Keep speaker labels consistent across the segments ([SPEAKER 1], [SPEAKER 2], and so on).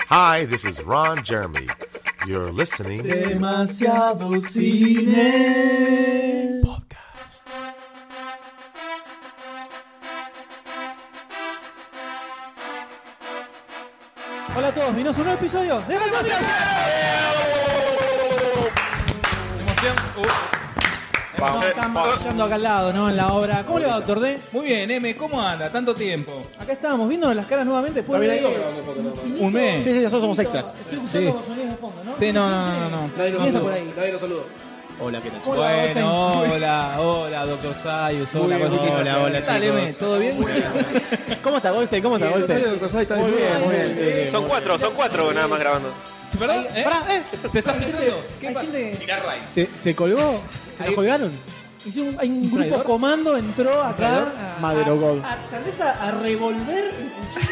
[SPEAKER 1] Hi, this is Ron Jeremy. You're listening.
[SPEAKER 2] Demasiado cine.
[SPEAKER 3] Hola a todos, bienvenidos a un nuevo episodio de Demasiado Cine. No,
[SPEAKER 4] Ah.
[SPEAKER 3] estamos yendo acá al lado, ¿no? En la obra. ¿Cómo le va, doctor D?
[SPEAKER 5] Muy bien, M, ¿cómo anda? Tanto tiempo.
[SPEAKER 3] Acá estábamos viendo las caras nuevamente después de...
[SPEAKER 5] Un mes.
[SPEAKER 4] Sí, sí, nosotros somos extras.
[SPEAKER 3] Estoy escuchando como sonidos de fondo, ¿no?
[SPEAKER 5] Sí, no, no, no, no, no.
[SPEAKER 4] Nadie nos
[SPEAKER 3] Empieza
[SPEAKER 4] saludó.
[SPEAKER 3] por ahí.
[SPEAKER 4] Nadie nos saludó. Hola, ¿qué tal? chicos?
[SPEAKER 3] Hola,
[SPEAKER 5] Bueno,
[SPEAKER 3] Austin.
[SPEAKER 5] hola, hola, doctor Sayus, hola,
[SPEAKER 4] bien,
[SPEAKER 5] Conchita.
[SPEAKER 4] hola, hola,
[SPEAKER 5] ¿Qué tal,
[SPEAKER 4] chicos?
[SPEAKER 5] M? ¿Todo bien?
[SPEAKER 4] ¿Cómo está Goldstein? ¿Cómo está
[SPEAKER 2] El
[SPEAKER 4] Goldstein?
[SPEAKER 2] doctor Cosay está muy bien.
[SPEAKER 4] Muy bien, sí, sí.
[SPEAKER 6] Son cuatro, son cuatro nada más grabando.
[SPEAKER 5] ¿Perdón? ¿Eh?
[SPEAKER 4] Pará, eh.
[SPEAKER 5] ¿Se está filtrando? ¿Qué
[SPEAKER 3] Hay
[SPEAKER 5] pa-
[SPEAKER 3] gente...
[SPEAKER 4] ¿Se, se colgó? ¿Se lo colgaron?
[SPEAKER 3] hicieron- Hay un grupo
[SPEAKER 4] traidor?
[SPEAKER 3] comando, entró acá...
[SPEAKER 4] traidor?
[SPEAKER 3] a-
[SPEAKER 4] Madre God.
[SPEAKER 3] a- a- Tal vez a a revolver...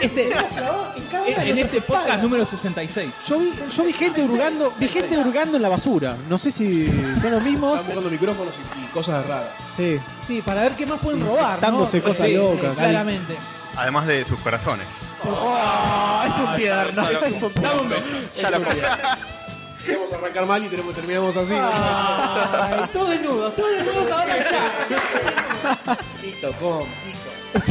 [SPEAKER 5] Este-
[SPEAKER 3] clavó en cada una de
[SPEAKER 5] En
[SPEAKER 3] nuestras
[SPEAKER 5] este podcast
[SPEAKER 3] espaldas.
[SPEAKER 5] número 66.
[SPEAKER 4] Yo vi, yo vi gente hurgando, vi gente hurgando en la basura. No sé si son los mismos.
[SPEAKER 2] Están buscando micrófonos y, y cosas raras.
[SPEAKER 4] Sí.
[SPEAKER 3] Sí, para ver qué más pueden robar, ¿no?
[SPEAKER 4] Dándose cosas
[SPEAKER 3] Sí,
[SPEAKER 4] locas.
[SPEAKER 3] Claramente.
[SPEAKER 7] Además de sus corazones.
[SPEAKER 4] Oh, es un tierno. Eso es un tierno.
[SPEAKER 6] Ya la puta.
[SPEAKER 2] Queríamos arrancar mal y tenemos, terminamos así.
[SPEAKER 3] Ah. Ay, todos desnudos, todos desnudos ahora ya.
[SPEAKER 2] Pito, con, pico.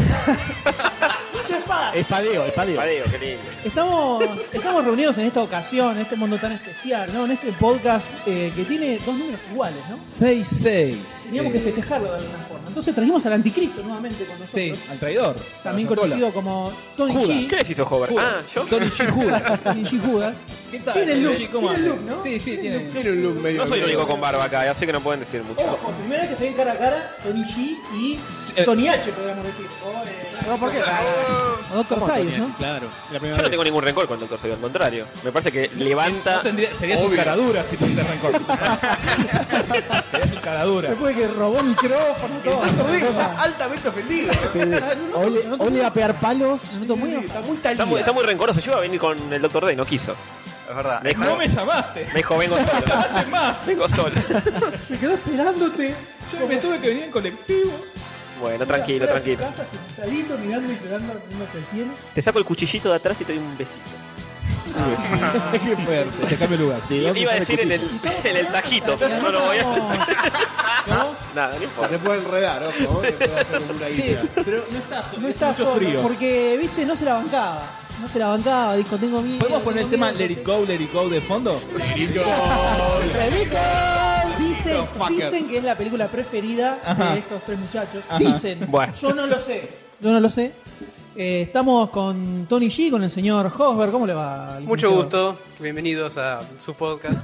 [SPEAKER 3] Mucha espada.
[SPEAKER 4] Espadeo, espadeo.
[SPEAKER 6] Valeo, qué lindo.
[SPEAKER 3] Estamos, estamos reunidos en esta ocasión, en este mundo tan especial, ¿no? En este podcast eh, que tiene dos números iguales, ¿no?
[SPEAKER 5] 66.
[SPEAKER 3] Teníamos que
[SPEAKER 5] Eh,
[SPEAKER 3] festejarlo de alguna forma. Entonces trajimos al anticristo nuevamente con
[SPEAKER 5] Sí,
[SPEAKER 3] nosotros.
[SPEAKER 5] al traidor.
[SPEAKER 3] También
[SPEAKER 2] Coca-Cola.
[SPEAKER 3] conocido como Tony
[SPEAKER 6] ¿Qué
[SPEAKER 3] G.
[SPEAKER 6] les hizo Hover? Ah, yo.
[SPEAKER 5] Tony G. Judas.
[SPEAKER 3] Tony G. Judas.
[SPEAKER 5] ¿Qué tal?
[SPEAKER 3] Tiene el look,
[SPEAKER 5] G, ¿cómo
[SPEAKER 3] tiene el
[SPEAKER 5] anda?
[SPEAKER 3] look, ¿no?
[SPEAKER 5] Sí, sí,
[SPEAKER 3] Tiene el
[SPEAKER 5] tiene.
[SPEAKER 2] Tiene un look medio.
[SPEAKER 6] No soy el único con barba acá, así que no pueden decir mucho.
[SPEAKER 3] Ojo, primera vez que se ven cara a cara Tony G y
[SPEAKER 5] eh.
[SPEAKER 3] Tony H, podríamos decir. O, eh,
[SPEAKER 4] No, ¿por qué?
[SPEAKER 3] o Dr. Sayers, ¿no?
[SPEAKER 4] Claro. La primera
[SPEAKER 6] Yo no
[SPEAKER 4] vez.
[SPEAKER 6] tengo ningún rencor con Doctor Soy, al contrario. Me parece que
[SPEAKER 5] No
[SPEAKER 6] levanta.
[SPEAKER 5] tendría, sería su
[SPEAKER 2] Obvio.
[SPEAKER 5] caradura si tuviese rencor. sería su caradura.
[SPEAKER 3] Después de que robó micrófono, todo.
[SPEAKER 2] El doctor D
[SPEAKER 3] Cosa-
[SPEAKER 2] está altamente ofendido.
[SPEAKER 4] Sí. Hoy le- hoy le va a pegar palos.
[SPEAKER 3] Noto muy-
[SPEAKER 2] Está muy talía.
[SPEAKER 6] Está muy, está muy rencoroso. Yo iba a venir con el Doctor D, no quiso.
[SPEAKER 7] Es verdad.
[SPEAKER 6] Me dijo,
[SPEAKER 5] No me llamaste.
[SPEAKER 6] me dijo, vengo solo.
[SPEAKER 5] Llamaste más.
[SPEAKER 6] Vengo solo.
[SPEAKER 3] Se quedó esperándote.
[SPEAKER 5] Yo me tuve que venir en colectivo.
[SPEAKER 6] Bueno, tranquilo,
[SPEAKER 3] Afuera de su
[SPEAKER 6] tranquilo.
[SPEAKER 3] casa, sentadito, mirando y pegando mirando el cielo.
[SPEAKER 6] Te saco el cuchillito de atrás y te doy un besito.
[SPEAKER 2] Qué fuerte.
[SPEAKER 4] Te cambio lugar.
[SPEAKER 6] Iba a decir en el, en el tajito, pero no lo voy a hacer.
[SPEAKER 3] No,
[SPEAKER 6] Nada, no
[SPEAKER 2] O sea,
[SPEAKER 6] importa.
[SPEAKER 2] te puede enredar, ojo. ¿eh? Te puede hacer como una
[SPEAKER 5] Sí,
[SPEAKER 2] guía.
[SPEAKER 5] pero no está solo.
[SPEAKER 3] no está solo, porque viste, no se la bancaba. No se la bancaba, dijo, tengo miedo.
[SPEAKER 5] ¿Podemos poner el
[SPEAKER 3] tengo
[SPEAKER 5] tema
[SPEAKER 3] miedo,
[SPEAKER 5] Let It
[SPEAKER 3] entonces-
[SPEAKER 5] Go, Let It Go de fondo?
[SPEAKER 3] Dicen,
[SPEAKER 2] Motherfucker.
[SPEAKER 3] dicen que es la película preferida
[SPEAKER 5] Ajá.
[SPEAKER 3] de estos tres muchachos.
[SPEAKER 5] Ajá.
[SPEAKER 3] Dicen,
[SPEAKER 6] Bueno.
[SPEAKER 3] yo no lo sé. Yo no lo sé. Eh, estamos con Tony G, con el señor Hosberg. ¿Cómo le va?
[SPEAKER 8] Mucho
[SPEAKER 3] licenciado?
[SPEAKER 8] gusto, bienvenidos a su podcast.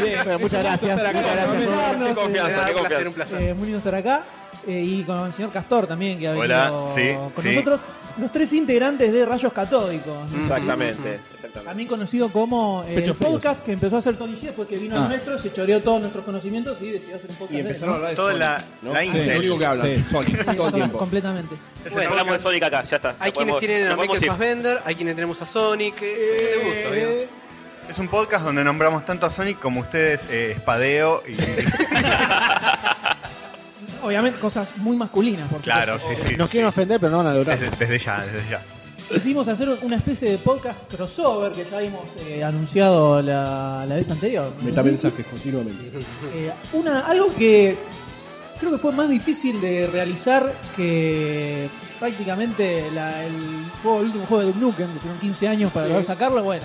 [SPEAKER 5] Bien.
[SPEAKER 4] Bueno, muchas gracias,
[SPEAKER 5] estar acá,
[SPEAKER 4] muchas gracias.
[SPEAKER 5] ¿no?
[SPEAKER 4] Robert.
[SPEAKER 6] Qué confianza, qué
[SPEAKER 8] un placer, un
[SPEAKER 6] confianza.
[SPEAKER 8] placer.
[SPEAKER 3] Eh, muy lindo estar acá. Eh, y con el señor Castor también, que ha
[SPEAKER 7] Hola,
[SPEAKER 3] venido
[SPEAKER 7] sí,
[SPEAKER 3] con
[SPEAKER 7] sí.
[SPEAKER 3] nosotros. Los tres integrantes de Rayos Catódicos.
[SPEAKER 6] Mm.
[SPEAKER 3] ¿no?
[SPEAKER 6] Exactamente, exactamente.
[SPEAKER 3] También conocido como eh,
[SPEAKER 5] Pecho
[SPEAKER 3] el
[SPEAKER 5] fríos.
[SPEAKER 3] podcast que empezó a hacer Tony G después que vino a nuestro, se choreó todos nuestros conocimientos y decidió hacer un podcast.
[SPEAKER 2] Y
[SPEAKER 3] de él,
[SPEAKER 2] empezaron a
[SPEAKER 3] ¿no?
[SPEAKER 2] hablar de
[SPEAKER 7] Toda
[SPEAKER 2] Sonic,
[SPEAKER 7] la-
[SPEAKER 2] ¿no?
[SPEAKER 7] la
[SPEAKER 2] Es
[SPEAKER 7] internet.
[SPEAKER 2] lo único que hablan,
[SPEAKER 5] Sí.
[SPEAKER 2] Sonic, todo el tiempo.
[SPEAKER 3] Completamente.
[SPEAKER 6] Bueno, hablamos de Sonic acá, ya está.
[SPEAKER 8] hay
[SPEAKER 6] Ya
[SPEAKER 8] quienes
[SPEAKER 6] podemos-
[SPEAKER 8] tienen
[SPEAKER 6] ya
[SPEAKER 8] a
[SPEAKER 6] podemos
[SPEAKER 8] Michael
[SPEAKER 6] ir.
[SPEAKER 8] Fassbender, hay quienes tenemos a Sonic. eh, de gusto, digamos.
[SPEAKER 2] Eh,
[SPEAKER 7] Es un podcast donde nombramos tanto a Sonic como ustedes, eh, Espadeo y...
[SPEAKER 3] Obviamente cosas muy masculinas. Porque
[SPEAKER 7] claro, sí, sí.
[SPEAKER 4] Nos
[SPEAKER 7] sí.
[SPEAKER 4] quieren ofender, pero no van a lograr.
[SPEAKER 7] Desde, desde ya, desde ya.
[SPEAKER 3] Decidimos hacer una especie de podcast crossover que ya habíamos eh, anunciado la, la vez anterior.
[SPEAKER 2] Metamensajes continuamente.
[SPEAKER 3] Eh, una, algo que creo que fue más difícil de realizar que prácticamente la- el, juego- el último juego de Duke Nukem, que fueron 15 años para lograr sacarlo, bueno.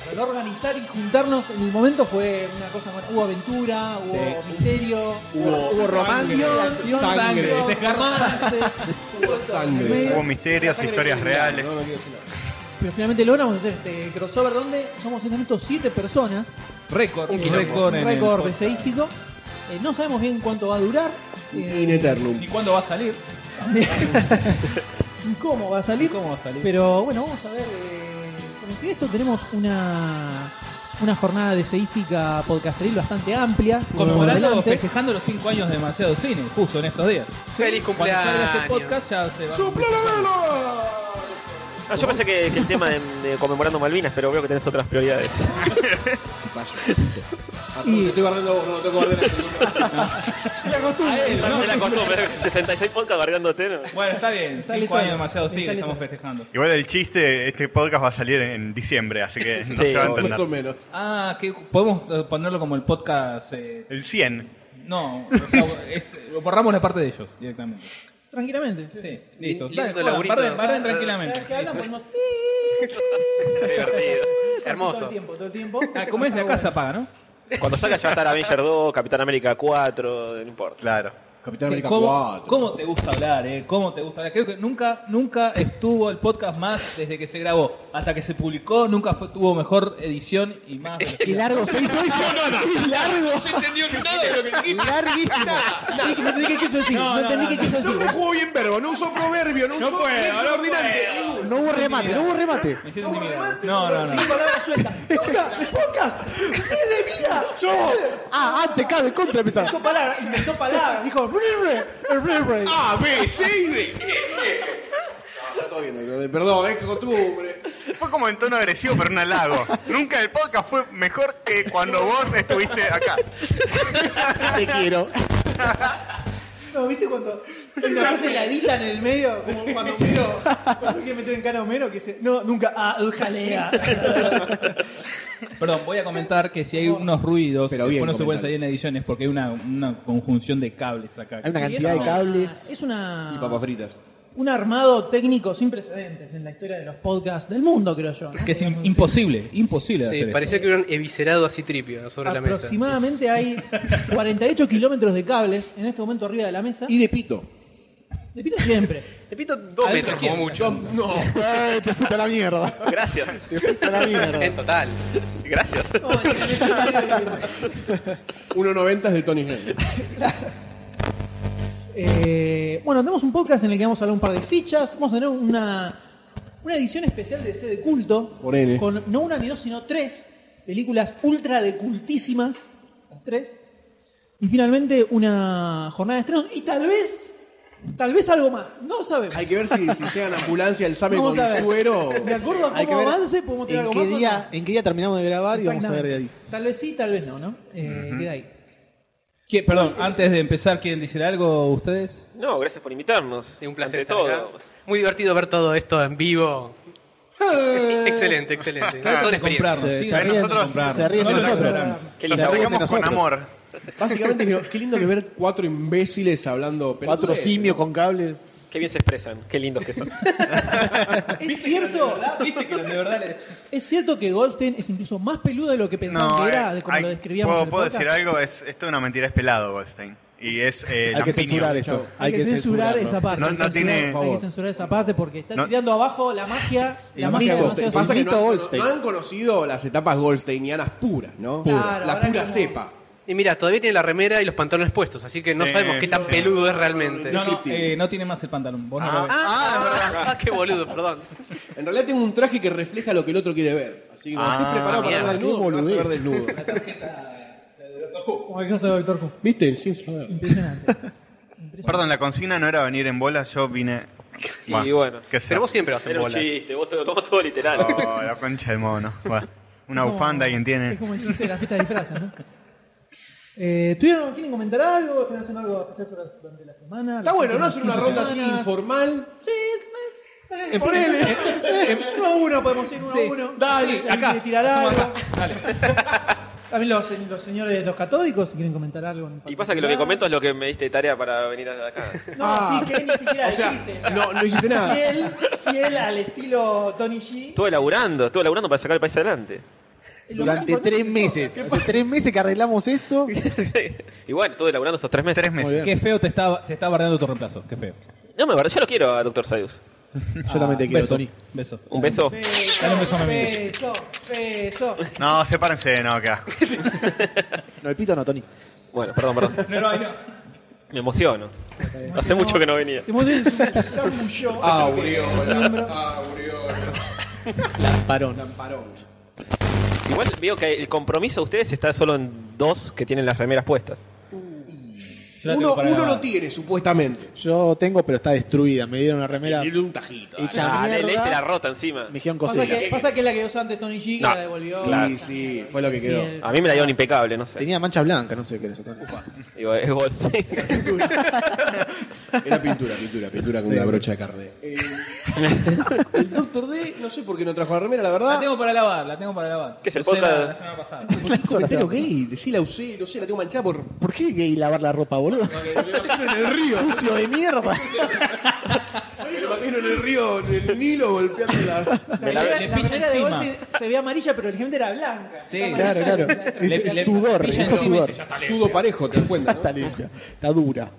[SPEAKER 3] Para lograr organizar y juntarnos en el momento fue una cosa, bueno, hubo aventura, hubo misterio,
[SPEAKER 2] Hubo-
[SPEAKER 3] hubo romance,
[SPEAKER 2] sangre,
[SPEAKER 3] acción,
[SPEAKER 2] sangre.
[SPEAKER 3] acción, romance, hubo
[SPEAKER 2] Sangre,
[SPEAKER 3] medio-
[SPEAKER 2] sangre.
[SPEAKER 7] Hubo misterios,
[SPEAKER 2] Sangre
[SPEAKER 7] historias
[SPEAKER 2] criminal,
[SPEAKER 7] reales.
[SPEAKER 2] No, no quiero decir nada.
[SPEAKER 3] Pero finalmente logramos hacer este crossover donde somos en estos 7 personas
[SPEAKER 5] Récord,
[SPEAKER 3] Un
[SPEAKER 5] un récord en
[SPEAKER 3] un
[SPEAKER 5] el
[SPEAKER 3] récord
[SPEAKER 5] podcast.
[SPEAKER 3] peseístico. Eh, no sabemos bien cuánto va a durar. eh,
[SPEAKER 2] In Eternum.
[SPEAKER 5] ¿Y cuándo va a salir?
[SPEAKER 3] y cómo va a salir.
[SPEAKER 5] ¿Cómo va a salir?
[SPEAKER 3] Pero bueno, vamos a ver. eh, como si esto tenemos una, una jornada de seística podcasteril bastante amplia. por
[SPEAKER 5] Conmemorando,
[SPEAKER 3] delante.
[SPEAKER 5] festejando los 5 años de demasiado cine, justo en estos días.
[SPEAKER 8] Feliz
[SPEAKER 5] Cuando salga este
[SPEAKER 8] cumpleaños.
[SPEAKER 5] podcast ya se va.
[SPEAKER 2] ¡Sopla la vela!
[SPEAKER 6] Ah, yo pensé que, que el tema de, de conmemorando Malvinas, pero veo que tenés otras prioridades.
[SPEAKER 2] Zapallo. Ah, Te estoy guardando vos, no lo tengo guardando.
[SPEAKER 9] La costumbre.
[SPEAKER 6] Es la costumbre. 66 podcast guardándote. ¿no?
[SPEAKER 9] Bueno, está bien.
[SPEAKER 3] Sale
[SPEAKER 9] Cinco
[SPEAKER 3] solo.
[SPEAKER 9] años demasiado, sí,
[SPEAKER 3] Sale
[SPEAKER 9] estamos
[SPEAKER 3] solo.
[SPEAKER 9] festejando.
[SPEAKER 7] Igual el chiste, este podcast va a salir en, en diciembre, así que no
[SPEAKER 6] Sí,
[SPEAKER 7] se va a
[SPEAKER 2] Más o
[SPEAKER 7] entender.
[SPEAKER 2] menos.
[SPEAKER 9] Ah, que podemos eh, ponerlo como el podcast. eh,
[SPEAKER 7] El 100.
[SPEAKER 9] no, o sea, es- borramos la parte de ellos directamente.
[SPEAKER 3] Tranquilamente.
[SPEAKER 9] Sí, listo.
[SPEAKER 8] Lindo
[SPEAKER 9] Dale, jodan,
[SPEAKER 8] laburito.
[SPEAKER 9] barren, barren
[SPEAKER 3] Cada
[SPEAKER 9] tranquilamente.
[SPEAKER 3] vez que hablan ponemos pi,
[SPEAKER 6] Qué divertido.
[SPEAKER 3] Todo el
[SPEAKER 8] Hermoso.
[SPEAKER 3] tiempo, todo el tiempo.
[SPEAKER 9] Ah, como es de acá, se paga, ¿no?
[SPEAKER 6] Cuando salga ya va a estar Avenger 2, Capitán América 4, no importa.
[SPEAKER 7] Claro.
[SPEAKER 2] Capitán
[SPEAKER 9] Sí,
[SPEAKER 2] América
[SPEAKER 9] ¿cómo,
[SPEAKER 2] 4.
[SPEAKER 9] cómo te gusta hablar, eh? ¿Cómo te gusta hablar? Creo que nunca, nunca estuvo el podcast más desde que se grabó hasta que se publicó, nunca fue, tuvo mejor edición y más.
[SPEAKER 4] Qué largo se hizo eso. Qué largo.
[SPEAKER 2] No entendió nada de lo que dijiste.
[SPEAKER 4] Larguísimo.
[SPEAKER 2] Nada,
[SPEAKER 3] No entendí qué quiso decir.
[SPEAKER 9] No,
[SPEAKER 3] No,
[SPEAKER 9] no,
[SPEAKER 3] entendí
[SPEAKER 9] no,
[SPEAKER 3] qué
[SPEAKER 9] no.
[SPEAKER 3] quiso
[SPEAKER 2] No
[SPEAKER 3] decir.
[SPEAKER 2] conjugó bien verbo, no usó proverbio, no usó
[SPEAKER 9] puedo,
[SPEAKER 2] nexo
[SPEAKER 9] no
[SPEAKER 2] ordinante. Uh,
[SPEAKER 9] puedo.
[SPEAKER 2] ninguno.
[SPEAKER 4] No hubo remate, no hubo remate.
[SPEAKER 9] Me siento intimidado. No, no, no.
[SPEAKER 3] Sin palabras sueltas. Podcast, podcast. ¡Qué de vida!
[SPEAKER 4] Ah, antes cabe contra empezar.
[SPEAKER 3] Inventó palabras, inventó palabras. Dijo, "Rire, rire".
[SPEAKER 2] A, B, C y D. No, está todo bien, no, no, Perdón, es costumbre.
[SPEAKER 7] Fue como en tono agresivo, pero un halago. Nunca el podcast fue mejor que cuando vos estuviste acá.
[SPEAKER 4] Te quiero.
[SPEAKER 3] No, ¿viste cuando una frase la editan en el medio? Como cuando Homero, cuando quiere meter en cara a Homero, que dice, no, nunca, ah, eh, jalea.
[SPEAKER 9] Perdón, voy a comentar que si hay unos ruidos,
[SPEAKER 2] Pero
[SPEAKER 9] después
[SPEAKER 2] bien
[SPEAKER 9] no se pueden
[SPEAKER 2] comentar.
[SPEAKER 9] salir en ediciones porque hay una, una conjunción de cables acá.
[SPEAKER 4] Hay una
[SPEAKER 3] Y es
[SPEAKER 4] cantidad de
[SPEAKER 3] una-
[SPEAKER 4] cables.
[SPEAKER 3] Es una...
[SPEAKER 2] Y papas fritas.
[SPEAKER 3] un armado técnico sin precedentes en la historia de los podcasts del mundo, creo yo. ¿no?
[SPEAKER 9] Que es im- imposible, imposible de
[SPEAKER 8] Sí,
[SPEAKER 9] hacer esto.
[SPEAKER 8] parecía que hubieran eviscerado así tripio sobre la mesa.
[SPEAKER 3] Aproximadamente hay 48 kilómetros de cables en este momento arriba de la mesa.
[SPEAKER 2] Y de pito.
[SPEAKER 3] De pito siempre.
[SPEAKER 8] Te pito dos
[SPEAKER 9] Adentro
[SPEAKER 8] metros como
[SPEAKER 9] quién.
[SPEAKER 8] mucho.
[SPEAKER 2] No.
[SPEAKER 4] Eh, Te fuiste a la mierda.
[SPEAKER 6] Gracias.
[SPEAKER 4] Te fuiste a la
[SPEAKER 8] En
[SPEAKER 4] mierda.
[SPEAKER 8] total.
[SPEAKER 6] Gracias.
[SPEAKER 3] No, en el-
[SPEAKER 2] 1.90 es de Tony Snell.
[SPEAKER 3] Eh, bueno, tenemos un podcast en el que vamos a hablar un par de fichas. Vamos a tener una, una edición especial de C de culto.
[SPEAKER 2] Por N.
[SPEAKER 3] Con no una ni dos, sino tres películas ultra de cultísimas. Las tres. Y finalmente una jornada de estrenos. Y tal vez, tal vez algo más. No sabemos.
[SPEAKER 2] Hay que ver si, si llegan ambulancia el SAME con
[SPEAKER 3] Vamos a ver.
[SPEAKER 2] suero.
[SPEAKER 3] De acuerdo a
[SPEAKER 4] Hay que
[SPEAKER 3] cómo
[SPEAKER 4] ver
[SPEAKER 3] avance, podemos tener
[SPEAKER 4] en
[SPEAKER 3] algo
[SPEAKER 4] qué
[SPEAKER 3] más. o
[SPEAKER 4] día, en qué día terminamos de
[SPEAKER 3] no.
[SPEAKER 4] grabar y vamos a ver de ahí.
[SPEAKER 3] Exactamente. Tal vez sí, tal vez no, ¿no? Eh, Queda ahí.
[SPEAKER 9] ¿Qué- Perdón, antes de empezar, ¿quieren decir algo ustedes?
[SPEAKER 6] No, gracias por invitarnos.
[SPEAKER 8] Sí, un placer
[SPEAKER 6] Ante
[SPEAKER 8] estar
[SPEAKER 6] todo.
[SPEAKER 8] acá. Muy divertido ver todo esto en vivo. Es- excelente, excelente.
[SPEAKER 6] Ah,
[SPEAKER 9] Ah,
[SPEAKER 8] Toda una experiencia.
[SPEAKER 9] Comprarnos,
[SPEAKER 4] Se,
[SPEAKER 9] sí,
[SPEAKER 4] se
[SPEAKER 9] de
[SPEAKER 4] ríen,
[SPEAKER 7] nosotros-
[SPEAKER 4] se ríen de
[SPEAKER 9] No, no, no,
[SPEAKER 4] nosotros.
[SPEAKER 9] no, no.
[SPEAKER 6] Qué
[SPEAKER 4] Se ríen
[SPEAKER 6] linda voz.
[SPEAKER 4] de
[SPEAKER 7] Arrancamos con
[SPEAKER 4] nosotros.
[SPEAKER 7] amor.
[SPEAKER 2] Básicamente, dijeron, qué lindo que ver cuatro imbéciles hablando. pelotudeces,
[SPEAKER 4] Cuatro simios con cables.
[SPEAKER 6] Qué bien se expresan. Qué lindos que son.
[SPEAKER 3] Es cierto,
[SPEAKER 9] ¿Viste que de verdad le-
[SPEAKER 3] es cierto que Goldstein es incluso más peludo de lo que pensaban
[SPEAKER 7] No,
[SPEAKER 3] que
[SPEAKER 7] eh,
[SPEAKER 3] era, de como
[SPEAKER 7] hay-
[SPEAKER 3] lo describíamos. en
[SPEAKER 7] ¿puedo,
[SPEAKER 3] el
[SPEAKER 7] puedo
[SPEAKER 3] podcast.
[SPEAKER 7] decir algo? Es, esto es una mentira, es pelado, Goldstein. Y es eh,
[SPEAKER 4] Hay que
[SPEAKER 7] lampiño.
[SPEAKER 4] censurar esto.
[SPEAKER 3] Hay, que, censurar,
[SPEAKER 4] censurarlo.
[SPEAKER 3] esa parte.
[SPEAKER 7] No-
[SPEAKER 3] hay que
[SPEAKER 7] no
[SPEAKER 3] censurar-
[SPEAKER 7] tiene-
[SPEAKER 3] Hay que censurar esa parte porque está
[SPEAKER 7] No-
[SPEAKER 3] tirando abajo la magia. La
[SPEAKER 4] El
[SPEAKER 3] magia
[SPEAKER 4] mito.
[SPEAKER 3] demasiado
[SPEAKER 2] Pasa que no,
[SPEAKER 4] Mito
[SPEAKER 2] han-
[SPEAKER 4] Goldstein.
[SPEAKER 2] no han conocido las etapas goldsteinianas puras, ¿no?
[SPEAKER 3] Pura. Claro,
[SPEAKER 2] la
[SPEAKER 3] ahora
[SPEAKER 2] pura
[SPEAKER 3] es como-
[SPEAKER 2] cepa.
[SPEAKER 8] Y mira, todavía tiene la remera y los pantalones puestos, así que no
[SPEAKER 7] Sí,
[SPEAKER 8] sabemos qué tan
[SPEAKER 7] sí.
[SPEAKER 8] peludo es realmente.
[SPEAKER 9] No, no, eh, no tiene más el pantalón. Vos no lo ves.
[SPEAKER 8] Ah, ah, qué boludo, perdón.
[SPEAKER 2] En realidad tengo un traje que refleja lo que el otro quiere ver. Así que cuando estés preparado para
[SPEAKER 8] mierda,
[SPEAKER 2] ver desnudo, me vas a ver desnudo.
[SPEAKER 3] Como que no sabe Doctor Who.
[SPEAKER 2] ¿Viste? Sin saber.
[SPEAKER 3] Impresionante.
[SPEAKER 7] Perdón, la consigna no era venir en bola, yo vine...
[SPEAKER 6] Y bueno.
[SPEAKER 7] qué sé.
[SPEAKER 8] Pero vos siempre vas en
[SPEAKER 6] Era un
[SPEAKER 8] bola.
[SPEAKER 6] chiste. Vos te lo tomás todo literal.
[SPEAKER 7] Oh, la concha del mono. Bueno, una
[SPEAKER 3] Como-
[SPEAKER 7] bufanda, quien tiene.
[SPEAKER 3] Es como el chiste de la fiesta de disfraces, ¿no? Eh, ¿tuvieron- ¿Quieren comentar algo? ¿Quieren hacer algo especial para- durante la semana?
[SPEAKER 2] Está
[SPEAKER 3] ¿Las
[SPEAKER 2] bueno, ¿no?
[SPEAKER 3] últimas
[SPEAKER 2] Hacer una
[SPEAKER 3] 15
[SPEAKER 2] ronda así
[SPEAKER 3] semanas?
[SPEAKER 2] informal.
[SPEAKER 3] Sí, eh, eh,
[SPEAKER 2] Ponele.
[SPEAKER 3] uno a uno podemos ir, uno
[SPEAKER 9] Sí.
[SPEAKER 3] a uno.
[SPEAKER 9] Dale,
[SPEAKER 3] Sí,
[SPEAKER 9] acá.
[SPEAKER 3] alguien le tirará
[SPEAKER 9] Hacemos
[SPEAKER 3] algo. También los, los señores, los catódicos, si quieren comentar algo. en
[SPEAKER 6] Y pasa que lo que
[SPEAKER 3] particular.
[SPEAKER 6] comento es lo que me diste tarea para venir acá.
[SPEAKER 3] No,
[SPEAKER 2] Ah.
[SPEAKER 3] sí, que él ni siquiera
[SPEAKER 2] O sea,
[SPEAKER 3] dijiste, o sea,
[SPEAKER 2] no, no hiciste nada.
[SPEAKER 3] Fiel, fiel al estilo Tony G.
[SPEAKER 6] Estuve laburando, estuve laburando para sacar el país adelante.
[SPEAKER 3] Lo más
[SPEAKER 4] Durante
[SPEAKER 3] importante
[SPEAKER 4] tres
[SPEAKER 3] es que-
[SPEAKER 4] meses. Hace tres meses que arreglamos esto.
[SPEAKER 6] y bueno, estuve laburando esos tres meses.
[SPEAKER 7] Tres
[SPEAKER 4] Muy bien.
[SPEAKER 7] meses.
[SPEAKER 9] Qué feo te está, te está bardeando tu reemplazo. Qué feo.
[SPEAKER 6] No, me verdad, yo lo quiero a Dr. Sayus.
[SPEAKER 4] Yo también
[SPEAKER 3] Ah,
[SPEAKER 4] te quiero,
[SPEAKER 9] beso,
[SPEAKER 4] Tony.
[SPEAKER 9] Beso.
[SPEAKER 6] Un beso.
[SPEAKER 9] Dale un beso a mi amigo.
[SPEAKER 3] Beso, beso.
[SPEAKER 7] No, sepárense, no, qué asco.
[SPEAKER 4] No, el pito no, Tony.
[SPEAKER 6] Bueno, perdón, perdón.
[SPEAKER 9] No, no, no.
[SPEAKER 6] Me emociono. Hace mucho que no venía.
[SPEAKER 3] Se mueve, se mueve, se murmulló.
[SPEAKER 6] Ah,
[SPEAKER 2] Ah, Aureola. Aureola.
[SPEAKER 4] Parón.
[SPEAKER 2] Parón.
[SPEAKER 6] Igual veo que el compromiso de ustedes está solo en dos que tienen las remeras puestas.
[SPEAKER 10] Yo la
[SPEAKER 2] Uno,
[SPEAKER 10] tengo para
[SPEAKER 2] uno
[SPEAKER 10] grabar.
[SPEAKER 2] lo tiene, supuestamente.
[SPEAKER 4] Yo tengo, pero está destruida. Me dieron una remera
[SPEAKER 2] Tiene un tajito. dale.
[SPEAKER 4] hecha
[SPEAKER 6] Ah, le
[SPEAKER 4] mierda.
[SPEAKER 6] leíste la rota encima.
[SPEAKER 4] Me dijeron
[SPEAKER 3] Pasa
[SPEAKER 4] cosita.
[SPEAKER 3] que, Eh, pasa que la que usó antes Tony G que
[SPEAKER 6] No,
[SPEAKER 3] la devolvió.
[SPEAKER 2] Y sí, fue lo que
[SPEAKER 3] Y
[SPEAKER 2] quedó.
[SPEAKER 3] el-
[SPEAKER 6] A mí me la dieron impecable, no sé.
[SPEAKER 4] Tenía mancha blanca, no sé qué era eso.
[SPEAKER 6] Digo, es gol.
[SPEAKER 2] Era pintura, pintura, pintura con una brocha de carne. Eh, el Doctor D, no sé por qué no trajo la remera, la
[SPEAKER 10] La
[SPEAKER 2] verdad.
[SPEAKER 10] tengo para lavar, la tengo para lavar.
[SPEAKER 6] ¿Qué es el
[SPEAKER 10] Lo sé la-
[SPEAKER 6] podcast?
[SPEAKER 10] La semana pasada.
[SPEAKER 2] Comentario gay, decí la usé, no sé, la tengo manchada por.
[SPEAKER 4] ¿Por qué gay lavar la ropa, boludo?
[SPEAKER 2] en el río.
[SPEAKER 4] Sucio de mierda.
[SPEAKER 2] Me imagino en el río, en el Nilo, golpeando las.
[SPEAKER 3] La
[SPEAKER 10] la-
[SPEAKER 3] remera-
[SPEAKER 10] le
[SPEAKER 3] la
[SPEAKER 10] pilla
[SPEAKER 3] remera de
[SPEAKER 10] encima.
[SPEAKER 3] golpe se ve amarilla, pero originalmente era blanca.
[SPEAKER 10] Sí.
[SPEAKER 3] Está
[SPEAKER 4] Claro,
[SPEAKER 3] amarilla.
[SPEAKER 4] claro. Es sudor,
[SPEAKER 10] pilla
[SPEAKER 4] hizo
[SPEAKER 10] encima y
[SPEAKER 4] sudor.
[SPEAKER 10] dice, "Ya está limpio".
[SPEAKER 2] Sudo parejo, te das cuenta.
[SPEAKER 4] Está limpia. Está dura.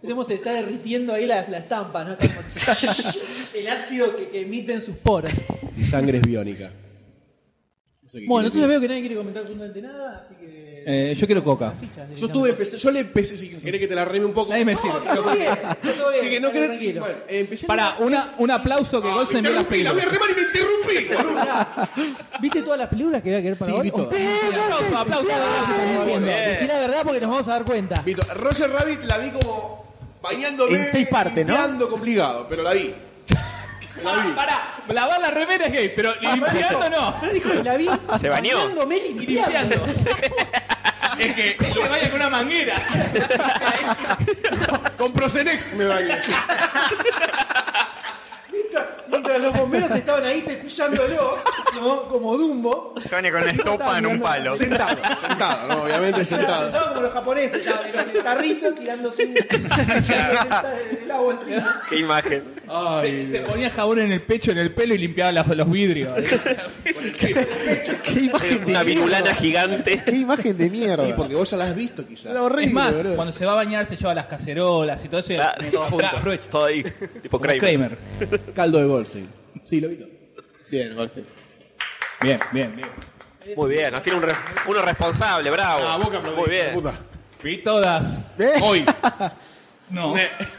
[SPEAKER 3] Tenemos, se está derritiendo ahí las, las tampas, ¿no? el ácido que, que emiten sus poras.
[SPEAKER 2] Mi sangre es biónica. No sé qué
[SPEAKER 3] Bueno,
[SPEAKER 2] quiere
[SPEAKER 3] entonces veo que nadie quiere comentar absolutamente nada, así que.
[SPEAKER 10] Eh, yo quiero coca.
[SPEAKER 3] fichas
[SPEAKER 2] decir.
[SPEAKER 3] de
[SPEAKER 2] Yo estuve empecé- yo le empecé, si querés que te la reme un poco.
[SPEAKER 10] Nadie me sirve.
[SPEAKER 3] Está todo bien, está todo bien,
[SPEAKER 2] Así que no
[SPEAKER 3] está bien,
[SPEAKER 2] querés.
[SPEAKER 3] tranquilo.
[SPEAKER 2] bueno, eh, empecé a-
[SPEAKER 10] Para, una, un aplauso que
[SPEAKER 2] Ah, me
[SPEAKER 10] Goldstein vio las
[SPEAKER 2] interrumpí, la voy a
[SPEAKER 10] películas.
[SPEAKER 2] remar y me interrumpí. boludo.
[SPEAKER 3] ¿Viste todas las películas que voy a querer para
[SPEAKER 2] Sí,
[SPEAKER 3] ahora?
[SPEAKER 2] vi todas.
[SPEAKER 10] Aplauso, aplauso.
[SPEAKER 3] Decí la verdad porque nos vamos a dar cuenta.
[SPEAKER 2] Vito, Roger Rabbit la vi como bañándome.
[SPEAKER 4] En seis partes, ¿no?
[SPEAKER 2] limpiando complicado, pero la vi. La vi.
[SPEAKER 10] Ah, Pará, lavar la remera es gay, pero limpiando no.
[SPEAKER 3] Pero dijo que la vi
[SPEAKER 6] Se bañó.
[SPEAKER 3] bañándome y
[SPEAKER 10] Y limpiando.
[SPEAKER 3] limpiando.
[SPEAKER 10] Es que se vaya con una manguera.
[SPEAKER 2] Con Prosenex me bañé.
[SPEAKER 3] Mientras los bomberos estaban ahí cepillándolo, ¿no? Como Dumbo.
[SPEAKER 7] Se baña con una
[SPEAKER 3] Estaba
[SPEAKER 7] estopa en un
[SPEAKER 3] mirando-
[SPEAKER 7] palo.
[SPEAKER 2] Sentado, sentado, ¿no? Obviamente sentado.
[SPEAKER 3] Estaba como los japoneses, estaba en el tarrito tirándose un- el agua encima.
[SPEAKER 6] Qué imagen.
[SPEAKER 10] Se, se ponía jabón en el pecho, en el pelo y limpiaba las- los vidrios.
[SPEAKER 4] Qué imagen de
[SPEAKER 6] Una
[SPEAKER 4] mierda.
[SPEAKER 6] virulana gigante.
[SPEAKER 4] Qué imagen de mierda.
[SPEAKER 2] Sí, porque vos ya la has visto quizás.
[SPEAKER 4] Era horrible,
[SPEAKER 10] Es más,
[SPEAKER 4] boludo.
[SPEAKER 10] cuando se va a bañar se lleva las cacerolas y todo eso. y-
[SPEAKER 6] Claro, todo
[SPEAKER 10] Pará,
[SPEAKER 6] junto.
[SPEAKER 10] aprovecha.
[SPEAKER 6] Todo ahí. Tipo
[SPEAKER 10] Como
[SPEAKER 6] Kramer.
[SPEAKER 10] Kramer.
[SPEAKER 2] Caldo de Goldstein. Sí, lo vi todo.
[SPEAKER 4] Bien, Goldstein.
[SPEAKER 10] Bien, bien, bien.
[SPEAKER 6] Muy bien, al fin un re- uno responsable, bravo.
[SPEAKER 2] Ah, boca aplaudí,
[SPEAKER 6] Muy bien.
[SPEAKER 2] puta.
[SPEAKER 10] Vi todas.
[SPEAKER 4] ¿Ves?
[SPEAKER 2] Hoy.
[SPEAKER 10] No.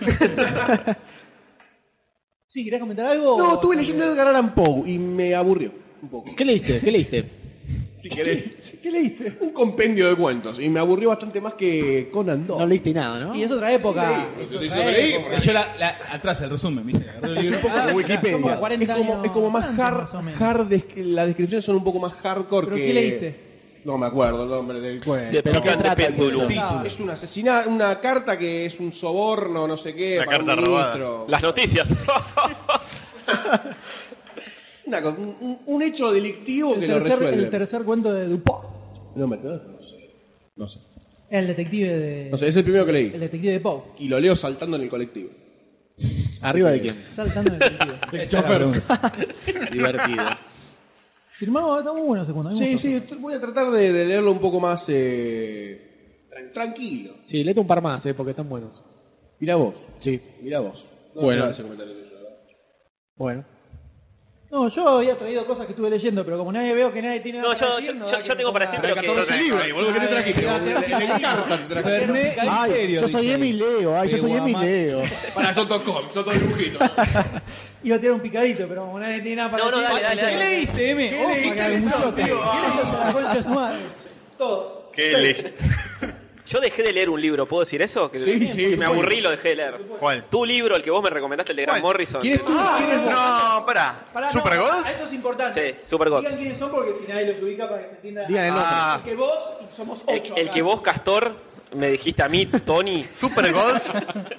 [SPEAKER 3] Sí, ¿querés comentar algo?
[SPEAKER 2] No, estuve leyendo de Allan Poe y me aburrió un poco.
[SPEAKER 4] ¿Qué leíste? ¿Qué leíste?
[SPEAKER 2] Si querés. ¿Qué leíste? Un compendio de cuentos y me aburrió bastante más que Conan
[SPEAKER 4] No
[SPEAKER 2] Doyle.
[SPEAKER 4] leíste nada, ¿no?
[SPEAKER 3] Y es otra época.
[SPEAKER 2] No
[SPEAKER 3] Es
[SPEAKER 2] estoy
[SPEAKER 3] otra
[SPEAKER 2] diciendo que leí,
[SPEAKER 3] época.
[SPEAKER 10] Yo la, la- atrás el resumen, ¿viste? Agarré el libro.
[SPEAKER 3] Ah,
[SPEAKER 10] Ah,
[SPEAKER 3] son como
[SPEAKER 4] Wikipedia.
[SPEAKER 3] 40
[SPEAKER 2] Es como,
[SPEAKER 3] años
[SPEAKER 2] es como más
[SPEAKER 3] antes,
[SPEAKER 2] hard,
[SPEAKER 3] más o menos.
[SPEAKER 2] hard des- las descripciones son un poco más hardcore
[SPEAKER 3] ¿Pero
[SPEAKER 2] que...
[SPEAKER 3] qué leíste?
[SPEAKER 2] No me acuerdo el nombre del cuento. Ah,
[SPEAKER 6] De
[SPEAKER 4] ¿Pero qué
[SPEAKER 6] picante
[SPEAKER 4] trata el
[SPEAKER 6] péndulo.
[SPEAKER 3] Título.
[SPEAKER 2] Es un asesinato, una carta que es un soborno, no sé qué,
[SPEAKER 7] Una
[SPEAKER 2] para un
[SPEAKER 7] carta robada.
[SPEAKER 2] ministro.
[SPEAKER 6] Las noticias.
[SPEAKER 2] Una co- un, un hecho delictivo que
[SPEAKER 3] El
[SPEAKER 2] lo
[SPEAKER 3] tercer, el
[SPEAKER 2] resuelve.
[SPEAKER 3] tercer cuento de Dupont.
[SPEAKER 2] No me acuerdo, no sé. No sé.
[SPEAKER 3] El detective de.
[SPEAKER 2] No sé, es el primero que
[SPEAKER 3] El
[SPEAKER 2] leí.
[SPEAKER 3] detective de Poe.
[SPEAKER 2] Y lo leo saltando en el colectivo.
[SPEAKER 4] ¿Arriba de quién?
[SPEAKER 3] Saltando en el detective.
[SPEAKER 10] esa era la pregunta.
[SPEAKER 4] Divertido.
[SPEAKER 3] Firmado, está muy bueno ese cuento. a mí me
[SPEAKER 2] Sí,
[SPEAKER 3] gustó.
[SPEAKER 2] sí, esto- voy a tratar de, de leerlo un poco más eh, tran- tranquilo.
[SPEAKER 4] Sí, léete un par más, eh, porque están buenos.
[SPEAKER 2] Mirá vos,
[SPEAKER 4] Sí.
[SPEAKER 2] mirá vos.
[SPEAKER 4] Bueno.
[SPEAKER 2] no, ese comentario tuyo, ¿verdad?
[SPEAKER 4] Bueno.
[SPEAKER 3] No, yo había traído cosas que estuve leyendo, pero como nadie veo que nadie tiene
[SPEAKER 6] No,
[SPEAKER 3] nada para
[SPEAKER 6] yo,
[SPEAKER 3] decir,
[SPEAKER 6] yo,
[SPEAKER 3] no da
[SPEAKER 6] yo-
[SPEAKER 3] que
[SPEAKER 6] yo tengo para
[SPEAKER 3] ponga-
[SPEAKER 6] siempre lo que.
[SPEAKER 7] Catorce libros,
[SPEAKER 2] boludo, ¿qué te trajiste? En carta te trajiste.
[SPEAKER 10] Fernet y
[SPEAKER 4] Ay,
[SPEAKER 10] Imperio,
[SPEAKER 4] yo soy
[SPEAKER 10] dice.
[SPEAKER 4] Emi Leo. Ay, yo soy Emi
[SPEAKER 10] Guamá.
[SPEAKER 4] Leo.
[SPEAKER 2] Para Sotocom, Soto dibujito.
[SPEAKER 3] Iba a tirar un picadito, pero como nadie tiene nada para
[SPEAKER 6] No, no,
[SPEAKER 3] decir.
[SPEAKER 6] dale, dale,
[SPEAKER 10] ¿Qué
[SPEAKER 6] dale.
[SPEAKER 10] leíste, M? Oh,
[SPEAKER 2] ¿Qué leíste eso, tío?
[SPEAKER 3] La concha de su madre. Todos.
[SPEAKER 7] ¿Qué leíste?
[SPEAKER 6] Yo dejé de leer un libro, ¿puedo decir eso? Que-
[SPEAKER 2] Sí, sí,
[SPEAKER 6] Me
[SPEAKER 2] sí.
[SPEAKER 6] aburrí y lo dejé de leer.
[SPEAKER 7] ¿Cuál?
[SPEAKER 6] Tu libro, el que vos me recomendaste, el de Grant
[SPEAKER 7] ¿Cuál?
[SPEAKER 6] Morrison.
[SPEAKER 2] ¿Quién es tú? ¿Quién es-
[SPEAKER 7] No, pará.
[SPEAKER 3] Pará, no,
[SPEAKER 7] ¿Super Gods?
[SPEAKER 3] Esto es importante.
[SPEAKER 6] Sí, Super Gods.
[SPEAKER 3] Digan quiénes son porque si nadie los ubica para que se entienda.
[SPEAKER 4] Digan el nombre.
[SPEAKER 7] Ah.
[SPEAKER 3] El que vos y somos
[SPEAKER 6] El,
[SPEAKER 3] ocho.
[SPEAKER 6] el
[SPEAKER 3] acá.
[SPEAKER 6] que vos, Castor, me dijiste a mí, Tony.
[SPEAKER 7] Super Gods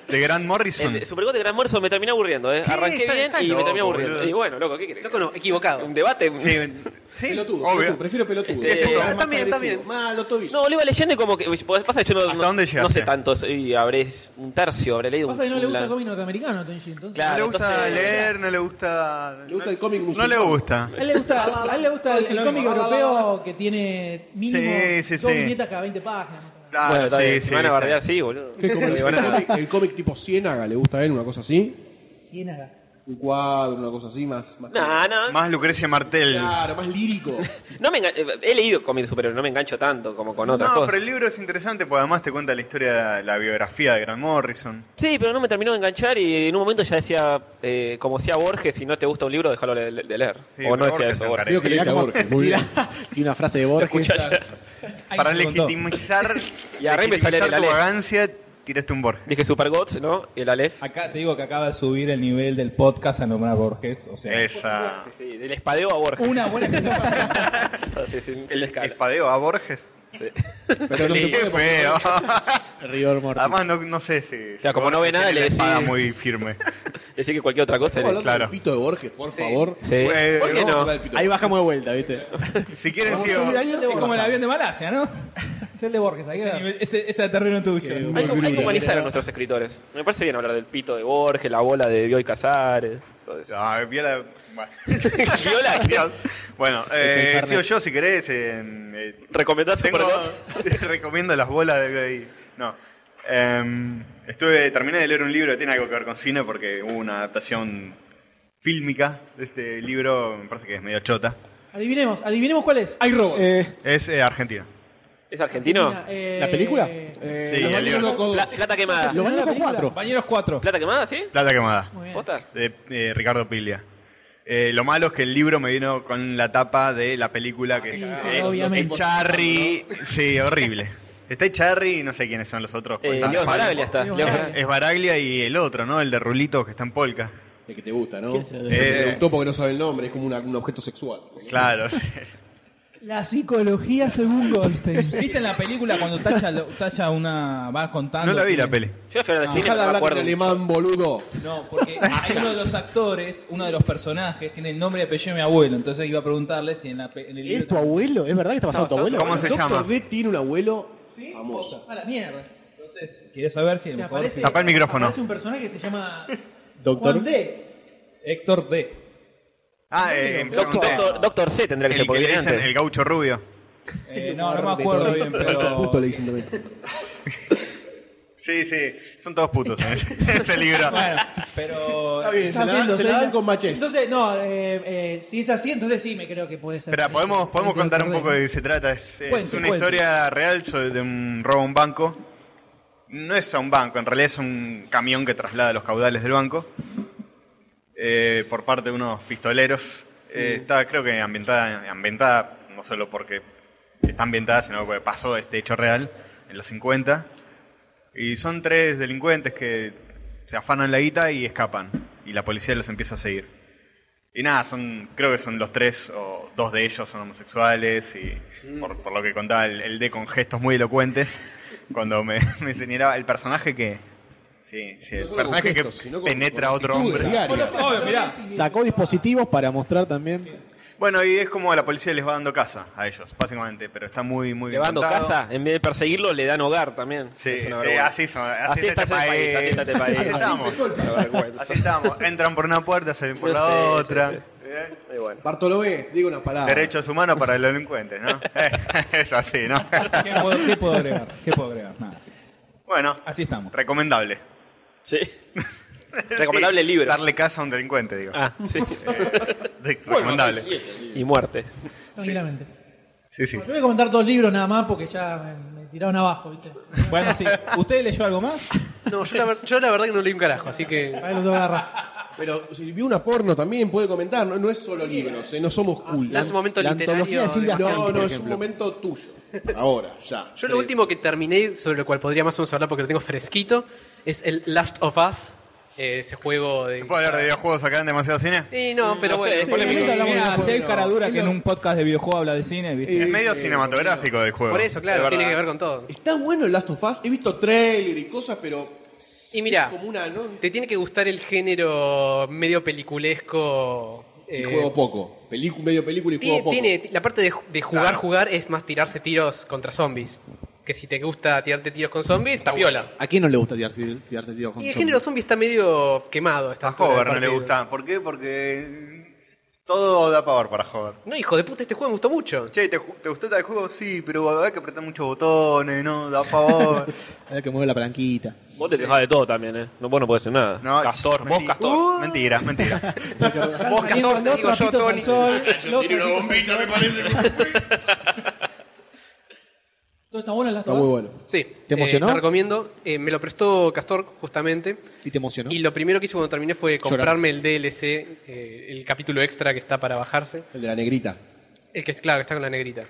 [SPEAKER 7] de Grant Morrison.
[SPEAKER 6] El Supergod de Gran Morrison me terminó aburriendo, ¿eh?
[SPEAKER 7] ¿Qué?
[SPEAKER 6] Arranqué
[SPEAKER 7] Está-
[SPEAKER 6] bien
[SPEAKER 7] está
[SPEAKER 6] y me
[SPEAKER 7] loco,
[SPEAKER 6] terminó aburriendo.
[SPEAKER 7] boludo.
[SPEAKER 6] Y bueno, loco, ¿qué querés?
[SPEAKER 5] Loco no, equivocado.
[SPEAKER 6] Un debate.
[SPEAKER 7] Sí, sí,
[SPEAKER 2] Pelotudo,
[SPEAKER 7] obvio.
[SPEAKER 2] pelotudo, prefiero pelotudo.
[SPEAKER 6] Este,
[SPEAKER 2] Eso,
[SPEAKER 6] está
[SPEAKER 2] más
[SPEAKER 5] bien, está
[SPEAKER 2] agresivo.
[SPEAKER 5] bien.
[SPEAKER 2] Malo, todo
[SPEAKER 6] No, lo iba leyendo y como que. pues, Pasa que yo no,
[SPEAKER 7] ¿Hasta
[SPEAKER 6] no-
[SPEAKER 7] dónde llegaste?
[SPEAKER 6] no sé tanto. soy- habré un tercio, habré leído
[SPEAKER 3] Pasa que no
[SPEAKER 6] un-
[SPEAKER 3] le
[SPEAKER 6] un
[SPEAKER 3] gusta el
[SPEAKER 6] la-
[SPEAKER 3] cómic norteamericano a Tenchi, entonces.
[SPEAKER 6] Claro.
[SPEAKER 7] No le gusta
[SPEAKER 6] entonces-
[SPEAKER 7] leer, no le gusta...
[SPEAKER 2] Le gusta el cómic
[SPEAKER 7] No
[SPEAKER 2] musulmán.
[SPEAKER 7] le gusta.
[SPEAKER 3] A él le gusta, a él le gusta el, el cómic
[SPEAKER 10] Ah,
[SPEAKER 3] europeo que tiene mínimo
[SPEAKER 7] Sí, sí,
[SPEAKER 3] dos
[SPEAKER 7] sí.
[SPEAKER 3] viñetas cada 20 páginas.
[SPEAKER 7] Claro,
[SPEAKER 6] Bueno, está
[SPEAKER 7] sí,
[SPEAKER 6] bien, me
[SPEAKER 7] sí,
[SPEAKER 6] van a
[SPEAKER 7] está.
[SPEAKER 6] bardear, sí, boludo.
[SPEAKER 2] ¿Qué cómic?
[SPEAKER 6] Me van
[SPEAKER 2] El
[SPEAKER 6] a-
[SPEAKER 2] cómic- El cómic tipo Ciénaga, ¿le gusta a él? Una cosa así.
[SPEAKER 3] Ciénaga.
[SPEAKER 2] Un cuadro, una cosa así, más. más
[SPEAKER 6] No, no,
[SPEAKER 7] Más Lucrecia Martel.
[SPEAKER 2] Claro, más lírico.
[SPEAKER 6] no me engan- eh, He leído cómics de superhéroes, no me engancho tanto como con otras
[SPEAKER 7] No,
[SPEAKER 6] cosas.
[SPEAKER 7] pero el libro es interesante porque además te cuenta la historia, la biografía de Grant Morrison.
[SPEAKER 6] Sí, pero no me terminó de enganchar y en un momento ya decía, eh, como decía Borges, si no te gusta un libro, déjalo le- de leer.
[SPEAKER 7] Sí,
[SPEAKER 6] o no
[SPEAKER 7] pero
[SPEAKER 6] decía
[SPEAKER 7] Borges
[SPEAKER 6] eso,
[SPEAKER 7] es un
[SPEAKER 6] Borges.
[SPEAKER 2] Creo que le
[SPEAKER 4] Mirá
[SPEAKER 2] gusta
[SPEAKER 4] cómo
[SPEAKER 2] Borges. Muy bien.
[SPEAKER 4] tira- Tiene una frase de Borges.
[SPEAKER 6] Escuchá,
[SPEAKER 10] Ahí
[SPEAKER 7] Para
[SPEAKER 10] se contó.
[SPEAKER 7] legitimizar,
[SPEAKER 6] Y a Rey me sale
[SPEAKER 7] legitimizar
[SPEAKER 6] de la
[SPEAKER 7] tu
[SPEAKER 6] ley.
[SPEAKER 7] vagancia, tiraste un Borges.
[SPEAKER 6] Dije Super Gods, ¿no? El Aleph.
[SPEAKER 10] Acá te digo que acaba de subir el nivel del podcast a nombrar a Borges. O sea,
[SPEAKER 7] Esa.
[SPEAKER 6] Sí, del espadeo a Borges.
[SPEAKER 10] una buena excusa para-
[SPEAKER 6] Sí, sí,
[SPEAKER 7] El
[SPEAKER 6] escala.
[SPEAKER 7] espadeo a Borges.
[SPEAKER 6] Sí.
[SPEAKER 2] Pero no se
[SPEAKER 7] Qué
[SPEAKER 2] puede porque
[SPEAKER 7] feo.
[SPEAKER 4] Rigor mortis.
[SPEAKER 7] Además, no, no sé si.
[SPEAKER 6] sea, como no ve nada,
[SPEAKER 7] tiene
[SPEAKER 6] le
[SPEAKER 7] la espada
[SPEAKER 6] decís-
[SPEAKER 7] muy firme.
[SPEAKER 6] Decir que cualquier otra cosa.
[SPEAKER 2] estamos
[SPEAKER 6] era-
[SPEAKER 2] hablando
[SPEAKER 7] claro.
[SPEAKER 2] del pito de Borges, por favor.
[SPEAKER 6] Sí.
[SPEAKER 7] Eh,
[SPEAKER 6] ¿Por qué
[SPEAKER 2] Vamos a
[SPEAKER 6] no?
[SPEAKER 2] hablar del pito de
[SPEAKER 4] Ahí
[SPEAKER 2] Borges.
[SPEAKER 4] bajamos de vuelta, ¿viste?
[SPEAKER 7] Si quieren, sigo.
[SPEAKER 4] Eh,
[SPEAKER 10] Es como el avión de Malasia, ¿no?
[SPEAKER 3] Es el de Borges, ahí
[SPEAKER 10] Ese,
[SPEAKER 3] queda.
[SPEAKER 10] nivel- ese- ese terreno tuyo.
[SPEAKER 6] Hay, que- hay que humanizar a nuestros escritores. Me parece bien hablar del pito de Borges, la bola de Bioy Casares. todo eso.
[SPEAKER 7] Ah, viola.
[SPEAKER 6] Viola,
[SPEAKER 7] Dios. Bueno, eh,
[SPEAKER 4] Internet.
[SPEAKER 7] sigo yo si querés. en- eh,
[SPEAKER 6] ¿Recomendás
[SPEAKER 7] tengo-
[SPEAKER 6] Supergods?
[SPEAKER 7] recomiendo las bolas de. ahí. No. Em, estuve, terminé de leer un libro que tiene algo que ver con cine porque hubo una adaptación fílmica de este libro. Me parece que es medio chota.
[SPEAKER 3] Adivinemos, adivinemos cuál es.
[SPEAKER 2] Hay robots.
[SPEAKER 4] Eh,
[SPEAKER 7] Es eh, Argentina.
[SPEAKER 6] ¿Es argentino?
[SPEAKER 3] Eh,
[SPEAKER 4] ¿La película?
[SPEAKER 3] eh,
[SPEAKER 7] Sí, el libro.
[SPEAKER 6] Pla- plata quemada.
[SPEAKER 4] Lo van
[SPEAKER 3] ¿La
[SPEAKER 4] con
[SPEAKER 3] película?
[SPEAKER 4] cuatro.
[SPEAKER 10] Bañeros 4.
[SPEAKER 6] ¿Plata quemada, sí?
[SPEAKER 7] Plata quemada.
[SPEAKER 3] muy bien.
[SPEAKER 6] ¿Posta?
[SPEAKER 7] de eh, Ricardo Piglia. Eh, lo malo es que el libro me vino con la tapa de la película que es,
[SPEAKER 3] sí,
[SPEAKER 7] eh,
[SPEAKER 3] obviamente.
[SPEAKER 7] es Charry. Sí, horrible. Está Charry y no sé quiénes son los otros.
[SPEAKER 6] Eh,
[SPEAKER 7] Están-
[SPEAKER 6] Leo Baraglia está. Leo Baraglia.
[SPEAKER 7] es Baraglia y el otro, ¿no? El de Rulito que está en Polka.
[SPEAKER 2] El que te gusta, ¿no?
[SPEAKER 4] ¿Quién se lo-
[SPEAKER 2] Se le
[SPEAKER 7] Eh.
[SPEAKER 2] gustó porque no sabe el nombre, es como una- un objeto sexual.
[SPEAKER 7] Claro.
[SPEAKER 3] La psicología según Goldstein.
[SPEAKER 10] ¿Viste en la película cuando talla, lo- talla una. va contando?
[SPEAKER 7] No la vi la
[SPEAKER 10] que-
[SPEAKER 7] peli.
[SPEAKER 6] Yo la fui a ver al
[SPEAKER 2] Dejá de
[SPEAKER 6] cine, no me
[SPEAKER 2] hablar en
[SPEAKER 6] acuerdo.
[SPEAKER 2] alemán, boludo.
[SPEAKER 10] No, porque hay uno de los actores, uno de los personajes, tiene el nombre y apellido de mi abuelo. Entonces iba a preguntarle si en, la, pe- en el
[SPEAKER 4] ¿Es tu
[SPEAKER 10] libro-
[SPEAKER 4] abuelo? ¿Es verdad que está pasando tu abuelo?
[SPEAKER 7] ¿Cómo se llama?
[SPEAKER 2] Doctor D tiene un abuelo famoso.
[SPEAKER 3] A la mierda.
[SPEAKER 10] Entonces, quería saber si
[SPEAKER 3] O
[SPEAKER 10] el
[SPEAKER 3] sea,
[SPEAKER 10] mejor-
[SPEAKER 3] aparece,
[SPEAKER 7] Tapa el micrófono.
[SPEAKER 3] aparece un personaje que se llama
[SPEAKER 4] Doctor.
[SPEAKER 3] Juan D.
[SPEAKER 10] Héctor D.
[SPEAKER 7] Ah, eh, en Plan
[SPEAKER 6] Doctor,
[SPEAKER 7] T.
[SPEAKER 6] Doctor- Doctor C tendría que
[SPEAKER 7] el
[SPEAKER 6] ser
[SPEAKER 7] que
[SPEAKER 6] porque
[SPEAKER 7] le
[SPEAKER 6] viene
[SPEAKER 7] dicen
[SPEAKER 6] antes.
[SPEAKER 7] el gaucho rubio.
[SPEAKER 10] Eh, no, no me acuerdo bien, pero.
[SPEAKER 2] Puto le dicen también.
[SPEAKER 7] Sí, sí. Son todos putos en ese, en ese libro.
[SPEAKER 10] Bueno, pero. eh,
[SPEAKER 2] Está bien, se la,
[SPEAKER 3] Haciendo,
[SPEAKER 2] se la dan con machés.
[SPEAKER 3] Entonces, no, eh, eh, si es así, entonces sí, me creo que puede ser.
[SPEAKER 7] Espera, podemos, podemos contar un poco de qué se trata. Es, es
[SPEAKER 10] Cuente,
[SPEAKER 7] una
[SPEAKER 10] cuente.
[SPEAKER 7] historia real sobre de un robo a un banco. No es a un banco, en realidad es un camión que traslada los caudales del banco eh, por parte de unos pistoleros. Eh, Está, creo que ambientada, ambientada, no solo porque está ambientada, sino porque pasó este hecho real en los 50. Y son tres delincuentes que se afanan la guita y escapan. Y la policía los empieza a seguir. Y nada, son, creo que son los tres o dos de ellos son homosexuales y
[SPEAKER 2] Mm.
[SPEAKER 7] por, por lo que contaba el, el D con gestos muy elocuentes cuando me, me señalaba el personaje que sí, sí, el
[SPEAKER 2] solo con
[SPEAKER 7] personaje
[SPEAKER 2] gestos,
[SPEAKER 7] que
[SPEAKER 2] sino con-
[SPEAKER 7] penetra
[SPEAKER 2] con
[SPEAKER 7] a otro
[SPEAKER 2] actitudes
[SPEAKER 7] hombre.
[SPEAKER 2] diarias.
[SPEAKER 10] Obvio, mirá.
[SPEAKER 4] Sacó dispositivos para mostrar también.
[SPEAKER 7] Bueno, y es como la policía les va dando casa a ellos, básicamente, pero está muy muy bien
[SPEAKER 6] Llevando
[SPEAKER 7] contado.
[SPEAKER 6] casa, en vez de perseguirlo, le dan hogar también.
[SPEAKER 7] Sí,
[SPEAKER 6] Es una
[SPEAKER 7] sí,
[SPEAKER 6] vergüenza.
[SPEAKER 7] así son, así,
[SPEAKER 6] Así
[SPEAKER 7] está
[SPEAKER 6] está
[SPEAKER 7] este
[SPEAKER 6] ese país, así está este país.
[SPEAKER 7] Así
[SPEAKER 6] Así
[SPEAKER 7] estamos. Así estamos. Entran por una puerta, salen por
[SPEAKER 6] Yo
[SPEAKER 7] la
[SPEAKER 6] sé, yo
[SPEAKER 7] otra.
[SPEAKER 6] sé. Ah.
[SPEAKER 7] ¿Eh?
[SPEAKER 6] Y bueno.
[SPEAKER 2] Bartolomé, diga una palabra.
[SPEAKER 7] Derechos humanos para los delincuentes, ¿no? es así, ¿no?
[SPEAKER 10] ¿Qué puedo, qué puedo agregar? ¿Qué puedo agregar? Nada.
[SPEAKER 7] bueno,
[SPEAKER 10] Así estamos.
[SPEAKER 7] recomendable.
[SPEAKER 6] Sí. Recomendable
[SPEAKER 7] Sí,
[SPEAKER 6] libro.
[SPEAKER 7] Darle casa a un delincuente, digo.
[SPEAKER 6] Ah, sí.
[SPEAKER 7] Sí, Recomendable.
[SPEAKER 6] Y muerte.
[SPEAKER 3] Tranquilamente.
[SPEAKER 7] Sí, sí.
[SPEAKER 3] Yo voy a comentar dos libros nada más porque ya me, me tiraron abajo, ¿viste?
[SPEAKER 10] Bueno, sí. ¿Usted leyó algo más?
[SPEAKER 8] No, yo la, ver- yo la verdad que no leí un carajo, así que.
[SPEAKER 3] Ahí lo tengo que agarrar.
[SPEAKER 2] Pero si vio una porno también puede comentar, no, no es solo libros, eh, no somos cool.
[SPEAKER 8] Es Ah, un momento
[SPEAKER 4] La antología
[SPEAKER 8] literario.
[SPEAKER 4] de Silvia
[SPEAKER 8] digamos.
[SPEAKER 2] No,
[SPEAKER 4] por
[SPEAKER 2] no, es un
[SPEAKER 4] ejemplo.
[SPEAKER 2] momento tuyo. Ahora, ya.
[SPEAKER 8] Yo lo último que terminé, sobre lo cual podría más o menos hablar porque lo tengo fresquito, es el Last of Us, eh, ese juego de...
[SPEAKER 7] ¿Se puede hablar de videojuegos acá en demasiado cine?
[SPEAKER 8] Sí, no, pero
[SPEAKER 6] No
[SPEAKER 8] bueno.
[SPEAKER 6] sé,
[SPEAKER 8] sí.
[SPEAKER 6] por el-
[SPEAKER 10] Mira, si hay cara dura que en un podcast de videojuego habla de cine, ¿viste?
[SPEAKER 7] Es medio cinematográfico del juego.
[SPEAKER 8] Por eso,
[SPEAKER 6] Es
[SPEAKER 8] claro, tiene
[SPEAKER 6] verdad.
[SPEAKER 8] que ver con todo.
[SPEAKER 2] Está bueno el Last of Us, he visto trailer y cosas, pero
[SPEAKER 8] Y mira,
[SPEAKER 2] como una no
[SPEAKER 8] te tiene que gustar el género medio peliculesco.
[SPEAKER 2] Y
[SPEAKER 8] eh,
[SPEAKER 2] juego poco. Pelicu- medio película y
[SPEAKER 8] tiene,
[SPEAKER 2] juego poco.
[SPEAKER 8] tiene- la parte de, ju- de jugar,
[SPEAKER 7] Claro.
[SPEAKER 8] jugar es más tirarse tiros contra zombies. Que si te gusta tirarte tiros con zombies, está viola.
[SPEAKER 4] ¿A quién no le gusta tirarse, tirarse tiros con
[SPEAKER 8] Y el
[SPEAKER 4] zombies?
[SPEAKER 8] género zombie está medio quemado. Está
[SPEAKER 7] A Hover no le gusta. ¿Por qué? Porque todo da pavor para Hover.
[SPEAKER 8] No, hijo de puta, este juego me gustó mucho.
[SPEAKER 7] Che, ¿te, ju- te gustó tal juego? Sí, pero va a haber que apretar muchos botones, no, da pavor.
[SPEAKER 4] A ver que mueve la palanquita.
[SPEAKER 6] Vos te dejás de todo también, ¿eh? No, vos no podés hacer nada.
[SPEAKER 7] No,
[SPEAKER 6] Castor, vos
[SPEAKER 7] menti-
[SPEAKER 6] Castor.
[SPEAKER 7] Uh, Mentira, mentira.
[SPEAKER 3] Están saliendo
[SPEAKER 8] Castor,
[SPEAKER 3] los
[SPEAKER 8] te digo yo,
[SPEAKER 3] trapitos al
[SPEAKER 8] Tony.
[SPEAKER 3] sol, los
[SPEAKER 5] Tiene una
[SPEAKER 3] trapitos al
[SPEAKER 5] bombita, me
[SPEAKER 3] sol.
[SPEAKER 5] parece.
[SPEAKER 3] Todo está bueno en las
[SPEAKER 2] Está muy bueno.
[SPEAKER 8] Sí.
[SPEAKER 4] ¿Te
[SPEAKER 8] eh,
[SPEAKER 4] emocionó?
[SPEAKER 8] te recomiendo. Eh, me lo prestó Castor, justamente.
[SPEAKER 4] ¿Y te emocionó?
[SPEAKER 8] Y lo primero que hice cuando terminé fue comprarme el DLC, eh, el capítulo extra que está para bajarse.
[SPEAKER 2] El de la negrita.
[SPEAKER 8] El que, claro, que está con la negrita.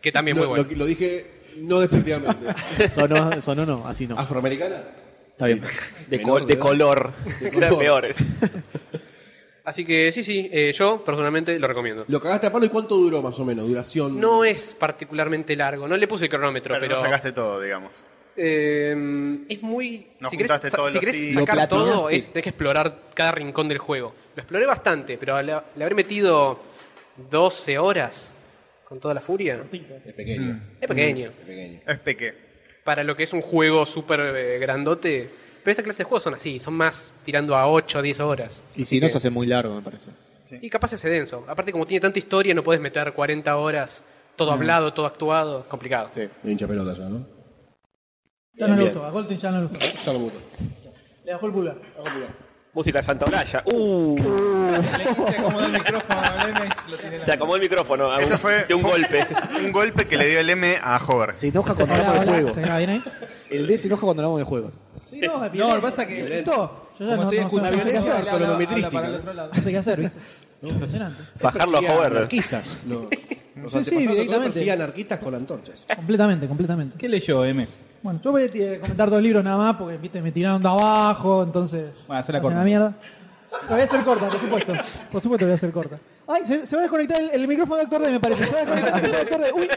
[SPEAKER 8] Que también
[SPEAKER 2] lo,
[SPEAKER 8] muy bueno.
[SPEAKER 2] lo- lo dije No definitivamente.
[SPEAKER 4] Sonó, sonó no, así
[SPEAKER 2] Ah.
[SPEAKER 4] no.
[SPEAKER 2] ¿Afroamericana?
[SPEAKER 4] Está bien.
[SPEAKER 6] De,
[SPEAKER 2] Menor,
[SPEAKER 6] col- de
[SPEAKER 2] ¿verdad?
[SPEAKER 6] color. Eran peores.
[SPEAKER 8] Así que sí, sí, eh, yo personalmente lo recomiendo.
[SPEAKER 2] Lo cagaste a palo y cuánto duró más o menos, duración.
[SPEAKER 8] No es particularmente largo, no le puse el cronómetro,
[SPEAKER 7] Pero,
[SPEAKER 8] pero,
[SPEAKER 7] no sacaste todo, digamos.
[SPEAKER 8] eh, es muy...
[SPEAKER 7] No
[SPEAKER 8] si querés,
[SPEAKER 7] juntaste
[SPEAKER 8] sa-
[SPEAKER 7] todos
[SPEAKER 8] si
[SPEAKER 7] los
[SPEAKER 8] querés
[SPEAKER 7] sí.
[SPEAKER 8] sacar
[SPEAKER 4] Lo
[SPEAKER 8] todo,
[SPEAKER 4] plateaste.
[SPEAKER 8] es, tenés que explorar cada rincón del juego. Lo exploré bastante, pero al, al haber metido 12 horas con toda la furia,
[SPEAKER 2] Es pequeño.
[SPEAKER 8] es pequeño.
[SPEAKER 2] Es pequeño.
[SPEAKER 7] Es peque.
[SPEAKER 8] Para lo que es un juego súper eh, grandote, pero esa clase de juegos son así, son más tirando a 8 o 10 horas.
[SPEAKER 4] Y si no, se hace muy largo, me parece.
[SPEAKER 8] Y capaz es denso. Aparte, como tiene tanta historia, no podés meter 40 horas todo hablado, todo actuado. Es complicado.
[SPEAKER 2] Me hincha pelota ya, ¿no?
[SPEAKER 3] Ya no le gustó, a Colton ya no le gustó.
[SPEAKER 2] Ya lo voto.
[SPEAKER 3] Le bajó el pulgar.
[SPEAKER 6] Música Santa Olalla. Uh,
[SPEAKER 10] Se acomodó el micrófono a Lemex, lo tiene en la
[SPEAKER 6] te acomodó el micrófono. a un-
[SPEAKER 7] Eso fue-
[SPEAKER 6] de un golpe.
[SPEAKER 7] Un golpe que le dio el M a Hover.
[SPEAKER 4] Se enoja cuando
[SPEAKER 3] Hola,
[SPEAKER 4] hablamos de
[SPEAKER 3] hola,
[SPEAKER 4] juegos.
[SPEAKER 3] ¿se va bien ahí?
[SPEAKER 4] El D se enoja cuando hablamos de juegos.
[SPEAKER 3] Sí, no, me
[SPEAKER 10] No, lo que pasa es que-
[SPEAKER 3] Yo ya
[SPEAKER 10] Como
[SPEAKER 3] no,
[SPEAKER 10] estoy
[SPEAKER 3] no, no, sé- no
[SPEAKER 10] escuchando
[SPEAKER 3] sé qué
[SPEAKER 2] violencia,
[SPEAKER 3] hacer.
[SPEAKER 10] habla- habla
[SPEAKER 2] ortonometrística,
[SPEAKER 10] para el
[SPEAKER 2] ¿no?
[SPEAKER 10] otro lado.
[SPEAKER 3] No sé qué hacer, ¿viste? Impresionante.
[SPEAKER 6] Bajarlo a
[SPEAKER 2] Perseguía
[SPEAKER 6] Hover.
[SPEAKER 2] Anarquistas. Los, los
[SPEAKER 3] Sí, sí,
[SPEAKER 2] antepasados de Colón
[SPEAKER 3] directamente.
[SPEAKER 2] perseguían anarquistas con antorchas.
[SPEAKER 3] Completamente, completamente.
[SPEAKER 10] ¿Qué leyó, M?
[SPEAKER 3] Bueno, yo voy a eh, comentar dos libros nada más porque viste, me tiraron de abajo, entonces.
[SPEAKER 10] Bueno, hacela
[SPEAKER 3] hacen
[SPEAKER 10] corta.
[SPEAKER 3] La mierda. La voy a hacer corta, por supuesto. Por supuesto, la voy a hacer corta. Ay, se, se va a desconectar el, el micrófono de actor D, me parece. Se va a desconectar el micrófono de actor D. Uy.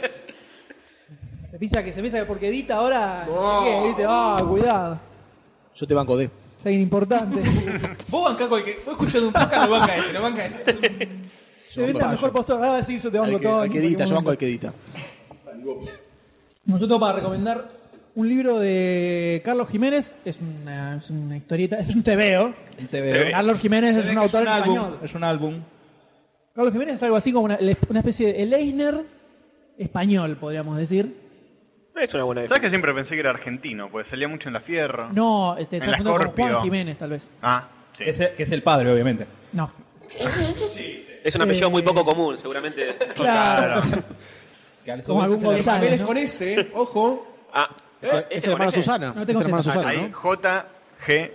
[SPEAKER 3] Se pisa que se pisa que porque edita ahora. no sé qué, ¿viste? Ah, cuidado.
[SPEAKER 4] Yo te banco D.
[SPEAKER 3] Es alguien importante.
[SPEAKER 10] Vos bancás cualquier... Vos escuchás un podcast, lo banca este, lo banca este.
[SPEAKER 3] Se vende el mejor postor. Ahora sí, yo te banco
[SPEAKER 4] Al que,
[SPEAKER 3] todo.
[SPEAKER 4] al que
[SPEAKER 3] en
[SPEAKER 4] edita, yo
[SPEAKER 3] cualquier
[SPEAKER 4] banco al que edita.
[SPEAKER 3] Nosotros para recomendar un libro de Carlos Jiménez, es una, es una historieta, es un tebeo.
[SPEAKER 10] Un TVO.
[SPEAKER 3] Carlos Jiménez es
[SPEAKER 10] Se ve
[SPEAKER 3] un
[SPEAKER 10] que
[SPEAKER 3] autor
[SPEAKER 10] álbum,
[SPEAKER 3] español.
[SPEAKER 10] este, Es un álbum.
[SPEAKER 3] Carlos Jiménez es algo así como una, una especie de el Eisner español, podríamos decir.
[SPEAKER 6] No es una buena idea.
[SPEAKER 7] ¿Sabes que siempre pensé que era argentino? Porque salía mucho en la fierro.
[SPEAKER 3] No, este,
[SPEAKER 7] El
[SPEAKER 3] está haciendo con
[SPEAKER 7] Escorpio.
[SPEAKER 3] Juan Jiménez, tal vez.
[SPEAKER 7] Ah, sí.
[SPEAKER 10] Que es, el- que es el padre, obviamente.
[SPEAKER 3] No.
[SPEAKER 6] Es un apellido
[SPEAKER 3] Eh,
[SPEAKER 6] muy poco común, seguramente.
[SPEAKER 3] Claro.
[SPEAKER 10] Que al-
[SPEAKER 3] Como algún
[SPEAKER 10] se le-
[SPEAKER 3] González.
[SPEAKER 2] Papeles
[SPEAKER 3] Ah, ¿no?
[SPEAKER 2] con ese, ojo.
[SPEAKER 6] Ah,
[SPEAKER 4] Es,
[SPEAKER 6] ¿eh?
[SPEAKER 4] es
[SPEAKER 6] ¿Ese
[SPEAKER 4] el hermano
[SPEAKER 6] con ese?
[SPEAKER 4] Susana. No
[SPEAKER 3] No tengo
[SPEAKER 4] tengo es el hermano
[SPEAKER 3] cena.
[SPEAKER 4] Susana,
[SPEAKER 7] Ahí,
[SPEAKER 4] ¿no?
[SPEAKER 7] J, G,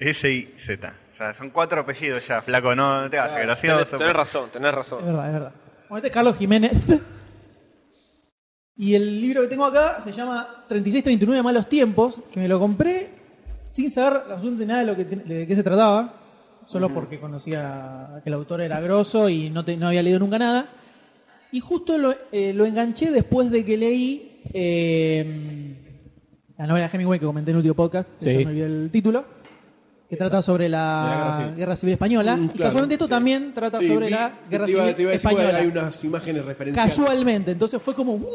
[SPEAKER 7] S, I, Z. O sea, son cuatro apellidos ya, flaco, no, no te hagas
[SPEAKER 6] Tenés,
[SPEAKER 7] gracioso.
[SPEAKER 6] tenés razón, tenés
[SPEAKER 3] Es
[SPEAKER 6] razón.
[SPEAKER 3] verdad, es verdad. Bueno, este es Carlos Jiménez. Y el libro que tengo acá se llama 3639 Malos Tiempos, que me lo compré sin saber absolutamente nada de, lo que, te- de qué se trataba, solo porque conocía que el autor era grosso y no, te- no había leído nunca nada. Y justo lo, eh, lo enganché después de que leí eh, la novela de Hemingway que comenté en el último podcast, que
[SPEAKER 10] Sí.
[SPEAKER 3] ya me olvidé el título, que trata sobre la,
[SPEAKER 10] De la
[SPEAKER 3] guerra,
[SPEAKER 10] Guerra
[SPEAKER 3] civil.
[SPEAKER 10] Civil.
[SPEAKER 3] española.
[SPEAKER 2] Mm,
[SPEAKER 3] y
[SPEAKER 2] claro,
[SPEAKER 3] casualmente esto
[SPEAKER 2] sí.
[SPEAKER 3] también trata
[SPEAKER 2] Sí,
[SPEAKER 3] sobre
[SPEAKER 2] vi-
[SPEAKER 3] la guerra
[SPEAKER 2] te iba,
[SPEAKER 3] civil
[SPEAKER 2] te iba a decir,
[SPEAKER 3] española.
[SPEAKER 2] hay unas imágenes referenciales.
[SPEAKER 3] Casualmente, entonces fue como ¡Wow!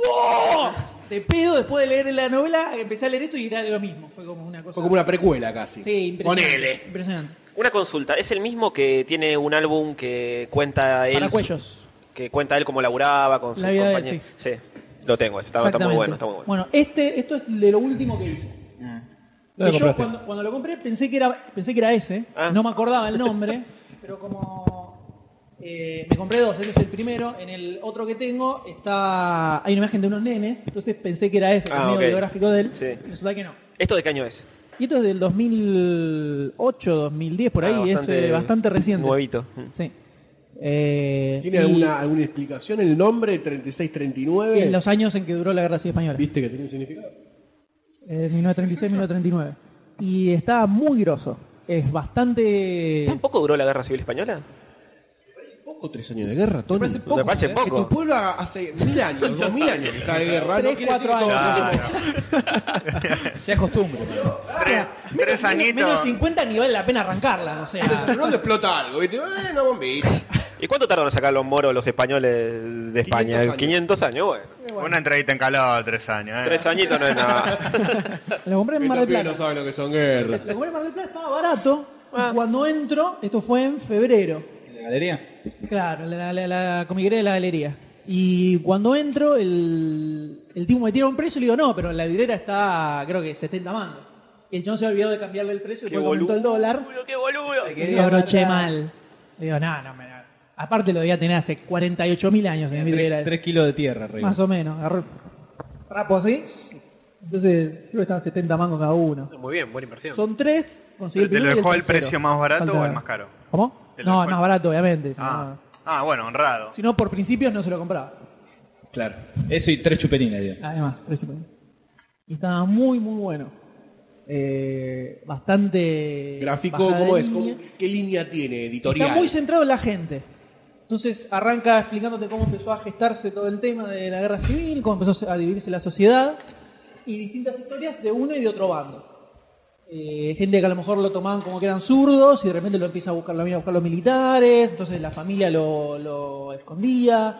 [SPEAKER 3] Te pedo después de leer la novela, empecé a leer esto y era lo mismo. Fue como una cosa.
[SPEAKER 2] Fue como una precuela casi.
[SPEAKER 3] Sí, impresionante.
[SPEAKER 2] Ponele.
[SPEAKER 3] Impresionante.
[SPEAKER 6] Una consulta, ¿es el mismo que tiene un álbum que cuenta él?
[SPEAKER 3] Paracuellos.
[SPEAKER 6] Que cuenta él cómo laburaba con sus
[SPEAKER 3] La vida de él,
[SPEAKER 6] compañeros. sí. lo tengo, ese está, está
[SPEAKER 3] Exactamente.
[SPEAKER 6] muy bueno, Ah. está muy bueno.
[SPEAKER 3] este, esto es de lo último que hice.
[SPEAKER 10] ¿Dónde
[SPEAKER 3] Que yo
[SPEAKER 10] compraste?
[SPEAKER 3] cuando, cuando lo compré pensé que era, pensé que era ese,
[SPEAKER 6] Ah.
[SPEAKER 3] no me acordaba el nombre, pero como eh, me compré dos, ese es el primero, en el otro que tengo está hay una imagen de unos nenes, entonces pensé que era ese, que
[SPEAKER 6] Ah,
[SPEAKER 3] es medio
[SPEAKER 6] ok.
[SPEAKER 3] biográfico de él,
[SPEAKER 6] Sí.
[SPEAKER 3] resulta que no.
[SPEAKER 6] ¿Esto de qué año es?
[SPEAKER 3] Y esto es del 2008, 2010, por
[SPEAKER 6] Ah,
[SPEAKER 3] ahí, es eh, bastante reciente.
[SPEAKER 6] Nuevito.
[SPEAKER 3] Sí. Eh,
[SPEAKER 2] ¿Tiene
[SPEAKER 3] y
[SPEAKER 2] alguna, alguna explicación el nombre 3639?
[SPEAKER 3] En los años en que duró la Guerra Civil Española.
[SPEAKER 2] ¿Viste que tiene un significado?
[SPEAKER 3] Eh, 1936-1939. Y está muy grosso. Es bastante.
[SPEAKER 6] ¿Tampoco duró la Guerra Civil Española?
[SPEAKER 2] Poco tres años de guerra, Tony.
[SPEAKER 3] parece
[SPEAKER 6] Me parece
[SPEAKER 2] Que tu
[SPEAKER 6] poco.
[SPEAKER 2] pueblo hace mil años, dos mil años que está de guerra.
[SPEAKER 3] Tres,
[SPEAKER 2] no quiere decir
[SPEAKER 3] cuatro
[SPEAKER 2] todo
[SPEAKER 3] años.
[SPEAKER 2] el tiempo.
[SPEAKER 10] Ya es costumbre.
[SPEAKER 7] Tres,
[SPEAKER 3] menos, menos
[SPEAKER 7] tres añitos.
[SPEAKER 3] 50 ni vale la pena arrancarla. O sea,
[SPEAKER 2] Pero ¿Dónde explota algo? ¿Viste? Bueno, bombita.
[SPEAKER 6] ¿Y cuánto tardaron en sacar los moros los españoles de España?
[SPEAKER 2] 500 años.
[SPEAKER 6] 500 años, bueno.
[SPEAKER 7] Una entradita en calor, tres años.
[SPEAKER 3] Ah.
[SPEAKER 7] ¿eh?
[SPEAKER 6] Tres añitos no es nada.
[SPEAKER 3] lo compré en Mar del
[SPEAKER 2] Estos pibes
[SPEAKER 3] Plata.
[SPEAKER 2] no saben lo que son guerras.
[SPEAKER 3] Lo compré en Mar del Plata, estaba barato. Y cuando entro, esto fue en febrero.
[SPEAKER 10] ¿En la galería?
[SPEAKER 3] Claro, la, la, la comiquería de la galería. Y cuando entro, el, el tipo me tira un precio y le digo, no, pero la librera está, creo que 70 mangos. Y el chon se olvidó de cambiarle el precio y
[SPEAKER 6] Qué
[SPEAKER 3] después aumentó
[SPEAKER 6] boludo.
[SPEAKER 3] el dólar.
[SPEAKER 6] ¡Qué boludo!
[SPEAKER 3] Y lo abroché mal. Le digo, no, no, me, aparte lo debía tener hace 48 mil años en mi librera.
[SPEAKER 10] Tres,
[SPEAKER 3] esa.
[SPEAKER 10] tres kilos de tierra, arriba.
[SPEAKER 3] Más o menos. Agarró trapo así. Entonces, creo que estaban 70 mangos cada uno.
[SPEAKER 8] Muy bien, buena inversión.
[SPEAKER 3] Son tres, conseguí
[SPEAKER 7] ¿Te
[SPEAKER 3] el
[SPEAKER 7] lo
[SPEAKER 3] primero y
[SPEAKER 7] dejó
[SPEAKER 3] el
[SPEAKER 7] al
[SPEAKER 3] tercero.
[SPEAKER 7] precio más barato
[SPEAKER 3] Falta-
[SPEAKER 7] o al más caro?
[SPEAKER 3] ¿Cómo?
[SPEAKER 7] ¿Te lo
[SPEAKER 3] No,
[SPEAKER 7] dejó
[SPEAKER 3] el
[SPEAKER 7] el-
[SPEAKER 3] más barato, obviamente. si
[SPEAKER 7] Ah,
[SPEAKER 3] no-
[SPEAKER 7] ah, bueno, honrado.
[SPEAKER 3] Si no, por principios no se lo compraba.
[SPEAKER 2] Claro.
[SPEAKER 10] Eso y tres chupelines, digo.
[SPEAKER 3] Además, tres chupetín. Y estaba muy, muy bueno. Eh, bastante.
[SPEAKER 2] Gráfico,
[SPEAKER 3] bajada Eh, de
[SPEAKER 2] ¿cómo es?
[SPEAKER 3] línea.
[SPEAKER 2] ¿Cómo- ¿Qué línea tiene editorial?
[SPEAKER 3] Está muy centrado en la gente. Entonces arranca explicándote cómo empezó a gestarse todo el tema de la guerra civil, cómo empezó a dividirse la sociedad y distintas historias de uno y de otro bando. Eh, gente que a lo mejor lo tomaban como que eran zurdos y de repente lo empieza a buscar, lo vienen a buscar los militares, entonces la familia lo, lo escondía.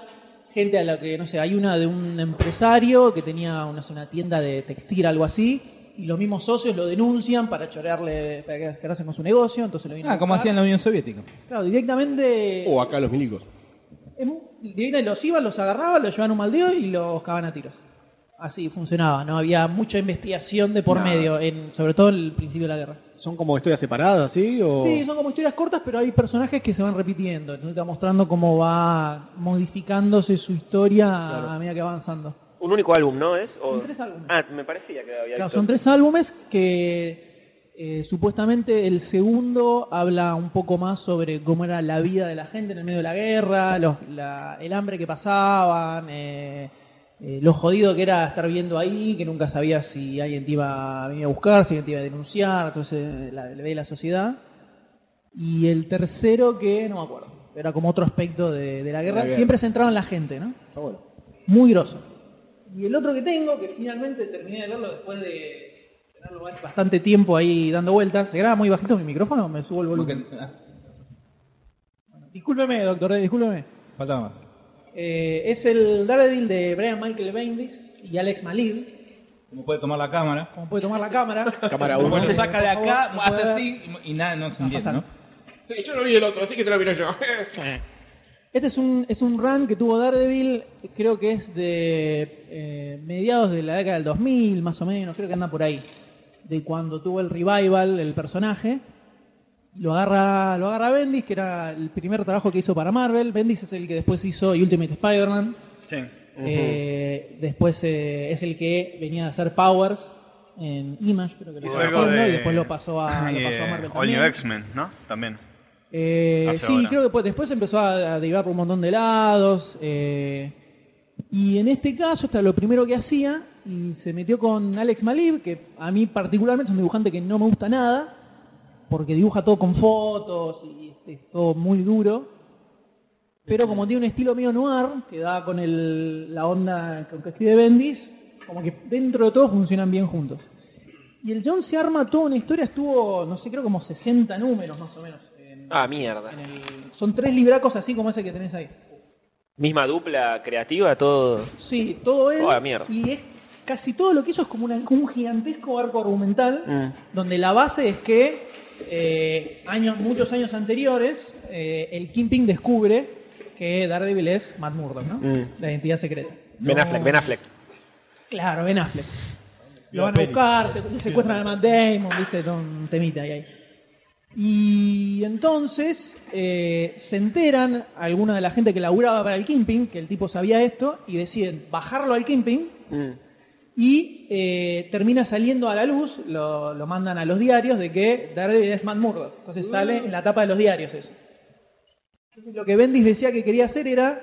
[SPEAKER 3] Gente a la que, no sé, hay una de un empresario que tenía una, una tienda de textil, algo así, y los mismos socios lo denuncian para chorearle, para que quedarse con su negocio, entonces lo vienen a
[SPEAKER 10] Ah, como
[SPEAKER 3] buscar.
[SPEAKER 10] hacía en la Unión Soviética.
[SPEAKER 3] Claro, directamente.
[SPEAKER 2] O acá los milicos.
[SPEAKER 3] en- directamente los iban, los agarraban, los llevaban a un maldeo y los cagaban a tiros. Así funcionaba, no había mucha investigación de por medio, en, sobre todo en el principio de la guerra.
[SPEAKER 4] ¿Son como historias separadas, sí? O...
[SPEAKER 3] Sí, son como historias cortas, pero hay personajes que se van repitiendo. Entonces te va mostrando cómo va modificándose su historia a medida que va avanzando.
[SPEAKER 6] Un único álbum, ¿no es? O-
[SPEAKER 3] Son tres álbumes.
[SPEAKER 6] Ah, me parecía que había
[SPEAKER 3] Claro,
[SPEAKER 6] visto.
[SPEAKER 3] son tres álbumes que eh, supuestamente el segundo habla un poco más sobre cómo era la vida de la gente en el medio de la guerra, los- la- el hambre que pasaban, eh, eh, lo jodido que era estar viendo ahí, que nunca sabías si alguien te iba a venir a buscar, si alguien te iba a denunciar, entonces la, la ley de la sociedad. Y el tercero que no me acuerdo, era como otro aspecto de, de la guerra, siempre centrado en la gente, ¿no? Muy grosso. Y el otro que tengo, que finalmente terminé de verlo después de tenerlo bastante tiempo ahí dando vueltas. ¿Se graba muy bajito mi micrófono? Me subo el volumen.
[SPEAKER 10] ah,
[SPEAKER 3] Discúlpeme, doctor D, discúlpeme.
[SPEAKER 10] Faltaba más.
[SPEAKER 3] Eh, es el Daredevil de Brian Michael Bendis y Alex Malib.
[SPEAKER 10] Como puede tomar la cámara.
[SPEAKER 3] Como puede tomar la cámara.
[SPEAKER 2] Cámara
[SPEAKER 10] Como
[SPEAKER 2] uno.
[SPEAKER 10] lo saca de
[SPEAKER 3] Por
[SPEAKER 10] acá,
[SPEAKER 3] favor, no
[SPEAKER 10] hace
[SPEAKER 3] puede-
[SPEAKER 10] así y, y nada, no se entiende,
[SPEAKER 3] pasar.
[SPEAKER 10] ¿no?
[SPEAKER 2] Yo no vi el otro, así que te lo miro yo.
[SPEAKER 3] Este es un, es un run que tuvo Daredevil, creo que es de eh, mediados de la década del 2000, más o menos, creo que anda por ahí. De cuando tuvo el revival, el personaje. Lo agarra, lo agarra Bendis, que era el primer trabajo que hizo para Marvel. Bendis es el que después hizo Ultimate Spider-Man.
[SPEAKER 7] Sí.
[SPEAKER 3] Eh, después eh, es el que venía a hacer Powers en Image, creo que lo
[SPEAKER 7] Hizo
[SPEAKER 3] estaba
[SPEAKER 7] algo
[SPEAKER 3] haciendo,
[SPEAKER 7] de-
[SPEAKER 3] y después lo pasó a, lo pasó a
[SPEAKER 7] Eh,
[SPEAKER 3] Marvel.
[SPEAKER 7] All New
[SPEAKER 3] también.
[SPEAKER 7] X-Men, ¿no? También.
[SPEAKER 3] Eh,
[SPEAKER 7] Hacia
[SPEAKER 3] sí,
[SPEAKER 7] ahora.
[SPEAKER 3] creo que pues, después empezó a, a derivar por un montón de lados. eh, y en este caso, hasta lo primero que hacía, y se metió con Alex Malib, que a mí particularmente es un dibujante que no me gusta nada, porque dibuja todo con fotos y este, es todo muy duro. Pero como tiene un estilo medio noir, que da con el- la onda con que escribe Bendis, como que dentro de todo funcionan bien juntos. Y el John se arma toda una historia, estuvo, no sé, creo como 60 números más o menos. en-
[SPEAKER 6] Ah, mierda.
[SPEAKER 3] en el- Son tres libracos así como ese que tenés ahí.
[SPEAKER 6] Misma dupla creativa, todo.
[SPEAKER 3] Sí, todo él.
[SPEAKER 6] Oh, la mierda.
[SPEAKER 3] Y es casi todo lo que hizo es como una- un gigantesco arco argumental
[SPEAKER 6] Mm.
[SPEAKER 3] donde la base es que eh, años, muchos años anteriores eh, el Kingpin descubre que Daredevil es Matt Murdock, ¿no?
[SPEAKER 6] Mm.
[SPEAKER 3] La identidad secreta.
[SPEAKER 6] Ben Affleck, Ben Affleck.
[SPEAKER 3] Claro, Ben Affleck. Lo van a buscar, se, le secuestran a Matt Damon, viste, todo un temita ahí, ahí. Y entonces eh, se enteran alguna de la gente que laburaba para el Kingpin, que el tipo sabía esto, y deciden bajarlo al Kingpin
[SPEAKER 6] Mm.
[SPEAKER 3] y eh, termina saliendo a la luz, lo, lo mandan a los diarios, de que Daredevil es Matt Murdock. Entonces sale en la tapa de los diarios eso. Entonces, lo que Bendis decía que quería hacer era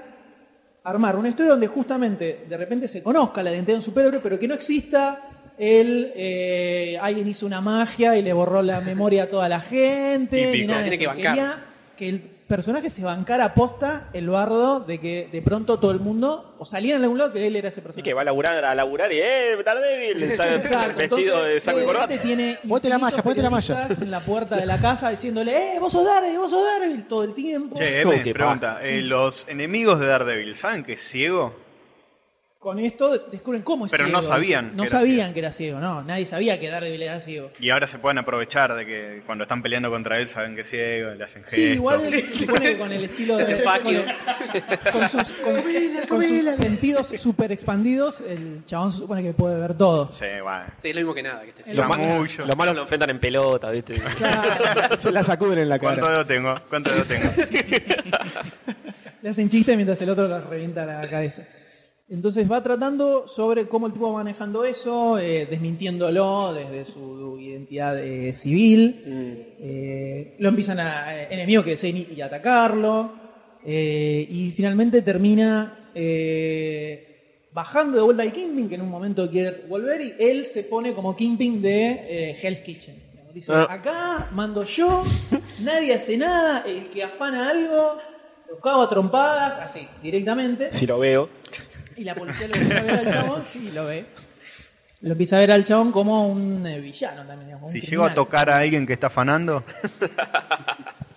[SPEAKER 3] armar una historia donde justamente de repente se conozca la identidad de un superhéroe, pero que no exista el eh, alguien hizo una magia y le borró la memoria a toda la gente. ni
[SPEAKER 7] Típico.
[SPEAKER 3] nada de
[SPEAKER 8] Tiene
[SPEAKER 3] eso.
[SPEAKER 8] que bancar.
[SPEAKER 3] Quería que el personaje se bancara posta el bardo de que de pronto todo el mundo o saliera en algún lado que él era ese
[SPEAKER 6] Y
[SPEAKER 3] personaje.
[SPEAKER 6] que va a laburar, a laburar y ¡eh! Daredevil! Está
[SPEAKER 3] Exacto,
[SPEAKER 6] vestido
[SPEAKER 3] entonces, eh, este
[SPEAKER 6] de saco y
[SPEAKER 3] obviamente
[SPEAKER 6] corbata.
[SPEAKER 3] Tiene
[SPEAKER 4] Ponete la
[SPEAKER 3] infinitos
[SPEAKER 4] malla, ponete la malla.
[SPEAKER 3] periodistas En la puerta de la casa diciéndole, ¡eh, vos sos Daredevil, vos sos Daredevil! Todo el tiempo.
[SPEAKER 7] Che,
[SPEAKER 6] Oh,
[SPEAKER 7] M,
[SPEAKER 6] qué
[SPEAKER 7] pregunta. eh, los enemigos de Daredevil, ¿saben que es ciego?
[SPEAKER 3] Con esto des- descubren cómo es
[SPEAKER 7] Pero
[SPEAKER 3] ciego.
[SPEAKER 7] no sabían
[SPEAKER 3] No
[SPEAKER 7] que era
[SPEAKER 3] sabían que era ciego, no. Nadie sabía que Daredevil era ciego.
[SPEAKER 7] Y ahora se pueden aprovechar de que cuando están peleando contra él saben que es ciego, le hacen gestos.
[SPEAKER 3] Sí, igual se supone que con el estilo de.
[SPEAKER 8] Hacen
[SPEAKER 3] Con,
[SPEAKER 8] faquio.
[SPEAKER 3] el- con sus, con- con sus sentidos super expandidos, el chabón se supone que puede ver todo.
[SPEAKER 7] Sí, bueno.
[SPEAKER 8] Sí, es lo mismo que nada. Que este
[SPEAKER 3] Lo
[SPEAKER 6] Los, ma-
[SPEAKER 7] Chamullo.
[SPEAKER 6] los malos lo enfrentan en pelota, ¿viste?
[SPEAKER 4] Se la sacuden en la cara.
[SPEAKER 7] ¿Cuánto dedo tengo? ¿Cuánto dedo tengo?
[SPEAKER 3] Le hacen chistes mientras el otro le revienta la cabeza. Entonces va tratando sobre cómo el tipo va manejando eso, eh, desmintiéndolo desde su identidad eh, civil. Eh, lo empiezan a eh, enemigos que deseen ir y atacarlo. Eh, y finalmente termina eh, bajando de vuelta al Kingpin, que en un momento quiere volver, y él se pone como Kingpin de eh, Hell's Kitchen. Dice,
[SPEAKER 6] Ah.
[SPEAKER 3] acá mando yo, nadie hace nada, el que afana algo, lo cago a trompadas, así, directamente.
[SPEAKER 6] Si lo veo.
[SPEAKER 3] Y la policía lo empieza a ver al chabón, sí, lo ve. Lo empieza a ver al chabón como un eh, villano también, digamos, un
[SPEAKER 7] Si llego a
[SPEAKER 3] criminal.
[SPEAKER 7] tocar a alguien que está afanando,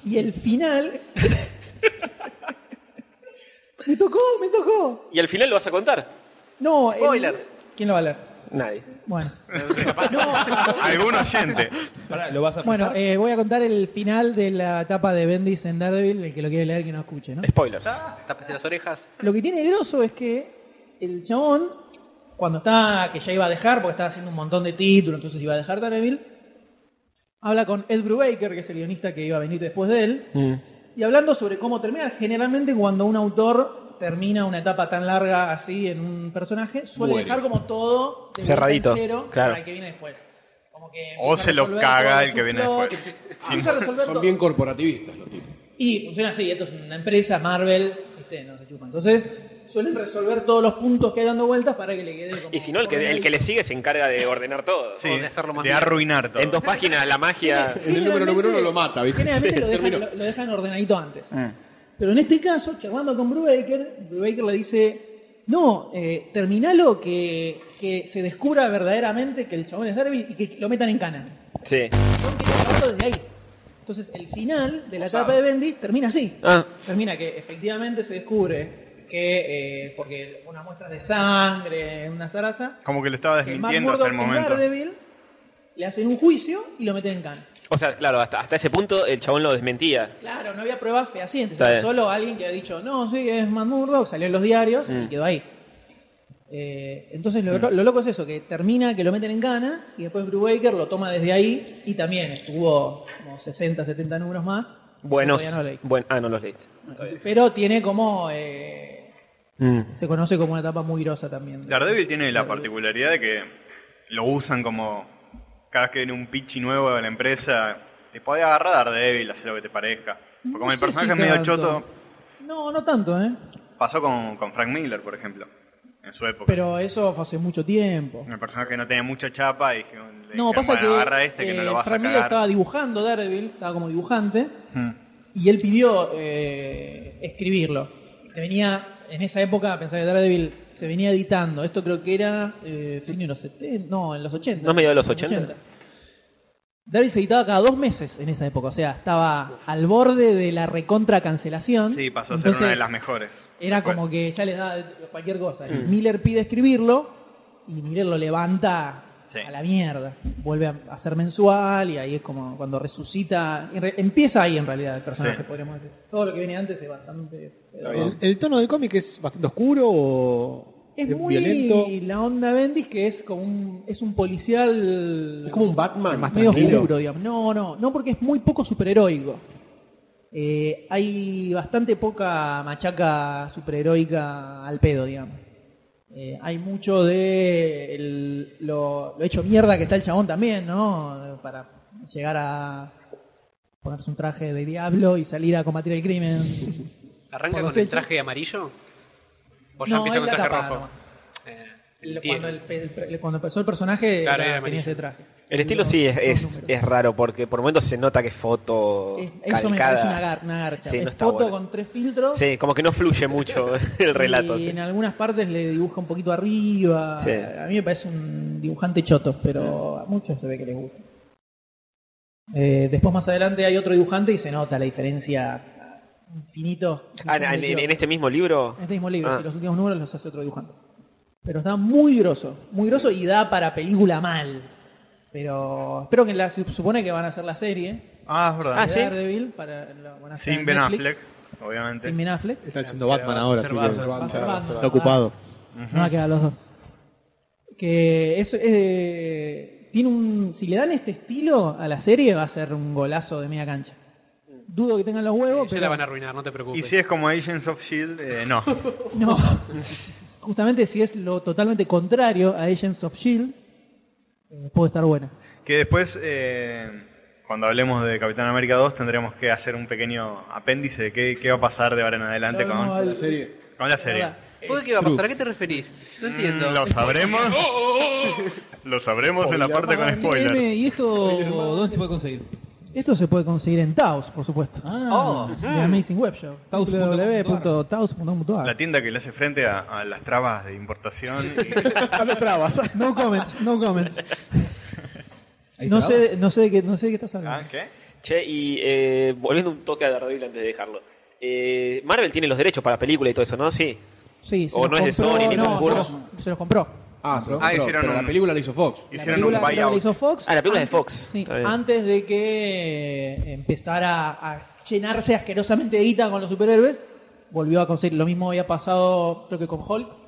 [SPEAKER 3] Y el final... me tocó, me tocó.
[SPEAKER 6] Y al final lo vas a contar.
[SPEAKER 3] No, el-
[SPEAKER 8] Spoilers.
[SPEAKER 3] ¿Quién lo va a leer?
[SPEAKER 6] Nadie.
[SPEAKER 3] Bueno.
[SPEAKER 7] algún oyente.
[SPEAKER 10] Pará, lo vas a
[SPEAKER 3] Bueno, eh, voy a contar el final de la etapa de Bendis en Daredevil, el que lo quiere leer que no escuche, ¿no?
[SPEAKER 6] Spoilers.
[SPEAKER 8] Tápese las orejas.
[SPEAKER 3] Lo que tiene grosso es que el chabón, cuando está, que ya iba a dejar, porque estaba haciendo un montón de títulos, entonces iba a dejar Daredevil, habla con Ed Brubaker, que es el guionista que iba a venir después de él, y hablando sobre cómo termina, generalmente cuando un autor termina una etapa tan larga así en un personaje, suele
[SPEAKER 2] Muere.
[SPEAKER 3] dejar como todo de vuelta
[SPEAKER 6] Cerradito,
[SPEAKER 3] en cero
[SPEAKER 6] claro.
[SPEAKER 3] para el que viene después. Como que
[SPEAKER 7] O
[SPEAKER 3] empieza a
[SPEAKER 7] se lo
[SPEAKER 3] resolver
[SPEAKER 7] caga
[SPEAKER 3] todos
[SPEAKER 7] el que viene
[SPEAKER 3] sus
[SPEAKER 7] después.
[SPEAKER 3] plots, empieza a resolver
[SPEAKER 2] Son
[SPEAKER 3] todo.
[SPEAKER 2] bien corporativistas los tipos.
[SPEAKER 3] Y funciona así, esto es una empresa, Marvel, ¿viste? no se chupa. Entonces, suelen resolver todos los puntos que hay dando vueltas para que le quede como...
[SPEAKER 6] Y si no, el que, el que le sigue se encarga de ordenar todo.
[SPEAKER 7] Sí,
[SPEAKER 8] O de hacerlo más
[SPEAKER 7] de
[SPEAKER 8] bien.
[SPEAKER 7] arruinar todo.
[SPEAKER 6] En dos páginas, la magia.
[SPEAKER 2] En el número
[SPEAKER 3] Generalmente-
[SPEAKER 2] número uno lo mata, ¿viste?
[SPEAKER 3] Generalmente
[SPEAKER 2] Sí,
[SPEAKER 3] lo, dejan,
[SPEAKER 2] terminó.
[SPEAKER 3] lo- lo dejan ordenadito antes. Pero en este caso, charlando con Brubaker, Brubaker le dice, no, eh, terminalo que, que se descubra verdaderamente que el chabón es Derby y que lo metan en cana.
[SPEAKER 6] Sí.
[SPEAKER 3] Son que trabajo desde ahí. Entonces, el final de la etapa de Bendis termina así.
[SPEAKER 6] Ah.
[SPEAKER 3] Termina que efectivamente se descubre que, eh, porque una muestra de sangre, una zaraza,
[SPEAKER 7] Como que lo estaba
[SPEAKER 3] que Matt
[SPEAKER 7] desmintiendo hasta el
[SPEAKER 3] Murdock es
[SPEAKER 7] momento.
[SPEAKER 3] Daredevil, le hacen un juicio y lo meten en can.
[SPEAKER 6] O sea, claro, hasta, hasta ese punto el chabón lo desmentía.
[SPEAKER 3] Claro, no había pruebas fehacientes,
[SPEAKER 6] Está bien.
[SPEAKER 3] solo alguien que había dicho, no, sí, es Matt Murdock, salió en los diarios
[SPEAKER 6] Mm.
[SPEAKER 3] y quedó ahí. Eh, entonces lo, lo loco es eso, que termina que lo meten en gana y después Brubaker lo toma desde ahí y también estuvo como 60, 70 números más.
[SPEAKER 6] Buenos.
[SPEAKER 3] Todavía no leí.
[SPEAKER 6] buen- ah, no los leíste.
[SPEAKER 3] Pero tiene como... eh, Se conoce como una etapa muy grosa también.
[SPEAKER 7] Daredevil tiene la particularidad de que lo usan como cada vez que viene un pichi nuevo de la empresa, te podés agarrar a Daredevil, hacer lo que te parezca. Porque como
[SPEAKER 3] No
[SPEAKER 7] el
[SPEAKER 3] sé
[SPEAKER 7] personaje
[SPEAKER 3] si
[SPEAKER 7] es medio
[SPEAKER 3] tanto.
[SPEAKER 7] choto,
[SPEAKER 3] No, no tanto, ¿eh?
[SPEAKER 7] pasó con, con Frank Miller, por ejemplo, en su época.
[SPEAKER 3] Pero eso fue hace mucho tiempo.
[SPEAKER 7] El personaje no tenía mucha chapa y dijeron, le
[SPEAKER 3] No,
[SPEAKER 7] dijeron,
[SPEAKER 3] pasa
[SPEAKER 7] bueno,
[SPEAKER 3] que,
[SPEAKER 7] agarra a este que no
[SPEAKER 3] eh,
[SPEAKER 7] lo vas a
[SPEAKER 3] Frank Miller
[SPEAKER 7] cagar.
[SPEAKER 3] estaba dibujando Daredevil, estaba como dibujante,
[SPEAKER 7] Mm.
[SPEAKER 3] y él pidió eh, escribirlo. Te venía, en esa época, pensaba que Daredevil se venía editando. Esto creo que era eh, fin de los 70, no, en los 80.
[SPEAKER 6] ¿No medio de los
[SPEAKER 3] en
[SPEAKER 6] 80?
[SPEAKER 3] Daredevil se editaba cada dos meses en esa época, o sea, estaba al borde de la recontra cancelación.
[SPEAKER 7] Sí, pasó a ser
[SPEAKER 3] Entonces,
[SPEAKER 7] una de las mejores.
[SPEAKER 3] Era
[SPEAKER 7] Después.
[SPEAKER 3] como que ya les da cualquier cosa.
[SPEAKER 7] Mm.
[SPEAKER 3] Y Miller pide escribirlo y Miller lo levanta
[SPEAKER 7] Sí.
[SPEAKER 3] a la mierda. Vuelve a, a ser mensual y ahí es como cuando resucita. en re- empieza ahí en realidad el personaje,
[SPEAKER 7] Sí.
[SPEAKER 3] podríamos decir. Todo lo que viene antes es bastante.
[SPEAKER 4] El, el tono del cómic es bastante oscuro o
[SPEAKER 3] Es muy
[SPEAKER 4] violento.
[SPEAKER 3] la onda Bendis que es como un, es un policial
[SPEAKER 2] Es como un Batman. Más
[SPEAKER 3] medio
[SPEAKER 2] tranquilo.
[SPEAKER 3] oscuro, digamos. No, no, no, porque es muy poco superheroico. Eh, hay bastante poca machaca superheroica al pedo, digamos. Eh, hay mucho de el- lo, lo hecho mierda que está el chabón también, ¿no? Para llegar a ponerse un traje de diablo y salir a combatir el crimen.
[SPEAKER 8] ¿Arranca
[SPEAKER 3] Por los
[SPEAKER 8] con el
[SPEAKER 3] techos.
[SPEAKER 8] traje amarillo? ¿O ya
[SPEAKER 3] No,
[SPEAKER 8] empieza
[SPEAKER 3] es
[SPEAKER 8] con
[SPEAKER 3] la
[SPEAKER 8] traje
[SPEAKER 3] tapa
[SPEAKER 8] rojo?
[SPEAKER 3] nomás.
[SPEAKER 8] Eh,
[SPEAKER 3] El-
[SPEAKER 8] tiene.
[SPEAKER 3] cuando, el, el- el- cuando empezó el personaje
[SPEAKER 8] Claro,
[SPEAKER 3] era-
[SPEAKER 8] era amarillo.
[SPEAKER 3] tenía ese traje.
[SPEAKER 6] El estilo sí es, es, es raro porque por momentos se nota que es foto
[SPEAKER 3] Es- Eso me
[SPEAKER 6] calcada.
[SPEAKER 3] parece una, gar- una garcha.
[SPEAKER 6] Sí, no
[SPEAKER 3] es
[SPEAKER 6] está
[SPEAKER 3] foto
[SPEAKER 6] bueno.
[SPEAKER 3] con tres filtros.
[SPEAKER 6] Sí, como que no fluye mucho el relato.
[SPEAKER 3] Y
[SPEAKER 6] sí.
[SPEAKER 3] en algunas partes le dibuja un poquito arriba.
[SPEAKER 6] Sí.
[SPEAKER 3] A mí me parece un dibujante chotos, pero a muchos se ve que les gusta. Eh, después más adelante hay otro dibujante y se nota la diferencia infinito.
[SPEAKER 6] Ah, en, en- en
[SPEAKER 3] En
[SPEAKER 6] este mismo libro.
[SPEAKER 3] este mismo libro,
[SPEAKER 6] Ah.
[SPEAKER 3] sí, los últimos números los hace otro dibujante. Pero está muy groso, muy groso y da para película mal. Pero espero que la, se supone que van a hacer la serie
[SPEAKER 7] Ah, es verdad.
[SPEAKER 6] Ah,
[SPEAKER 3] de
[SPEAKER 6] sí.
[SPEAKER 3] Daredevil para la- van a hacer
[SPEAKER 7] Sin
[SPEAKER 3] en
[SPEAKER 7] Ben
[SPEAKER 3] Netflix.
[SPEAKER 7] Affleck, obviamente.
[SPEAKER 3] Sin Ben Affleck.
[SPEAKER 4] Está siendo Batman ahora, así que
[SPEAKER 3] Va a ser Batman.
[SPEAKER 4] está ocupado.
[SPEAKER 3] No va a quedar los dos. Que eso eh, tiene un. Si le dan este estilo a la serie, va a ser un golazo de media cancha. Dudo que tengan los huevos,
[SPEAKER 8] Ya
[SPEAKER 3] pero.
[SPEAKER 8] la van a arruinar, no te preocupes.
[SPEAKER 7] Y si es como Agents of Shield, eh, no.
[SPEAKER 3] No. Justamente si es lo totalmente contrario a Agents of Shield, eh, E puede estar buena.
[SPEAKER 7] Que después, eh, cuando hablemos de Capitán América 2, tendremos que hacer un pequeño apéndice de qué, qué va a pasar de ahora en adelante
[SPEAKER 3] No,
[SPEAKER 7] con,
[SPEAKER 3] no, el-
[SPEAKER 2] La serie.
[SPEAKER 7] con la serie.
[SPEAKER 3] verdad.
[SPEAKER 8] ¿Vos qué va a pasar? ¿A qué te referís? No
[SPEAKER 3] Mm,
[SPEAKER 8] entiendo.
[SPEAKER 7] Lo sabremos.
[SPEAKER 2] Oh,
[SPEAKER 7] Lo sabremos en la parte con
[SPEAKER 9] M,
[SPEAKER 7] spoiler.
[SPEAKER 9] ¿y esto dónde se puede conseguir?
[SPEAKER 3] Esto se puede conseguir en Taos, por supuesto.
[SPEAKER 8] Oh.
[SPEAKER 3] The Amazing Web Show.
[SPEAKER 9] Taos.com.ar.
[SPEAKER 7] La
[SPEAKER 3] www.taos.com.ar.
[SPEAKER 7] tienda que le hace frente a, a las trabas de importación. y-
[SPEAKER 4] A los trabas.
[SPEAKER 3] No comments, no comments.
[SPEAKER 9] Ahí
[SPEAKER 3] No
[SPEAKER 9] está.
[SPEAKER 3] sé, de- no sé de qué, no sé de qué estás
[SPEAKER 7] Ah,
[SPEAKER 3] hablando.
[SPEAKER 7] ¿qué?
[SPEAKER 6] Che, y eh, volviendo un toque a Daredevil antes de dejarlo. Eh, Marvel tiene los derechos para película y todo eso, ¿no? Sí.
[SPEAKER 3] Sí, se
[SPEAKER 6] O
[SPEAKER 3] los
[SPEAKER 6] no es de
[SPEAKER 3] compró-
[SPEAKER 6] Sony, ni
[SPEAKER 3] no,
[SPEAKER 6] concurso.
[SPEAKER 3] se los- se los compró.
[SPEAKER 2] Ah, se lo
[SPEAKER 7] Ah,
[SPEAKER 2] compró,
[SPEAKER 7] hicieron
[SPEAKER 2] pero
[SPEAKER 7] un-
[SPEAKER 2] la película la hizo Fox.
[SPEAKER 3] La
[SPEAKER 7] Hicieron
[SPEAKER 3] película,
[SPEAKER 7] un
[SPEAKER 3] creo que la
[SPEAKER 7] buyout.
[SPEAKER 3] hizo Fox.
[SPEAKER 6] Ah, la película es de
[SPEAKER 3] antes-
[SPEAKER 6] Fox.
[SPEAKER 3] sí,
[SPEAKER 6] Está bien.
[SPEAKER 3] antes de que eh, empezara a llenarse asquerosamente de guita con los superhéroes, volvió a conseguir. Lo mismo había pasado, creo que con Hulk.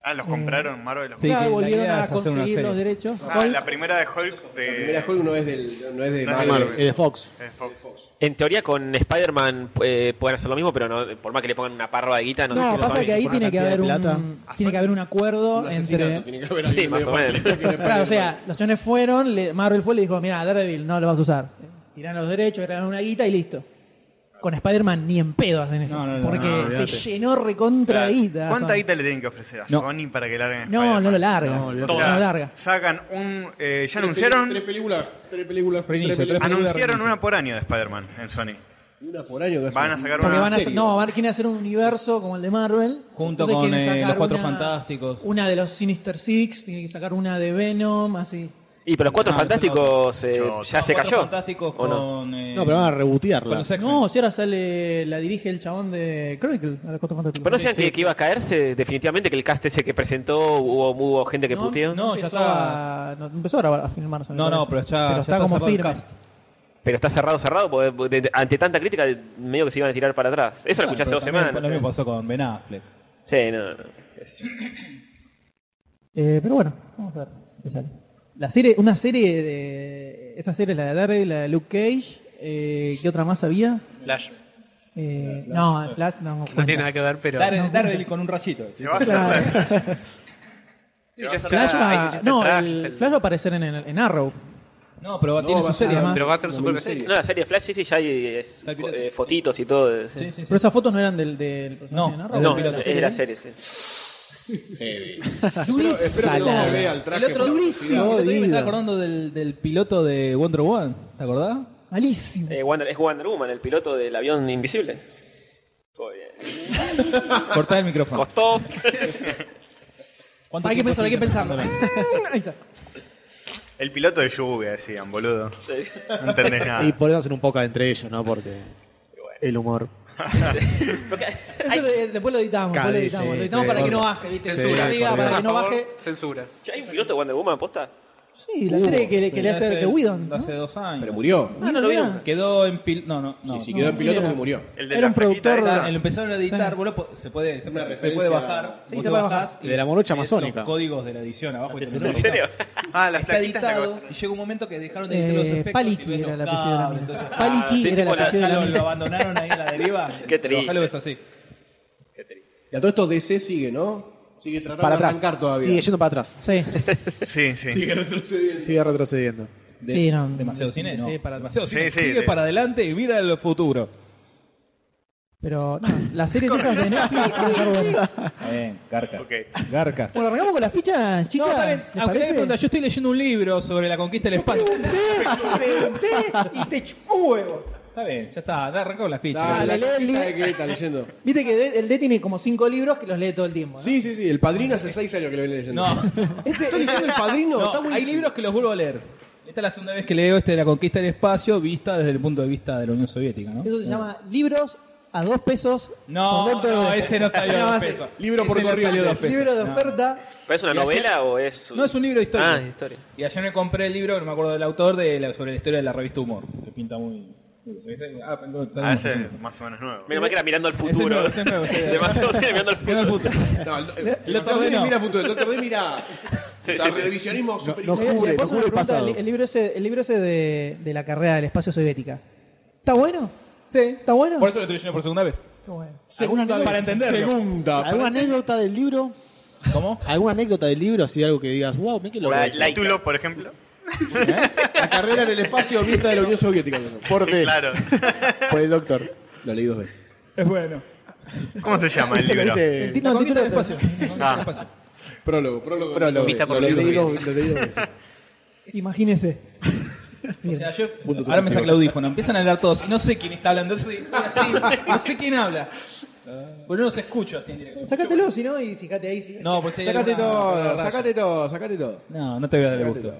[SPEAKER 7] Ah, los compraron Marvel. los
[SPEAKER 3] Ya
[SPEAKER 7] compró.
[SPEAKER 9] que la
[SPEAKER 3] volvieron
[SPEAKER 9] idea
[SPEAKER 3] a
[SPEAKER 9] es hacer una
[SPEAKER 3] conseguir
[SPEAKER 9] serie.
[SPEAKER 3] los derechos.
[SPEAKER 7] Ah, la primera de Hulk de,
[SPEAKER 2] La primera Hulk no es, del, no es de
[SPEAKER 7] No es de
[SPEAKER 2] Marvel.
[SPEAKER 7] Marvel.
[SPEAKER 4] Es de Fox.
[SPEAKER 7] de Fox.
[SPEAKER 6] En teoría con Spider-Man eh, pueden hacer lo mismo, pero no, por más que le pongan una parva de guita, no, sé
[SPEAKER 3] No,
[SPEAKER 6] si lo
[SPEAKER 3] pasa
[SPEAKER 6] saben.
[SPEAKER 3] que ahí
[SPEAKER 4] por
[SPEAKER 3] tiene
[SPEAKER 4] una
[SPEAKER 3] que
[SPEAKER 4] cantidad
[SPEAKER 3] haber
[SPEAKER 4] de plata.
[SPEAKER 3] un, tiene que haber un acuerdo
[SPEAKER 2] Un asesinato,
[SPEAKER 3] entre.
[SPEAKER 2] tiene que haber
[SPEAKER 6] Sí,
[SPEAKER 2] alguien
[SPEAKER 6] más
[SPEAKER 2] medio
[SPEAKER 6] o menos.
[SPEAKER 2] partido que no
[SPEAKER 3] Claro, ¿eh? o
[SPEAKER 2] puede-
[SPEAKER 3] sea, los chones fueron, le- Marvel fue y le dijo, mira, Daredevil no lo vas a usar. Tiran los derechos, crean una guita y listo. Con Spider-Man ni en pedo hacen eso.
[SPEAKER 11] No, no, no,
[SPEAKER 3] porque
[SPEAKER 11] no,
[SPEAKER 3] se
[SPEAKER 11] olvídate.
[SPEAKER 3] llenó recontra guita.
[SPEAKER 7] ¿Cuánta
[SPEAKER 3] Son-
[SPEAKER 7] guita le tienen que ofrecer a
[SPEAKER 11] No.
[SPEAKER 7] Sony para que larguen
[SPEAKER 3] No,
[SPEAKER 7] Spider-Man?
[SPEAKER 3] no lo larga.
[SPEAKER 11] No,
[SPEAKER 3] No,
[SPEAKER 11] olvídate.
[SPEAKER 7] O sea,
[SPEAKER 3] lo larga.
[SPEAKER 7] Sacan un. eh, ya
[SPEAKER 2] Tres
[SPEAKER 7] anunciaron.
[SPEAKER 2] peli- Tres películas. Tres películas. tres
[SPEAKER 11] Reinicio,
[SPEAKER 2] películas-
[SPEAKER 7] Anunciaron una por año de Spider-Man en Sony.
[SPEAKER 2] Una por año. que
[SPEAKER 7] Van a
[SPEAKER 2] hacen.
[SPEAKER 7] sacar
[SPEAKER 3] Porque
[SPEAKER 7] una.
[SPEAKER 3] van a hacer,
[SPEAKER 2] serie.
[SPEAKER 3] no, van, quieren hacer un universo como el de Marvel. Junto Entonces con, quieren
[SPEAKER 9] eh,
[SPEAKER 3] sacar
[SPEAKER 9] los Cuatro
[SPEAKER 3] una-
[SPEAKER 9] Fantásticos.
[SPEAKER 3] Una de los Sinister Six, tienen que sacar una de Venom, así.
[SPEAKER 6] Y pero los cuatro
[SPEAKER 9] No,
[SPEAKER 6] fantásticos eh,
[SPEAKER 7] Yo-
[SPEAKER 6] ya
[SPEAKER 9] Los
[SPEAKER 6] se
[SPEAKER 9] Cuatro
[SPEAKER 6] cayó.
[SPEAKER 9] Fantásticos
[SPEAKER 6] ¿O
[SPEAKER 9] con,
[SPEAKER 6] no?
[SPEAKER 9] eh,
[SPEAKER 4] No, pero van a
[SPEAKER 9] con
[SPEAKER 4] rebotearla.
[SPEAKER 9] los X-Men.
[SPEAKER 3] No, si ahora sale, la dirige el chabón de Chronicle, a la Costa Fantástica.
[SPEAKER 6] Pero no decían que, que iba a caerse definitivamente, que el cast ese que presentó hubo, hubo gente que
[SPEAKER 3] No,
[SPEAKER 6] puteó.
[SPEAKER 9] no, ya
[SPEAKER 3] empezó
[SPEAKER 9] está.
[SPEAKER 3] a- no, empezó a, grabar- a filmarse. me
[SPEAKER 9] No, no,
[SPEAKER 3] parece.
[SPEAKER 9] pero ya, ya
[SPEAKER 3] está, como
[SPEAKER 9] cerrado el
[SPEAKER 3] firme.
[SPEAKER 9] cast.
[SPEAKER 6] Pero está cerrado, cerrado, porque de- de- ante tanta crítica medio que se iban a tirar para atrás. Eso lo escuché hace
[SPEAKER 9] Pero
[SPEAKER 6] dos
[SPEAKER 9] también
[SPEAKER 6] semanas.
[SPEAKER 9] Lo
[SPEAKER 6] no sé.
[SPEAKER 9] mismo pasó con Ben Affleck.
[SPEAKER 6] Sí, no, no. qué sé yo.
[SPEAKER 3] Eh, pero bueno, vamos a ver qué sale. La serie, una serie de. Esa serie, la de Daredevil, la de Luke Cage. Eh, ¿Qué otra más había?
[SPEAKER 8] Flash.
[SPEAKER 3] Eh, no, Flash no.
[SPEAKER 8] No tiene
[SPEAKER 3] cuenta.
[SPEAKER 8] nada que ver, pero.
[SPEAKER 9] Dar, Daredevil con un rayito.
[SPEAKER 7] Se va a hacer la-
[SPEAKER 8] Sí, ya está-
[SPEAKER 3] Flash
[SPEAKER 8] ahí ya
[SPEAKER 3] va,
[SPEAKER 8] está
[SPEAKER 3] no,
[SPEAKER 8] Flash,
[SPEAKER 3] el
[SPEAKER 8] el-
[SPEAKER 3] Flash va a aparecer en, el- en Arrow.
[SPEAKER 9] No, pero
[SPEAKER 2] No,
[SPEAKER 9] tiene
[SPEAKER 2] va
[SPEAKER 9] su
[SPEAKER 2] a
[SPEAKER 9] serie
[SPEAKER 2] ser
[SPEAKER 9] además.
[SPEAKER 8] Pero va a tener su propia
[SPEAKER 2] miniserie.
[SPEAKER 8] serie.
[SPEAKER 6] No, la serie Flash sí, sí, ya hay es,
[SPEAKER 9] La piloto.
[SPEAKER 6] eh, fotitos y todo. eh, sí.
[SPEAKER 9] Sí, sí, sí.
[SPEAKER 3] Pero esas fotos no eran del, del personaje
[SPEAKER 9] No,
[SPEAKER 3] de Arrow.
[SPEAKER 9] es
[SPEAKER 6] No,
[SPEAKER 9] del piloto.
[SPEAKER 6] es de la serie, sí.
[SPEAKER 2] Heavy. Espero- Espero que no
[SPEAKER 4] Salada.
[SPEAKER 2] se vea el traje.
[SPEAKER 9] El otro,
[SPEAKER 2] por la
[SPEAKER 9] durísimo.
[SPEAKER 2] publicidad.
[SPEAKER 9] El otro día me
[SPEAKER 4] Jodido.
[SPEAKER 9] estaba acordando del, del piloto de Wonder Woman. ¿Te acordás?
[SPEAKER 3] Malísimo.
[SPEAKER 6] Eh, Wonder- es Wonder Woman, el piloto del avión invisible. Todo bien.
[SPEAKER 9] Cortá el micrófono.
[SPEAKER 6] Costó.
[SPEAKER 9] ¿Cuánto
[SPEAKER 3] Hay que
[SPEAKER 9] tiempo
[SPEAKER 3] pensar, hay que
[SPEAKER 9] estuviste
[SPEAKER 3] pensar.
[SPEAKER 9] pensándolo?
[SPEAKER 3] Ahí está.
[SPEAKER 7] El piloto de lluvia, decían, boludo. No entendés nada.
[SPEAKER 4] Y por eso hacen un poco entre ellos, ¿no? Porque el humor.
[SPEAKER 6] Porque-
[SPEAKER 3] Eso de- después lo editamos, después lo
[SPEAKER 4] Cali,
[SPEAKER 3] editamos.
[SPEAKER 4] sí,
[SPEAKER 3] lo editamos
[SPEAKER 4] sí,
[SPEAKER 3] para que no
[SPEAKER 4] gordo.
[SPEAKER 3] baje, ¿viste?
[SPEAKER 4] Sí,
[SPEAKER 3] Censura,
[SPEAKER 4] por
[SPEAKER 3] diga,
[SPEAKER 4] Dios.
[SPEAKER 3] para que
[SPEAKER 8] Por
[SPEAKER 3] no
[SPEAKER 8] favor,
[SPEAKER 3] baje.
[SPEAKER 8] Ah, Censura.
[SPEAKER 6] Che, ¿Hay un piloto de Wonder Woman aposta?
[SPEAKER 3] Sí, la serie que, le- que le hace que Whedon. ¿no?
[SPEAKER 9] Hace dos años.
[SPEAKER 2] Pero murió.
[SPEAKER 3] Ah, no lo vieron.
[SPEAKER 9] Quedó en pil... No, no, no.
[SPEAKER 2] Sí, sí, quedó en piloto porque murió.
[SPEAKER 7] El de
[SPEAKER 3] Era
[SPEAKER 7] la
[SPEAKER 3] un productor
[SPEAKER 7] flaquita
[SPEAKER 9] Ah,
[SPEAKER 7] esa.
[SPEAKER 9] lo empezaron a editar, vos lo po- se puede, se,
[SPEAKER 2] Una
[SPEAKER 9] puede- se
[SPEAKER 2] referencia-
[SPEAKER 9] puede bajar,
[SPEAKER 3] Sí,
[SPEAKER 9] vos
[SPEAKER 3] te
[SPEAKER 9] te
[SPEAKER 3] puede
[SPEAKER 9] bajás
[SPEAKER 3] bajar.
[SPEAKER 9] y
[SPEAKER 4] De la morocha
[SPEAKER 9] ves
[SPEAKER 4] amazónica.
[SPEAKER 9] Los códigos de la edición abajo. y te
[SPEAKER 6] ¿En serio?
[SPEAKER 7] Ah, la
[SPEAKER 9] Está
[SPEAKER 7] flaquita esta que va a
[SPEAKER 9] editado
[SPEAKER 7] estar-
[SPEAKER 9] y llega un momento que dejaron de editar los
[SPEAKER 3] Eh,
[SPEAKER 9] efectos.
[SPEAKER 3] Paliki
[SPEAKER 9] y ves
[SPEAKER 3] era
[SPEAKER 9] los
[SPEAKER 3] la apellido de la mina.
[SPEAKER 9] cables, entonces,
[SPEAKER 3] Paliki
[SPEAKER 6] Ah,
[SPEAKER 3] era la
[SPEAKER 6] tipo la-
[SPEAKER 3] apellido
[SPEAKER 9] ya
[SPEAKER 3] de la
[SPEAKER 9] lo, lo
[SPEAKER 3] mina.
[SPEAKER 9] abandonaron ahí a la deriva.
[SPEAKER 6] Qué triste.
[SPEAKER 9] Bajalo, es así.
[SPEAKER 2] Y a todo esto DC sigue, ¿no? Sigue tratando
[SPEAKER 4] Para
[SPEAKER 2] de
[SPEAKER 4] atrás.
[SPEAKER 2] arrancar todavía.
[SPEAKER 4] Sigue yendo para atrás.
[SPEAKER 3] Sí,
[SPEAKER 7] Sí, sí.
[SPEAKER 2] Sigue retrocediendo.
[SPEAKER 4] Sigue retrocediendo.
[SPEAKER 3] sí, no.
[SPEAKER 9] Demasiado cine, no.
[SPEAKER 3] Sí, para
[SPEAKER 9] demasiado
[SPEAKER 7] Sí,
[SPEAKER 9] cine.
[SPEAKER 7] sí,
[SPEAKER 9] Sigue
[SPEAKER 7] sí.
[SPEAKER 9] para adelante y mira el futuro.
[SPEAKER 3] Pero no, las series esas de Netflix. van a estar buenas.
[SPEAKER 9] Está bien, garcas.
[SPEAKER 7] Ok.
[SPEAKER 9] Garcas.
[SPEAKER 3] bueno, arrancamos con las fichas,
[SPEAKER 9] No,
[SPEAKER 3] chicas.
[SPEAKER 9] está bien.
[SPEAKER 3] ¿les
[SPEAKER 9] Aunque
[SPEAKER 3] parece?
[SPEAKER 9] nadie pregunta, yo estoy leyendo un libro sobre la conquista del espacio.
[SPEAKER 3] Pregunté y te chupó un huevo.
[SPEAKER 9] Está bien, ya está, da, arrancó la ficha.
[SPEAKER 2] Dale,
[SPEAKER 3] Dale,
[SPEAKER 2] la
[SPEAKER 3] Leli.
[SPEAKER 2] cajita de que está leyendo.
[SPEAKER 3] Viste que D- el D tiene como cinco libros que los lee todo el tiempo. ¿no?
[SPEAKER 2] Sí, sí, sí. El padrino hace seis años que lo viene leyendo.
[SPEAKER 9] No,
[SPEAKER 2] Este, ¿Está leyendo el padrino?
[SPEAKER 9] no,
[SPEAKER 2] está
[SPEAKER 9] hay
[SPEAKER 2] buenísimo.
[SPEAKER 9] libros que los vuelvo a leer. Esta es la segunda vez que leo este de la conquista del espacio, vista desde el punto de vista de la Unión Soviética, ¿no?
[SPEAKER 3] Eso se llama libros a dos pesos.
[SPEAKER 9] No,
[SPEAKER 3] con dentro
[SPEAKER 9] no,
[SPEAKER 3] de-
[SPEAKER 9] ese no salió
[SPEAKER 3] No,
[SPEAKER 9] dos
[SPEAKER 3] ese-
[SPEAKER 9] pesos.
[SPEAKER 2] libro por
[SPEAKER 9] Ese no
[SPEAKER 2] corriente.
[SPEAKER 9] salió dos pesos.
[SPEAKER 3] Libro de
[SPEAKER 9] No.
[SPEAKER 3] oferta.
[SPEAKER 6] ¿Pero es una
[SPEAKER 9] Y ayer-
[SPEAKER 6] novela o es.?
[SPEAKER 9] No, es un libro de historia.
[SPEAKER 6] Ah, es historia.
[SPEAKER 9] Y ayer me compré el libro, no me acuerdo del autor, de la- sobre la historia de la revista Humor. Que pinta muy. Ah, perdón,
[SPEAKER 7] Ah,
[SPEAKER 9] perdón.
[SPEAKER 7] ese es más o menos nuevo.
[SPEAKER 6] Menos mal que era mirando al
[SPEAKER 9] es
[SPEAKER 6] futuro.
[SPEAKER 9] nuevo, ese es nuevo, sí.
[SPEAKER 6] Demasiado cine mirando al
[SPEAKER 9] Quedó el
[SPEAKER 6] futuro.
[SPEAKER 9] puto.
[SPEAKER 2] No, el, el, doctor
[SPEAKER 9] El doctor D
[SPEAKER 2] D
[SPEAKER 9] no.
[SPEAKER 2] mira futuro. El doctor D mira. O sea, revisionismo
[SPEAKER 4] no
[SPEAKER 3] Le-
[SPEAKER 2] superinteligente.
[SPEAKER 3] le
[SPEAKER 4] cubre,
[SPEAKER 3] paso
[SPEAKER 4] no
[SPEAKER 3] una
[SPEAKER 4] cubre el
[SPEAKER 3] pregunta,
[SPEAKER 4] pasado.
[SPEAKER 3] El, el libro ese, el libro ese de, de la carrera del espacio soviética. ¿Está bueno?
[SPEAKER 9] Sí.
[SPEAKER 3] ¿Está bueno?
[SPEAKER 9] Por eso lo estoy leyendo por segunda vez.
[SPEAKER 3] Está bueno.
[SPEAKER 9] Alguna- para entenderlo.
[SPEAKER 2] Segunda.
[SPEAKER 4] ¿Alguna anécdota del libro?
[SPEAKER 9] ¿Cómo?
[SPEAKER 4] ¿Alguna anécdota del libro? Así algo que digas, wow, mira que lo
[SPEAKER 6] La-
[SPEAKER 4] que-
[SPEAKER 7] El título, por ejemplo.
[SPEAKER 2] La carrera en el espacio vista de la Unión Soviética.
[SPEAKER 4] por, D,
[SPEAKER 7] Claro.
[SPEAKER 4] por el doctor.
[SPEAKER 2] Lo leí dos veces.
[SPEAKER 9] Es bueno.
[SPEAKER 7] ¿Cómo se llama el
[SPEAKER 9] Ese lo
[SPEAKER 7] libro?
[SPEAKER 9] dice-
[SPEAKER 12] El título,
[SPEAKER 2] La
[SPEAKER 12] el título del
[SPEAKER 2] conquista
[SPEAKER 12] espacio.
[SPEAKER 7] Ah.
[SPEAKER 2] del espacio. Prólogo, prólogo.
[SPEAKER 8] Prólogo.
[SPEAKER 2] Lo-
[SPEAKER 8] Vista por
[SPEAKER 2] lo leí
[SPEAKER 8] libro.
[SPEAKER 2] dos- lo leí dos veces.
[SPEAKER 3] Imagínese.
[SPEAKER 9] O sea, yo-
[SPEAKER 2] Puntos
[SPEAKER 9] ahora me saca el
[SPEAKER 2] suspensivos.
[SPEAKER 9] audífono, empiezan a hablar todos. y No sé quién está hablando, yo soy- así, no sé quién habla. Porque no los escucho así en directo.
[SPEAKER 3] Sácatelo, si no, y fíjate ahí. Si...
[SPEAKER 9] No, pues si hay
[SPEAKER 2] Sacate
[SPEAKER 9] alguna-
[SPEAKER 2] todo, sacate todo, sacate todo.
[SPEAKER 9] No, no te voy a dar el gusto.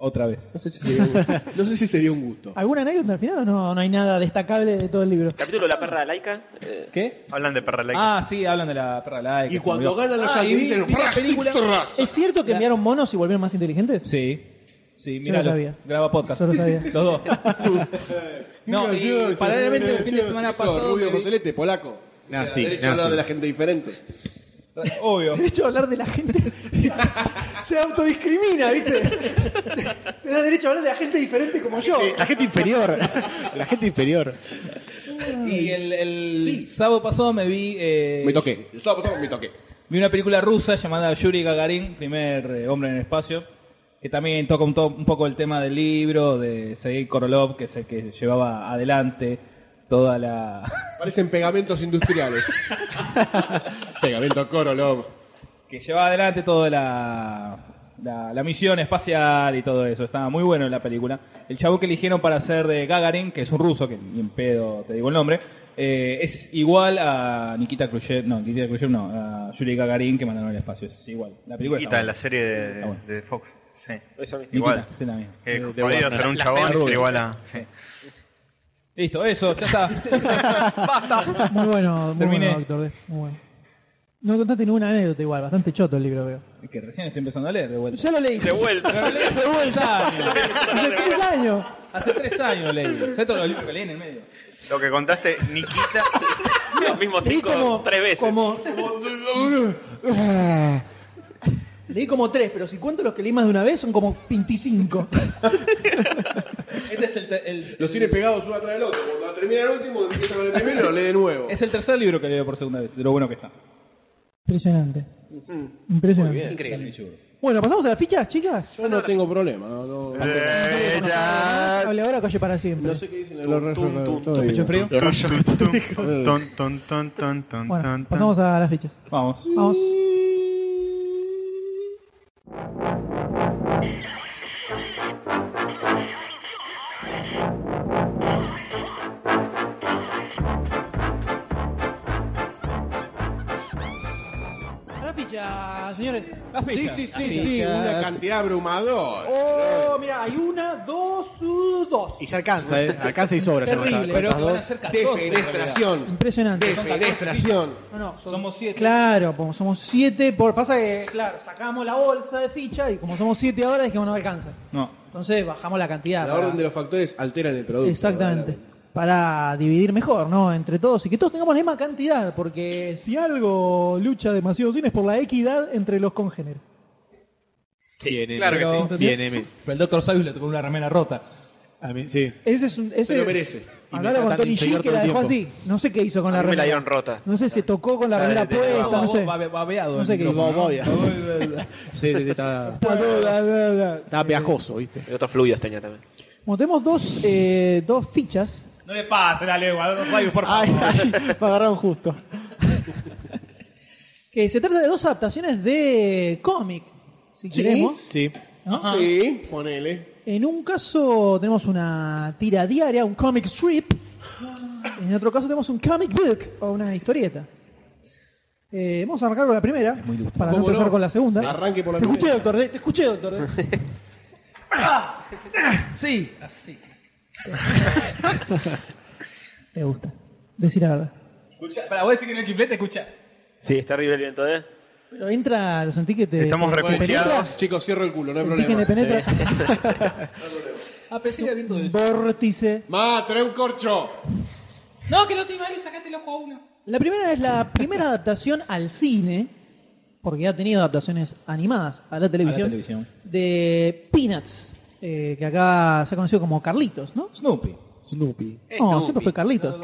[SPEAKER 9] Otra vez.
[SPEAKER 2] No sé si sería un gusto. No sé si sería un gusto.
[SPEAKER 9] Ah,
[SPEAKER 3] ¿Alguna anécdota al final o no, no hay nada destacable de todo el libro?
[SPEAKER 6] Capítulo de la perra laica. eh,
[SPEAKER 9] ¿Qué?
[SPEAKER 7] Hablan de perra laica.
[SPEAKER 9] Ah, sí, hablan de la perra laica.
[SPEAKER 2] Y
[SPEAKER 9] se
[SPEAKER 2] cuando
[SPEAKER 9] murió.
[SPEAKER 2] ganan los
[SPEAKER 9] Ah, y
[SPEAKER 2] yankees
[SPEAKER 9] vi-
[SPEAKER 2] dicen
[SPEAKER 9] vi la película-
[SPEAKER 2] "Rastra".
[SPEAKER 3] ¿Es cierto que enviaron monos y volvieron más inteligentes?
[SPEAKER 9] Sí. Sí,
[SPEAKER 3] Yo
[SPEAKER 9] mira,
[SPEAKER 3] lo sabía.
[SPEAKER 9] graba podcast.
[SPEAKER 3] Yo lo sabía.
[SPEAKER 9] Los dos. no, y
[SPEAKER 2] Mira, yo,
[SPEAKER 9] paralelamente el fin de
[SPEAKER 2] yo,
[SPEAKER 9] semana
[SPEAKER 2] yo,
[SPEAKER 9] pasado.
[SPEAKER 2] Rubio
[SPEAKER 9] me vi-
[SPEAKER 2] Coselete, polaco.
[SPEAKER 13] Nazi,
[SPEAKER 2] Derecho a hablar
[SPEAKER 13] nazi.
[SPEAKER 2] de la gente diferente.
[SPEAKER 9] Obvio.
[SPEAKER 3] Derecho a hablar de la gente. Se autodiscrimina, ¿viste? Te da derecho a hablar de la gente diferente como yo.
[SPEAKER 4] La gente inferior. La gente inferior.
[SPEAKER 9] Y el, el sábado pasado me vi. eh,
[SPEAKER 2] Me toqué. El sábado pasado me toqué.
[SPEAKER 9] Vi una película rusa llamada Yuri Gagarin, primer eh, hombre en el espacio, que también toca un, to- un poco el tema del libro de Sergei Korolov, que es el que llevaba adelante toda la...
[SPEAKER 2] Parecen pegamentos industriales. Pegamento Corolov.
[SPEAKER 9] que llevaba adelante toda la, la, la misión espacial y todo eso. Estaba muy bueno en la película. El chavo que eligieron para hacer de Gagarin, que es un ruso, que ni en pedo te digo el nombre, eh, es igual a Nikita Khrushchev, no, Nikita Khrushchev no, a Yuri Gagarin que mandaron al espacio, es igual. La película está
[SPEAKER 7] Quita la
[SPEAKER 9] buena.
[SPEAKER 7] serie de,
[SPEAKER 9] Está bueno.
[SPEAKER 7] de Fox. Sí.
[SPEAKER 6] Eso mismo.
[SPEAKER 7] Igual.
[SPEAKER 9] Nikita, sí, la misma.
[SPEAKER 7] Que
[SPEAKER 9] De- de
[SPEAKER 7] podía ser un chabón y ser igual a. sí.
[SPEAKER 9] Listo, eso, ya está.
[SPEAKER 3] Muy bueno, muy
[SPEAKER 9] Terminé.
[SPEAKER 3] bueno, doctor D. Muy bueno. No contaste ninguna anécdota igual, bastante choto el libro, veo.
[SPEAKER 9] que recién estoy empezando a leer de vuelta.
[SPEAKER 3] Ya lo leí.
[SPEAKER 6] De vuelta.
[SPEAKER 9] Pero leí hace tres años.
[SPEAKER 3] Hace tres años.
[SPEAKER 9] Hace tres años lo leí. ¿Sabes todos los libros que leí en el medio?
[SPEAKER 7] Lo que contaste, Nikita.
[SPEAKER 6] Los mismos
[SPEAKER 3] Leí
[SPEAKER 6] cinco,
[SPEAKER 3] como,
[SPEAKER 6] tres veces.
[SPEAKER 3] como- leí como tres, pero si cuento los que leí más de una vez son como 25.
[SPEAKER 9] Este es el, te- el-
[SPEAKER 2] Los tiene pegados uno atrás del otro. Cuando termina el último, empieza con el primero y lo lee de nuevo.
[SPEAKER 9] es el tercer libro que leo por segunda vez, de lo bueno que está.
[SPEAKER 3] Impresionante. Impresionante.
[SPEAKER 8] Increíble.
[SPEAKER 3] Bueno, pasamos a las fichas, chicas.
[SPEAKER 2] Mm. Yo no tengo problema. No, no,
[SPEAKER 7] Eh, ya.
[SPEAKER 3] Hable ahora o calle para siempre.
[SPEAKER 2] no sé qué dicen los
[SPEAKER 6] tum, tum, tum.
[SPEAKER 2] resto.
[SPEAKER 9] ¿Pecho frío?
[SPEAKER 7] Tun, tun, tun, tun, tun, tun, tun, tun,
[SPEAKER 3] Bueno,
[SPEAKER 7] tun.
[SPEAKER 3] pasamos a las fichas.
[SPEAKER 9] Vamos.
[SPEAKER 3] Vamos. La ficha, señores.
[SPEAKER 2] Sí, sí, sí, sí. Una cantidad abrumadora.
[SPEAKER 3] Oh, mira, hay una, dos, uh, dos.
[SPEAKER 4] Y ya alcanza, ¿eh? Alcanza y sobra. ya con
[SPEAKER 3] Terrible.
[SPEAKER 4] esta- con
[SPEAKER 9] Pero
[SPEAKER 4] estas
[SPEAKER 9] van a
[SPEAKER 4] dos.
[SPEAKER 9] ser 14. en realidad.
[SPEAKER 2] Defenestración.
[SPEAKER 3] Impresionante.
[SPEAKER 2] Defenestración.
[SPEAKER 3] No, no, son-
[SPEAKER 9] Somos siete.
[SPEAKER 3] Claro, como somos siete, por, pasa que, claro, sacamos la bolsa de ficha y como somos siete ahora dijimos no alcanza.
[SPEAKER 9] No.
[SPEAKER 3] Entonces bajamos la
[SPEAKER 9] Ah,
[SPEAKER 3] cantidad.
[SPEAKER 2] La
[SPEAKER 3] para-
[SPEAKER 2] orden de los factores alteran el producto.
[SPEAKER 3] Exactamente. Para dividir mejor, ¿no? Entre todos y que todos tengamos la misma cantidad, porque si algo lucha demasiado cine es por la equidad entre los congéneres.
[SPEAKER 4] Bien, M.
[SPEAKER 8] claro que sí.
[SPEAKER 4] Bien, M.
[SPEAKER 9] Pero el doctor Sabius le tocó una remera rota.
[SPEAKER 4] A mí, sí.
[SPEAKER 3] Ese es un. Ese,
[SPEAKER 2] Se lo merece.
[SPEAKER 3] Hablaba con
[SPEAKER 4] tratan de
[SPEAKER 3] Tony G
[SPEAKER 4] integrar
[SPEAKER 3] que
[SPEAKER 4] todo
[SPEAKER 3] la
[SPEAKER 4] el
[SPEAKER 3] dejó así.
[SPEAKER 4] tiempo.
[SPEAKER 3] No sé qué hizo con
[SPEAKER 6] A
[SPEAKER 3] la
[SPEAKER 6] mí me
[SPEAKER 3] remera.
[SPEAKER 6] la dieron rota.
[SPEAKER 3] No sé, se tocó con la remera
[SPEAKER 6] de- de-
[SPEAKER 3] puesta,
[SPEAKER 6] de-
[SPEAKER 3] no sé.
[SPEAKER 9] Babe- babeado.
[SPEAKER 3] No sé
[SPEAKER 9] el
[SPEAKER 3] qué
[SPEAKER 9] micrófono.
[SPEAKER 4] hizo. Babia.
[SPEAKER 9] Babia.
[SPEAKER 4] Sí, sí, sí, está, está pegajoso, ¿viste?
[SPEAKER 6] Y otros fluidos tenía también.
[SPEAKER 3] Bueno, tenemos dos, eh, dos fichas.
[SPEAKER 9] No le pases la lengua, doctor Sabius, por favor.
[SPEAKER 4] Ay, ay, me agarraron justo.
[SPEAKER 3] Que se trata de dos adaptaciones de cómic, si
[SPEAKER 2] Sí.
[SPEAKER 3] queremos.
[SPEAKER 4] Sí.
[SPEAKER 3] ¿no?
[SPEAKER 2] Sí, ponele.
[SPEAKER 3] En un caso tenemos una tira diaria, un comic strip. En otro caso tenemos un comic book o una historieta. Eh, vamos a arrancar con la primera para no
[SPEAKER 2] ¿Cómo
[SPEAKER 3] empezar
[SPEAKER 2] no?
[SPEAKER 3] con la segunda.
[SPEAKER 2] Sí. Arranque por la
[SPEAKER 3] te escuché,
[SPEAKER 2] primera.
[SPEAKER 3] doctor. D, Te escuché, doctor. eh. D.
[SPEAKER 9] Sí, así.
[SPEAKER 3] Me gusta. Decir la verdad.
[SPEAKER 9] Escucha, para vos decir que en el chiflete escucha.
[SPEAKER 6] Sí, es terrible el viento, ¿eh?
[SPEAKER 3] Pero entra, lo sentí que te.
[SPEAKER 7] Estamos
[SPEAKER 3] te- te
[SPEAKER 7] recucheados.
[SPEAKER 3] penetra,
[SPEAKER 7] Chicos,
[SPEAKER 2] Chicos, cierro el culo, no hay
[SPEAKER 3] Sentí que me
[SPEAKER 2] problema.
[SPEAKER 3] penetra.
[SPEAKER 9] Ah, pensé que había visto de
[SPEAKER 3] Vórtice.
[SPEAKER 2] Ma, trae un corcho.
[SPEAKER 14] No, que no te iba a sacaste el ojo a uno.
[SPEAKER 3] La primera es la primera adaptación al cine, porque ha tenido adaptaciones animadas a la televisión,
[SPEAKER 9] televisión.
[SPEAKER 3] de Peanuts, eh, que acá se ha conocido como Carlitos, ¿no?
[SPEAKER 9] Snoopy.
[SPEAKER 4] Snoopy.
[SPEAKER 3] no, siempre fue Carlitos.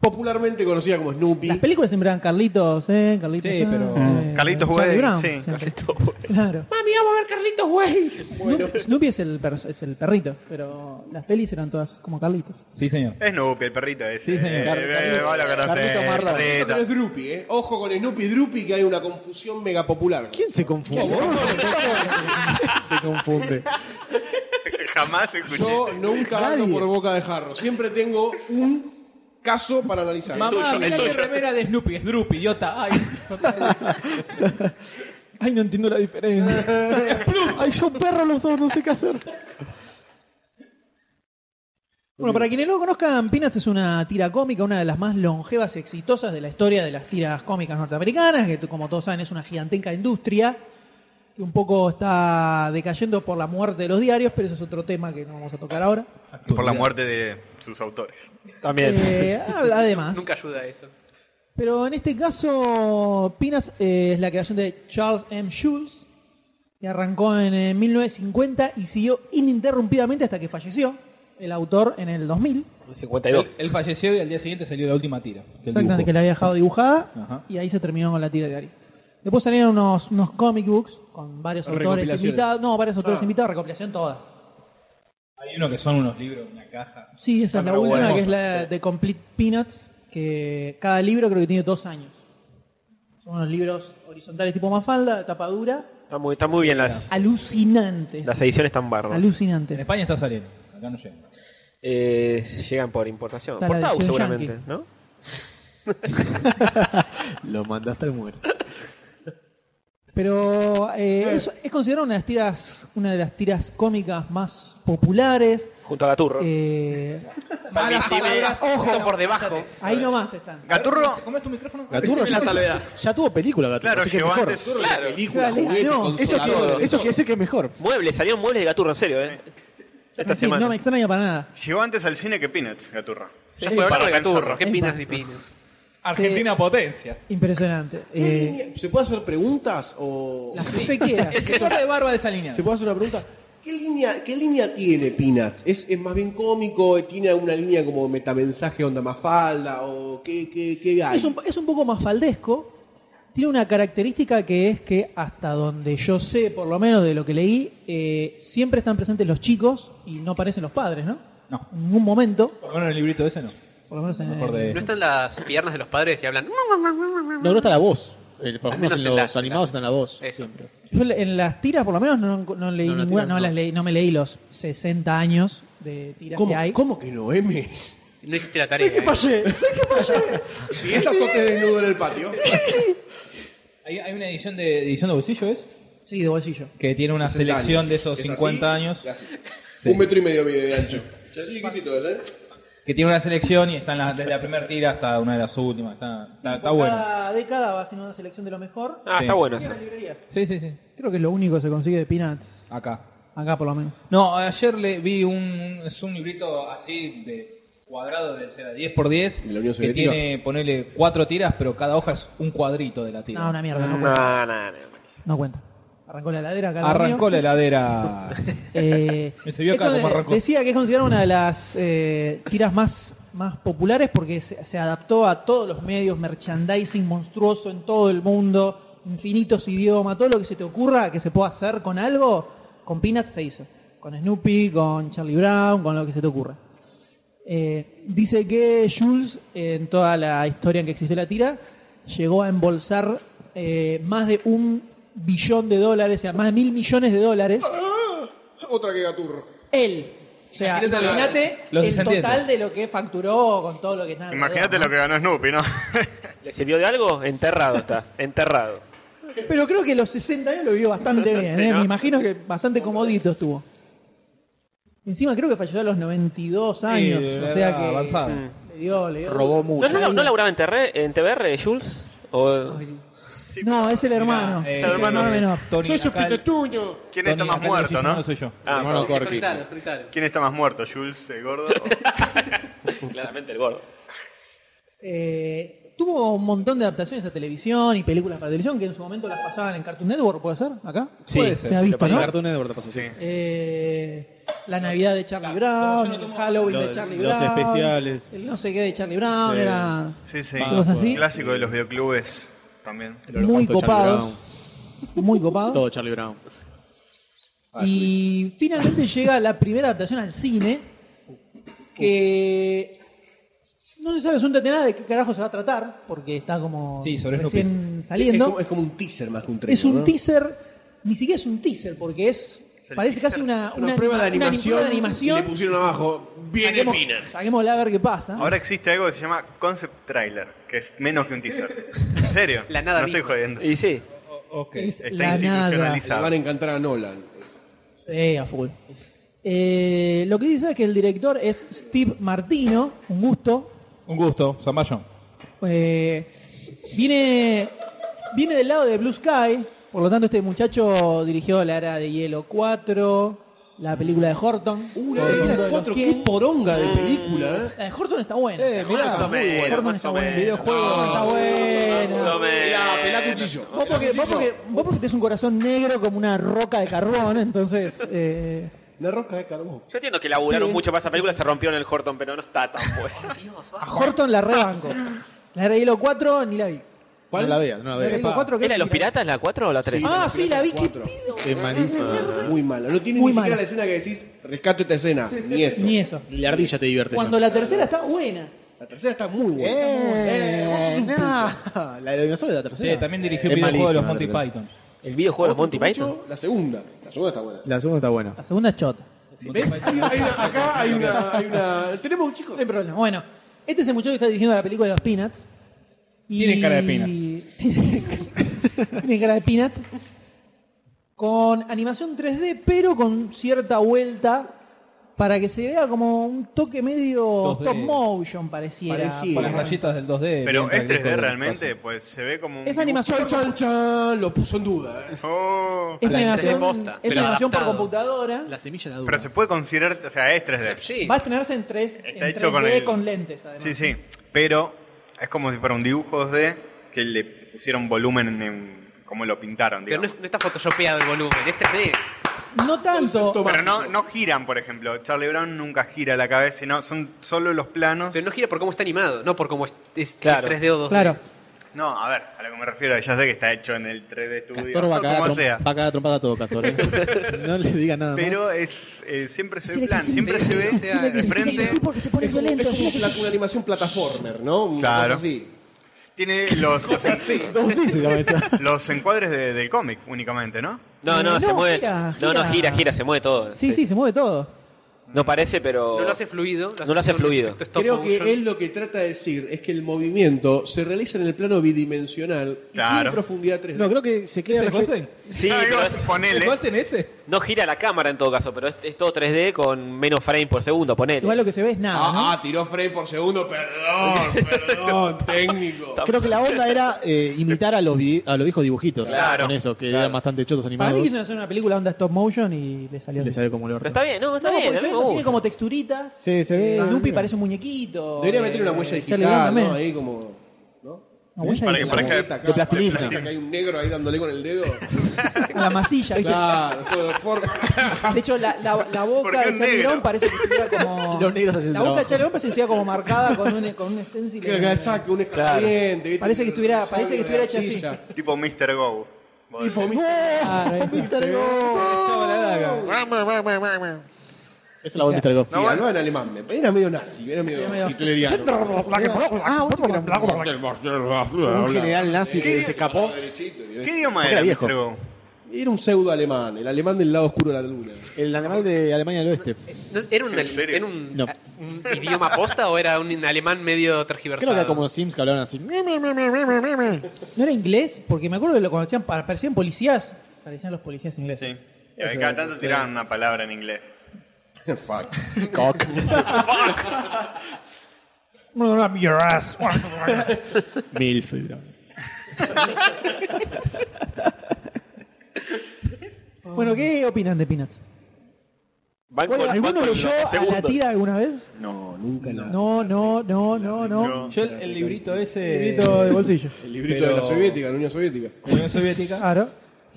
[SPEAKER 2] popularmente conocida como Snoopy.
[SPEAKER 3] Las películas siempre eran Carlitos, ¿eh? Carlitos.
[SPEAKER 2] Sí,
[SPEAKER 3] ah,
[SPEAKER 2] pero-
[SPEAKER 3] eh,
[SPEAKER 2] Carlitos
[SPEAKER 3] Charlie
[SPEAKER 2] Way,
[SPEAKER 3] Brown,
[SPEAKER 2] sí,
[SPEAKER 3] siempre.
[SPEAKER 2] Carlitos
[SPEAKER 3] Claro.
[SPEAKER 2] Mami, vamos a ver Carlitos, güey.
[SPEAKER 3] Snoopy, Snoopy es, el per- es el perrito, pero las pelis eran todas como Carlitos.
[SPEAKER 9] Sí, señor.
[SPEAKER 7] Es Snoopy, el perrito ese.
[SPEAKER 9] Sí, señor.
[SPEAKER 7] Eh,
[SPEAKER 9] Car-
[SPEAKER 7] eh,
[SPEAKER 9] Carlito-
[SPEAKER 7] vos lo conocés,
[SPEAKER 9] Carlito Marlon.
[SPEAKER 7] perrito.
[SPEAKER 2] Pero es Droopy, ¿eh? Ojo con Snoopy y Droopy que hay una confusión mega popular.
[SPEAKER 4] ¿Quién se confunde? se confunde.
[SPEAKER 7] Jamás escuché.
[SPEAKER 2] Yo nunca ando por boca de jarro. Siempre tengo un caso para analizar.
[SPEAKER 9] Mamá, mirá qué remera de Snoopy. Es Droopy, idiota. Ay,
[SPEAKER 3] Ay, no entiendo la diferencia. Ay, son perros los dos, no sé qué hacer. Bueno, para quienes no lo conozcan, Peanuts es una tira cómica, una de las más longevas y exitosas de la historia de las tiras cómicas norteamericanas, que como todos saben es una gigantesca industria que un poco está decayendo por la muerte de los diarios, pero eso es otro tema que no vamos a tocar ahora.
[SPEAKER 7] Por la muerte de sus autores.
[SPEAKER 6] También.
[SPEAKER 3] Eh, habla- además.
[SPEAKER 8] Nunca ayuda a eso.
[SPEAKER 3] Pero en este caso, Peanuts eh, es la creación de Charles M. Schulz, que arrancó en eh, 1950 y siguió ininterrumpidamente hasta que falleció el autor en el 2000.
[SPEAKER 6] 52.
[SPEAKER 9] Él, él falleció y al día siguiente salió la última tira. que él
[SPEAKER 3] Exactamente,
[SPEAKER 9] dibujó.
[SPEAKER 3] que la había dejado dibujada
[SPEAKER 9] Ajá.
[SPEAKER 3] y ahí se terminó con la tira de Gary. Después salieron unos, unos comic books con varios autores
[SPEAKER 9] Recopilaciones.
[SPEAKER 3] invitados. No, varios autores
[SPEAKER 9] Ah.
[SPEAKER 3] invitados, recopilación todas.
[SPEAKER 9] Hay uno que son unos libros, una caja.
[SPEAKER 3] Sí, esa es la
[SPEAKER 9] Ah, Pero
[SPEAKER 3] última,
[SPEAKER 9] bueno,
[SPEAKER 3] que es la de Complete Peanuts, que cada libro creo que tiene dos años. Son unos libros horizontales tipo Mafalda, tapa dura,
[SPEAKER 6] Está muy, está muy bien las,
[SPEAKER 3] alucinante.
[SPEAKER 6] las ediciones están bárbaras.
[SPEAKER 9] En
[SPEAKER 3] Alucinante.
[SPEAKER 9] España está saliendo. Acá no llega.
[SPEAKER 6] Eh, llegan por importación.
[SPEAKER 3] Está la
[SPEAKER 6] Por Tau
[SPEAKER 3] edición
[SPEAKER 6] seguramente,
[SPEAKER 3] yankee.
[SPEAKER 6] ¿no?
[SPEAKER 4] Lo mandaste al muerto.
[SPEAKER 3] Pero eh, es, es considerada una de las tiras, una de las tiras cómicas más populares.
[SPEAKER 6] Junto a Gaturro.
[SPEAKER 3] Eh,
[SPEAKER 8] Malas palabras, ojo por debajo.
[SPEAKER 3] ahí nomás están.
[SPEAKER 7] Gaturro.
[SPEAKER 9] ¿Cómo es tu micrófono?
[SPEAKER 2] Este
[SPEAKER 4] Gaturro ya, ya tuvo película, Gaturro.
[SPEAKER 7] Claro,
[SPEAKER 4] así que
[SPEAKER 7] llegó
[SPEAKER 4] mejor.
[SPEAKER 7] antes. Claro.
[SPEAKER 2] Película,
[SPEAKER 4] Dale,
[SPEAKER 2] juguete,
[SPEAKER 4] no, eso
[SPEAKER 2] consolador.
[SPEAKER 4] quiere, eso quiere decir que es mejor.
[SPEAKER 6] Muebles, salieron muebles de Gaturro, en serio, ¿eh? Esta
[SPEAKER 3] Sí,
[SPEAKER 6] semana.
[SPEAKER 3] no me extraña para nada.
[SPEAKER 7] Llegó antes al cine que Peanuts, Gaturro.
[SPEAKER 8] Ya fue hablar de Gaturro. ¿Qué
[SPEAKER 3] Es
[SPEAKER 8] opinas
[SPEAKER 3] pa-
[SPEAKER 8] de Pines?
[SPEAKER 9] Argentina potencia.
[SPEAKER 3] Impresionante.
[SPEAKER 2] ¿Qué
[SPEAKER 3] Eh,
[SPEAKER 2] línea- ¿Se puede hacer preguntas o
[SPEAKER 3] las que usted quiera.
[SPEAKER 9] El sector de barba desalineada.
[SPEAKER 2] se puede hacer una pregunta? ¿Qué línea, qué línea tiene Peanuts? ¿Es, es más bien cómico? ¿Tiene alguna línea como metamensaje onda mafalda? ¿O qué, qué, qué hay?
[SPEAKER 3] Es un, es un poco más faldesco. Tiene una característica que es que hasta donde yo sé, por lo menos de lo que leí, eh, siempre están presentes los chicos y no aparecen los padres, ¿no?
[SPEAKER 9] No.
[SPEAKER 3] En ningún momento,
[SPEAKER 9] Por lo menos en el librito ese no.
[SPEAKER 3] por lo menos en
[SPEAKER 9] Mejor de-
[SPEAKER 8] ¿No están las piernas de los padres y hablan?
[SPEAKER 4] No, no está la voz. El, por lo
[SPEAKER 8] Al
[SPEAKER 4] menos
[SPEAKER 8] menos
[SPEAKER 4] en
[SPEAKER 8] en la-
[SPEAKER 4] los animados está la voz.
[SPEAKER 8] Eso.
[SPEAKER 4] Siempre.
[SPEAKER 3] Yo le- en las tiras, por lo menos, no, no leí
[SPEAKER 4] No, en las
[SPEAKER 3] ninguna,
[SPEAKER 4] tiras
[SPEAKER 3] no,
[SPEAKER 4] no.
[SPEAKER 3] las leí, no me leí los 60 años de tiras
[SPEAKER 2] ¿Cómo,
[SPEAKER 3] que hay.
[SPEAKER 2] cómo que no, M?
[SPEAKER 8] No hiciste la tarea. ¿eh?
[SPEAKER 3] fallé! ¡Sé que fallé!
[SPEAKER 2] ¿Y es azote desnudo en el patio?
[SPEAKER 9] Hay, hay una edición de edición de bolsillo, ¿es?
[SPEAKER 3] Sí, de bolsillo.
[SPEAKER 9] Que tiene una
[SPEAKER 2] 60
[SPEAKER 9] selección
[SPEAKER 2] años.
[SPEAKER 9] de esos
[SPEAKER 2] Es así,
[SPEAKER 9] 50 años.
[SPEAKER 2] y así.
[SPEAKER 9] Sí.
[SPEAKER 2] Un metro y medio medio de ancho. Ya sí, chiquitito, ¿eh?
[SPEAKER 9] Que tiene una selección y están las, desde la primera tira hasta una de las últimas. Está, está, está bueno.
[SPEAKER 3] Cada década va haciendo una selección de lo mejor.
[SPEAKER 6] Ah,
[SPEAKER 9] Sí.
[SPEAKER 6] está bueno eso.
[SPEAKER 3] Librerías.
[SPEAKER 9] Sí, sí, sí.
[SPEAKER 3] Creo que es lo único que se consigue de Peanuts.
[SPEAKER 9] Acá.
[SPEAKER 3] Acá, por lo menos.
[SPEAKER 9] No, ayer le vi un, es un librito así de cuadrado de será 10 por 10
[SPEAKER 2] ¿De la Unión
[SPEAKER 9] que
[SPEAKER 2] Soviética?
[SPEAKER 9] tiene ponele cuatro tiras, pero cada hoja es un cuadrito de la tira.
[SPEAKER 3] No, una mierda, no
[SPEAKER 6] No,
[SPEAKER 3] cuenta.
[SPEAKER 6] no, no. no.
[SPEAKER 3] No cuenta. Arrancó la heladera acá. al lado
[SPEAKER 9] Arrancó la
[SPEAKER 3] mío.
[SPEAKER 9] heladera.
[SPEAKER 3] Eh,
[SPEAKER 9] Me se vio acá
[SPEAKER 3] esto
[SPEAKER 9] cómo
[SPEAKER 3] de-
[SPEAKER 9] arrancó.
[SPEAKER 3] Decía que es considerada una de las eh, tiras más, más populares porque se, se adaptó a todos los medios, merchandising monstruoso en todo el mundo, infinitos idiomas, todo lo que se te ocurra que se pueda hacer con algo, con Peanuts se hizo. Con Snoopy, con Charlie Brown, con lo que se te ocurra. Eh, dice que Jules, eh, en toda la historia en que existió la tira, llegó a embolsar eh, más de un billón de dólares, o sea, más de mil millones de dólares.
[SPEAKER 2] Otra que gaturro.
[SPEAKER 3] Él. O sea,
[SPEAKER 9] Imagínate lo-
[SPEAKER 3] imagínate
[SPEAKER 9] los
[SPEAKER 3] el
[SPEAKER 9] descendientes.
[SPEAKER 3] total de lo que facturó con todo lo que nada.
[SPEAKER 7] Imagínate lo que ganó Snoopy, ¿no?
[SPEAKER 6] ¿Le sirvió de algo? Enterrado está. Enterrado.
[SPEAKER 3] Pero creo que los 60 años lo vivió bastante bien, ¿eh?
[SPEAKER 6] ¿no?
[SPEAKER 3] me imagino que bastante comodito estuvo. Encima creo que falleció a los 92 años,
[SPEAKER 9] de
[SPEAKER 3] o
[SPEAKER 9] la
[SPEAKER 3] sea
[SPEAKER 9] edad
[SPEAKER 3] que
[SPEAKER 9] avanzada.
[SPEAKER 3] le dio, le dio.
[SPEAKER 4] Robó
[SPEAKER 6] ¿No,
[SPEAKER 4] mucho.
[SPEAKER 6] no, no laburaba en, TR en TBR, eh, Jules? ¿O
[SPEAKER 3] No, es el hermano.
[SPEAKER 9] Eh,
[SPEAKER 3] es el hermano menor.
[SPEAKER 9] Tony Nacal-
[SPEAKER 7] ¿Quién
[SPEAKER 9] Tony
[SPEAKER 7] está más
[SPEAKER 9] Nacal
[SPEAKER 7] muerto,
[SPEAKER 9] decís,
[SPEAKER 7] no?
[SPEAKER 9] soy yo.
[SPEAKER 6] Ah,
[SPEAKER 4] hermano Corky.
[SPEAKER 8] Conectalo, conectalo.
[SPEAKER 7] ¿Quién está más muerto, Jules, el gordo? o-
[SPEAKER 6] claramente el gordo.
[SPEAKER 3] Eh, tuvo un montón de adaptaciones a televisión y películas para televisión que en su momento las pasaban en Cartoon Network, ¿puede ser? ¿Acá?
[SPEAKER 6] Sí,
[SPEAKER 3] Puede,
[SPEAKER 6] sí,
[SPEAKER 3] se ha
[SPEAKER 6] sí,
[SPEAKER 3] visto,
[SPEAKER 4] Pasa
[SPEAKER 3] ¿no?
[SPEAKER 4] Cartoon Network, te pasó.
[SPEAKER 7] Sí.
[SPEAKER 3] Eh, la Navidad de Charlie Brown, el Halloween
[SPEAKER 4] Los-
[SPEAKER 3] de Charlie
[SPEAKER 4] los
[SPEAKER 3] Brown.
[SPEAKER 4] especiales.
[SPEAKER 3] El no sé qué de Charlie Brown,
[SPEAKER 4] Sí.
[SPEAKER 3] era
[SPEAKER 7] Sí, sí.
[SPEAKER 3] cosas así.
[SPEAKER 7] Clásico de los videoclubes también.
[SPEAKER 3] muy copados. Muy copados.
[SPEAKER 4] Todo Charlie Brown.
[SPEAKER 3] Y finalmente llega la primera adaptación al cine que no se sabe absolutamente nada de qué carajo se va a tratar porque está como
[SPEAKER 9] Sí, sobre
[SPEAKER 3] recién
[SPEAKER 9] Snoopy.
[SPEAKER 3] saliendo.
[SPEAKER 2] Es como, es como un teaser más que un trailer.
[SPEAKER 3] es un
[SPEAKER 2] ¿no?
[SPEAKER 3] teaser, ni siquiera es un teaser porque es
[SPEAKER 7] el
[SPEAKER 3] parece
[SPEAKER 7] teaser.
[SPEAKER 3] casi una,
[SPEAKER 2] Es una, prueba de
[SPEAKER 3] una- una
[SPEAKER 2] animación.
[SPEAKER 3] prueba de animación.
[SPEAKER 2] Y le pusieron abajo. Viene
[SPEAKER 3] Saquemos-
[SPEAKER 2] Peanuts.
[SPEAKER 3] saquémosla a ver qué pasa.
[SPEAKER 7] Ahora existe algo que se llama concept trailer, que es menos que un teaser. En serio.
[SPEAKER 8] La nada
[SPEAKER 7] No estoy
[SPEAKER 8] misma.
[SPEAKER 7] jodiendo.
[SPEAKER 6] Y sí,
[SPEAKER 3] es
[SPEAKER 7] Está
[SPEAKER 3] la nada.
[SPEAKER 2] Le
[SPEAKER 7] institucionalizado.
[SPEAKER 2] van a encantar a Nolan.
[SPEAKER 3] Sí, a full. Eh, lo que dice es que el director es Steve Martino, un gusto.
[SPEAKER 9] Un gusto, Zamballón.
[SPEAKER 3] Eh, viene, viene del lado de Blue Sky, por lo tanto este muchacho dirigió La Era de Hielo 4, la película de Horton.
[SPEAKER 2] Una
[SPEAKER 6] Uh,
[SPEAKER 3] Todo el
[SPEAKER 2] de
[SPEAKER 3] mundo
[SPEAKER 2] las
[SPEAKER 3] los
[SPEAKER 2] cuatro, qué
[SPEAKER 3] quién.
[SPEAKER 2] poronga
[SPEAKER 3] Mm.
[SPEAKER 2] de película, ¿eh?
[SPEAKER 3] La de Horton está buena.
[SPEAKER 9] mirá,
[SPEAKER 6] o menos,
[SPEAKER 3] Horton
[SPEAKER 6] más
[SPEAKER 3] está
[SPEAKER 6] o
[SPEAKER 3] buena.
[SPEAKER 6] menos.
[SPEAKER 3] Videojuego está buena.
[SPEAKER 6] Más o menos.
[SPEAKER 2] Pelá, Ah, pelá cuchillo.
[SPEAKER 3] Vos porque, vos, porque, vos porque tenés un corazón negro como una roca de carbón, entonces... eh,
[SPEAKER 2] La roca de carbón.
[SPEAKER 6] Yo entiendo que laburaron
[SPEAKER 3] Sí.
[SPEAKER 6] mucho para esa película, se rompió en el Horton, pero no está tan bueno.
[SPEAKER 3] A Horton la rebanco. La de Hielo 4 ni la vi.
[SPEAKER 4] No la veas, no la
[SPEAKER 3] La Era
[SPEAKER 4] veas.
[SPEAKER 3] Hielo 4 creo
[SPEAKER 6] ¿Era
[SPEAKER 3] que ni
[SPEAKER 6] los
[SPEAKER 3] la vi.
[SPEAKER 6] piratas la 4 o la 3?
[SPEAKER 2] Sí.
[SPEAKER 3] Ah, sí, la vi. ¿Qué
[SPEAKER 2] Cuatro.
[SPEAKER 3] pido?
[SPEAKER 4] Es malísimo.
[SPEAKER 2] Muy mala. No tiene
[SPEAKER 3] Muy
[SPEAKER 2] ni siquiera
[SPEAKER 3] mala.
[SPEAKER 2] la escena que decís, rescato esta escena. Ni eso.
[SPEAKER 3] Ni eso.
[SPEAKER 4] Ni la ardilla te divierte.
[SPEAKER 3] Cuando
[SPEAKER 4] John.
[SPEAKER 3] la tercera está buena.
[SPEAKER 2] La tercera está muy buena.
[SPEAKER 4] Eh,
[SPEAKER 2] vos sos un
[SPEAKER 4] no. La de los dinosaurios de la tercera.
[SPEAKER 9] Sí, también dirigió
[SPEAKER 4] Es
[SPEAKER 9] el videojuego de los Monty
[SPEAKER 4] malísima la tercera.
[SPEAKER 9] Python.
[SPEAKER 6] ¿El videojuego de
[SPEAKER 3] Oh,
[SPEAKER 6] los Monty
[SPEAKER 2] Cucho,
[SPEAKER 6] Python?
[SPEAKER 2] La segunda. La segunda está buena.
[SPEAKER 4] La segunda está buena.
[SPEAKER 3] La segunda es chota.
[SPEAKER 2] ¿Ves? Hay una- hay una- acá hay una, hay una. Tenemos chicos.
[SPEAKER 3] No hay problema. Bueno, este es el muchacho que está dirigiendo la película de los Peanuts. Y-
[SPEAKER 9] Tiene cara de
[SPEAKER 3] Tiene, tiene cara de Peanut. Con animación 3D, pero con cierta vuelta para que se vea como un toque medio
[SPEAKER 9] 2D.
[SPEAKER 3] stop motion pareciera.
[SPEAKER 2] Pareciera.
[SPEAKER 9] Con las rayitas del 2D.
[SPEAKER 7] Pero este
[SPEAKER 9] mientras
[SPEAKER 7] es
[SPEAKER 9] el disco
[SPEAKER 7] 3D
[SPEAKER 9] del
[SPEAKER 7] realmente,
[SPEAKER 9] espacio.
[SPEAKER 7] pues se ve como un...
[SPEAKER 3] Es animación.
[SPEAKER 2] Chan, chan, chan, lo puso en duda. eh.
[SPEAKER 7] Oh.
[SPEAKER 3] Es
[SPEAKER 8] La
[SPEAKER 3] animación,
[SPEAKER 8] 3D posta,
[SPEAKER 3] es
[SPEAKER 8] pero
[SPEAKER 3] animación por
[SPEAKER 8] adaptado.
[SPEAKER 3] computadora.
[SPEAKER 4] La semilla de la
[SPEAKER 7] Pero
[SPEAKER 4] duda.
[SPEAKER 7] se puede considerar, o sea, es 3D.
[SPEAKER 8] Sí.
[SPEAKER 3] Va a estrenarse en 3
[SPEAKER 7] Está
[SPEAKER 3] en
[SPEAKER 7] hecho con
[SPEAKER 3] 3D
[SPEAKER 7] el-
[SPEAKER 3] con lentes, además.
[SPEAKER 7] Sí, sí. Pero es como si fuera un dibujo 2D que le pusieron volumen en como lo pintaron,
[SPEAKER 8] Pero no,
[SPEAKER 7] digamos.
[SPEAKER 8] es- no está photoshopeado el volumen. Este es de-
[SPEAKER 3] No tanto.
[SPEAKER 7] Pero no, no giran, por ejemplo. Charlie Brown nunca gira la cabeza, sino son solo los planos.
[SPEAKER 8] Pero no gira por cómo está animado, no por cómo es, es
[SPEAKER 6] Claro.
[SPEAKER 8] 3D o 2D.
[SPEAKER 3] Claro.
[SPEAKER 7] No, a ver, a lo que me refiero, ya sé que está hecho en el 3D Studio,
[SPEAKER 4] Castor va a
[SPEAKER 7] no,
[SPEAKER 4] cagar
[SPEAKER 7] como
[SPEAKER 4] trom-
[SPEAKER 7] sea.
[SPEAKER 4] va a cagar trompada a todo, Castor. ¿eh? No le diga nada más.
[SPEAKER 7] Pero es eh, siempre se
[SPEAKER 3] Sí,
[SPEAKER 7] ve
[SPEAKER 3] que
[SPEAKER 7] plan,
[SPEAKER 3] sí,
[SPEAKER 7] siempre
[SPEAKER 8] sí,
[SPEAKER 7] se ve
[SPEAKER 8] sí,
[SPEAKER 7] sea,
[SPEAKER 8] sí,
[SPEAKER 7] de
[SPEAKER 8] sí,
[SPEAKER 7] frente.
[SPEAKER 3] Sí, porque se pone
[SPEAKER 2] Es como,
[SPEAKER 3] violento.
[SPEAKER 2] es
[SPEAKER 3] sí,
[SPEAKER 2] como
[SPEAKER 3] sí,
[SPEAKER 2] una,
[SPEAKER 3] sí.
[SPEAKER 2] una animación plataformer, ¿no? Una
[SPEAKER 7] Claro.
[SPEAKER 2] cosa Así.
[SPEAKER 7] Tiene los, los,
[SPEAKER 4] Dos veces se llama esa.
[SPEAKER 7] los encuadres de- del cómic únicamente, ¿no?
[SPEAKER 6] No, no,
[SPEAKER 3] No,
[SPEAKER 6] se mueve.
[SPEAKER 3] gira,
[SPEAKER 6] No, no,
[SPEAKER 3] gira.
[SPEAKER 6] gira, gira, se mueve todo.
[SPEAKER 3] Sí, sí, se mueve todo.
[SPEAKER 6] No parece, pero.
[SPEAKER 8] No lo hace fluido.
[SPEAKER 6] No lo hace
[SPEAKER 8] con un
[SPEAKER 6] fluido.
[SPEAKER 8] efecto stop
[SPEAKER 2] Creo que
[SPEAKER 8] motion.
[SPEAKER 2] él lo que trata de decir es que el movimiento se realiza en el plano bidimensional y tiene
[SPEAKER 7] Claro.
[SPEAKER 2] profundidad 3D.
[SPEAKER 4] No, creo que se
[SPEAKER 9] ¿Es
[SPEAKER 4] queda.
[SPEAKER 9] el
[SPEAKER 4] refe-
[SPEAKER 9] Golden?
[SPEAKER 6] Sí,
[SPEAKER 7] Ah,
[SPEAKER 6] pero
[SPEAKER 7] digo,
[SPEAKER 6] es-
[SPEAKER 7] ponele.
[SPEAKER 9] ¿El Golden ese?
[SPEAKER 6] no gira la cámara en todo caso, pero es, es todo 3D con menos frame por segundo, ponele.
[SPEAKER 3] Igual lo que se ve es nada. ¿no?
[SPEAKER 2] Ah, ah, tiró frame por segundo, perdón, perdón, técnico.
[SPEAKER 4] Creo que la onda era eh, imitar a los, vi- a los viejos dibujitos.
[SPEAKER 7] Claro.
[SPEAKER 4] Con eso, que eran bastante chotos
[SPEAKER 3] Para mí
[SPEAKER 4] animados.
[SPEAKER 3] quiso hacer una película onda stop motion y le salió.
[SPEAKER 4] Le
[SPEAKER 3] bien.
[SPEAKER 4] salió como el orto.
[SPEAKER 6] Pero está bien, no, está
[SPEAKER 3] No,
[SPEAKER 6] bien.
[SPEAKER 3] porque
[SPEAKER 6] a
[SPEAKER 3] se
[SPEAKER 6] mí
[SPEAKER 3] ve-
[SPEAKER 6] me
[SPEAKER 3] tiene
[SPEAKER 6] gusta.
[SPEAKER 3] como texturitas.
[SPEAKER 4] Sí, se ve.
[SPEAKER 3] Eh, Dupi parece un muñequito.
[SPEAKER 2] Debería
[SPEAKER 3] eh,
[SPEAKER 2] meter una huella
[SPEAKER 3] Charlie Brown
[SPEAKER 2] digital,
[SPEAKER 3] también.
[SPEAKER 2] ¿no? Ahí como... ¿no?
[SPEAKER 3] Una huella
[SPEAKER 7] Para que
[SPEAKER 3] digital.
[SPEAKER 7] parezca-
[SPEAKER 2] Acá,
[SPEAKER 4] De plastilina.
[SPEAKER 2] Que hay un negro ahí dándole con el dedo.
[SPEAKER 3] La masilla, ¿viste?
[SPEAKER 2] Claro, todo de forma.
[SPEAKER 3] De hecho, la, la, la
[SPEAKER 7] ¿Por
[SPEAKER 3] boca
[SPEAKER 7] qué
[SPEAKER 3] de
[SPEAKER 7] un
[SPEAKER 3] Charlie
[SPEAKER 7] negro?
[SPEAKER 3] Brown parece que estuviera como.
[SPEAKER 4] Los negros hacen
[SPEAKER 3] La
[SPEAKER 4] el
[SPEAKER 3] boca de
[SPEAKER 4] trabajo.
[SPEAKER 3] Charlie Brown parece que estuviera como marcada con un, con un stencil.
[SPEAKER 2] Que acá saque un escaladiente, ¿viste?
[SPEAKER 3] Parece que estuviera-
[SPEAKER 2] Un
[SPEAKER 3] parece que
[SPEAKER 2] dinosaurio
[SPEAKER 3] estuviera
[SPEAKER 2] de
[SPEAKER 3] hecha
[SPEAKER 2] arcilla.
[SPEAKER 7] Tipo Mr. Go.
[SPEAKER 2] Tipo, mi-
[SPEAKER 3] Claro, ahí.
[SPEAKER 9] Chavo, la daga.
[SPEAKER 4] Esa es la voz de Mr. Go.
[SPEAKER 2] Sí, hablaba en alemán. me- Era medio nazi, era medio
[SPEAKER 3] medio-
[SPEAKER 2] hitleriano.
[SPEAKER 4] Ah, vos sos un- un general nazi que se escapó.
[SPEAKER 2] Derechito, y
[SPEAKER 7] ¿Qué
[SPEAKER 2] ves.
[SPEAKER 7] idioma
[SPEAKER 4] Era
[SPEAKER 7] era,
[SPEAKER 4] viejo.
[SPEAKER 7] Mr. Go?
[SPEAKER 2] Era un pseudo alemán, el alemán del lado oscuro de la luna.
[SPEAKER 4] El animal de Alemania del Oeste.
[SPEAKER 8] No, ¿Era un,
[SPEAKER 7] ¿En serio?
[SPEAKER 8] era un- ah,
[SPEAKER 4] No.
[SPEAKER 8] un idioma posta o era un alemán medio
[SPEAKER 4] Creo
[SPEAKER 8] tergiversado?
[SPEAKER 4] que era como los Sims que hablaban así.
[SPEAKER 3] ¿No era inglés? Porque me acuerdo de lo cuando hacían- aparecían policías. Parecían los policías ingleses.
[SPEAKER 7] Sí. Y a cada tanto tiraban una palabra en inglés.
[SPEAKER 2] Fuck.
[SPEAKER 4] Cock. Milf.
[SPEAKER 3] Bueno, ¿qué opinan de Peanuts?
[SPEAKER 6] Van con- van
[SPEAKER 3] ¿Alguno
[SPEAKER 6] con
[SPEAKER 3] leyó
[SPEAKER 6] los
[SPEAKER 3] a la
[SPEAKER 6] segundos.
[SPEAKER 3] tira alguna vez?
[SPEAKER 2] No, nunca la-
[SPEAKER 3] No, no, no, no, no.
[SPEAKER 9] Yo el, el librito ese.
[SPEAKER 3] Librito de bolsillo.
[SPEAKER 2] El librito
[SPEAKER 9] Pero-
[SPEAKER 3] Eh,
[SPEAKER 2] de la soviética, la Unión Soviética.
[SPEAKER 9] Unión Soviética.
[SPEAKER 3] Claro.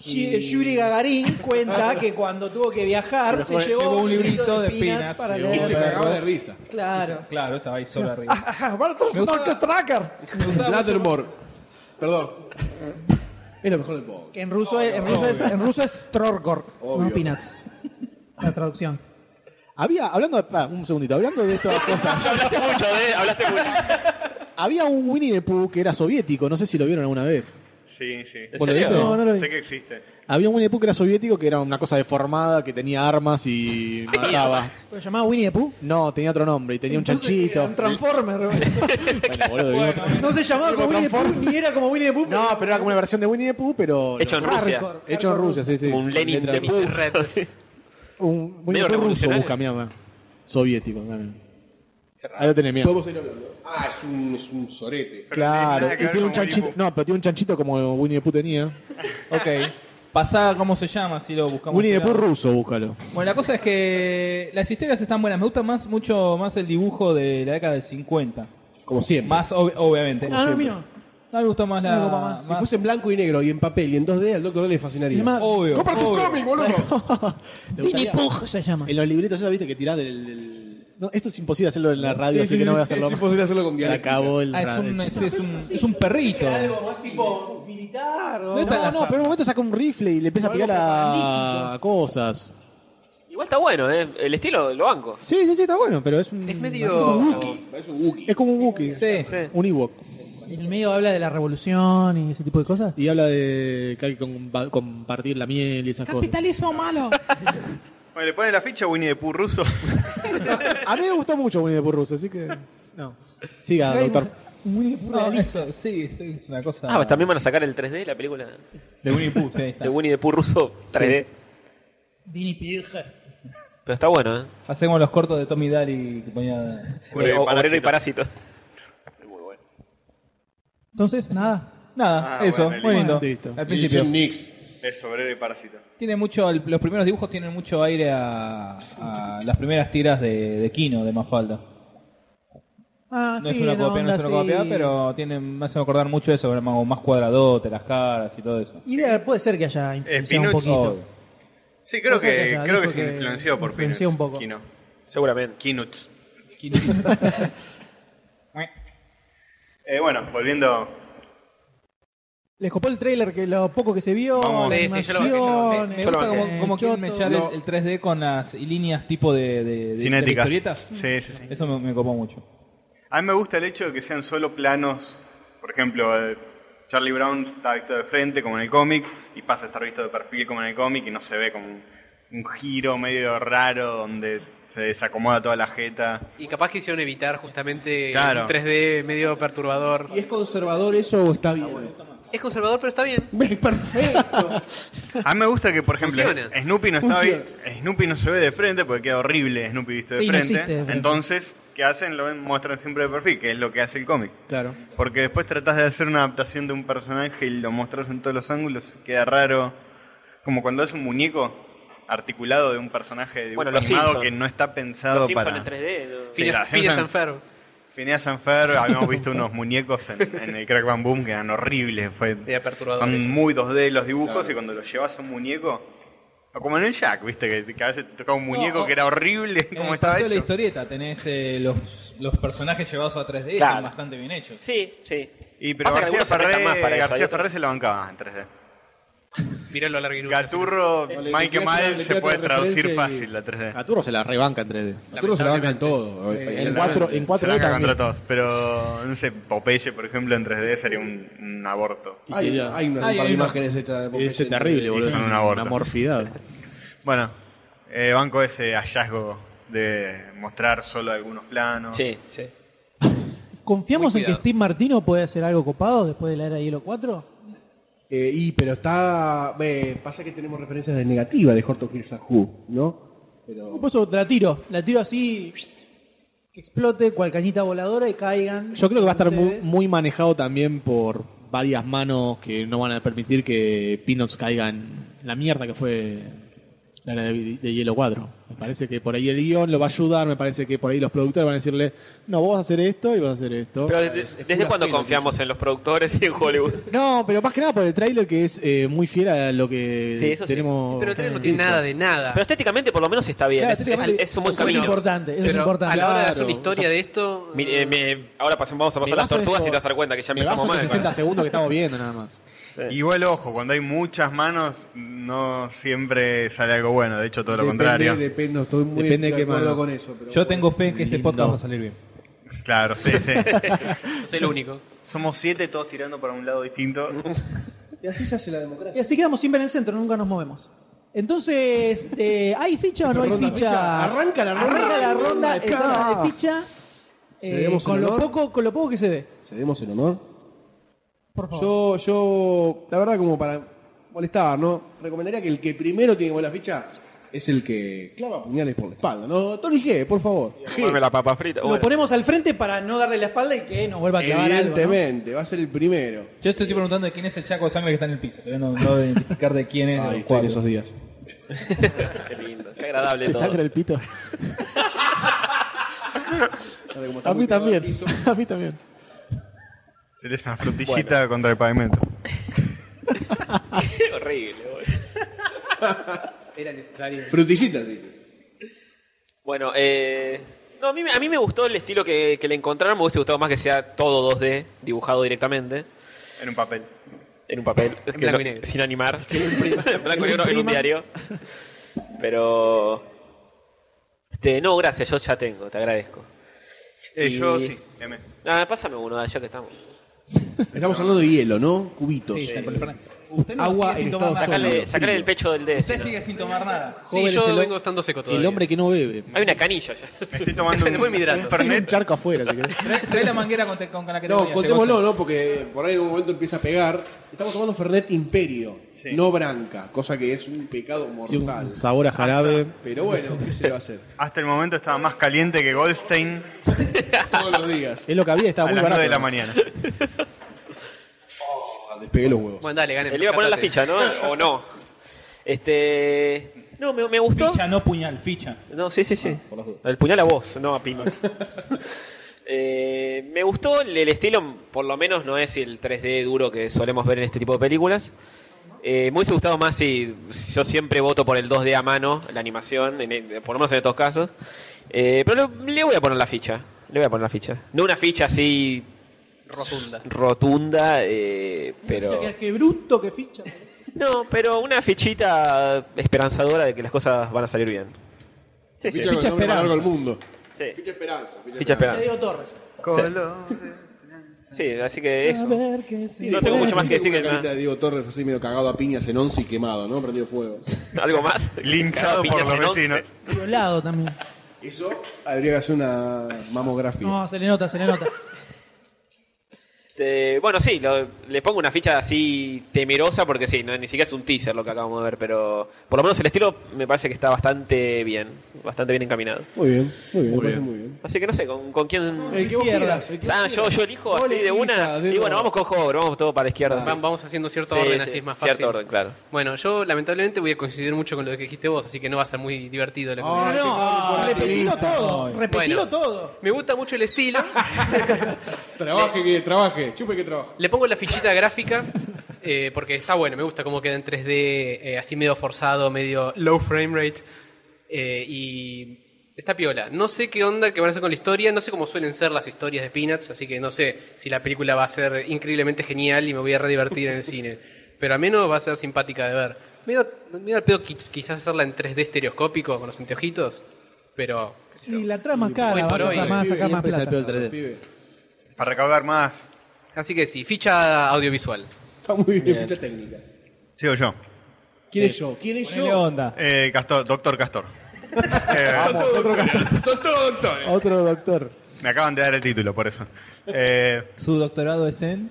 [SPEAKER 3] Y- Yuri Gagarin cuenta que cuando tuvo que viajar se llevó,
[SPEAKER 9] un librito de
[SPEAKER 3] Peanuts
[SPEAKER 9] Peanuts
[SPEAKER 3] para
[SPEAKER 9] llevó
[SPEAKER 3] leer.
[SPEAKER 9] un perro.
[SPEAKER 3] Claro.
[SPEAKER 9] Claro, estaba ahí solo arriba.
[SPEAKER 3] Ajá, Bartos
[SPEAKER 9] Me gusta-
[SPEAKER 3] Narcos Tracker.
[SPEAKER 2] Blattermore. Perdón. Es lo mejor del pobre.
[SPEAKER 3] Que en ruso, es, en, ruso es, en ruso es Trorgork, no Peanuts. La traducción.
[SPEAKER 4] Había, hablando de, pará, un segundito, hablando de estas cosas,
[SPEAKER 6] hablaste mucho de. Hablaste mucho.
[SPEAKER 4] había un Winnie the Pooh que era soviético, no sé si lo vieron alguna vez.
[SPEAKER 7] Sí, sí.
[SPEAKER 4] ¿Vos lo serio? viste? No, no lo vi.
[SPEAKER 7] Sé que existe.
[SPEAKER 4] Había un Winnie the Pooh que era soviético, que era una cosa deformada, que tenía armas y mataba.
[SPEAKER 3] ¿Lo llamaba Winnie the Pooh?
[SPEAKER 4] No, tenía otro nombre y tenía
[SPEAKER 3] Entonces,
[SPEAKER 4] un chanchito.
[SPEAKER 3] era Un Transformer.
[SPEAKER 4] Bueno, boludo, digo-
[SPEAKER 3] no se llamaba como Winnie the Pooh ni era como Winnie the Pooh.
[SPEAKER 4] No, pero era como una versión de Winnie the Pooh, pero...
[SPEAKER 6] Hecho en Rusia.
[SPEAKER 4] Hardcore, Hecho en Rusia, sí, sí.
[SPEAKER 6] Un Lenin
[SPEAKER 4] Letra-
[SPEAKER 6] de Pooh.
[SPEAKER 4] Un Winnie
[SPEAKER 6] Medio
[SPEAKER 4] the Pooh ruso
[SPEAKER 6] revolucionario.
[SPEAKER 4] busca mierda. Soviético, claro. Ahí lo tenés, mira.
[SPEAKER 2] Podemos ir hablando. Ah, es un, es un sorete.
[SPEAKER 4] Claro,
[SPEAKER 2] Pero
[SPEAKER 4] y
[SPEAKER 2] no
[SPEAKER 4] tiene un
[SPEAKER 2] tiene nada que ver con
[SPEAKER 4] chanchito. No, pero tiene un chanchito como Winnie the Pooh tenía.
[SPEAKER 9] Ok. Pasá, ¿cómo se llama? Si lo buscamos.
[SPEAKER 4] Winnie the Pooh
[SPEAKER 9] Claro.
[SPEAKER 4] ruso, búscalo.
[SPEAKER 9] Bueno, la cosa es que las historias están buenas. Me gusta más, mucho más el dibujo de la década del 50.
[SPEAKER 2] Como siempre.
[SPEAKER 9] Más, ob- obviamente.
[SPEAKER 3] Ah, no, mira.
[SPEAKER 9] No me gustó más la.
[SPEAKER 3] Una copa más.
[SPEAKER 2] Si
[SPEAKER 9] más-
[SPEAKER 2] fuese en blanco y negro y en papel y en 2D, al doctor le
[SPEAKER 3] Se
[SPEAKER 2] fascinaría.
[SPEAKER 3] llama
[SPEAKER 9] Obvio. Ah,
[SPEAKER 2] ¡Compra tu
[SPEAKER 9] obvio.
[SPEAKER 2] cómic, boludo!
[SPEAKER 3] Winnie Pooh se llama.
[SPEAKER 4] En los libritos, ¿ya lo viste que tirás del... del- No, esto es imposible hacerlo en la radio, así que no voy a hacerlo.
[SPEAKER 2] Es
[SPEAKER 4] más.
[SPEAKER 2] imposible hacerlo con
[SPEAKER 4] Se
[SPEAKER 2] dialecto.
[SPEAKER 4] acabó el
[SPEAKER 9] Ah, es
[SPEAKER 4] radio,
[SPEAKER 9] un,
[SPEAKER 4] chico.
[SPEAKER 9] es, es un, es un perrito.
[SPEAKER 3] Algo más tipo militar. o-
[SPEAKER 9] No está
[SPEAKER 4] No,
[SPEAKER 9] la
[SPEAKER 4] no,
[SPEAKER 9] zapa.
[SPEAKER 4] pero en un momento saca un rifle y le empieza a
[SPEAKER 3] Algo
[SPEAKER 4] tirar a cosas.
[SPEAKER 6] Igual está bueno, ¿eh? El estilo lo banco.
[SPEAKER 4] Sí, sí, sí, está bueno, pero es un.
[SPEAKER 8] Es medio-
[SPEAKER 4] Es, un Wookiee.
[SPEAKER 2] Es un Wookiee.
[SPEAKER 4] Es como un Wookiee.
[SPEAKER 9] Sí.
[SPEAKER 6] Sí.
[SPEAKER 4] Un Ewok.
[SPEAKER 3] En el medio habla de la revolución y ese tipo de cosas.
[SPEAKER 4] Y habla de que hay que compa- compartir la miel y esas cosas.
[SPEAKER 15] Capitalismo malo.
[SPEAKER 7] Bueno, le ponen la ficha a Winnie the Pooh ruso.
[SPEAKER 4] A mí me gustó mucho Winnie the Pooh ruso, así que. No. Siga, doctor.
[SPEAKER 3] Winnie the Pooh
[SPEAKER 9] No,
[SPEAKER 3] realista.
[SPEAKER 9] eso, sí, esto es una cosa.
[SPEAKER 6] Ah, pues también van a sacar el 3D, la película
[SPEAKER 9] De Winnie Pooh, sí, ahí está.
[SPEAKER 6] de Winnie the Pooh ruso 3D.
[SPEAKER 3] Winnie Pieja.
[SPEAKER 6] Pero está bueno, ¿eh?
[SPEAKER 9] Hacemos los cortos de Tommy Daly que ponía.
[SPEAKER 7] Obrero
[SPEAKER 6] Eh,
[SPEAKER 7] y
[SPEAKER 6] Obrero y parásito.
[SPEAKER 3] Entonces, nada.
[SPEAKER 9] Nada,
[SPEAKER 7] Ah,
[SPEAKER 9] eso,
[SPEAKER 7] bueno,
[SPEAKER 9] muy lindo.
[SPEAKER 4] listo. Listo.
[SPEAKER 2] Y
[SPEAKER 9] Al principio.
[SPEAKER 2] Jim Nix.
[SPEAKER 7] Es obrero y parásito.
[SPEAKER 9] Tiene mucho, el- los primeros dibujos tienen mucho aire a, a las primeras tiras de, de Kino, de Mafalda.
[SPEAKER 3] Ah,
[SPEAKER 9] No es
[SPEAKER 3] sí,
[SPEAKER 9] una
[SPEAKER 3] no,
[SPEAKER 9] copia, no es
[SPEAKER 3] onda,
[SPEAKER 9] una copia,
[SPEAKER 3] sí.
[SPEAKER 9] pero tiene, me hacen acordar mucho de eso, era más, más cuadradote, las caras y todo eso.
[SPEAKER 3] Y de- puede ser que haya influenciado un
[SPEAKER 7] Pinochet.
[SPEAKER 3] poquito.
[SPEAKER 9] Obvio.
[SPEAKER 7] Sí, creo
[SPEAKER 3] Cosa que
[SPEAKER 7] que,
[SPEAKER 3] ya
[SPEAKER 7] creo que
[SPEAKER 3] dijo
[SPEAKER 7] se
[SPEAKER 3] que
[SPEAKER 7] influenció por Peanuts.
[SPEAKER 3] influenció un poco.
[SPEAKER 7] Kino.
[SPEAKER 6] Seguramente.
[SPEAKER 7] Kinuts.
[SPEAKER 9] Mue.
[SPEAKER 7] Eh, bueno, volviendo.
[SPEAKER 3] Les copó el trailer, que lo poco que se vio.
[SPEAKER 7] Vamos.
[SPEAKER 8] Sí, sí, yo lo banqué, yo lo
[SPEAKER 9] Me
[SPEAKER 8] banqué.
[SPEAKER 3] animaciones,
[SPEAKER 6] Yo lo
[SPEAKER 9] gusta
[SPEAKER 6] banqué.
[SPEAKER 9] como, como
[SPEAKER 3] choto.
[SPEAKER 9] quieren mechar el,
[SPEAKER 2] No.
[SPEAKER 9] el 3D con las líneas tipo de, de, de- de la
[SPEAKER 7] Cinéticas.
[SPEAKER 9] historieta.
[SPEAKER 7] Sí, sí, sí.
[SPEAKER 9] Eso me, me copó mucho.
[SPEAKER 7] A mí me gusta el hecho de que sean solo planos. Por ejemplo, eh, Charlie Brown está visto de frente, como en el cómic, y pasa a estar visto de perfil, como en el cómic, y no se ve como un, un giro medio raro donde se desacomoda toda la jeta.
[SPEAKER 8] Y capaz quisieron evitar justamente
[SPEAKER 7] Claro.
[SPEAKER 8] un 3D medio perturbador.
[SPEAKER 2] ¿Y es conservador eso o está bien?
[SPEAKER 8] Es conservador, pero está bien.
[SPEAKER 2] Perfecto.
[SPEAKER 7] A mí me gusta que, por ejemplo,
[SPEAKER 8] Funciona.
[SPEAKER 7] Snoopy no está
[SPEAKER 2] Funciona.
[SPEAKER 7] ahí- Snoopy no se ve de frente porque queda horrible Snoopy visto de
[SPEAKER 3] Sí, no
[SPEAKER 7] frente.
[SPEAKER 3] existe de frente.
[SPEAKER 7] Entonces, ¿qué hacen? Lo ven- muestran siempre de perfil, que es lo que hace el cómic.
[SPEAKER 4] Claro.
[SPEAKER 7] Porque después tratás de hacer una adaptación de un personaje y lo mostrás en todos los ángulos, queda raro. Como cuando es un muñeco articulado de un personaje de
[SPEAKER 6] Bueno,
[SPEAKER 7] un
[SPEAKER 6] los
[SPEAKER 7] animado
[SPEAKER 6] Simpson.
[SPEAKER 7] que no está pensado
[SPEAKER 6] Los Simpsons
[SPEAKER 7] para.
[SPEAKER 6] en 3D. ¿no?
[SPEAKER 7] Sí, la Simpson-
[SPEAKER 8] Phineas, Phineas and Ferb.
[SPEAKER 7] Phineas and Ferb, habíamos visto unos muñecos en, en el Crack Bam Boom que eran horribles. Fue,
[SPEAKER 8] Era perturbador
[SPEAKER 7] son
[SPEAKER 8] eso.
[SPEAKER 7] muy 2D los dibujos y cuando los llevas a un muñeco. o Como en el Jack, viste, que, que a veces te tocaba un muñeco
[SPEAKER 9] o-
[SPEAKER 7] que era horrible
[SPEAKER 9] En
[SPEAKER 7] como
[SPEAKER 9] el
[SPEAKER 7] estaba
[SPEAKER 9] paseo de Eh, la
[SPEAKER 7] hecho.
[SPEAKER 9] historieta tenés eh, los, los personajes llevados a 3D,
[SPEAKER 6] Claro.
[SPEAKER 9] están bastante bien hechos.
[SPEAKER 6] Sí, sí.
[SPEAKER 7] Y pero
[SPEAKER 6] Pasa que
[SPEAKER 7] García
[SPEAKER 6] algunos se prestan
[SPEAKER 7] Ferré,
[SPEAKER 6] más para eso, hay
[SPEAKER 7] García
[SPEAKER 6] otros-
[SPEAKER 7] Ferré se la bancaba en 3D.
[SPEAKER 8] Miralo a la larguirucha.
[SPEAKER 7] Gaturro,
[SPEAKER 2] Le- le
[SPEAKER 7] Mike
[SPEAKER 2] queda- le
[SPEAKER 7] Mal
[SPEAKER 2] queda
[SPEAKER 7] se puede
[SPEAKER 2] otra referencia
[SPEAKER 7] traducir
[SPEAKER 2] y-
[SPEAKER 7] fácil la 3D.
[SPEAKER 4] Arturo se la rebanca en 3D.
[SPEAKER 2] Arturo se la banca en todo.
[SPEAKER 4] En cuatro, en
[SPEAKER 7] Se
[SPEAKER 4] cuatro
[SPEAKER 7] la
[SPEAKER 4] D
[SPEAKER 7] caga
[SPEAKER 4] también.
[SPEAKER 7] contra todos, pero no sé, Popeye, por ejemplo, en 3D sería un, un aborto.
[SPEAKER 4] Y
[SPEAKER 2] Hay,
[SPEAKER 4] sería-
[SPEAKER 2] hay una
[SPEAKER 9] Ay,
[SPEAKER 2] par de
[SPEAKER 9] hay una-
[SPEAKER 2] imágenes hechas de Popeye.
[SPEAKER 4] Ese es terrible, boludo.
[SPEAKER 7] son
[SPEAKER 4] es
[SPEAKER 7] una
[SPEAKER 4] una
[SPEAKER 7] borda.
[SPEAKER 4] morfidad.
[SPEAKER 7] Bueno, eh, banco ese hallazgo de mostrar solo algunos planos.
[SPEAKER 6] Sí, sí.
[SPEAKER 3] ¿Confiamos
[SPEAKER 8] Muy
[SPEAKER 3] en que
[SPEAKER 8] cuidado.
[SPEAKER 3] Steve Martino puede hacer algo copado después de la era de Hielo 4?
[SPEAKER 2] Eh, y pero está. eh, pasa que tenemos referencias de negativa de Horto Hears Who, ¿no? Pero.
[SPEAKER 3] Por eso te la tiro. La tiro así. Que explote cual cañita voladora y caigan.
[SPEAKER 4] Yo creo que va a estar muy,
[SPEAKER 3] ustedes.
[SPEAKER 4] muy manejado también por varias manos que no van a permitir que Pinox caiga en la mierda que fue la de, de Hielo 4. Me parece que por ahí el guión lo va a ayudar, me parece que por ahí los productores van a decirle, no, vos vas a hacer esto y vas a hacer esto.
[SPEAKER 6] Pero de- ¿Desde cuándo confiamos en los productores y en Hollywood?
[SPEAKER 4] No, pero más que nada por el tráiler que es eh, muy fiel a lo que
[SPEAKER 6] Sí, eso sí.
[SPEAKER 4] tenemos.
[SPEAKER 8] Pero el trailer no tiene nada de nada.
[SPEAKER 6] Pero estéticamente por lo menos está bien.
[SPEAKER 8] Claro,
[SPEAKER 6] es, es-
[SPEAKER 8] estéticamente-
[SPEAKER 6] es un buen
[SPEAKER 8] eso es
[SPEAKER 6] camino.
[SPEAKER 8] importante, eso es
[SPEAKER 6] Pero
[SPEAKER 8] importante. a la hora de hacer
[SPEAKER 6] claro,
[SPEAKER 8] una historia
[SPEAKER 6] o sea,
[SPEAKER 8] de esto-
[SPEAKER 6] mi- eh, mi- ahora pasemos- vamos a pasar
[SPEAKER 4] Me
[SPEAKER 6] las
[SPEAKER 4] baso
[SPEAKER 6] tortugas
[SPEAKER 4] esto-
[SPEAKER 6] y te vas a dar cuenta que ya
[SPEAKER 4] me
[SPEAKER 6] empezamos
[SPEAKER 4] baso en
[SPEAKER 6] mal.
[SPEAKER 4] los 60 segundos que estamos viendo nada más.
[SPEAKER 7] Igual, ojo, cuando hay muchas manos, no siempre sale algo bueno. De hecho, todo lo
[SPEAKER 2] Depende,
[SPEAKER 7] contrario.
[SPEAKER 2] depende, estoy muy
[SPEAKER 7] Depende
[SPEAKER 2] de
[SPEAKER 7] qué
[SPEAKER 2] acuerdo
[SPEAKER 7] mano.
[SPEAKER 2] con eso. pero
[SPEAKER 9] Yo
[SPEAKER 2] bueno.
[SPEAKER 9] tengo fe que este
[SPEAKER 7] Lindo.
[SPEAKER 9] podcast va a salir bien.
[SPEAKER 7] Claro, sí, sí.
[SPEAKER 8] No soy el único.
[SPEAKER 7] Somos siete, todos tirando para un lado distinto.
[SPEAKER 2] Y así se hace la democracia.
[SPEAKER 3] Y así quedamos siempre en el centro, nunca nos movemos. Entonces, eh, ¿hay ficha o no hay
[SPEAKER 2] Ronda,
[SPEAKER 3] ficha?
[SPEAKER 2] ficha. Arranca la ronda.
[SPEAKER 3] Arranca la ronda
[SPEAKER 2] de
[SPEAKER 3] de
[SPEAKER 2] ficha.
[SPEAKER 3] ronda de ficha. eh,
[SPEAKER 2] Cedemos
[SPEAKER 3] con,
[SPEAKER 2] el
[SPEAKER 3] lo
[SPEAKER 2] honor.
[SPEAKER 3] poco, con lo poco que se ve.
[SPEAKER 2] ¿Cedemos el honor?
[SPEAKER 3] Por favor.
[SPEAKER 2] Yo, yo, la verdad, como para molestar, ¿no? Recomendaría que el que primero tiene que poner la ficha es el que clava puñales por la espalda, ¿no? Tony G, por favor.
[SPEAKER 6] Comerme la papa frita.
[SPEAKER 3] Lo ponemos al frente para no darle la espalda y que nos vuelva a clavar algo. ¿no?
[SPEAKER 2] Evidentemente, va a ser el primero.
[SPEAKER 9] Yo te estoy preguntando de quién es el chaco de sangre que está en el piso. Todavía no no de identificar de quién
[SPEAKER 4] Ah,
[SPEAKER 9] es. de
[SPEAKER 4] este
[SPEAKER 2] Ahí
[SPEAKER 9] los
[SPEAKER 2] estoy en
[SPEAKER 9] cuatro.
[SPEAKER 2] esos días.
[SPEAKER 6] Qué lindo, qué agradable
[SPEAKER 4] ¿Te
[SPEAKER 6] todo.
[SPEAKER 4] sangra el pito?
[SPEAKER 2] Fíjate cómo está
[SPEAKER 4] A mí
[SPEAKER 2] muy pegado al
[SPEAKER 4] también.
[SPEAKER 2] piso.
[SPEAKER 4] A mí también.
[SPEAKER 7] Sería una frutillita contra el pavimento.
[SPEAKER 6] Qué horrible, boludo.
[SPEAKER 8] Era necesario.
[SPEAKER 2] Frutillitas, dices.
[SPEAKER 6] Bueno, eh, no, a, mí, me- a mí me gustó el estilo que, que le encontraron. Me hubiese gustado más que sea todo 2D, dibujado directamente,
[SPEAKER 7] En un papel.
[SPEAKER 6] en un papel, que
[SPEAKER 8] blanco
[SPEAKER 6] no-
[SPEAKER 8] y negro.
[SPEAKER 6] sin animar, en blanco y negro, en un
[SPEAKER 8] impriman.
[SPEAKER 6] diario. Pero. Este, no, gracias, yo ya tengo, te agradezco.
[SPEAKER 7] Eh,
[SPEAKER 6] Y-
[SPEAKER 7] Yo sí, M.
[SPEAKER 6] Ah, pásame uno, ya que estamos.
[SPEAKER 2] Estamos hablando de hielo, ¿no? Cubitos.
[SPEAKER 9] Sí, por el Fernández. Usted
[SPEAKER 2] Agua
[SPEAKER 9] sigue
[SPEAKER 2] en
[SPEAKER 9] tomar
[SPEAKER 2] estado
[SPEAKER 9] nada.
[SPEAKER 2] sólido.
[SPEAKER 6] Sacale, sacale el pecho del DS.
[SPEAKER 9] Usted sigue sin tomar nada.
[SPEAKER 8] Sí,
[SPEAKER 4] Joven es
[SPEAKER 8] yo
[SPEAKER 4] el
[SPEAKER 8] vengo estando seco todavía.
[SPEAKER 4] El hombre que no bebe.
[SPEAKER 6] Hay una canilla ya.
[SPEAKER 7] Me estoy tomando un,
[SPEAKER 8] Después me hidrato.
[SPEAKER 7] un
[SPEAKER 4] Tiene un
[SPEAKER 7] Fernet.
[SPEAKER 4] charco afuera, si querés.
[SPEAKER 9] Trae, trae la manguera con, te- con la que te
[SPEAKER 2] No,
[SPEAKER 9] bañaste,
[SPEAKER 2] contémoslo,
[SPEAKER 9] Gonza.
[SPEAKER 2] ¿no? Porque por ahí en un momento empieza a pegar. Estamos tomando Fernet Imperio,
[SPEAKER 7] Sí.
[SPEAKER 2] no Branca, cosa que es un pecado
[SPEAKER 4] Tiene
[SPEAKER 2] mortal.
[SPEAKER 4] un sabor a jarabe.
[SPEAKER 2] Pero bueno, ¿qué se le va a hacer?
[SPEAKER 7] Hasta el momento estaba más caliente que Goldstein
[SPEAKER 2] Todos los días.
[SPEAKER 4] Es lo que había, estaba
[SPEAKER 7] a
[SPEAKER 4] muy
[SPEAKER 7] las
[SPEAKER 4] barato.
[SPEAKER 7] 9 de la mañana.
[SPEAKER 2] Ah, Despegué los huevos.
[SPEAKER 8] Bueno, dale, ganen.
[SPEAKER 6] Le iba a poner la
[SPEAKER 8] Cátate.
[SPEAKER 6] ficha, ¿no? O no. Este. No, me, me gustó.
[SPEAKER 9] Ficha, no puñal, ficha.
[SPEAKER 6] No, sí, sí, sí. el puñal a vos, no a pinos. Eh, me gustó el, el estilo, por lo menos no es el 3D duro que solemos ver en este tipo de películas. Eh, me hubiese gustado más si si yo siempre voto por el 2D a mano, la animación, en- en- por lo menos en estos casos. Eh, pero le, le voy a poner la ficha. Le voy a poner la ficha. No una ficha así
[SPEAKER 8] Rotunda.
[SPEAKER 6] rotunda, eh, pero.
[SPEAKER 3] Qué, qué bruto, qué ficha.
[SPEAKER 6] No, pero una fichita esperanzadora de que las cosas van a salir bien. Sí, sí.
[SPEAKER 2] Ficha, con el nombre más largo del mundo.
[SPEAKER 6] Sí.
[SPEAKER 2] Ficha Esperanza. Ficha
[SPEAKER 6] Ficha
[SPEAKER 3] Te
[SPEAKER 6] esperanza.
[SPEAKER 3] digo Torres.
[SPEAKER 6] Sí, así que eso.
[SPEAKER 3] A ver qué se-
[SPEAKER 6] No tengo mucho más que
[SPEAKER 2] Tiene
[SPEAKER 6] decir que
[SPEAKER 2] una carita de
[SPEAKER 6] nada.
[SPEAKER 2] Diego Torres así medio cagado a piñas en once y quemado, ¿no? Prendido fuego.
[SPEAKER 6] algo más.
[SPEAKER 7] Linchado por
[SPEAKER 6] Piñas
[SPEAKER 7] los
[SPEAKER 6] en once.
[SPEAKER 7] vecinos.
[SPEAKER 3] Violado también.
[SPEAKER 2] Eso habría que hacer una mamografía.
[SPEAKER 3] No, se le nota, se le nota.
[SPEAKER 6] Este, bueno, sí, lo- le pongo una ficha así temerosa porque sí, no, ni siquiera es un teaser lo que acabamos de ver, pero por lo menos el estilo me parece que está bastante bien, bastante bien encaminado.
[SPEAKER 2] Muy bien, muy bien, me parece muy bien.
[SPEAKER 6] Así que no sé, ¿con, con quién...?
[SPEAKER 2] El que vos quieras. el que vos
[SPEAKER 6] Ah, yo,
[SPEAKER 2] quieras.
[SPEAKER 6] yo elijo
[SPEAKER 2] No
[SPEAKER 6] así de
[SPEAKER 2] elegís
[SPEAKER 6] una.
[SPEAKER 2] a dedo.
[SPEAKER 6] Y bueno, vamos con Hover, vamos todo para la izquierda.
[SPEAKER 8] Van- Vamos haciendo cierto
[SPEAKER 6] Sí,
[SPEAKER 8] orden,
[SPEAKER 6] sí,
[SPEAKER 8] así es más fácil.
[SPEAKER 6] cierto orden, claro.
[SPEAKER 8] Bueno, yo lamentablemente voy a coincidir mucho con lo que dijiste vos, así que no va a ser muy divertido. Lo
[SPEAKER 4] Oh.
[SPEAKER 8] que
[SPEAKER 2] Ay, qué
[SPEAKER 3] No,
[SPEAKER 2] corporativo.
[SPEAKER 3] repetilo todo. Repetilo
[SPEAKER 8] Bueno.
[SPEAKER 3] todo.
[SPEAKER 8] Me gusta mucho el estilo.
[SPEAKER 2] Trabaje que trabaje, chupe que trabaje.
[SPEAKER 8] Le pongo la fichita gráfica eh, porque está bueno, me gusta cómo queda en 3D, eh, así medio forzado, medio low frame rate. eh, y está piola. No sé qué onda que van a hacer con la historia, no sé cómo suelen ser las historias de Peanuts, así que no sé si la película va a ser increíblemente genial y me voy a redivertir en el cine. Pero a menos va a ser simpática de ver. Medio, medio al pedo qui- quizás hacerla en 3D estereoscópico con los anteojitos, pero qué sé yo.
[SPEAKER 3] Y la trama es cara,
[SPEAKER 8] Hoy
[SPEAKER 3] vas
[SPEAKER 8] por
[SPEAKER 3] a
[SPEAKER 8] hoy,
[SPEAKER 3] sacar más, sacar más
[SPEAKER 4] Siempre se
[SPEAKER 3] plata.
[SPEAKER 4] el 3D.
[SPEAKER 2] Pibe.
[SPEAKER 7] Para recaudar más.
[SPEAKER 8] Así que sí, ficha audiovisual.
[SPEAKER 2] Está muy bien, ficha técnica.
[SPEAKER 7] Sigo yo.
[SPEAKER 2] ¿Quién es yo? ¿Quién es
[SPEAKER 9] Ponele
[SPEAKER 2] yo?
[SPEAKER 9] onda.
[SPEAKER 7] Eh, Castor, doctor Castor. Eh,
[SPEAKER 2] Son todos doctores.
[SPEAKER 4] Otro doctor.
[SPEAKER 7] me acaban de dar el título, por eso. Eh,
[SPEAKER 9] Su doctorado es en.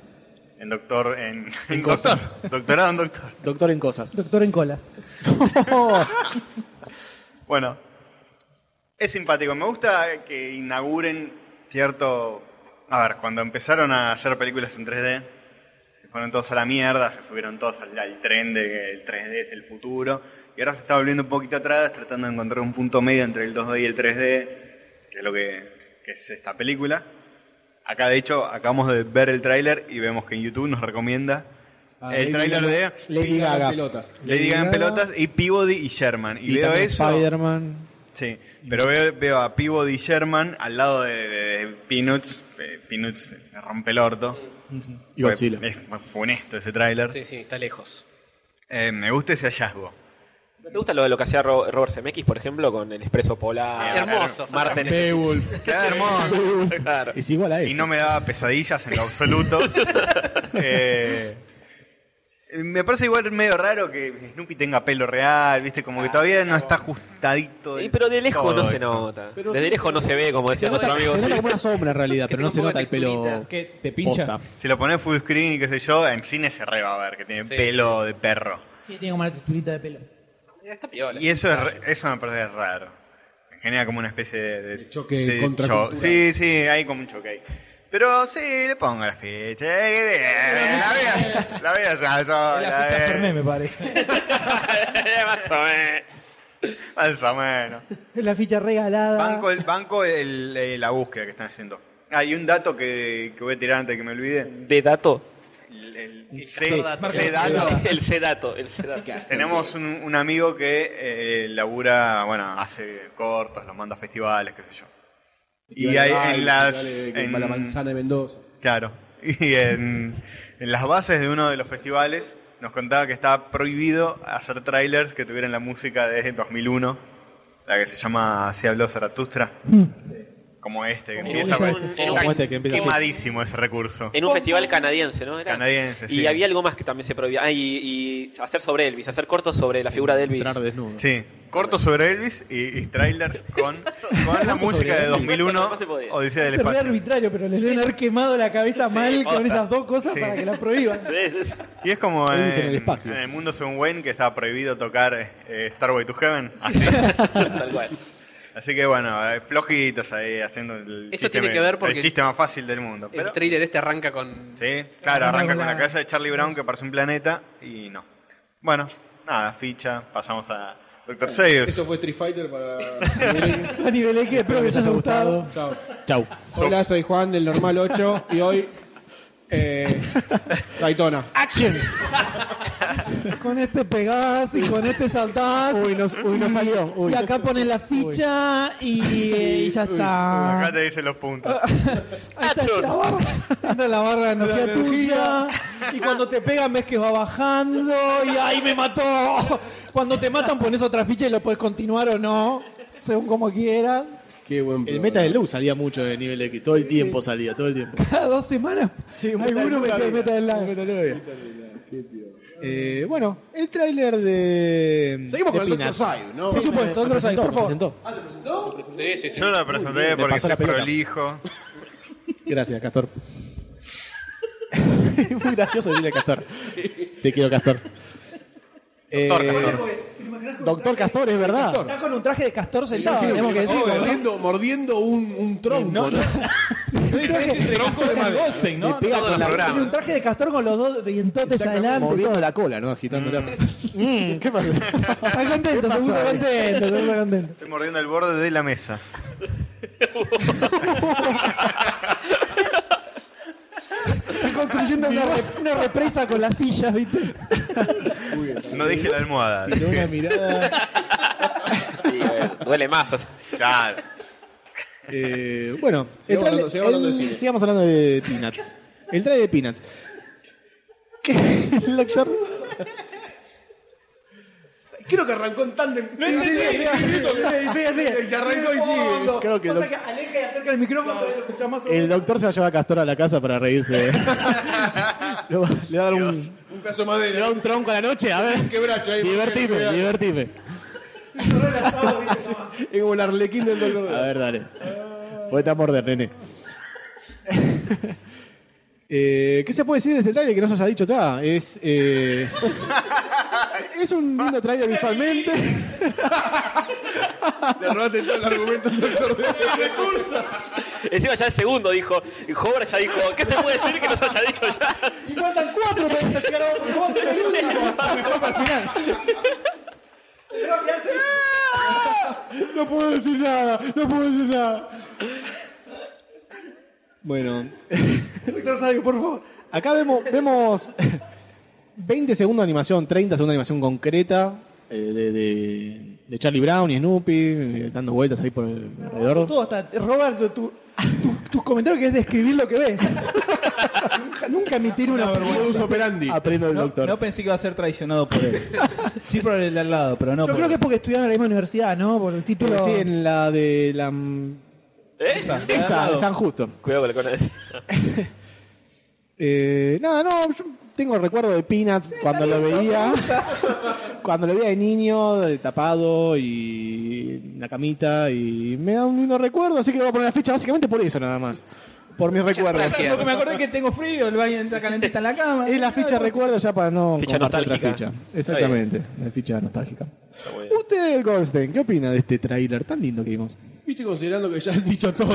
[SPEAKER 7] en doctor, en,
[SPEAKER 4] En
[SPEAKER 7] en
[SPEAKER 4] cosas.
[SPEAKER 7] doctor. Doctorado en doctor.
[SPEAKER 4] Doctor en cosas.
[SPEAKER 3] Doctor en colas.
[SPEAKER 7] Bueno, es simpático. Me gusta que inauguren cierto... A ver, cuando empezaron a hacer películas en 3D, se fueron todos a la mierda, se subieron todos al, al tren de que el 3D es el futuro. Y ahora se está volviendo un poquito atrás, tratando de encontrar un punto medio entre el 2D y el 3D, que es lo que, que es esta película. Acá, de hecho, acabamos de ver el tráiler y vemos que en YouTube nos recomienda
[SPEAKER 2] Ah,
[SPEAKER 7] el
[SPEAKER 2] Lady
[SPEAKER 7] tráiler
[SPEAKER 2] Gaga-
[SPEAKER 7] de
[SPEAKER 2] Lady Gaga en
[SPEAKER 7] Gaga.
[SPEAKER 2] pelotas.
[SPEAKER 7] Lady Gaga
[SPEAKER 2] Lady
[SPEAKER 7] en
[SPEAKER 2] Gaga.
[SPEAKER 7] pelotas y Peabody y Sherman. Y,
[SPEAKER 4] Y
[SPEAKER 7] veo
[SPEAKER 4] también
[SPEAKER 7] eso.
[SPEAKER 4] Spider-Man.
[SPEAKER 7] Sí, pero veo, veo a Peabody y Sherman al lado de, de- de Peanuts. eh, Peanuts me rompe el orto.
[SPEAKER 4] Y
[SPEAKER 7] Fue-
[SPEAKER 4] Godzilla.
[SPEAKER 7] Es fue funesto ese tráiler.
[SPEAKER 8] Sí, sí, está lejos.
[SPEAKER 7] Eh, me gusta ese hallazgo.
[SPEAKER 6] ¿No ¿Te gusta lo de lo que hacía Ro- Robert Zemeckis, por ejemplo, con el Expreso
[SPEAKER 8] Ah,
[SPEAKER 6] Polar?
[SPEAKER 7] Hermoso.
[SPEAKER 6] Marte en el-
[SPEAKER 2] Beowulf.
[SPEAKER 7] Queda hermoso.
[SPEAKER 6] Claro.
[SPEAKER 4] Es igual a
[SPEAKER 7] Y
[SPEAKER 4] él.
[SPEAKER 7] no me daba pesadillas en lo absoluto. Eh, me parece igual medio raro que Snoopy tenga pelo real, viste, como que todavía no está ajustadito.
[SPEAKER 6] Y
[SPEAKER 7] del
[SPEAKER 6] pero de lejos
[SPEAKER 7] todo
[SPEAKER 6] no se
[SPEAKER 7] eso.
[SPEAKER 6] nota. Desde lejos no se ve, como decía
[SPEAKER 4] Se nota,
[SPEAKER 6] nuestro amigo.
[SPEAKER 4] se nota
[SPEAKER 6] sí.
[SPEAKER 4] como una sombra en realidad, pero no se
[SPEAKER 8] tenga un
[SPEAKER 4] nota el
[SPEAKER 8] poco de
[SPEAKER 4] pelo.
[SPEAKER 8] texturita.
[SPEAKER 9] Que te pincha.
[SPEAKER 4] posta.
[SPEAKER 7] Si lo pones full screen y qué sé yo, en cine se re va a ver que tiene pelo de perro.
[SPEAKER 10] Sí, tiene como una texturita de pelo.
[SPEAKER 8] Eh, Está piola.
[SPEAKER 7] Y eso es re- eso me parece raro. Genera como una especie de, de-
[SPEAKER 2] De choque contracultural.
[SPEAKER 7] Sí, sí, hay como un choque ahí. Pero sí, le pongo las fichas. eh, eh, La vea, la vea ya sola,
[SPEAKER 9] La
[SPEAKER 7] eh.
[SPEAKER 9] ficha Fernet, me parece.
[SPEAKER 6] Más o menos.
[SPEAKER 7] Más o menos.
[SPEAKER 10] Es la ficha regalada.
[SPEAKER 7] Banco, el, banco el- eh, la búsqueda que están haciendo. Ah, y un dato que, que voy a tirar antes de que me olvide.
[SPEAKER 6] De dato.
[SPEAKER 7] El, el- el
[SPEAKER 8] solo dato.
[SPEAKER 7] ese dato.
[SPEAKER 6] El sedato. El sedato.
[SPEAKER 7] Tenemos un, un amigo que eh, labura, bueno, hace cortos, los manda a festivales, qué sé yo. Y hay en las...
[SPEAKER 2] En la
[SPEAKER 7] en-
[SPEAKER 2] manzana de Mendoza.
[SPEAKER 7] Claro. Y en, en las bases de uno de los festivales nos contaba que estaba prohibido hacer trailers que tuvieran la música de 2001, la que se llama Así habló Zaratustra. Como este, que
[SPEAKER 6] ese,
[SPEAKER 7] empieza con-
[SPEAKER 6] como
[SPEAKER 7] está
[SPEAKER 4] este que empieza así.
[SPEAKER 7] quemadísimo ese recurso.
[SPEAKER 6] En un festival canadiense, ¿no? Era.
[SPEAKER 7] Canadiense,
[SPEAKER 6] Y
[SPEAKER 7] sí.
[SPEAKER 6] había algo más que también se prohibía. Ah, y, y hacer sobre Elvis, hacer cortos sobre la figura de Elvis.
[SPEAKER 4] Entrar desnudo.
[SPEAKER 7] Sí, corto sobre Elvis y, y trailers con, con la música de 2001,
[SPEAKER 6] No se podía.
[SPEAKER 7] Odisea del
[SPEAKER 10] Es re
[SPEAKER 7] Espacio.
[SPEAKER 10] arbitrario, pero les deben haber quemado la cabeza mal con
[SPEAKER 6] posta.
[SPEAKER 10] esas dos cosas
[SPEAKER 7] Sí.
[SPEAKER 10] para que la prohíban.
[SPEAKER 6] Sí, sí, sí.
[SPEAKER 7] Y es como en,
[SPEAKER 4] Elvis en el espacio.
[SPEAKER 7] en el mundo según Wayne que estaba prohibido tocar eh, Starway to Heaven. Así.
[SPEAKER 6] Tal cual.
[SPEAKER 7] Así que bueno, eh, flojitos ahí haciendo el,
[SPEAKER 8] Esto
[SPEAKER 7] chiste,
[SPEAKER 8] tiene
[SPEAKER 7] me-
[SPEAKER 8] que ver porque-
[SPEAKER 7] el chiste más fácil del mundo. Pero,
[SPEAKER 8] El trailer este arranca con.
[SPEAKER 7] sí, claro, arranca
[SPEAKER 10] Arranca
[SPEAKER 7] con la
[SPEAKER 10] la-
[SPEAKER 7] cabeza de Charlie Brown que parece un planeta y no. Bueno, nada, ficha, pasamos a
[SPEAKER 4] Ah,
[SPEAKER 7] Doctor Sayers.
[SPEAKER 2] Eso fue Street Fighter para.
[SPEAKER 10] A nivel X, espero que les haya gustado.
[SPEAKER 2] Chao.
[SPEAKER 4] Chau.
[SPEAKER 2] Hola, soy Juan del Normal 8 y hoy. Eh, Daytona.
[SPEAKER 4] ¡Action!
[SPEAKER 10] Con este pegás y con este saltás.
[SPEAKER 4] Uy, no, uy, no salió. Uy.
[SPEAKER 10] Y acá pones la ficha y, eh, y ya
[SPEAKER 7] Acá
[SPEAKER 10] está.
[SPEAKER 7] te dicen los puntos.
[SPEAKER 4] Ah.
[SPEAKER 10] Ahí está la barra, está la barra de energía tuya. Y cuando te pegan ves que va bajando y ¡ay, me mató! Cuando te matan pones otra ficha y lo puedes continuar o no, según como quieras.
[SPEAKER 2] Qué buen
[SPEAKER 4] El
[SPEAKER 2] programa.
[SPEAKER 4] Meta de Luz salía mucho de nivel X. Todo el tiempo salía, todo el tiempo.
[SPEAKER 10] Cada dos semanas alguno me
[SPEAKER 4] Metal
[SPEAKER 10] cae
[SPEAKER 4] Luna.
[SPEAKER 10] meta del live.
[SPEAKER 4] Metal Luna. Eh, bueno, el tráiler de.
[SPEAKER 2] Seguimos
[SPEAKER 4] de
[SPEAKER 2] con el Dr.
[SPEAKER 4] Sayers.
[SPEAKER 2] Sayo, ¿no?
[SPEAKER 10] Por supuesto,
[SPEAKER 4] Lo
[SPEAKER 10] otro site,
[SPEAKER 4] presentó,
[SPEAKER 10] por
[SPEAKER 4] lo
[SPEAKER 10] favor.
[SPEAKER 4] presentó.
[SPEAKER 8] Sí, sí, sí.
[SPEAKER 7] Yo no lo presenté
[SPEAKER 4] bien, le
[SPEAKER 7] porque
[SPEAKER 4] pasó la
[SPEAKER 7] soy
[SPEAKER 4] pelota.
[SPEAKER 7] prolijo.
[SPEAKER 4] Gracias, Castor. Muy gracioso decirle Castor. Te quiero, Castor. Doctor, Castor. Doctor Castor, es verdad.
[SPEAKER 10] Está con un traje de castor
[SPEAKER 2] Sí,
[SPEAKER 10] sentado,
[SPEAKER 2] sí,
[SPEAKER 10] tenemos que
[SPEAKER 2] sí,
[SPEAKER 10] decirlo.
[SPEAKER 2] mordiendo, mordiendo un, un tronco.
[SPEAKER 9] No,
[SPEAKER 2] ¿no?
[SPEAKER 9] tronco de Goldstein,
[SPEAKER 4] Le
[SPEAKER 9] ¿no?
[SPEAKER 4] pega con
[SPEAKER 7] Todos los
[SPEAKER 4] la
[SPEAKER 10] Tiene
[SPEAKER 7] programas.
[SPEAKER 10] un traje de castor con los dos dientotes adelante.
[SPEAKER 4] Moviendo la cola, ¿no? Agitándola. Mm, ¿Qué pasa?
[SPEAKER 10] Está contento, se
[SPEAKER 4] ¿Qué
[SPEAKER 10] puso
[SPEAKER 4] pasa?
[SPEAKER 10] contento, se puso contento.
[SPEAKER 7] Estoy mordiendo el borde de la mesa.
[SPEAKER 10] Está construyendo una, re- una represa con las sillas, ¿viste?
[SPEAKER 7] No dije la almohada.
[SPEAKER 4] Tiró una
[SPEAKER 7] dije-
[SPEAKER 4] mirada.
[SPEAKER 6] Sí, bueno, duele más.
[SPEAKER 7] Claro.
[SPEAKER 4] eh, bueno, el
[SPEAKER 2] Sigamos
[SPEAKER 4] tráiler-
[SPEAKER 2] hablando- sigamos hablando de
[SPEAKER 4] el-
[SPEAKER 2] cine.
[SPEAKER 4] sigamos hablando de Peanuts. El traje de Peanuts. Que el actor.
[SPEAKER 2] Creo que arrancó en tándem. No
[SPEAKER 10] entendí, sí, sí,
[SPEAKER 2] El que arrancó y sigue.
[SPEAKER 4] Creo que el, doc-
[SPEAKER 10] aleja y acerca el micrófono para que lo escuchás más o
[SPEAKER 4] el doctor se va a llevar a Castor a la casa para reírse. Lo va- le va a dar un,
[SPEAKER 2] Un pedazo de
[SPEAKER 4] le va a
[SPEAKER 2] madera.
[SPEAKER 4] dar un tronco a la noche. A ver.
[SPEAKER 2] Quebracho ahí.
[SPEAKER 4] Divertime,
[SPEAKER 2] quebracho.
[SPEAKER 4] divertime.
[SPEAKER 2] Es como el arlequín del doctor.
[SPEAKER 4] A ver, dale. Vete a morder, nene. Eh, ¿Qué se puede decir de este tráiler que no se haya dicho ya? Es, eh, es un lindo tráiler visualmente.
[SPEAKER 2] Le robaste todo el argumento al doctor D.
[SPEAKER 6] ¡Recurso! Encima ya el segundo dijo, Hobart ya dijo, ¿qué se puede decir que nos haya dicho ya?
[SPEAKER 3] Y faltan cuatro para que llegar a otro. Vos tenés el último.
[SPEAKER 16] Mejor para el final.
[SPEAKER 4] No puedo decir nada, no puedo decir nada. Bueno,
[SPEAKER 2] Doctor Sabio, por favor.
[SPEAKER 4] acá vemos, vemos 20 segundos de animación, 30 segundos de animación concreta eh, de, de- de Charlie Brown y Snoopy eh, dando vueltas ahí por el alrededor.
[SPEAKER 3] Todo hasta Roberto, tu, tu- tus comentarios que es describir lo que ves. nunca, nunca emitir una
[SPEAKER 2] Modus operandi.
[SPEAKER 4] Aprendo del
[SPEAKER 9] No,
[SPEAKER 4] doctor.
[SPEAKER 9] no pensé que iba a ser traicionado por él. Sí, por el de al lado, pero no
[SPEAKER 3] Yo
[SPEAKER 9] por
[SPEAKER 3] creo que es porque estudiaron en la misma universidad, ¿no? Por el título.
[SPEAKER 4] Sí, en la de la mm,
[SPEAKER 6] ¿Eh?
[SPEAKER 4] esa, de San Justo.
[SPEAKER 6] Cuidado con la
[SPEAKER 4] Eh, nada, no, yo tengo el recuerdo de Peanuts cuando lo veía. cuando lo veía de niño, de tapado y en la camita. Y me da un lindo recuerdo, así que voy a poner la fecha básicamente por eso nada más. Por mis recuerdos.
[SPEAKER 8] gracias.
[SPEAKER 9] Porque me acordé que tengo frío, el baño está calentita en la cama.
[SPEAKER 4] Es la fecha recuerdo ya para no
[SPEAKER 6] Ficha
[SPEAKER 4] compartir
[SPEAKER 6] nostálgica.
[SPEAKER 4] otra Ficha. Exactamente, la ficha nostálgica. Usted, Goldstein, ¿qué opina de este tráiler tan lindo que vimos?
[SPEAKER 2] Viste, considerando que ya has dicho todo.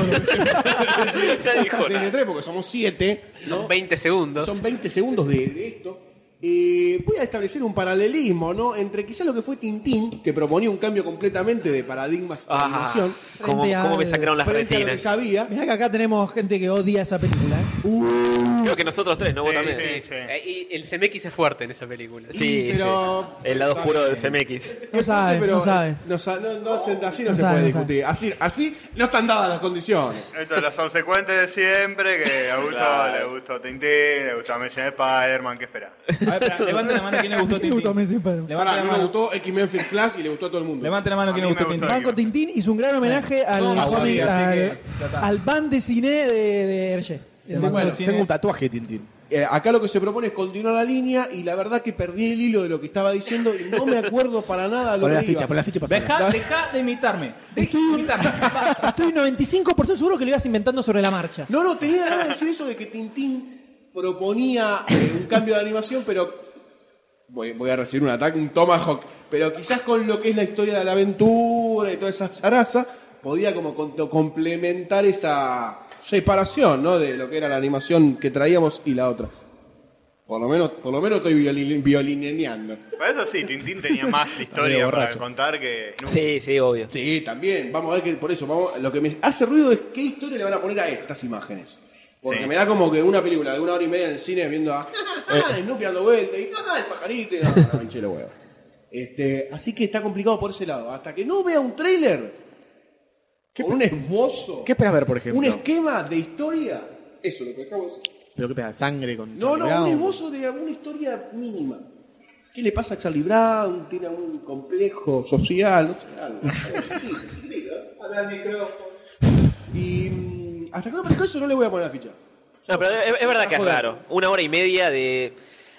[SPEAKER 6] Ya dijo nada.
[SPEAKER 2] Desde tres, porque somos siete.
[SPEAKER 8] Son 20 segundos.
[SPEAKER 2] Son 20 segundos de, de esto. Eh, voy a establecer un paralelismo, ¿no? Entre quizá lo que fue Tintín, que proponía un cambio completamente de paradigmas de
[SPEAKER 6] Ah,
[SPEAKER 2] animación,
[SPEAKER 6] ¿cómo,
[SPEAKER 3] frente
[SPEAKER 6] cómo me
[SPEAKER 3] al-
[SPEAKER 6] sacaron las
[SPEAKER 2] frente a lo que
[SPEAKER 6] retinas?
[SPEAKER 2] ya había.
[SPEAKER 3] Mirá que acá tenemos gente que odia esa película. ¿eh?
[SPEAKER 6] Creo que nosotros tres, ¿no? Vos también.
[SPEAKER 7] sí, sí.
[SPEAKER 8] Eh, y el CMX es fuerte en esa película.
[SPEAKER 6] Sí,
[SPEAKER 2] Y, pero-
[SPEAKER 6] sí. El lado oscuro del CMX.
[SPEAKER 3] No sabe, no sabe.
[SPEAKER 2] eh, no sa- no- no se- así no,
[SPEAKER 3] No
[SPEAKER 2] se
[SPEAKER 3] sabe,
[SPEAKER 2] puede
[SPEAKER 3] no
[SPEAKER 2] discutir. Así, así no están dadas las condiciones.
[SPEAKER 7] Esto es lo subsecuente de siempre, que a Augusto le gustó Tintín, le gustó Messi Spider-Man, ¿qué espera?
[SPEAKER 9] A ver, espera, levanten la mano quien le gustó
[SPEAKER 3] Me gustó
[SPEAKER 9] Tintín.
[SPEAKER 3] Messi, pero-
[SPEAKER 9] Levanten
[SPEAKER 2] Pará,
[SPEAKER 9] la
[SPEAKER 2] no le
[SPEAKER 9] mano.
[SPEAKER 2] gustó X-Men First Class y le gustó a todo el mundo.
[SPEAKER 9] Levanten la mano quien
[SPEAKER 7] A
[SPEAKER 9] le
[SPEAKER 7] mí me
[SPEAKER 9] gustó Tintín.
[SPEAKER 7] gustó.
[SPEAKER 3] Banco Tintín hizo un gran homenaje al,
[SPEAKER 9] No, no
[SPEAKER 3] cómic,
[SPEAKER 9] sabía, así
[SPEAKER 3] al,
[SPEAKER 9] que ya está.
[SPEAKER 3] al van de cine de, de Hergé.
[SPEAKER 9] Además,
[SPEAKER 3] Bueno,
[SPEAKER 9] los cines-
[SPEAKER 4] Tengo un tatuaje, Tintín.
[SPEAKER 2] Eh, acá lo que se propone es continuar la línea y la verdad que perdí el hilo de lo que estaba diciendo y no me acuerdo para nada lo
[SPEAKER 4] Pon la
[SPEAKER 2] que
[SPEAKER 4] ficha,
[SPEAKER 2] iba.
[SPEAKER 4] pon la ficha pasada.
[SPEAKER 9] Deja, deja de imitarme. Deja de imitarme.
[SPEAKER 3] Estoy 95% seguro que lo ibas inventando sobre la marcha.
[SPEAKER 2] No, no, tenía ganas de decir eso de que Tintín proponía eh, un cambio de animación, pero voy, voy a recibir un ataque, un tomahawk, pero quizás con lo que es la historia de la aventura y toda esa zaraza, podía como con- complementar esa separación, ¿no? De lo que era la animación que traíamos y la otra. Por lo menos, por lo menos estoy violin- violineando.
[SPEAKER 7] Para eso sí, Tintín tenía más historia para contar que... nunca.
[SPEAKER 6] Sí, sí, obvio.
[SPEAKER 2] Sí, también. Vamos a ver que por eso, vamos, lo que me hace ruido es qué historia le van a poner a estas imágenes. Porque
[SPEAKER 7] Sí.
[SPEAKER 2] me da como que una película de una hora y media en el cine viendo a ah, Snoopy dando vuelta y "Ah, el pajarito y nada, no, me hinché los huevos. Este, así que está complicado por ese lado. Hasta que no vea un tráiler con un esbozo,
[SPEAKER 4] ¿Qué esperas ver, por ejemplo?
[SPEAKER 2] un esquema de historia, eso es lo que acabo de decir.
[SPEAKER 4] ¿Pero qué esperas? ¿Sangre con
[SPEAKER 2] No,
[SPEAKER 4] Charlie
[SPEAKER 2] no,
[SPEAKER 4] Brown?
[SPEAKER 2] un esbozo de alguna historia mínima. ¿Qué le pasa a Charlie Brown? ¿Tiene algún complejo social? No sé, algo. Y mm, hasta que no aparezca eso no le voy a poner la ficha.
[SPEAKER 6] No, pero es, es verdad que es
[SPEAKER 2] Joder.
[SPEAKER 6] raro. Una hora y media de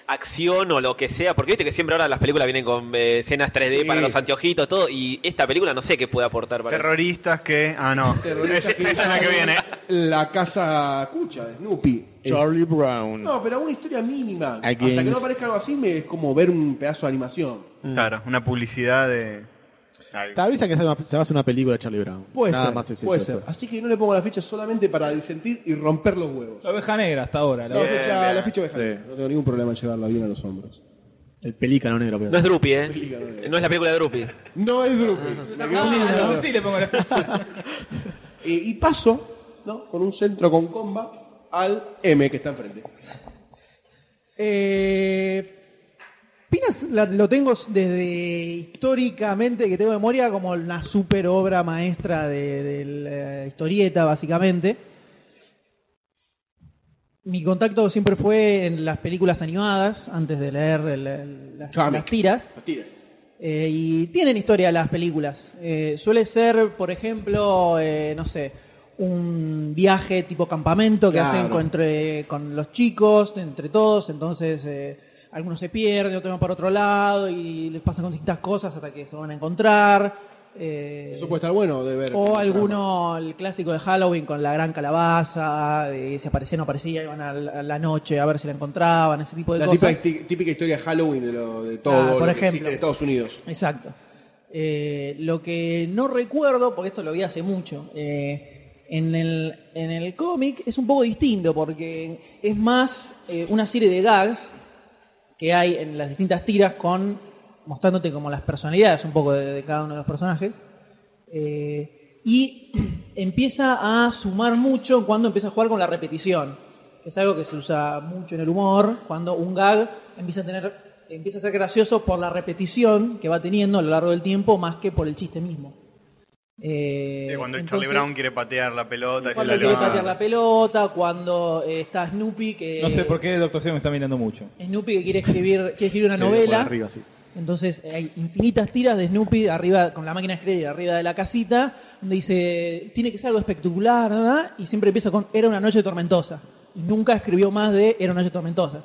[SPEAKER 6] acción o lo que sea, porque viste que siempre ahora las películas vienen con eh, escenas 3D
[SPEAKER 2] Sí.
[SPEAKER 6] para los anteojitos, todo, y esta película no sé qué puede aportar para eso.
[SPEAKER 7] Terroristas que... Ah, no.
[SPEAKER 2] Terroristas
[SPEAKER 7] Esa- esa es la que viene.
[SPEAKER 2] La casa cucha de Snoopy.
[SPEAKER 4] Charlie Brown.
[SPEAKER 2] No, pero una historia mínima. Hasta que no
[SPEAKER 4] Against-
[SPEAKER 2] aparezca algo así me, es como ver un pedazo de animación.
[SPEAKER 3] Mm.
[SPEAKER 7] Claro, una publicidad de... algo.
[SPEAKER 4] Te avisa que se va a hacer una película de Charlie Brown.
[SPEAKER 2] Puede
[SPEAKER 4] Nada
[SPEAKER 2] ser.
[SPEAKER 4] más es
[SPEAKER 2] puede
[SPEAKER 4] eso.
[SPEAKER 2] ser. Así que no le pongo la ficha solamente para disentir y romper los huevos.
[SPEAKER 9] La oveja negra hasta ahora. la
[SPEAKER 2] La
[SPEAKER 9] oveja-
[SPEAKER 2] ficha,
[SPEAKER 7] bien.
[SPEAKER 2] la ficha oveja.
[SPEAKER 4] Sí.
[SPEAKER 2] No tengo ningún problema en llevarla bien a los hombros.
[SPEAKER 4] El pelícano negro. pero-
[SPEAKER 6] No es Drupi, ¿eh? No es la película de Drupi.
[SPEAKER 2] No es Drupi. Me quedó
[SPEAKER 9] Ah,
[SPEAKER 2] lindo.
[SPEAKER 9] no sé si le pongo la fecha.
[SPEAKER 2] Eh, y paso, ¿no? Con un centro con comba al M que está enfrente.
[SPEAKER 3] Eh, Pinas la- lo tengo desde históricamente que tengo memoria como una super obra maestra de, de la historieta, básicamente. Mi contacto siempre fue en las películas animadas, antes de leer el- el- las-
[SPEAKER 2] Cómic.
[SPEAKER 3] las tiras.
[SPEAKER 2] Matidas.
[SPEAKER 3] Eh, y tienen historia las películas. Eh, suele ser, por ejemplo, eh, no sé, un viaje tipo campamento que
[SPEAKER 2] Claro.
[SPEAKER 3] hacen con, entre- con los chicos, entre todos. Entonces, eh, algunos se pierden, otros van para otro lado y les pasan con distintas cosas hasta que se van a encontrar. Eh,
[SPEAKER 2] Eso puede estar bueno de ver.
[SPEAKER 3] o alguno, el clásico de Halloween con la gran calabaza, de si aparecía o no aparecía, iban a la, a la noche a ver si la encontraban, ese tipo de
[SPEAKER 2] La
[SPEAKER 3] cosas.
[SPEAKER 2] típica, típica historia de Halloween de, lo, de todo
[SPEAKER 3] Ah, por
[SPEAKER 2] lo que
[SPEAKER 3] ejemplo.
[SPEAKER 2] existe en Estados Unidos.
[SPEAKER 3] Exacto. Eh, lo que no recuerdo, porque esto lo vi hace mucho, eh, en el, en el cómic es un poco distinto porque es más eh, una serie de gags que hay en las distintas tiras con mostrándote como las personalidades un poco de, de cada uno de los personajes. Eh, y empieza a sumar mucho cuando empieza a jugar con la repetición. que Es algo que se usa mucho en el humor, cuando un gag empieza a tener empieza a ser gracioso por la repetición que va teniendo a lo largo del tiempo más que por el chiste mismo. Eh,
[SPEAKER 7] Sí, cuando
[SPEAKER 3] entonces-
[SPEAKER 7] Charlie Brown quiere patear la pelota. y
[SPEAKER 3] cuando
[SPEAKER 7] la
[SPEAKER 3] quiere
[SPEAKER 7] levanta.
[SPEAKER 3] patear la pelota, cuando eh, está Snoopy que
[SPEAKER 9] No sé por qué Doctor Seuss me está mirando mucho.
[SPEAKER 3] Snoopy que quiere escribir, quiere escribir una
[SPEAKER 9] Sí, por
[SPEAKER 3] novela.
[SPEAKER 9] arriba, sí.
[SPEAKER 3] Entonces eh, hay infinitas tiras de Snoopy arriba con la máquina de escribir arriba de la casita, donde dice, tiene que ser algo espectacular, ¿verdad? Y siempre empieza con era una noche tormentosa. Y nunca escribió más de era una noche tormentosa.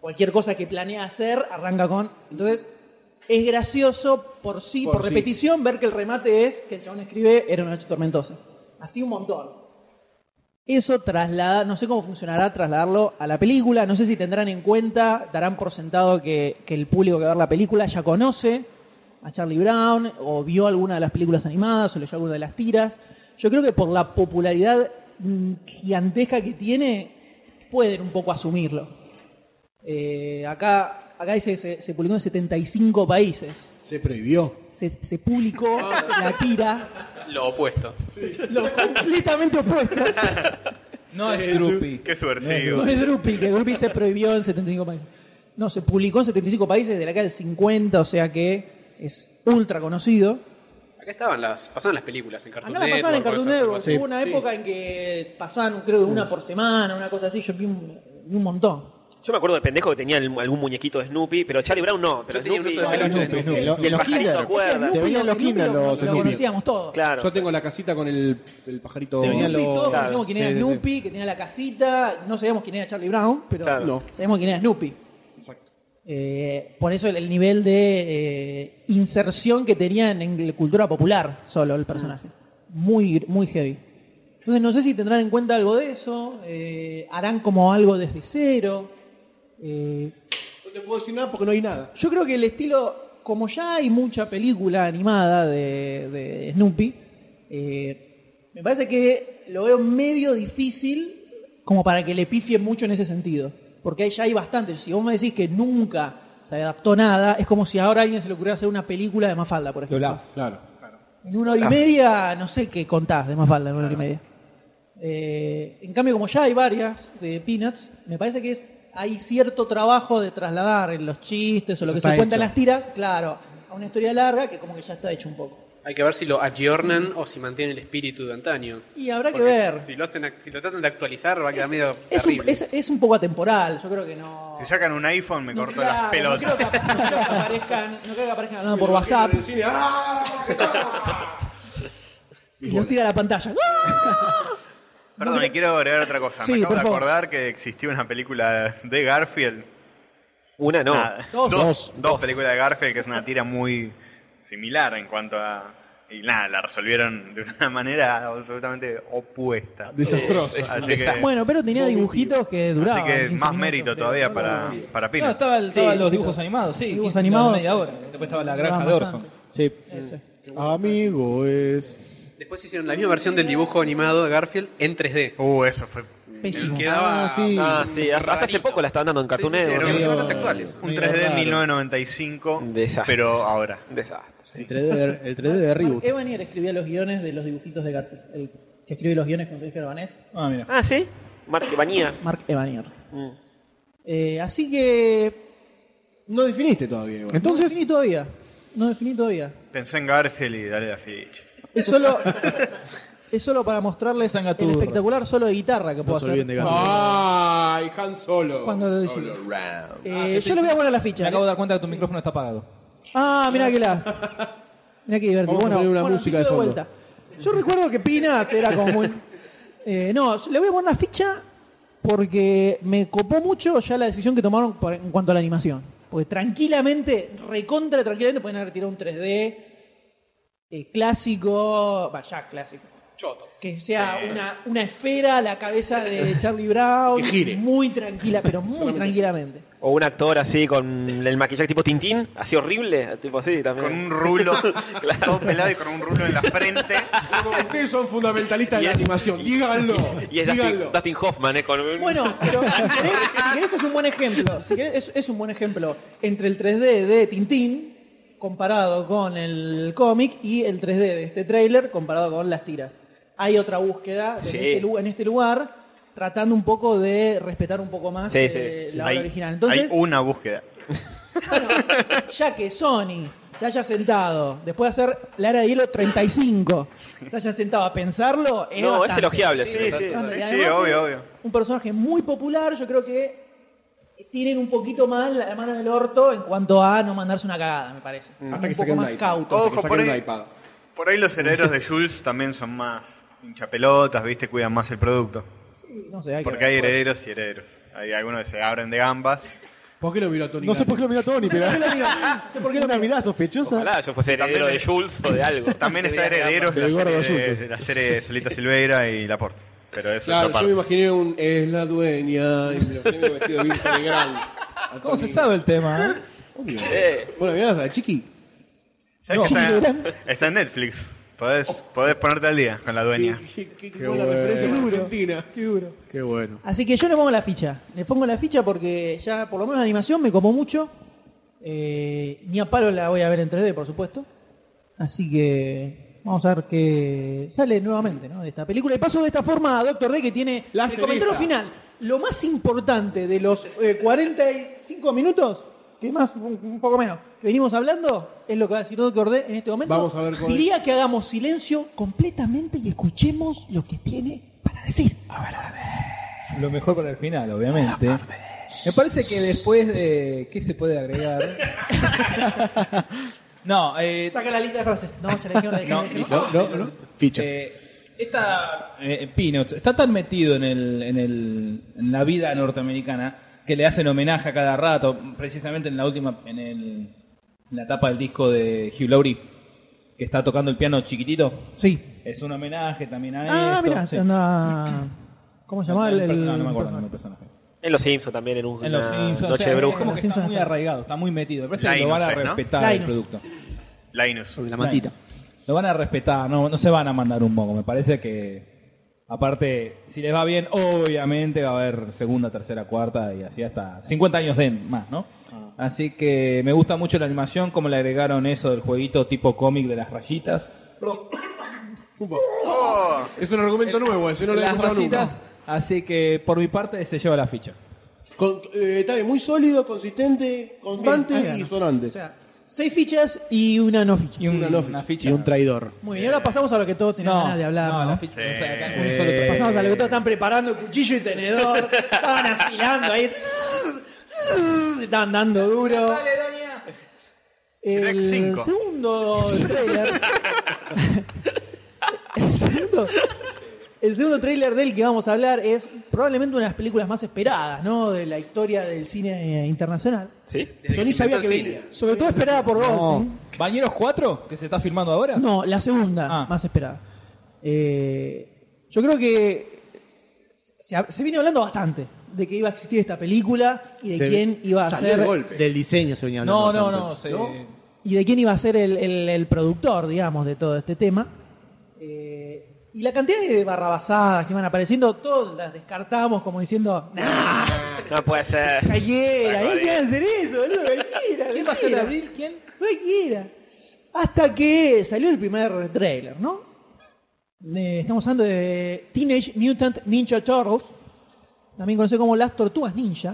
[SPEAKER 3] Cualquier cosa que planea hacer arranca con. Entonces, es gracioso por sí, por,
[SPEAKER 2] Por sí.
[SPEAKER 3] repetición, ver que el remate es que el chabón escribe era una noche tormentosa. Así un montón. Eso traslada, no sé cómo funcionará trasladarlo a la película, no sé si tendrán en cuenta, darán por sentado que, que el público que va a ver la película ya conoce a Charlie Brown o vio alguna de las películas animadas o leyó alguna de las tiras. Yo creo que por la popularidad mm, gigantesca que tiene, pueden un poco asumirlo. Eh, acá acá dice, se, se publicó en 75 países.
[SPEAKER 2] Se prohibió.
[SPEAKER 3] Se, se publicó la tira
[SPEAKER 8] Lo opuesto.
[SPEAKER 3] lo completamente opuesto.
[SPEAKER 9] No es
[SPEAKER 7] Drupi. Qué subversivo.
[SPEAKER 3] No es Drupi, que Drupi se prohibió en 75 países. No, se publicó en 75 países, de la que del 50, o sea que es ultra conocido.
[SPEAKER 8] Acá estaban las, pasaban las películas en Cartoon
[SPEAKER 3] Acá la pasaban en
[SPEAKER 8] Network,
[SPEAKER 3] Cartoon
[SPEAKER 8] por
[SPEAKER 3] Network.
[SPEAKER 8] eso,
[SPEAKER 3] Hubo una época en que pasaban, creo que
[SPEAKER 8] Mm.
[SPEAKER 3] una por semana, una cosa así. Yo vi un, vi un montón.
[SPEAKER 6] Yo me acuerdo de pendejo que tenía el- algún muñequito de Snoopy, pero Charlie Brown no. Pero
[SPEAKER 8] Yo tenía un
[SPEAKER 6] Snoopy,
[SPEAKER 8] oso de peluche de Snoopy.
[SPEAKER 6] Y
[SPEAKER 4] En lo- en
[SPEAKER 6] el
[SPEAKER 4] los
[SPEAKER 6] pajarito
[SPEAKER 4] kinder.
[SPEAKER 3] Este
[SPEAKER 6] acuerda.
[SPEAKER 4] Te venían los
[SPEAKER 3] Snoopy
[SPEAKER 4] kinder
[SPEAKER 3] lo-
[SPEAKER 4] los
[SPEAKER 3] Lo
[SPEAKER 4] Snoopy.
[SPEAKER 3] conocíamos todos.
[SPEAKER 6] Claro.
[SPEAKER 2] Yo tengo la casita con el, el pajarito.
[SPEAKER 4] Te venían
[SPEAKER 3] Snoopy, todos
[SPEAKER 4] Claro,
[SPEAKER 3] conocíamos quién
[SPEAKER 4] sí,
[SPEAKER 3] era
[SPEAKER 4] sí, sí.
[SPEAKER 3] Snoopy, que tenía la casita. No sabíamos quién era Charlie Brown, pero
[SPEAKER 6] Claro.
[SPEAKER 2] No.
[SPEAKER 3] sabíamos quién era Snoopy. Eh, por eso el, el nivel de eh, inserción que tenían en la cultura popular solo el personaje. Muy, muy heavy. Entonces no sé si tendrán en cuenta algo de eso, eh, harán como algo desde cero. eh,
[SPEAKER 2] No te puedo decir nada porque no hay nada.
[SPEAKER 3] yo creo que el estilo, como ya hay mucha película animada de, de Snoopy, eh, me parece que lo veo medio difícil como para que le pifie mucho en ese sentido. Porque ahí ya hay bastante. Si vos me decís que nunca se adaptó nada, es como si ahora a alguien se le ocurriera hacer una película de Mafalda, por ejemplo.
[SPEAKER 2] Claro.
[SPEAKER 3] En una hora
[SPEAKER 2] Ah.
[SPEAKER 3] y media, no sé qué contás de más falda en una hora y media. Eh, en cambio, como ya hay varias de Peanuts, me parece que es, hay cierto trabajo de trasladar en los chistes o lo
[SPEAKER 2] Eso
[SPEAKER 3] que
[SPEAKER 2] está
[SPEAKER 3] se cuenta en
[SPEAKER 2] hecho.
[SPEAKER 3] las tiras, claro, a una historia larga que como que ya está hecho un poco.
[SPEAKER 8] Hay que ver si lo ayornan o si mantiene el espíritu de antaño.
[SPEAKER 3] Y habrá que
[SPEAKER 8] Porque
[SPEAKER 3] ver.
[SPEAKER 8] Si lo, hacen, ac- si lo tratan de actualizar, va a quedar
[SPEAKER 3] Es,
[SPEAKER 8] medio
[SPEAKER 3] es un,
[SPEAKER 8] terrible.
[SPEAKER 3] es- es un poco atemporal, yo creo que no.
[SPEAKER 7] Si sacan un iPhone, me
[SPEAKER 3] no,
[SPEAKER 7] corto
[SPEAKER 3] claro,
[SPEAKER 7] las pelotas.
[SPEAKER 3] No creo que, ap- no creo que aparezcan, no creo que aparezcan hablando por
[SPEAKER 2] Pero
[SPEAKER 3] WhatsApp
[SPEAKER 2] en el cine, ¡ah!
[SPEAKER 3] y los tira a la pantalla.
[SPEAKER 7] Perdón, me quiero agregar otra cosa.
[SPEAKER 3] Sí,
[SPEAKER 7] me acabo
[SPEAKER 3] por
[SPEAKER 7] de
[SPEAKER 3] favor.
[SPEAKER 7] acordar que existió una película de Garfield.
[SPEAKER 6] Una no.
[SPEAKER 7] Nada,
[SPEAKER 3] Dos.
[SPEAKER 7] dos,
[SPEAKER 3] Dos.
[SPEAKER 7] dos películas de Garfield, que es una tira muy similar en cuanto a... Y nada, la resolvieron de una manera absolutamente opuesta.
[SPEAKER 4] Desastroso.
[SPEAKER 7] Así
[SPEAKER 6] un
[SPEAKER 7] que-
[SPEAKER 6] desastre.
[SPEAKER 3] Bueno, pero tenía dibujitos que duraban.
[SPEAKER 7] Así que
[SPEAKER 3] 15
[SPEAKER 7] más
[SPEAKER 3] minutos,
[SPEAKER 7] mérito
[SPEAKER 3] pero-
[SPEAKER 7] todavía para, para Pino.
[SPEAKER 9] No, estaban estaban
[SPEAKER 3] Sí,
[SPEAKER 9] los dibujos
[SPEAKER 3] pero-
[SPEAKER 9] animados, sí.
[SPEAKER 3] dibujos
[SPEAKER 9] 15
[SPEAKER 3] animados.
[SPEAKER 9] media hora. Después estaba la granja de
[SPEAKER 3] Duraban
[SPEAKER 9] Orson.
[SPEAKER 3] bastante.
[SPEAKER 4] Sí.
[SPEAKER 3] Ese.
[SPEAKER 4] Amigo es.
[SPEAKER 8] Después hicieron la misma versión del dibujo animado de Garfield en 3D.
[SPEAKER 3] Ah,
[SPEAKER 7] Uh, eso fue...
[SPEAKER 3] Pésimo.
[SPEAKER 8] Quedaba
[SPEAKER 4] Ah, sí.
[SPEAKER 6] Ah, sí, hasta hasta hace poco la estaban dando en Cartoon
[SPEAKER 8] Sí, sí, sí,
[SPEAKER 6] Network.
[SPEAKER 8] era
[SPEAKER 4] Medio-
[SPEAKER 8] bastante actuales.
[SPEAKER 7] Un
[SPEAKER 4] medio
[SPEAKER 7] 3D
[SPEAKER 4] raro.
[SPEAKER 7] 1995,
[SPEAKER 6] Desastre.
[SPEAKER 7] pero ahora.
[SPEAKER 6] Un desastre.
[SPEAKER 4] El 3D de, el 3D de reboot.
[SPEAKER 3] Evanier escribía los guiones de los dibujitos de Garfield. El que escribe los guiones con Luis Gerbanés.
[SPEAKER 9] Ah, mira.
[SPEAKER 6] Ah, sí. Marque Bañía.
[SPEAKER 3] Mark Evanier.
[SPEAKER 6] Mm.
[SPEAKER 3] Eh, así que.
[SPEAKER 2] No definiste todavía. igual.
[SPEAKER 3] No definí todavía. No definí todavía.
[SPEAKER 7] Pensé en Garfield y dale la ficha.
[SPEAKER 3] Es solo. es solo para mostrarles el
[SPEAKER 9] Sangaturra.
[SPEAKER 3] espectacular solo de guitarra que
[SPEAKER 4] No
[SPEAKER 3] puedo
[SPEAKER 4] se
[SPEAKER 3] hacer.
[SPEAKER 4] olviden de Garfield.
[SPEAKER 2] Ay, Han Solo.
[SPEAKER 3] Cuando lo
[SPEAKER 2] Solo
[SPEAKER 3] decís.
[SPEAKER 2] round.
[SPEAKER 3] Eh, yo les voy a poner la ficha. eh.
[SPEAKER 9] Me acabo de dar cuenta que tu micrófono está apagado.
[SPEAKER 3] Ah, mirá que la. Mirá que divertido.
[SPEAKER 2] Vamos
[SPEAKER 3] bueno,
[SPEAKER 2] a poner una
[SPEAKER 3] bueno,
[SPEAKER 2] música
[SPEAKER 3] empiezo
[SPEAKER 2] de
[SPEAKER 3] vuelta. Yo recuerdo que Pinas era común. Eh, no, le voy a poner una ficha porque me copó mucho ya la decisión que tomaron por- en cuanto a la animación. Porque tranquilamente, recontra tranquilamente, pueden haber tirado un 3D eh, clásico. Va, ya clásico.
[SPEAKER 17] Choto.
[SPEAKER 3] Que sea una, una esfera a la cabeza de Charlie Brown.
[SPEAKER 6] Eh. Que gire.
[SPEAKER 3] Muy tranquila, pero muy tranquilamente.
[SPEAKER 6] O un actor así con el maquillaje tipo Tintín, así horrible, tipo así también.
[SPEAKER 7] Con un rulo, todo pelado y con un rulo en la frente.
[SPEAKER 2] Ustedes son fundamentalistas de la animación, díganlo.
[SPEAKER 6] Y es
[SPEAKER 2] díganlo.
[SPEAKER 6] Dustin, Dustin Hoffman, ¿eh? Con un-
[SPEAKER 3] Bueno, pero si querés, si querés es un buen ejemplo. Si querés, es, es un buen ejemplo. Entre el 3D de Tintín comparado con el cómic y el 3D de este tráiler comparado con las tiras. Hay otra búsqueda en,
[SPEAKER 6] Sí.
[SPEAKER 3] este, lu- en este lugar tratando un poco de respetar un poco más
[SPEAKER 7] Sí,
[SPEAKER 3] eh,
[SPEAKER 7] sí.
[SPEAKER 3] la
[SPEAKER 7] Hay-
[SPEAKER 3] obra original. Entonces,
[SPEAKER 7] hay una búsqueda.
[SPEAKER 3] ya que Sony se haya sentado después de hacer la era de hielo 35, se haya sentado a pensarlo, es
[SPEAKER 6] No, es
[SPEAKER 3] bastante.
[SPEAKER 6] elogiable, sí, sí.
[SPEAKER 3] Y
[SPEAKER 9] ¿eh?
[SPEAKER 6] Sí,
[SPEAKER 3] además
[SPEAKER 6] obvio,
[SPEAKER 3] es
[SPEAKER 6] obvio.
[SPEAKER 3] Un personaje muy popular, yo creo que tienen un poquito más la mano del orto en cuanto a no mandarse una cagada, me parece.
[SPEAKER 9] Mm.
[SPEAKER 3] un
[SPEAKER 2] Hasta que
[SPEAKER 3] poco
[SPEAKER 2] saquen
[SPEAKER 3] más
[SPEAKER 2] un iPad.
[SPEAKER 3] cauto.
[SPEAKER 2] Hasta que
[SPEAKER 7] Ojo, por
[SPEAKER 2] saquen un
[SPEAKER 7] ahí-
[SPEAKER 2] iPad.
[SPEAKER 7] Por ahí los herederos de Jules también son más hinchapelotas, ¿viste? Cuidan más el producto.
[SPEAKER 3] No sé, hay que
[SPEAKER 7] Porque
[SPEAKER 3] ver.
[SPEAKER 7] hay herederos y herederos. Hay algunos que se abren de gambas.
[SPEAKER 2] ¿Por qué lo miró a Tony?
[SPEAKER 4] No sé por qué lo miró Tony, pero.
[SPEAKER 3] No lo miró, no sé por qué lo
[SPEAKER 4] Una
[SPEAKER 3] miró.
[SPEAKER 4] mirada sospechosa.
[SPEAKER 6] Ojalá yo fuese heredero de Jules o de algo.
[SPEAKER 7] También está herederos la serie, de, la serie de Solita Silveira y Laporte. Pero eso
[SPEAKER 2] Claro,
[SPEAKER 7] es
[SPEAKER 2] yo me
[SPEAKER 7] aparte.
[SPEAKER 2] imaginé un es la dueña y me lo tengo vestido de virgen de gran.
[SPEAKER 9] ¿Cómo se sabe el tema? eh?
[SPEAKER 2] Obvio.
[SPEAKER 6] Eh,
[SPEAKER 2] Bueno, mirá, la chiqui.
[SPEAKER 7] ¿Sabes que está, está en Netflix. Podés, podés ponerte al día con la dueña.
[SPEAKER 2] Qué, qué, qué buena referencia para Argentina.
[SPEAKER 4] Qué bueno.
[SPEAKER 3] Así que yo le pongo la ficha. Le pongo la ficha porque ya por lo menos la animación me como mucho. Eh, ni a palo la voy a ver en 3D, por supuesto. Así que vamos a ver qué sale nuevamente ¿no? de esta película. Y paso de esta forma a Doctor D que tiene
[SPEAKER 2] La
[SPEAKER 3] el
[SPEAKER 2] cereza.
[SPEAKER 3] comentario final. Lo más importante de los eh, 45 minutos, que más, un, un poco menos, que venimos hablando, es lo que va a decir Doctor D en este momento.
[SPEAKER 2] Vamos a ver cuál es.
[SPEAKER 3] Diría que hagamos silencio completamente y escuchemos lo que tiene para decir.
[SPEAKER 9] Lo mejor para el final, obviamente. Me parece que después de. ¿Qué se puede agregar? No, eh,
[SPEAKER 3] Saca la lista de frases. No, ya la dijeron, la dijeron,
[SPEAKER 9] No,
[SPEAKER 3] la dijeron.
[SPEAKER 9] listo.
[SPEAKER 4] Ficha.
[SPEAKER 9] Eh, esta eh, Peanuts está tan metido en, el, en, el, en la vida norteamericana que le hacen homenaje a cada rato, precisamente en la última, en, el- en la tapa del disco de Hugh Laurie, que está tocando el piano chiquitito.
[SPEAKER 3] Sí.
[SPEAKER 9] Es un homenaje también a
[SPEAKER 3] Ah,
[SPEAKER 9] esto.
[SPEAKER 3] mira,
[SPEAKER 9] sí.
[SPEAKER 3] anda. ¿Cómo se llama
[SPEAKER 9] El
[SPEAKER 3] el, el-
[SPEAKER 9] personaje, no me acuerdo el nombre del personaje.
[SPEAKER 6] en Los Simpsons también, en un
[SPEAKER 9] En los
[SPEAKER 6] una
[SPEAKER 9] Simpsons. o
[SPEAKER 6] Noche
[SPEAKER 9] sea,
[SPEAKER 6] de
[SPEAKER 9] Es
[SPEAKER 6] Brujas.
[SPEAKER 9] como que
[SPEAKER 3] Los
[SPEAKER 9] está
[SPEAKER 3] Simpsons
[SPEAKER 9] muy
[SPEAKER 3] está-
[SPEAKER 9] arraigado, está muy metido. Me parece que lo
[SPEAKER 7] Linus
[SPEAKER 9] van a
[SPEAKER 7] es, ¿no?
[SPEAKER 9] respetar el
[SPEAKER 3] Linus.
[SPEAKER 9] producto.
[SPEAKER 7] Linus.
[SPEAKER 4] Sobre la mantita.
[SPEAKER 9] Lo van a respetar, no, no se van a mandar un moco. Me parece que, aparte, si les va bien, obviamente va a haber segunda, tercera, cuarta y así hasta 50 años de más, ¿no?
[SPEAKER 3] Ah.
[SPEAKER 9] Así que me gusta mucho la animación, como le agregaron eso del jueguito tipo cómic de las rayitas.
[SPEAKER 2] Es un argumento nuevo, ese no lo he
[SPEAKER 9] las
[SPEAKER 2] escuchado
[SPEAKER 9] rayitas,
[SPEAKER 2] nunca.
[SPEAKER 9] así que por mi parte se lleva la ficha.
[SPEAKER 2] Con- eh, está bien, muy sólido, consistente, constante
[SPEAKER 3] Bien, ahí
[SPEAKER 2] y
[SPEAKER 3] ganó.
[SPEAKER 2] sonante.
[SPEAKER 3] O sea, seis fichas y una no ficha.
[SPEAKER 9] Y un-
[SPEAKER 2] Una
[SPEAKER 9] una,
[SPEAKER 2] no
[SPEAKER 9] ficha.
[SPEAKER 4] Y un traidor.
[SPEAKER 3] Muy bien, ahora pasamos a lo que todos tenemos
[SPEAKER 9] No,
[SPEAKER 3] ganas de hablar.
[SPEAKER 9] no,
[SPEAKER 3] ¿no?
[SPEAKER 9] la ficha. o sea, acá es un
[SPEAKER 4] Sí.
[SPEAKER 9] solo traidor.
[SPEAKER 3] Pasamos a lo que todos están preparando, cuchillo y tenedor. Estaban afilando ahí. Estaban dando duro.
[SPEAKER 7] Shrek
[SPEAKER 3] El
[SPEAKER 7] cinco.
[SPEAKER 3] segundo trailer. el segundo. El segundo tráiler del que vamos a hablar es probablemente una de las películas más esperadas, ¿no? De la historia del cine eh, internacional.
[SPEAKER 6] ¿Sí?
[SPEAKER 2] Yo ni sabía que venía.
[SPEAKER 3] Sobre todo esperada por Goldstein.
[SPEAKER 9] ¿Bañeros 4? ¿Que se está filmando ahora?
[SPEAKER 3] No, la segunda
[SPEAKER 9] Ah.
[SPEAKER 3] más esperada. Eh, yo creo que se, se viene hablando bastante de que iba a existir esta película y de
[SPEAKER 4] Se-
[SPEAKER 3] quién iba a
[SPEAKER 2] salió de
[SPEAKER 3] ser
[SPEAKER 2] golpe.
[SPEAKER 4] Del diseño se venía
[SPEAKER 9] No,
[SPEAKER 4] hablando.
[SPEAKER 9] no,
[SPEAKER 4] bastante.
[SPEAKER 9] no. se-
[SPEAKER 3] y de quién iba a ser el, el- el productor, digamos, de todo este tema. Eh, y la cantidad de barrabasadas que van apareciendo, todas las descartamos como diciendo, nah,
[SPEAKER 6] No puede ser.
[SPEAKER 3] cualquiera,
[SPEAKER 6] Saco
[SPEAKER 3] ¿eh?
[SPEAKER 6] de-
[SPEAKER 3] ¿Qué va a hacer eso, boludo? Cualquiera,
[SPEAKER 9] ¿Quién va a ser
[SPEAKER 3] cualquiera".
[SPEAKER 9] Abril? ¿Quién?
[SPEAKER 3] Cualquiera. Hasta que salió el primer trailer, ¿no? Eh, estamos hablando de Teenage Mutant Ninja Turtles, también conocido como las Tortugas Ninja.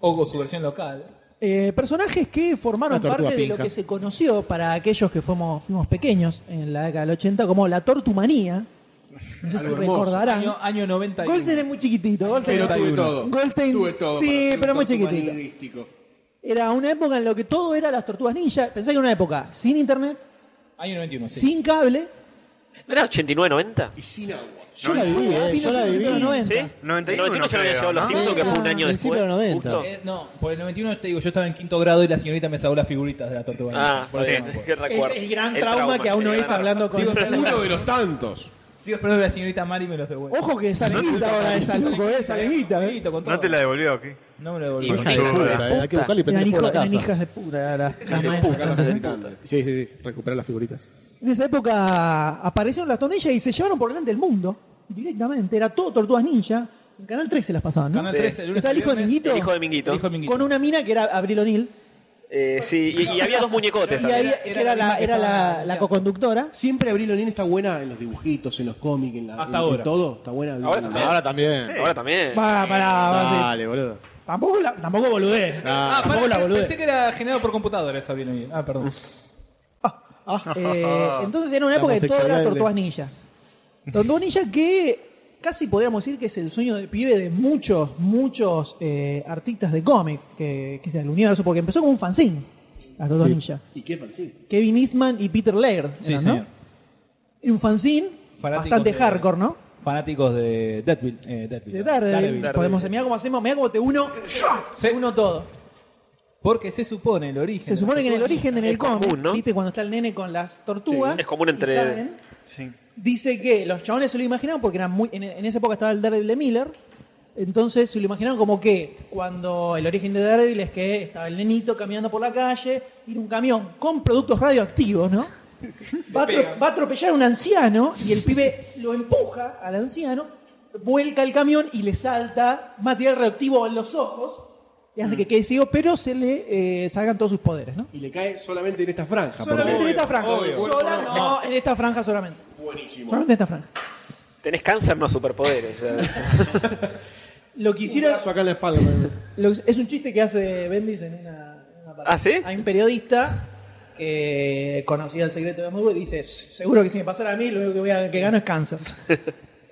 [SPEAKER 9] O con su versión local.
[SPEAKER 3] Eh, personajes que formaron
[SPEAKER 4] La tortuga
[SPEAKER 3] parte de lo
[SPEAKER 4] pinja.
[SPEAKER 3] que se conoció para aquellos que fuimos, fuimos pequeños en la década del 80 como la tortumanía. No sé si recordarán.
[SPEAKER 9] Año, año 91.
[SPEAKER 3] Goldstein es muy chiquitito. Goldstein
[SPEAKER 2] Pero
[SPEAKER 3] era-
[SPEAKER 2] tuve todo.
[SPEAKER 3] Goldstein-
[SPEAKER 2] Tuve todo.
[SPEAKER 3] sí,
[SPEAKER 2] para ser
[SPEAKER 3] pero
[SPEAKER 2] un
[SPEAKER 3] muy
[SPEAKER 2] tortuga
[SPEAKER 3] chiquitito.
[SPEAKER 2] nihilistíco.
[SPEAKER 3] Era una época en la que todo era las tortugas ninja. Pensá que era una época sin internet,
[SPEAKER 9] Año 91, sí.
[SPEAKER 3] sin cable.
[SPEAKER 6] ¿No era 89-90?
[SPEAKER 2] Y sin agua.
[SPEAKER 4] Yo la viví, eh, yo la viví.
[SPEAKER 3] Principios de los 90.
[SPEAKER 6] ¿Sí?
[SPEAKER 7] 91
[SPEAKER 6] ya había
[SPEAKER 7] creo,
[SPEAKER 6] llegado Los
[SPEAKER 7] ¿no?
[SPEAKER 6] Simpsons, que fue un
[SPEAKER 4] Sí,
[SPEAKER 6] año
[SPEAKER 4] principio
[SPEAKER 6] después.
[SPEAKER 4] de los 90.
[SPEAKER 6] justo.
[SPEAKER 9] Eh, no, por el 91 te digo, yo estaba en quinto grado y la señorita me sacó las figuritas de la tortuga.
[SPEAKER 6] Ah,
[SPEAKER 9] Por
[SPEAKER 6] está
[SPEAKER 9] eso me
[SPEAKER 6] bien.
[SPEAKER 9] acuerdo.
[SPEAKER 6] Qué recuerdo.
[SPEAKER 3] Es el gran trauma que aún hoy
[SPEAKER 6] gran
[SPEAKER 3] está hablando con
[SPEAKER 2] Uno de los tantos.
[SPEAKER 9] Sigo esperando que la señorita Mari me los devuelva.
[SPEAKER 3] Ojo que esa lejita ahora, esa loco, esa lejita, ¿eh?
[SPEAKER 9] Con todo.
[SPEAKER 7] ¿No te la devolvió aquí?
[SPEAKER 9] No me lo
[SPEAKER 7] Y
[SPEAKER 9] devolvió.
[SPEAKER 7] hija de puta.
[SPEAKER 4] Hay que buscarle y pendejo
[SPEAKER 3] Eran
[SPEAKER 4] por la
[SPEAKER 3] hijos- eran
[SPEAKER 4] casa.
[SPEAKER 3] hijas de puta. la- la
[SPEAKER 2] de
[SPEAKER 3] maestra.
[SPEAKER 2] puta, las americanas.
[SPEAKER 4] Sí, sí, sí. Recuperar las figuritas.
[SPEAKER 3] En esa época aparecieron las tonillas y se llevaron por delante el mundo directamente. Era todo Tortugas Ninja. En Canal 13 las pasaban, ¿no?
[SPEAKER 9] Canal 13, el lunes
[SPEAKER 3] Estaba el
[SPEAKER 9] a
[SPEAKER 3] hijo de
[SPEAKER 9] viernes,
[SPEAKER 3] Minguito.
[SPEAKER 6] El hijo de Minguito.
[SPEAKER 9] El hijo de Minguito.
[SPEAKER 3] Con una mina que era Abril O'Neill.
[SPEAKER 6] Eh, sí, y, y había dos muñecotes
[SPEAKER 3] Y
[SPEAKER 6] también. ¿eh?
[SPEAKER 3] ahí- que era la, era la, la coconductora.
[SPEAKER 2] Siempre Abril O'Neill está buena en los dibujitos, en los cómics, en, la,
[SPEAKER 9] Hasta
[SPEAKER 2] en- en
[SPEAKER 9] ahora.
[SPEAKER 2] todo. Está buena Abril
[SPEAKER 6] Ahora
[SPEAKER 2] O'Neill.
[SPEAKER 6] también.
[SPEAKER 4] Ahora también.
[SPEAKER 6] Ahora también.
[SPEAKER 3] Para, para,
[SPEAKER 4] Dale, boludo.
[SPEAKER 3] Tampoco, la, tampoco boludez.
[SPEAKER 9] Ah,
[SPEAKER 3] tampoco la
[SPEAKER 9] pará,
[SPEAKER 3] boludez.
[SPEAKER 9] pensé que era generado por computadora esa bien bien. Ah, perdón.
[SPEAKER 3] Eh, entonces era una
[SPEAKER 4] La
[SPEAKER 3] época de todas las
[SPEAKER 4] homosexualidad
[SPEAKER 3] tortugas ninja. Tortugas ninja que casi podríamos decir que es el sueño del pibe de muchos, muchos eh, artistas de cómic que, que se alinearon a eso, porque empezó como un fanzine, las tortugas ninja.
[SPEAKER 2] ¿Y qué fancy?
[SPEAKER 3] Kevin Eastman y Peter Laird.
[SPEAKER 9] Sí,
[SPEAKER 3] eran,
[SPEAKER 9] señor.
[SPEAKER 3] ¿no? Y un fanzine
[SPEAKER 9] Fanáticos
[SPEAKER 3] bastante
[SPEAKER 9] de-
[SPEAKER 3] hardcore, ¿no?
[SPEAKER 9] Fanáticos de Deadpool. Eh, Deadpool.
[SPEAKER 3] De Daredevil.
[SPEAKER 9] Daredevil.
[SPEAKER 3] Podemos, mirá cómo hacemos, mirá cómo te uno, te uno todo.
[SPEAKER 9] Porque se supone el origen.
[SPEAKER 3] Se supone que en el origen, en
[SPEAKER 6] Es
[SPEAKER 3] el cómic,
[SPEAKER 6] común, ¿no?
[SPEAKER 3] viste cuando está el nene con las tortugas.
[SPEAKER 6] Sí. Es común entre-
[SPEAKER 3] y caen,
[SPEAKER 7] Sí.
[SPEAKER 3] Dice que los chabones se lo imaginaban porque eran muy, en, en esa época estaba el Daredevil de Miller. Entonces se lo imaginaban como que cuando el origen de Daredevil es que estaba el nenito caminando por la calle, y un camión con productos radioactivos, ¿no? Va, a atro- va a atropellar a un anciano y el pibe lo empuja al anciano, vuelca el camión y le salta material radioactivo en los ojos y
[SPEAKER 6] Mm.
[SPEAKER 3] hace que quede ciego, pero se le eh, salgan todos sus poderes, ¿no?
[SPEAKER 2] Y le cae solamente en esta franja.
[SPEAKER 3] Solamente en
[SPEAKER 2] Ah, porque-
[SPEAKER 3] esta franja. Sola- no, en esta franja solamente.
[SPEAKER 2] Buenísimo.
[SPEAKER 3] Solamente en esta franja.
[SPEAKER 6] Tenés cáncer, no superpoderes. o sea.
[SPEAKER 3] Lo que
[SPEAKER 2] Hicieron
[SPEAKER 3] hicieron
[SPEAKER 2] eso acá en la espalda. pero-
[SPEAKER 3] Lo- es un chiste que hace Bendis en una, en una parte.
[SPEAKER 6] ¿Ah, sí?
[SPEAKER 3] Hay un periodista que conocía el secreto de Mosby y dice, seguro que si me pasara a mí, lo único que, voy a- que gano es cáncer.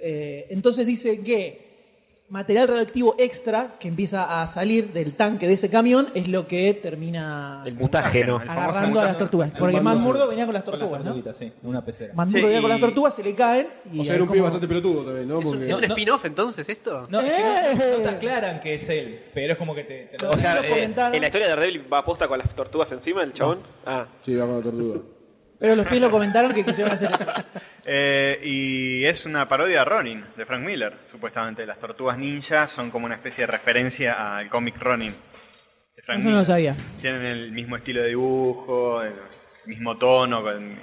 [SPEAKER 3] Eh, entonces dice que material radioactivo extra que empieza a salir del tanque de ese camión es lo que termina
[SPEAKER 6] El mutágeno.
[SPEAKER 7] El famoso
[SPEAKER 3] agarrando a las
[SPEAKER 7] mutágeno.
[SPEAKER 3] tortugas. Porque Manmurdo venía con las tortugas, ¿no?
[SPEAKER 9] tortugas, sí, en una pecera.
[SPEAKER 3] Manmurdo
[SPEAKER 7] Sí,
[SPEAKER 3] venía con las
[SPEAKER 7] y-
[SPEAKER 3] tortugas, se le caen. Y
[SPEAKER 2] O sea,
[SPEAKER 3] ahí
[SPEAKER 2] era un pibe
[SPEAKER 3] como-
[SPEAKER 2] bastante pelotudo también, ¿no?
[SPEAKER 8] ¿Es un,
[SPEAKER 2] Porque-
[SPEAKER 8] es un
[SPEAKER 9] no.
[SPEAKER 8] spin-off entonces esto?
[SPEAKER 9] No, es que no,
[SPEAKER 3] ¡Eh!
[SPEAKER 9] no te aclaran que es él, pero es como que te, te lo-
[SPEAKER 6] O sea,
[SPEAKER 3] Lo
[SPEAKER 6] eh,
[SPEAKER 3] comentaron.
[SPEAKER 6] en la historia de Daredevil va aposta con las tortugas encima, el chabón. Ah.
[SPEAKER 2] Sí, va con la tortuga.
[SPEAKER 3] Pero los pies lo comentaron que quisieron hacer eso.
[SPEAKER 7] Eh, y es una parodia de Ronin, de Frank Miller, supuestamente. Las tortugas ninja son como una especie de referencia al cómic Ronin. De Frank
[SPEAKER 3] Eso no lo
[SPEAKER 7] Miller.
[SPEAKER 3] sabía.
[SPEAKER 7] Tienen el mismo estilo de dibujo, el mismo tono. con-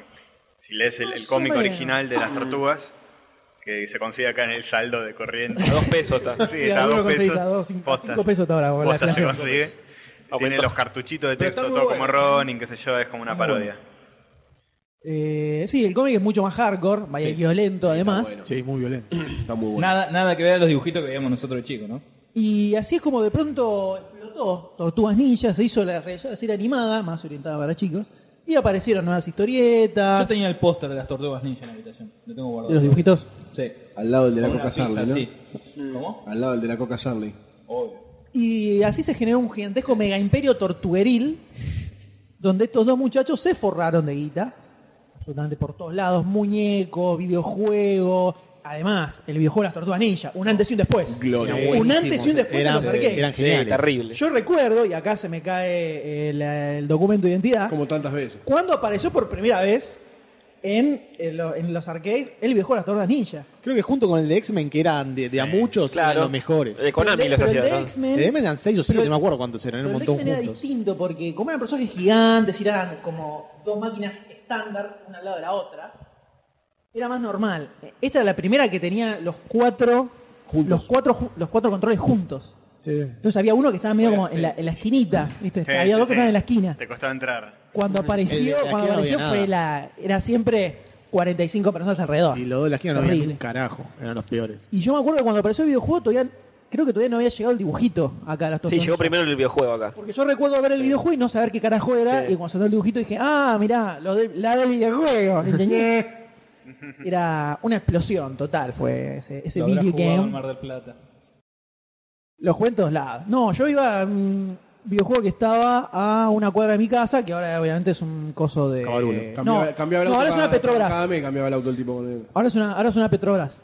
[SPEAKER 7] si lees el, el
[SPEAKER 3] Más o
[SPEAKER 7] cómic
[SPEAKER 3] menos.
[SPEAKER 7] original de las tortugas, que se consigue acá en el saldo de corriente.
[SPEAKER 6] A dos pesos está.
[SPEAKER 7] Sí,
[SPEAKER 3] Sí,
[SPEAKER 7] está a
[SPEAKER 3] alguno
[SPEAKER 7] dos
[SPEAKER 3] conseguís
[SPEAKER 7] pesos.
[SPEAKER 3] a dos, cinco- a
[SPEAKER 7] Posta.
[SPEAKER 3] cinco pesos está ahora, con la
[SPEAKER 7] Posta se
[SPEAKER 3] inflación.
[SPEAKER 7] consigue. Tiene
[SPEAKER 6] Aumentó.
[SPEAKER 7] los cartuchitos de
[SPEAKER 9] Pero está
[SPEAKER 7] texto, todo
[SPEAKER 9] muy bueno.
[SPEAKER 7] como Ronin, qué sé yo, es como una parodia.
[SPEAKER 3] Eh, sí, el cómic es mucho más hardcore, vaya violento además.
[SPEAKER 4] Sí, muy violento.
[SPEAKER 2] Está muy bueno.
[SPEAKER 9] nada, nada que ver a los dibujitos que veíamos nosotros de chicos, ¿no?
[SPEAKER 3] Y así es como de pronto explotó Tortugas Ninja, se hizo la re- serie animada, más orientada para chicos, y aparecieron nuevas
[SPEAKER 9] Yo
[SPEAKER 3] historietas,
[SPEAKER 9] tenía el póster de las tortugas ninja en la habitación. Lo tengo guardado.
[SPEAKER 3] de Ah. los dibujitos.
[SPEAKER 9] Sí.
[SPEAKER 2] Al lado del de la
[SPEAKER 9] Con una
[SPEAKER 2] Coca
[SPEAKER 9] pizza,
[SPEAKER 2] Sarley, ¿no?
[SPEAKER 9] sí. ¿Cómo?
[SPEAKER 2] Al lado del de la Coca Sarley.
[SPEAKER 3] Y así se generó un gigantesco mega imperio tortugueril, donde estos dos muchachos se forraron de guita, absolutamente por todos lados, muñecos, videojuegos. Además, el videojuego de las Tortugas Ninja, un antes y un después. Un antes y un después en los
[SPEAKER 4] Eran,
[SPEAKER 3] arcades.
[SPEAKER 4] eran
[SPEAKER 6] Sí,
[SPEAKER 4] geniales.
[SPEAKER 6] terrible.
[SPEAKER 3] Yo recuerdo, y acá se me cae eh, la- el documento de identidad,
[SPEAKER 2] Como tantas veces.
[SPEAKER 3] cuando apareció por primera vez en, en lo- en los arcades el videojuego de las tortugas ninja.
[SPEAKER 4] Creo que junto con el de X-Men, que eran de, de a muchos, eran los mejores.
[SPEAKER 6] Eh, Konami
[SPEAKER 3] Pero
[SPEAKER 6] los
[SPEAKER 3] el de-
[SPEAKER 6] hacía.
[SPEAKER 3] pero el de
[SPEAKER 6] ¿no?
[SPEAKER 3] X-Men-
[SPEAKER 4] El de X-Men eran seis o
[SPEAKER 3] pero
[SPEAKER 4] siete, no
[SPEAKER 3] el-
[SPEAKER 4] me acuerdo cuántos eran,
[SPEAKER 3] pero
[SPEAKER 4] eran un
[SPEAKER 3] el de
[SPEAKER 4] montón
[SPEAKER 3] X-Men era
[SPEAKER 4] juntos.
[SPEAKER 3] distinto porque como eran personajes gigantes, y eran como dos máquinas estándar una al lado de la otra, era más normal. Esta era la primera que tenía los cuatro, los cuatro, ju- los cuatro controles juntos.
[SPEAKER 4] Sí.
[SPEAKER 3] Entonces había uno que estaba medio como en la, en la esquinita, ¿viste?
[SPEAKER 7] Sí,
[SPEAKER 3] había dos
[SPEAKER 7] sí,
[SPEAKER 3] que
[SPEAKER 7] sí.
[SPEAKER 3] estaban en la esquina.
[SPEAKER 7] Te costaba entrar.
[SPEAKER 3] Cuando apareció,
[SPEAKER 4] El de la
[SPEAKER 3] cuando
[SPEAKER 4] esquina no
[SPEAKER 3] apareció
[SPEAKER 4] había
[SPEAKER 3] fue la. Era siempre 45 personas alrededor.
[SPEAKER 4] Y los dos de la esquina no había
[SPEAKER 3] Terrible.
[SPEAKER 4] un carajo, eran los peores.
[SPEAKER 3] Y yo me acuerdo que cuando apareció el videojuego todavía. Creo que todavía no había llegado el dibujito acá a las
[SPEAKER 6] Sí,
[SPEAKER 3] tortugas.
[SPEAKER 6] llegó primero el videojuego acá.
[SPEAKER 3] Porque yo recuerdo ver el videojuego y no saber qué carajo era.
[SPEAKER 6] Sí.
[SPEAKER 3] Y cuando salió el dibujito dije, ah, mirá, lo de- la del videojuego. ¿entendés? era una explosión total, fue ese, ese
[SPEAKER 9] Lo habrás
[SPEAKER 3] video
[SPEAKER 9] jugado
[SPEAKER 3] game.
[SPEAKER 9] en Mar del Plata.
[SPEAKER 3] Lo jugué en todos lados. No, yo iba a un videojuego que estaba a una cuadra de mi casa, que ahora obviamente es un coso de.
[SPEAKER 4] Cabarulo.
[SPEAKER 2] Cambiaba,
[SPEAKER 3] no,
[SPEAKER 2] cambiaba el
[SPEAKER 3] no,
[SPEAKER 2] auto
[SPEAKER 3] ahora es una
[SPEAKER 2] cada-
[SPEAKER 3] Petrobras.
[SPEAKER 2] Cada mes cambiaba el auto el tipo. con él.
[SPEAKER 3] Ahora es una, ahora es una Petrobras.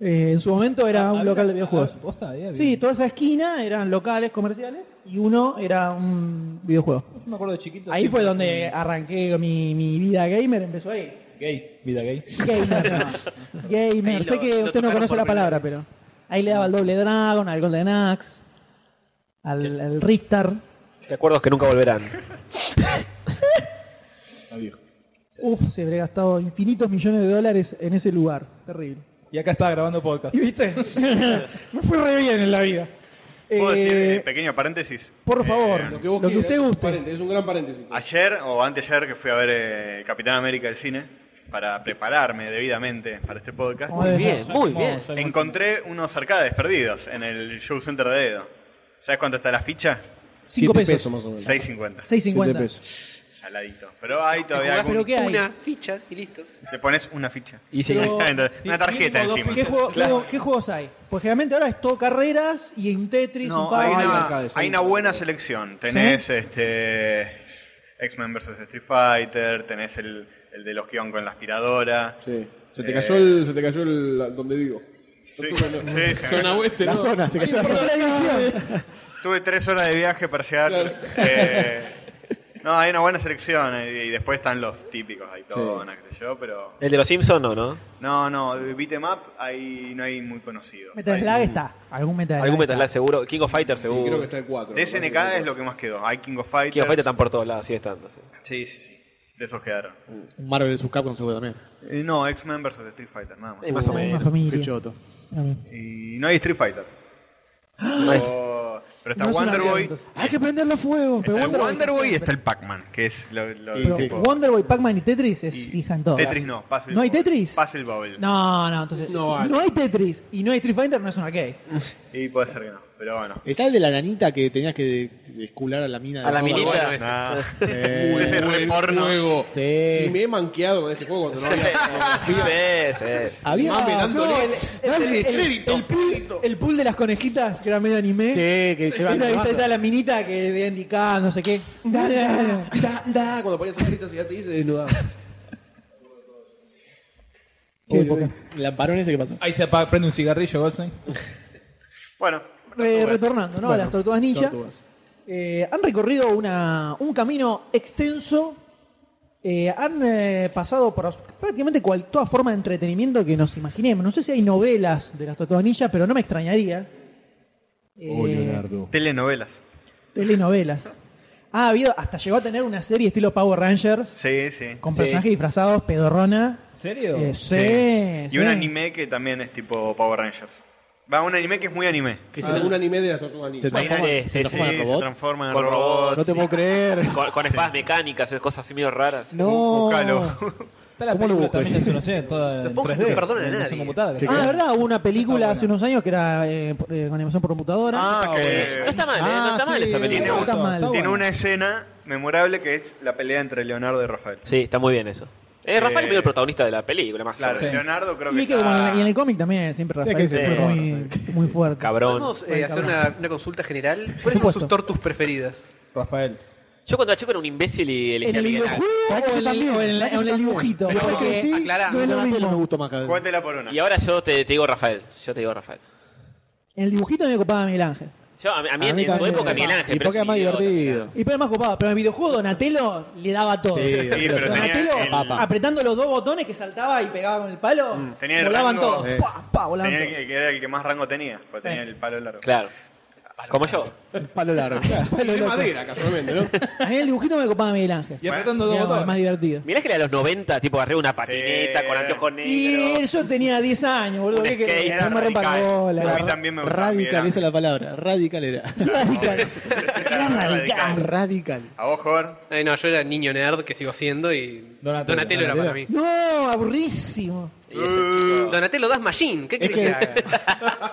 [SPEAKER 3] Eh, en su momento era un
[SPEAKER 9] ¿Había-
[SPEAKER 3] local de videojuegos.
[SPEAKER 9] ah, posta, había-
[SPEAKER 3] Sí, toda esa esquina eran locales comerciales y uno era un videojuego.
[SPEAKER 9] Yo me acuerdo de chiquito.
[SPEAKER 3] eh. Ahí fue donde arranqué mi, mi vida gamer, empezó ahí.
[SPEAKER 9] Gay, vida gay.
[SPEAKER 3] Gamer. no. Gamer.
[SPEAKER 8] Ahí
[SPEAKER 3] sé
[SPEAKER 8] lo-
[SPEAKER 3] que usted
[SPEAKER 8] lo
[SPEAKER 3] no
[SPEAKER 8] tocaron
[SPEAKER 3] conoce
[SPEAKER 8] por
[SPEAKER 3] la
[SPEAKER 8] primera
[SPEAKER 3] palabra, pero. Ahí le daba al Doble Dragon, al Golden Axe, al, al Riftar.
[SPEAKER 6] Recuerdos que nunca volverán.
[SPEAKER 3] Uf, se habría gastado infinitos millones de dólares en ese lugar. Terrible.
[SPEAKER 9] Y acá estaba grabando podcast.
[SPEAKER 3] ¿Y viste? Me fue re bien en la vida.
[SPEAKER 7] ¿Puedo decir,
[SPEAKER 3] Eh,
[SPEAKER 7] eh, pequeño paréntesis?
[SPEAKER 3] por favor,
[SPEAKER 7] Eh,
[SPEAKER 3] lo que,
[SPEAKER 2] vos quieras,
[SPEAKER 3] usted
[SPEAKER 2] es un
[SPEAKER 3] guste.
[SPEAKER 2] paréntesis, Es un gran paréntesis.
[SPEAKER 7] Ayer o anteayer que fui a ver eh, Capitán América del cine para prepararme debidamente para este podcast,
[SPEAKER 3] Muy bien,
[SPEAKER 6] muy bien.
[SPEAKER 7] encontré unos arcades perdidos en el show center de Edo. ¿Sabes cuánto está la ficha?
[SPEAKER 3] 5
[SPEAKER 2] Siete
[SPEAKER 3] pesos.
[SPEAKER 2] más o menos.
[SPEAKER 3] 6.50.
[SPEAKER 7] 6.50.
[SPEAKER 2] Siete pesos.
[SPEAKER 7] Saladito. Pero hay todavía
[SPEAKER 8] Jugás
[SPEAKER 3] ¿Pero
[SPEAKER 7] algún...
[SPEAKER 3] qué hay?
[SPEAKER 8] Una ficha y listo.
[SPEAKER 7] Le pones una ficha.
[SPEAKER 6] Y sí.
[SPEAKER 3] Pero- eh,
[SPEAKER 7] Entonces, una tarjeta
[SPEAKER 9] mínimo dos
[SPEAKER 7] encima.
[SPEAKER 3] ¿Qué, juego- qué
[SPEAKER 7] Claro.
[SPEAKER 3] juego- qué juegos hay? Pues generalmente ahora es todo carreras y un Tetris, un
[SPEAKER 7] No,
[SPEAKER 3] Pac-
[SPEAKER 7] hay,
[SPEAKER 2] hay
[SPEAKER 7] una,
[SPEAKER 2] arcades,
[SPEAKER 7] hay
[SPEAKER 2] hay
[SPEAKER 7] una
[SPEAKER 2] arcades.
[SPEAKER 7] buena selección. Tenés este X-Men vs Street Fighter, tenés el, el de los que iban con la aspiradora.
[SPEAKER 2] Sí. Se te
[SPEAKER 7] Eh.
[SPEAKER 2] cayó el, se te cayó el la- donde vivo.
[SPEAKER 7] Sí. Sí,
[SPEAKER 2] Zona,
[SPEAKER 7] se
[SPEAKER 2] zona
[SPEAKER 7] cayó.
[SPEAKER 2] oeste,
[SPEAKER 4] La
[SPEAKER 2] ¿no?
[SPEAKER 4] zona, se
[SPEAKER 2] Ahí
[SPEAKER 4] cayó la
[SPEAKER 2] por
[SPEAKER 4] zona.
[SPEAKER 7] Tuve tres horas de viaje para llegar.
[SPEAKER 2] Claro.
[SPEAKER 7] Eh, no, hay una buena selección eh, y, después están los típicos, hay todo, qué sé yo, pero...
[SPEAKER 6] El de los Simpsons, no, ¿no?
[SPEAKER 7] No, no, Beatemap ahí no hay muy conocido.
[SPEAKER 3] Metal Slug está. Algún Metal Slug
[SPEAKER 6] Algún Metal
[SPEAKER 3] está.
[SPEAKER 6] Slug seguro. King of Fighter seguro.
[SPEAKER 2] Creo que está el 4.
[SPEAKER 7] De SNK es lo que más quedó. Hay King of Fighters.
[SPEAKER 6] King of Fighter están por todos lados, sigue estando. sí.
[SPEAKER 7] Sí, sí, sí. De esos quedaron.
[SPEAKER 4] Un Marvel vs. Capcom seguro también.
[SPEAKER 7] Eh, no, X-Men vs Street Fighter, nada más.
[SPEAKER 6] Más o
[SPEAKER 3] Una
[SPEAKER 6] menos.
[SPEAKER 3] familia.
[SPEAKER 4] Qué choto.
[SPEAKER 7] Y no hay Street Fighter. Pero, pero está
[SPEAKER 3] No es una
[SPEAKER 7] Wonder
[SPEAKER 3] realidad,
[SPEAKER 7] Boy.
[SPEAKER 3] entonces.
[SPEAKER 4] Hay que prenderlo a fuego.
[SPEAKER 7] Está
[SPEAKER 4] Pero
[SPEAKER 7] el
[SPEAKER 4] Wonder Woman-
[SPEAKER 7] Wonder Boy y está el Pac-Man, que es lo, lo
[SPEAKER 3] Pero
[SPEAKER 7] tipo-
[SPEAKER 3] Wonderboy, Pac-Man y Tetris es
[SPEAKER 7] y-
[SPEAKER 3] fija en todo.
[SPEAKER 7] Tetris no, Puzzle
[SPEAKER 3] ¿No hay
[SPEAKER 7] Bobble.
[SPEAKER 3] Tetris?
[SPEAKER 7] Puzzle Bobble.
[SPEAKER 3] No, no, entonces. si
[SPEAKER 2] No
[SPEAKER 3] No,
[SPEAKER 2] vale.
[SPEAKER 3] hay Tetris y no hay Street Fighter, no es un arcade.
[SPEAKER 7] Y puede ser que no, pero bueno.
[SPEAKER 4] Está el de la nanita que tenías que de- de escular a la mina. de
[SPEAKER 6] A la
[SPEAKER 4] agua.
[SPEAKER 6] minita.
[SPEAKER 8] Bueno, ese.
[SPEAKER 7] Nah.
[SPEAKER 2] Uy,
[SPEAKER 7] Ese es re
[SPEAKER 2] buen
[SPEAKER 7] porno.
[SPEAKER 2] juego.
[SPEAKER 4] Sí.
[SPEAKER 2] Si me he manqueado con ese juego cuando no había
[SPEAKER 6] Sí,
[SPEAKER 2] pornografía.
[SPEAKER 6] sí.
[SPEAKER 4] Había.
[SPEAKER 2] Mami, dándole
[SPEAKER 4] no,
[SPEAKER 2] el,
[SPEAKER 3] el- el-
[SPEAKER 2] crédito.
[SPEAKER 3] el
[SPEAKER 2] crédito.
[SPEAKER 3] El pool de las conejitas, que era medio anime.
[SPEAKER 4] Sí, que se van
[SPEAKER 3] Era, ahí está,
[SPEAKER 4] tomando.
[SPEAKER 3] está la minita que de indicada, no sé qué.
[SPEAKER 2] Da, da, da, da. Cuando ponías el grito así, así se desnudaba.
[SPEAKER 4] Uy, El lamparón ese que pasó.
[SPEAKER 9] Ahí se apaga- prende un cigarrillo, Goldstein.
[SPEAKER 7] Bueno,
[SPEAKER 3] Re-
[SPEAKER 7] tortugas.
[SPEAKER 3] Eh, retornando, ¿no? a las tortugas ninja. Eh, han recorrido una- un camino extenso. eh, han eh, pasado por prácticamente cual, toda forma de entretenimiento que nos imaginemos. No sé si hay novelas de las tortugas ninja, pero no me extrañaría.
[SPEAKER 5] Oh,
[SPEAKER 3] Eh,
[SPEAKER 5] Leonardo.
[SPEAKER 7] Telenovelas.
[SPEAKER 3] Telenovelas. Ha habido, hasta llegó a tener una serie estilo Power Rangers,
[SPEAKER 7] Sí, sí.
[SPEAKER 3] con
[SPEAKER 6] Sí.
[SPEAKER 3] personajes disfrazados, pedorrona.
[SPEAKER 9] ¿Serio?
[SPEAKER 3] Eh, sí,
[SPEAKER 7] Sí.
[SPEAKER 3] sí.
[SPEAKER 7] Y un anime que también es tipo Power Rangers. Va, un anime que es muy anime.
[SPEAKER 2] Que si algún anime de las tortugas ninja.
[SPEAKER 4] Se
[SPEAKER 6] Ahí
[SPEAKER 4] transforma,
[SPEAKER 6] sí,
[SPEAKER 4] se
[SPEAKER 6] sí,
[SPEAKER 4] transforma
[SPEAKER 7] Sí,
[SPEAKER 4] en
[SPEAKER 7] se
[SPEAKER 4] robot.
[SPEAKER 7] transforma en
[SPEAKER 6] Con
[SPEAKER 7] robot.
[SPEAKER 6] robots.
[SPEAKER 4] No te puedo creer.
[SPEAKER 6] Con, con espadas mecánicas, cosas así medio raras.
[SPEAKER 3] Oh.
[SPEAKER 4] No.
[SPEAKER 7] Búscalo.
[SPEAKER 9] Está la
[SPEAKER 4] ¿Cómo lo
[SPEAKER 9] película
[SPEAKER 4] busco
[SPEAKER 9] también
[SPEAKER 4] ese?
[SPEAKER 9] de animación, toda en
[SPEAKER 8] Tampoco
[SPEAKER 9] 3D.
[SPEAKER 8] te perdona
[SPEAKER 9] en
[SPEAKER 8] nadie.
[SPEAKER 9] animación computada, que
[SPEAKER 3] Ah,
[SPEAKER 9] está-
[SPEAKER 3] de verdad, hubo una película hace unos años que era eh, por- eh, con animación por computadora.
[SPEAKER 7] Ah,
[SPEAKER 6] No
[SPEAKER 7] que
[SPEAKER 6] está mal, ¿eh? no está
[SPEAKER 4] Ah,
[SPEAKER 6] mal
[SPEAKER 4] sí.
[SPEAKER 6] esa
[SPEAKER 3] No
[SPEAKER 6] película.
[SPEAKER 3] está
[SPEAKER 9] Está
[SPEAKER 3] mal.
[SPEAKER 9] bueno.
[SPEAKER 7] tiene una escena memorable que es la pelea entre Leonardo y Rafael.
[SPEAKER 6] Sí, está muy bien eso. Eh, Rafael es
[SPEAKER 7] Eh,
[SPEAKER 6] medio el protagonista de la película, más
[SPEAKER 7] Claro,
[SPEAKER 6] o menos.
[SPEAKER 7] Leonardo creo
[SPEAKER 3] Y,
[SPEAKER 7] que
[SPEAKER 3] es que como
[SPEAKER 7] está...
[SPEAKER 3] en- y en el cómic también siempre
[SPEAKER 4] Sí,
[SPEAKER 3] Rafael
[SPEAKER 4] que se
[SPEAKER 3] fue
[SPEAKER 4] fue
[SPEAKER 3] muy, muy fuerte.
[SPEAKER 6] Cabrón.
[SPEAKER 8] Podemos eh,
[SPEAKER 3] Bueno,
[SPEAKER 8] hacer
[SPEAKER 3] cabrón.
[SPEAKER 8] una, una consulta general. ¿Cuáles son
[SPEAKER 3] supuesto.
[SPEAKER 8] sus tortus preferidas?
[SPEAKER 9] Rafael.
[SPEAKER 6] Yo cuando era chico era un imbécil y
[SPEAKER 3] ¿En
[SPEAKER 6] elegía
[SPEAKER 3] el
[SPEAKER 6] a Miguel
[SPEAKER 3] videojuego
[SPEAKER 4] ¿Sabes que
[SPEAKER 3] o
[SPEAKER 4] yo
[SPEAKER 3] en el,
[SPEAKER 4] también?
[SPEAKER 3] o en
[SPEAKER 4] ¿Sabes
[SPEAKER 3] el-
[SPEAKER 4] que
[SPEAKER 3] o en
[SPEAKER 4] yo
[SPEAKER 3] el
[SPEAKER 4] también?
[SPEAKER 3] dibujito?
[SPEAKER 4] Pero
[SPEAKER 3] Porque
[SPEAKER 4] porque
[SPEAKER 8] sí, aclará.
[SPEAKER 3] no es lo
[SPEAKER 4] La tele
[SPEAKER 3] mismo.
[SPEAKER 4] no me gustó más cada vez.
[SPEAKER 7] Jugátela por una.
[SPEAKER 6] Y ahora yo te, te digo Rafael. Yo te digo Rafael.
[SPEAKER 3] En el dibujito me copaba Miguel Ángel.
[SPEAKER 6] Yo, a, a mí,
[SPEAKER 4] A
[SPEAKER 6] en-
[SPEAKER 4] mí
[SPEAKER 6] en su
[SPEAKER 4] también.
[SPEAKER 6] época Miguel Ángel.
[SPEAKER 4] Y
[SPEAKER 6] pero
[SPEAKER 4] porque
[SPEAKER 6] es
[SPEAKER 4] era
[SPEAKER 6] un
[SPEAKER 4] más
[SPEAKER 6] idiota.
[SPEAKER 4] divertido.
[SPEAKER 3] Y pero es más copado, pero en el videojuego Donatello le daba todo.
[SPEAKER 7] Sí, pero tenía
[SPEAKER 3] Donatello
[SPEAKER 7] el-
[SPEAKER 4] Papa.
[SPEAKER 3] apretando los dos botones que saltaba y pegaba con el palo,
[SPEAKER 7] Mm, Tenía el
[SPEAKER 3] volaban
[SPEAKER 7] rango.
[SPEAKER 3] todos.
[SPEAKER 4] Sí.
[SPEAKER 3] Pa, pa, volaban
[SPEAKER 7] Tenía
[SPEAKER 3] todos.
[SPEAKER 7] el que era el que más rango tenía, porque tenía el palo largo.
[SPEAKER 6] Claro. Como yo.
[SPEAKER 4] Palo largo.
[SPEAKER 3] Palo
[SPEAKER 2] De
[SPEAKER 3] loco.
[SPEAKER 2] madera, casualmente, ¿no?
[SPEAKER 3] A mí en el dibujito me copaba Miguel Ángel.
[SPEAKER 9] Y apretando dos
[SPEAKER 3] Era
[SPEAKER 9] botones.
[SPEAKER 3] más divertido.
[SPEAKER 6] Miguel Ángel era de los 90, tipo arriba una patineta
[SPEAKER 7] Sí.
[SPEAKER 6] con anteojos
[SPEAKER 3] Y
[SPEAKER 6] negros.
[SPEAKER 3] yo tenía 10 años, boludo.
[SPEAKER 6] Un
[SPEAKER 3] ¿qué querés?
[SPEAKER 6] skate,
[SPEAKER 7] Era
[SPEAKER 3] no me rompa la
[SPEAKER 7] radical.
[SPEAKER 3] bola.
[SPEAKER 7] A mí
[SPEAKER 3] era
[SPEAKER 7] también me gustaba Miguel
[SPEAKER 4] Radical,
[SPEAKER 7] Ángel.
[SPEAKER 4] esa es la palabra. Radical era.
[SPEAKER 3] Radical. Era radical.
[SPEAKER 4] Radical.
[SPEAKER 7] A vos, Jorge.
[SPEAKER 8] Ay, Eh, no, yo era niño nerd que sigo siendo y
[SPEAKER 9] Donatello.
[SPEAKER 8] Donatello, era para mí.
[SPEAKER 3] No, aburrísimo.
[SPEAKER 6] Y ese chico-
[SPEAKER 8] Donatello das machine, ¿qué
[SPEAKER 4] Es
[SPEAKER 8] crees
[SPEAKER 4] que-
[SPEAKER 8] que haga?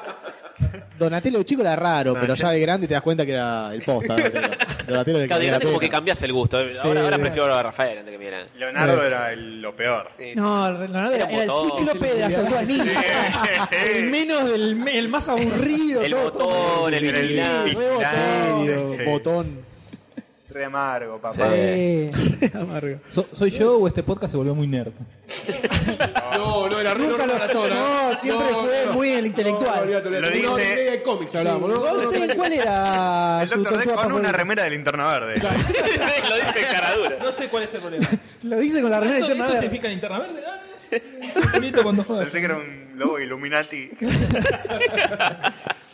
[SPEAKER 4] Donatello de chico era raro, pero
[SPEAKER 7] sí.
[SPEAKER 4] ya de grande te das cuenta que era el posta. Donatello, Donatello era el
[SPEAKER 6] Claro, de
[SPEAKER 4] que
[SPEAKER 6] grande como que
[SPEAKER 4] tenía la
[SPEAKER 6] cambias el gusto. Ahora, ahora prefiero a Rafael antes que Miguel Ángel.
[SPEAKER 7] Leonardo era el- lo peor.
[SPEAKER 3] No, Leonardo era,
[SPEAKER 6] Era un
[SPEAKER 3] era el
[SPEAKER 6] botón.
[SPEAKER 3] cíclope de las tortugas ninja. El menos, del, el más aburrido.
[SPEAKER 6] El
[SPEAKER 3] todo, todo.
[SPEAKER 6] botón, el
[SPEAKER 7] Era el
[SPEAKER 6] vigilante.
[SPEAKER 4] pena.
[SPEAKER 7] vigilante.
[SPEAKER 4] Serio,
[SPEAKER 7] Sí.
[SPEAKER 4] botón.
[SPEAKER 7] re amargo, papá.
[SPEAKER 9] Sí. So- ¿Soy yo o este podcast se volvió muy nerd?
[SPEAKER 2] No, no, era re
[SPEAKER 3] Nunca
[SPEAKER 2] no,
[SPEAKER 3] lo-
[SPEAKER 2] era toda.
[SPEAKER 3] no, siempre fue muy el intelectual.
[SPEAKER 2] No, olvídate, olvídate.
[SPEAKER 7] Lo dice-
[SPEAKER 2] Una hora y media de cómics hablábamos, ¿no?
[SPEAKER 3] ¿Vos, Esteban, ¿Cuál era
[SPEAKER 7] El
[SPEAKER 3] su
[SPEAKER 7] Doctor D
[SPEAKER 3] tortuga
[SPEAKER 7] con una
[SPEAKER 3] favorita?
[SPEAKER 7] remera de linterna verde.
[SPEAKER 6] Lo dice caradura.
[SPEAKER 9] No sé cuál es el problema.
[SPEAKER 3] Lo dice con la remera
[SPEAKER 9] ¿Esto,
[SPEAKER 3] interna
[SPEAKER 9] esto
[SPEAKER 3] verde.
[SPEAKER 9] significa linterna verde? Ah, es bonito cuando juegas.
[SPEAKER 7] Pensé que era un lobo Illuminati.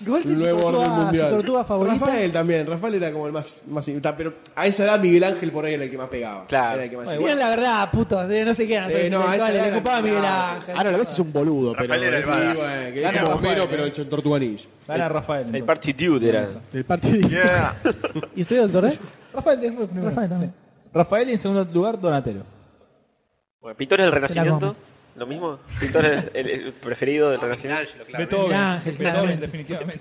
[SPEAKER 3] Goldstein, su
[SPEAKER 2] Nuevo
[SPEAKER 3] tortuga-
[SPEAKER 2] orden mundial.
[SPEAKER 3] su tortuga favorita.
[SPEAKER 2] Rafael también, Rafael era como el más, más ta- pero a esa edad Miguel Ángel por ahí era el que más pegaba.
[SPEAKER 6] Claro.
[SPEAKER 2] Era el que más-
[SPEAKER 3] Digan la verdad, putos, de no sé qué, no sé
[SPEAKER 2] Eh,
[SPEAKER 3] qué,
[SPEAKER 2] no, a esa
[SPEAKER 3] le
[SPEAKER 2] edad era
[SPEAKER 3] ocupaba a Miguel
[SPEAKER 2] complicado.
[SPEAKER 3] Ángel.
[SPEAKER 4] Ahora lo ves es un boludo, pero
[SPEAKER 7] Rafael era el
[SPEAKER 4] es
[SPEAKER 2] Sí,
[SPEAKER 7] badass.
[SPEAKER 2] bueno, que
[SPEAKER 9] Gana
[SPEAKER 2] era como
[SPEAKER 9] Rafael,
[SPEAKER 2] Homero, pero hecho en tortuganillo.
[SPEAKER 9] Dale a Rafael.
[SPEAKER 6] El
[SPEAKER 9] entonces.
[SPEAKER 6] party dude era.
[SPEAKER 4] el partido.
[SPEAKER 7] Yeah.
[SPEAKER 3] ¿Y usted, doctor? D?
[SPEAKER 9] Rafael, es primero.
[SPEAKER 3] Rafael también.
[SPEAKER 9] Rafael y en segundo lugar Donatello.
[SPEAKER 6] Bueno, pintores del Renacimiento.
[SPEAKER 3] como.
[SPEAKER 6] Lo mismo. Pintores, el, el preferido del Renacimiento.
[SPEAKER 8] Michelangelo, claro.
[SPEAKER 9] Beethoven.
[SPEAKER 3] Ángel,
[SPEAKER 9] Beethoven,
[SPEAKER 3] claramente.
[SPEAKER 9] definitivamente.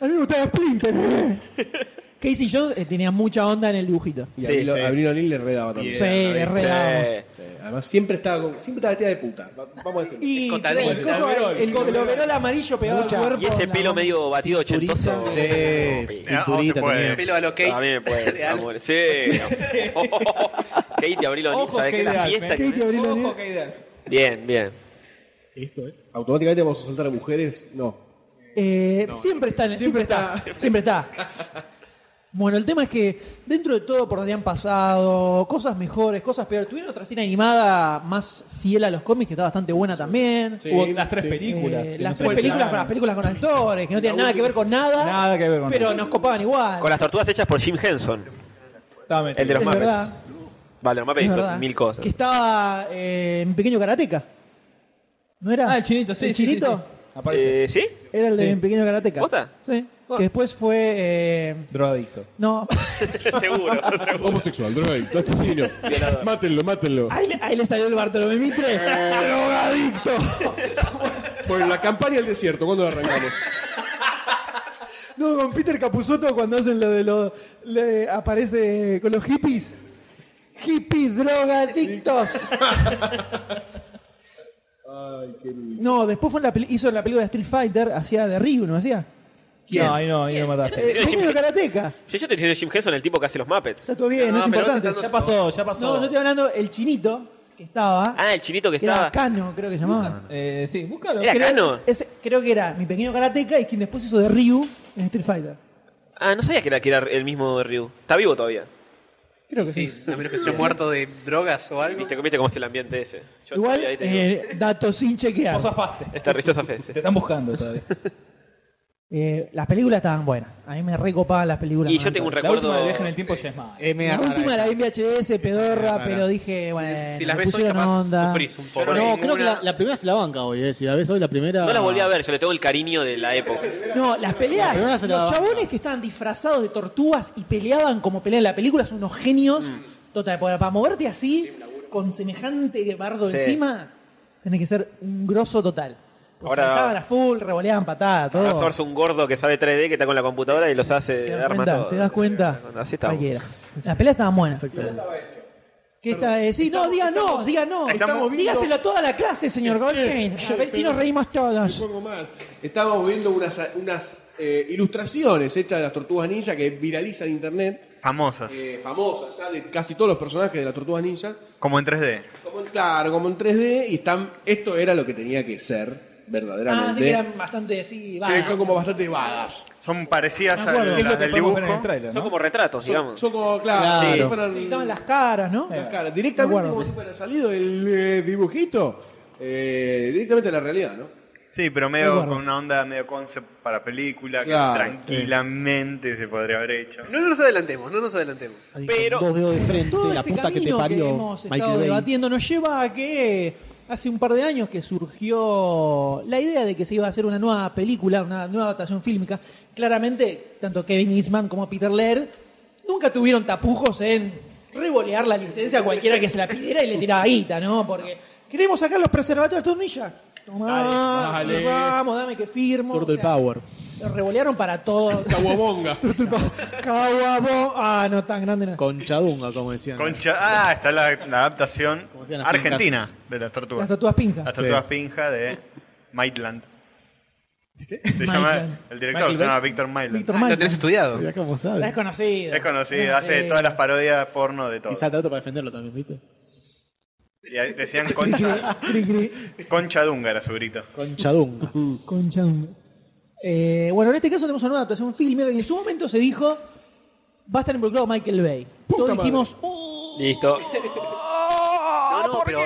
[SPEAKER 3] A mí me gustaba Splinter. ¿eh? Casey Jones eh, tenía mucha onda en el dibujito.
[SPEAKER 2] Y
[SPEAKER 6] Sí,
[SPEAKER 2] a Abril-
[SPEAKER 6] sí.
[SPEAKER 2] a Abril O'Neil le redaba también.
[SPEAKER 3] sí, le redábamos.
[SPEAKER 6] Sí.
[SPEAKER 2] Sí, Además siempre estaba con- siempre estaba vestida de puta. Va- Vamos a decirlo.
[SPEAKER 3] Y
[SPEAKER 8] Escotadilla.
[SPEAKER 3] el, coso-
[SPEAKER 9] El overol.
[SPEAKER 3] el, el overol amarillo pegado
[SPEAKER 4] Mucha-
[SPEAKER 3] al cuerpo.
[SPEAKER 6] Y ese
[SPEAKER 3] la
[SPEAKER 6] pelo
[SPEAKER 3] bomba.
[SPEAKER 6] medio batido ochentoso.
[SPEAKER 4] Sí,
[SPEAKER 7] Mira, vos te
[SPEAKER 4] cinturita
[SPEAKER 7] puedes.
[SPEAKER 4] también.
[SPEAKER 8] Pelo a lo Kate.
[SPEAKER 6] A mí me puede.
[SPEAKER 8] Real.
[SPEAKER 6] amor. Sí. Kate Abril O'Neil,
[SPEAKER 9] Ojo,
[SPEAKER 6] ¿sabes
[SPEAKER 9] qué
[SPEAKER 6] qué? La
[SPEAKER 9] ideal.
[SPEAKER 6] fiesta que
[SPEAKER 9] eh.
[SPEAKER 6] tenés.
[SPEAKER 9] Ojo, qué ideal.
[SPEAKER 6] Bien, bien.
[SPEAKER 2] Automáticamente vamos a saltar a mujeres. No.
[SPEAKER 3] Eh, siempre, está, en el- siempre, está, siempre está. Bueno, el tema es que dentro de todo por donde han pasado, cosas mejores, cosas peores. Tuvieron otra serie animada más fiel a los cómics que está bastante buena también.
[SPEAKER 2] Sí,
[SPEAKER 9] Hubo las tres
[SPEAKER 2] sí.
[SPEAKER 9] películas.
[SPEAKER 3] Eh,
[SPEAKER 9] que
[SPEAKER 3] las
[SPEAKER 9] no
[SPEAKER 3] tres películas,
[SPEAKER 9] se mencionaron.
[SPEAKER 3] las películas con actores, que no tienen nada que ver con nada.
[SPEAKER 9] Nada que ver con
[SPEAKER 3] Pero
[SPEAKER 9] nada.
[SPEAKER 3] nos copaban igual.
[SPEAKER 6] Con las tortugas hechas por Jim Henson.
[SPEAKER 9] Dame.
[SPEAKER 6] El de los
[SPEAKER 3] es
[SPEAKER 6] Muppets.
[SPEAKER 3] verdad,
[SPEAKER 6] Vale, los Muppets
[SPEAKER 3] es
[SPEAKER 6] hizo
[SPEAKER 3] verdad.
[SPEAKER 6] mil cosas.
[SPEAKER 3] Que estaba eh, en Pequeño Karateca. ¿No era?
[SPEAKER 9] Ah, el chinito, sí.
[SPEAKER 3] ¿El
[SPEAKER 9] sí, sí,
[SPEAKER 3] chinito?
[SPEAKER 9] sí. Aparece.
[SPEAKER 6] Eh, ¿Sí?
[SPEAKER 3] Era el de
[SPEAKER 9] Sí.
[SPEAKER 3] En Pequeño Karateca.
[SPEAKER 6] ¿Posta?
[SPEAKER 3] Sí. Que después fue... eh,
[SPEAKER 9] Drogadicto.
[SPEAKER 3] no,
[SPEAKER 6] seguro, seguro.
[SPEAKER 1] Homosexual, drogadicto, asesino. Mátenlo, mátenlo.
[SPEAKER 3] ahí, le- ahí le salió el Bartolomé Mitre.
[SPEAKER 2] ¡Drogadicto! bueno, la campaña del desierto, ¿cuándo la arrancamos?
[SPEAKER 3] No, con Peter Capusotto cuando hacen lo de los... le- Aparece con los hippies. Hippies drogadictos. No, después fue en la peli- hizo en la película de Street Fighter, hacía de Ryu, ¿no hacía?
[SPEAKER 9] No, ahí no, ahí no mataste.
[SPEAKER 3] Eh, Pequeño Karateca.
[SPEAKER 6] Yo, yo te diciendo Jim Henson, el tipo que hace los Muppets.
[SPEAKER 3] Está todo bien, no,
[SPEAKER 8] No,
[SPEAKER 3] es
[SPEAKER 8] pero
[SPEAKER 3] importante.
[SPEAKER 8] vos
[SPEAKER 9] Ya pasó, ya pasó.
[SPEAKER 3] No, yo estoy hablando el chinito que estaba.
[SPEAKER 6] Ah, el chinito que
[SPEAKER 3] que era
[SPEAKER 6] estaba.
[SPEAKER 3] Cano, creo que se llamaba.
[SPEAKER 9] Eh, sí, búscalo.
[SPEAKER 6] Era
[SPEAKER 3] creo,
[SPEAKER 6] Cano.
[SPEAKER 3] ese- creo que era mi pequeño karateca y quien después hizo de Ryu en Street Fighter.
[SPEAKER 6] Ah, no sabía que era, que era el mismo Ryu. Está vivo todavía.
[SPEAKER 3] Creo que sí.
[SPEAKER 8] Sí, a menos que esté muerto de drogas o algo.
[SPEAKER 6] ¿Viste, viste cómo es el ambiente ese? Yo
[SPEAKER 3] Igual,
[SPEAKER 6] estoy ahí, te digo.
[SPEAKER 3] eh, datos sin chequear.
[SPEAKER 9] Vos zafaste.
[SPEAKER 6] Esta richosa fe. sí.
[SPEAKER 9] Te están buscando todavía.
[SPEAKER 3] Eh, las películas estaban buenas. A mí me recopaban las películas.
[SPEAKER 6] Y
[SPEAKER 3] me
[SPEAKER 6] yo tengo un
[SPEAKER 3] encantaban.
[SPEAKER 9] La última de
[SPEAKER 6] recuerdo.
[SPEAKER 9] viaje en el tiempo ya es mala.
[SPEAKER 4] M
[SPEAKER 3] La
[SPEAKER 4] rara
[SPEAKER 3] última la
[SPEAKER 4] esa.
[SPEAKER 3] vi en VHS, pedorra, pero dije, bueno,
[SPEAKER 8] Si las
[SPEAKER 3] le
[SPEAKER 8] ves hoy,
[SPEAKER 3] pusieron
[SPEAKER 8] capaz
[SPEAKER 3] onda.
[SPEAKER 8] sufrís un
[SPEAKER 4] No,
[SPEAKER 8] poco.
[SPEAKER 4] creo que la, la primera se la banca hoy, eh. Si la ves hoy, la primera.
[SPEAKER 6] No la volví a ver, yo le tengo el cariño de la época.
[SPEAKER 3] No, las
[SPEAKER 4] La
[SPEAKER 3] peleas,
[SPEAKER 4] primera se la
[SPEAKER 3] los
[SPEAKER 4] daba.
[SPEAKER 3] chabones que estaban disfrazados de tortugas y peleaban como pelean en la película son unos genios.
[SPEAKER 6] Mm.
[SPEAKER 3] Total, para, para moverte así, con semejante bardo
[SPEAKER 6] Sí.
[SPEAKER 3] encima, tenés que ser un grosso total. Porque
[SPEAKER 6] Ahora-
[SPEAKER 3] saltaban a full, revoleaban patadas, todo.
[SPEAKER 6] Ahora sos un gordo que sabe 3D que está con la computadora y los hace
[SPEAKER 3] Oh. ¿Te das
[SPEAKER 6] arma
[SPEAKER 3] cuenta?
[SPEAKER 6] todo.
[SPEAKER 3] ¿Te das cuenta?
[SPEAKER 6] Así está.
[SPEAKER 3] Cualquiera. Las peleas estaban buenas. ¿Qué está? eh, sí, no, diga no, diga no.
[SPEAKER 7] estamos viendo-
[SPEAKER 3] Dígaselo a toda la clase, señor Goldstein. A ver si nos reímos todos.
[SPEAKER 2] Pongo mal. Estábamos viendo unas, unas eh, ilustraciones hechas de las tortugas ninja que viralizan en internet,
[SPEAKER 7] Famosas.
[SPEAKER 2] eh, famosas ya de casi todos los personajes de las tortugas ninja.
[SPEAKER 7] Como en 3D.
[SPEAKER 2] Como en, claro, como en 3D, y están, esto era lo que tenía que ser, verdaderamente.
[SPEAKER 3] Ah, sí que eran bastante, sí,
[SPEAKER 2] Sí,
[SPEAKER 3] vagas.
[SPEAKER 2] son como bastante vagas.
[SPEAKER 7] Son parecidas
[SPEAKER 3] Me acuerdo.
[SPEAKER 7] a
[SPEAKER 9] Es lo
[SPEAKER 7] las
[SPEAKER 9] que
[SPEAKER 7] del
[SPEAKER 9] podemos
[SPEAKER 7] dibujo.
[SPEAKER 9] ver en el trailer,
[SPEAKER 6] Son
[SPEAKER 9] ¿no?
[SPEAKER 6] como retratos,
[SPEAKER 2] Son,
[SPEAKER 6] digamos.
[SPEAKER 2] son como, claro,
[SPEAKER 6] Claro.
[SPEAKER 2] si fueran-
[SPEAKER 3] Estaban las caras, ¿no?
[SPEAKER 2] las caras.
[SPEAKER 3] Me
[SPEAKER 2] Directamente
[SPEAKER 3] acuerdo.
[SPEAKER 2] como si fuera salido el eh, dibujito, eh, directamente a la realidad, ¿no?
[SPEAKER 7] Sí, pero medio con una onda medio concept para película
[SPEAKER 2] Claro,
[SPEAKER 7] que tranquilamente se podría haber hecho.
[SPEAKER 8] No nos adelantemos, no nos adelantemos.
[SPEAKER 4] Ahí con
[SPEAKER 6] Pero-
[SPEAKER 4] Dos dedos de frente,
[SPEAKER 3] Todo
[SPEAKER 4] la
[SPEAKER 3] este
[SPEAKER 4] puta que
[SPEAKER 3] camino
[SPEAKER 4] te parió.
[SPEAKER 3] hemos
[SPEAKER 4] Michael
[SPEAKER 3] estado
[SPEAKER 4] Bay.
[SPEAKER 3] debatiendo nos lleva a que hace un par de años que surgió la idea de que se iba a hacer una nueva película, una nueva adaptación fílmica. Claramente, tanto Kevin Eastman como Peter Laird nunca tuvieron tapujos en revolear la licencia a cualquiera que se la pidiera y le tiraba guita, ¿no? Porque queremos sacar los preservativos de tornilla. Tomá,
[SPEAKER 2] Dale, dale.
[SPEAKER 3] vamos, dame que firmo.
[SPEAKER 4] Turtle
[SPEAKER 3] O sea,
[SPEAKER 4] Power.
[SPEAKER 3] Lo revolearon para todo.
[SPEAKER 2] Caguabonga.
[SPEAKER 3] Caguabo. Ah, no tan grande. No.
[SPEAKER 4] Conchadunga, como decían.
[SPEAKER 7] Concha. Ah, está la, la adaptación
[SPEAKER 4] Como decían las
[SPEAKER 7] argentina de las
[SPEAKER 3] Las
[SPEAKER 7] tortugas.
[SPEAKER 3] tortugas pincas.
[SPEAKER 7] Las tortugas pinja de Maitland. Se llama, el director se llama Víctor Mylan.
[SPEAKER 8] Ah, lo tenés estudiado.
[SPEAKER 4] Mirá cómo sabe.
[SPEAKER 3] Es conocido.
[SPEAKER 7] Es conocido, hace
[SPEAKER 3] eh,
[SPEAKER 7] todas las parodias porno de todo.
[SPEAKER 4] Y salta otro para defenderlo también, ¿viste?
[SPEAKER 7] Y ahí decían concha,
[SPEAKER 3] Cri, cri.
[SPEAKER 7] concha dunga era su grito.
[SPEAKER 4] Conchadunga.
[SPEAKER 3] Concha de un- Eh, bueno, en este caso tenemos una nueva adaptación filme y en su momento se dijo va a estar involucrado Michael Bay. Todos
[SPEAKER 2] madre.
[SPEAKER 3] dijimos "Uh,
[SPEAKER 6] Listo.
[SPEAKER 8] No, no, pero,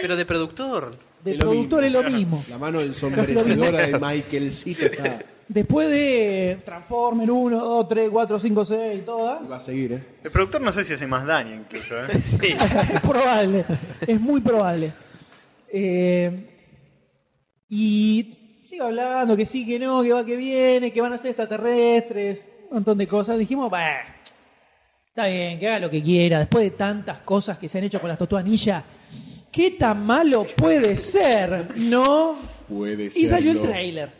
[SPEAKER 8] pero de productor.
[SPEAKER 3] de
[SPEAKER 2] Es lo
[SPEAKER 3] productor es lo mismo.
[SPEAKER 2] La mano ensombrecedora de Michael C. que está-
[SPEAKER 3] Después de Transformer 1, 2, 3, 4, 5, 6 y todas,
[SPEAKER 2] va a seguir, ¿eh?
[SPEAKER 7] El productor no sé si hace más daño incluso. ¿eh?
[SPEAKER 6] Sí.
[SPEAKER 3] es probable, es muy probable. Eh, y sigue hablando que sí, que no, que va, que viene, que van a ser extraterrestres, un montón de cosas. Dijimos, "Bah, está bien, que haga lo que quiera, después de tantas cosas que se han hecho con las tortugas ninja, ¿qué tan malo puede ser? ¿No?
[SPEAKER 2] Puede ser.
[SPEAKER 3] Y salió el
[SPEAKER 2] no.
[SPEAKER 3] tráiler,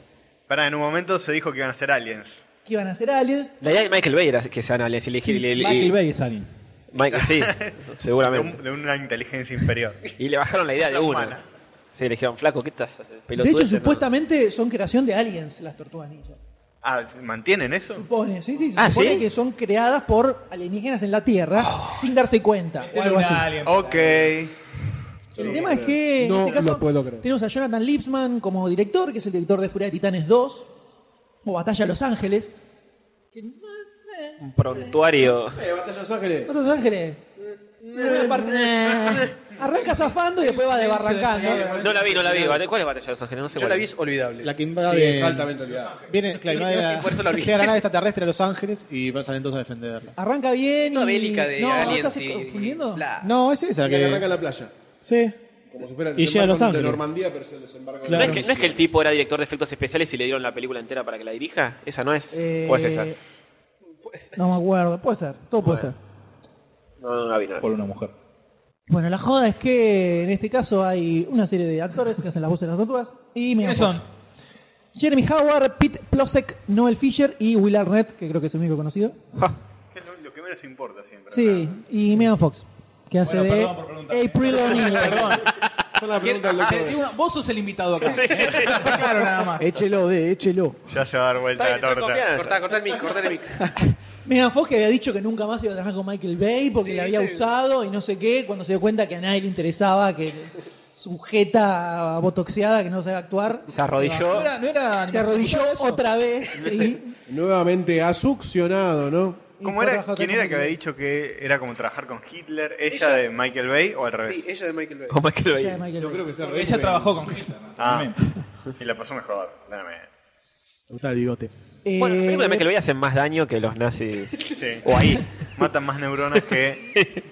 [SPEAKER 7] Pará, en un momento se dijo que iban a ser aliens.
[SPEAKER 3] que iban a ser aliens.
[SPEAKER 6] La idea de Michael Bay era que sean aliens. Y le dije- le- le-
[SPEAKER 9] Michael Bay es alguien.
[SPEAKER 6] Michael- sí,
[SPEAKER 7] De,
[SPEAKER 6] seguramente.
[SPEAKER 7] un- de una inteligencia inferior.
[SPEAKER 6] Y le bajaron la idea de uno.
[SPEAKER 7] Humana.
[SPEAKER 6] Sí, le dijeron, flaco, ¿qué estás?
[SPEAKER 3] De hecho,
[SPEAKER 6] Pelotudeces, no".
[SPEAKER 3] supuestamente son creación de aliens las tortugas ninja.
[SPEAKER 7] Ah, ¿mantienen eso?
[SPEAKER 3] Supone, sí, sí, se
[SPEAKER 6] Ah,
[SPEAKER 3] supone
[SPEAKER 6] ¿sí?
[SPEAKER 3] que son creadas por alienígenas en la Tierra
[SPEAKER 8] Oh.
[SPEAKER 3] sin darse cuenta. o algo así.
[SPEAKER 7] Ok.
[SPEAKER 3] El tema es que en
[SPEAKER 4] No
[SPEAKER 3] este caso
[SPEAKER 4] lo puedo creer.
[SPEAKER 3] tenemos a Jonathan Lipsman como director, que es el director de Furia de Titanes 2 o Batalla de Los Ángeles.
[SPEAKER 6] Un prontuario.
[SPEAKER 2] Eh, vas a Los Ángeles.
[SPEAKER 3] Batalla de Los Ángeles. Una parte-
[SPEAKER 8] Eh.
[SPEAKER 3] Arranca zafando y después va desbarrancando.
[SPEAKER 6] No la vi, no la vi. ¿Cuál es Batalla de los Ángeles? No sé
[SPEAKER 8] Yo
[SPEAKER 6] cuál
[SPEAKER 8] la
[SPEAKER 6] es.
[SPEAKER 8] vi, es olvidable.
[SPEAKER 4] La que
[SPEAKER 2] Sí,
[SPEAKER 4] invade.
[SPEAKER 2] es altamente olvidado.
[SPEAKER 4] Viene, claro, invade la,
[SPEAKER 8] Por eso lo olvidé.
[SPEAKER 4] llega la nave extraterrestre a Los Ángeles y va a salir entonces a defenderla.
[SPEAKER 3] Arranca bien y...
[SPEAKER 8] Toda bélica de
[SPEAKER 3] no, ¿no
[SPEAKER 8] aliens
[SPEAKER 3] estás
[SPEAKER 8] y-
[SPEAKER 3] confundiendo?
[SPEAKER 8] Bla.
[SPEAKER 4] No, es esa
[SPEAKER 2] La
[SPEAKER 4] la
[SPEAKER 2] que arranca
[SPEAKER 4] que.
[SPEAKER 2] en la playa.
[SPEAKER 4] Sí.
[SPEAKER 2] Como si fuera el
[SPEAKER 4] Y llega a Los
[SPEAKER 2] desembarco de
[SPEAKER 4] Ángeles.
[SPEAKER 2] Normandía, pero es el desembarco de
[SPEAKER 6] ¿No,
[SPEAKER 4] Claro.
[SPEAKER 6] es que, no es que el tipo era director de efectos especiales y le dieron la película entera para que la dirija? ¿Esa no es?
[SPEAKER 3] Eh,
[SPEAKER 6] ¿O es esa?
[SPEAKER 3] No me acuerdo. Puede ser, todo puede ser.
[SPEAKER 6] No, no la vi, no la vi.
[SPEAKER 9] Por una mujer.
[SPEAKER 3] Bueno, la joda es que en este caso hay una serie de actores que hacen las voces de las tortugas. Y mira,
[SPEAKER 9] ¿Quiénes
[SPEAKER 3] vos.
[SPEAKER 9] son?
[SPEAKER 3] Jeremy Howard, Pete Plosek, Noel Fisher y Will Arnett, que creo que es el único conocido.
[SPEAKER 7] Es lo, lo que menos importa siempre.
[SPEAKER 3] Sí, y Megan Fox, que hace
[SPEAKER 9] Bueno,
[SPEAKER 3] de
[SPEAKER 9] perdón por preguntar.
[SPEAKER 3] April O'Neil.
[SPEAKER 9] Perdón.
[SPEAKER 2] Son las preguntas del
[SPEAKER 9] Ah,
[SPEAKER 2] doctor.
[SPEAKER 9] eh, una- vos sos el invitado acá. claro, nada más.
[SPEAKER 4] Échelo, de, échelo.
[SPEAKER 7] Ya se va a dar vuelta la
[SPEAKER 6] Está bien,
[SPEAKER 7] torta.
[SPEAKER 6] está
[SPEAKER 8] Cortá, cortá el mic, cortá el mic.
[SPEAKER 3] Megan Fox que había dicho que nunca más iba a trabajar con Michael Bay porque la había usado y no sé qué, cuando se dio cuenta que a nadie le interesaba, que sujeta botoxeada que no sabe actuar.
[SPEAKER 6] Se arrodilló.
[SPEAKER 9] No era, no era
[SPEAKER 3] Se
[SPEAKER 9] animación.
[SPEAKER 3] arrodilló otra vez y
[SPEAKER 2] Nuevamente ha succionado, ¿no?
[SPEAKER 7] ¿Cómo
[SPEAKER 3] Y
[SPEAKER 7] era?
[SPEAKER 3] trabaja acá
[SPEAKER 7] ¿Quién
[SPEAKER 3] con
[SPEAKER 7] era que
[SPEAKER 3] Michael
[SPEAKER 7] había
[SPEAKER 3] Bay.
[SPEAKER 7] dicho que era como trabajar con Hitler? ¿Ella, de Michael Bay o al revés?
[SPEAKER 8] Sí, ella de Michael Bay.
[SPEAKER 6] ¿O Michael
[SPEAKER 3] Ya,
[SPEAKER 6] Bay?
[SPEAKER 3] Michael
[SPEAKER 2] No
[SPEAKER 3] Bay.
[SPEAKER 2] creo que sea
[SPEAKER 9] Porque ella trabajó con Hitler. ¿no?
[SPEAKER 7] Ah, y la pasó mejor. Dame.
[SPEAKER 4] Me gusta el bigote.
[SPEAKER 3] Eh,
[SPEAKER 6] Bueno, las películas de Michael Bay hacen más daño que los nazis.
[SPEAKER 7] Sí.
[SPEAKER 6] O ahí.
[SPEAKER 7] Matan más neuronas que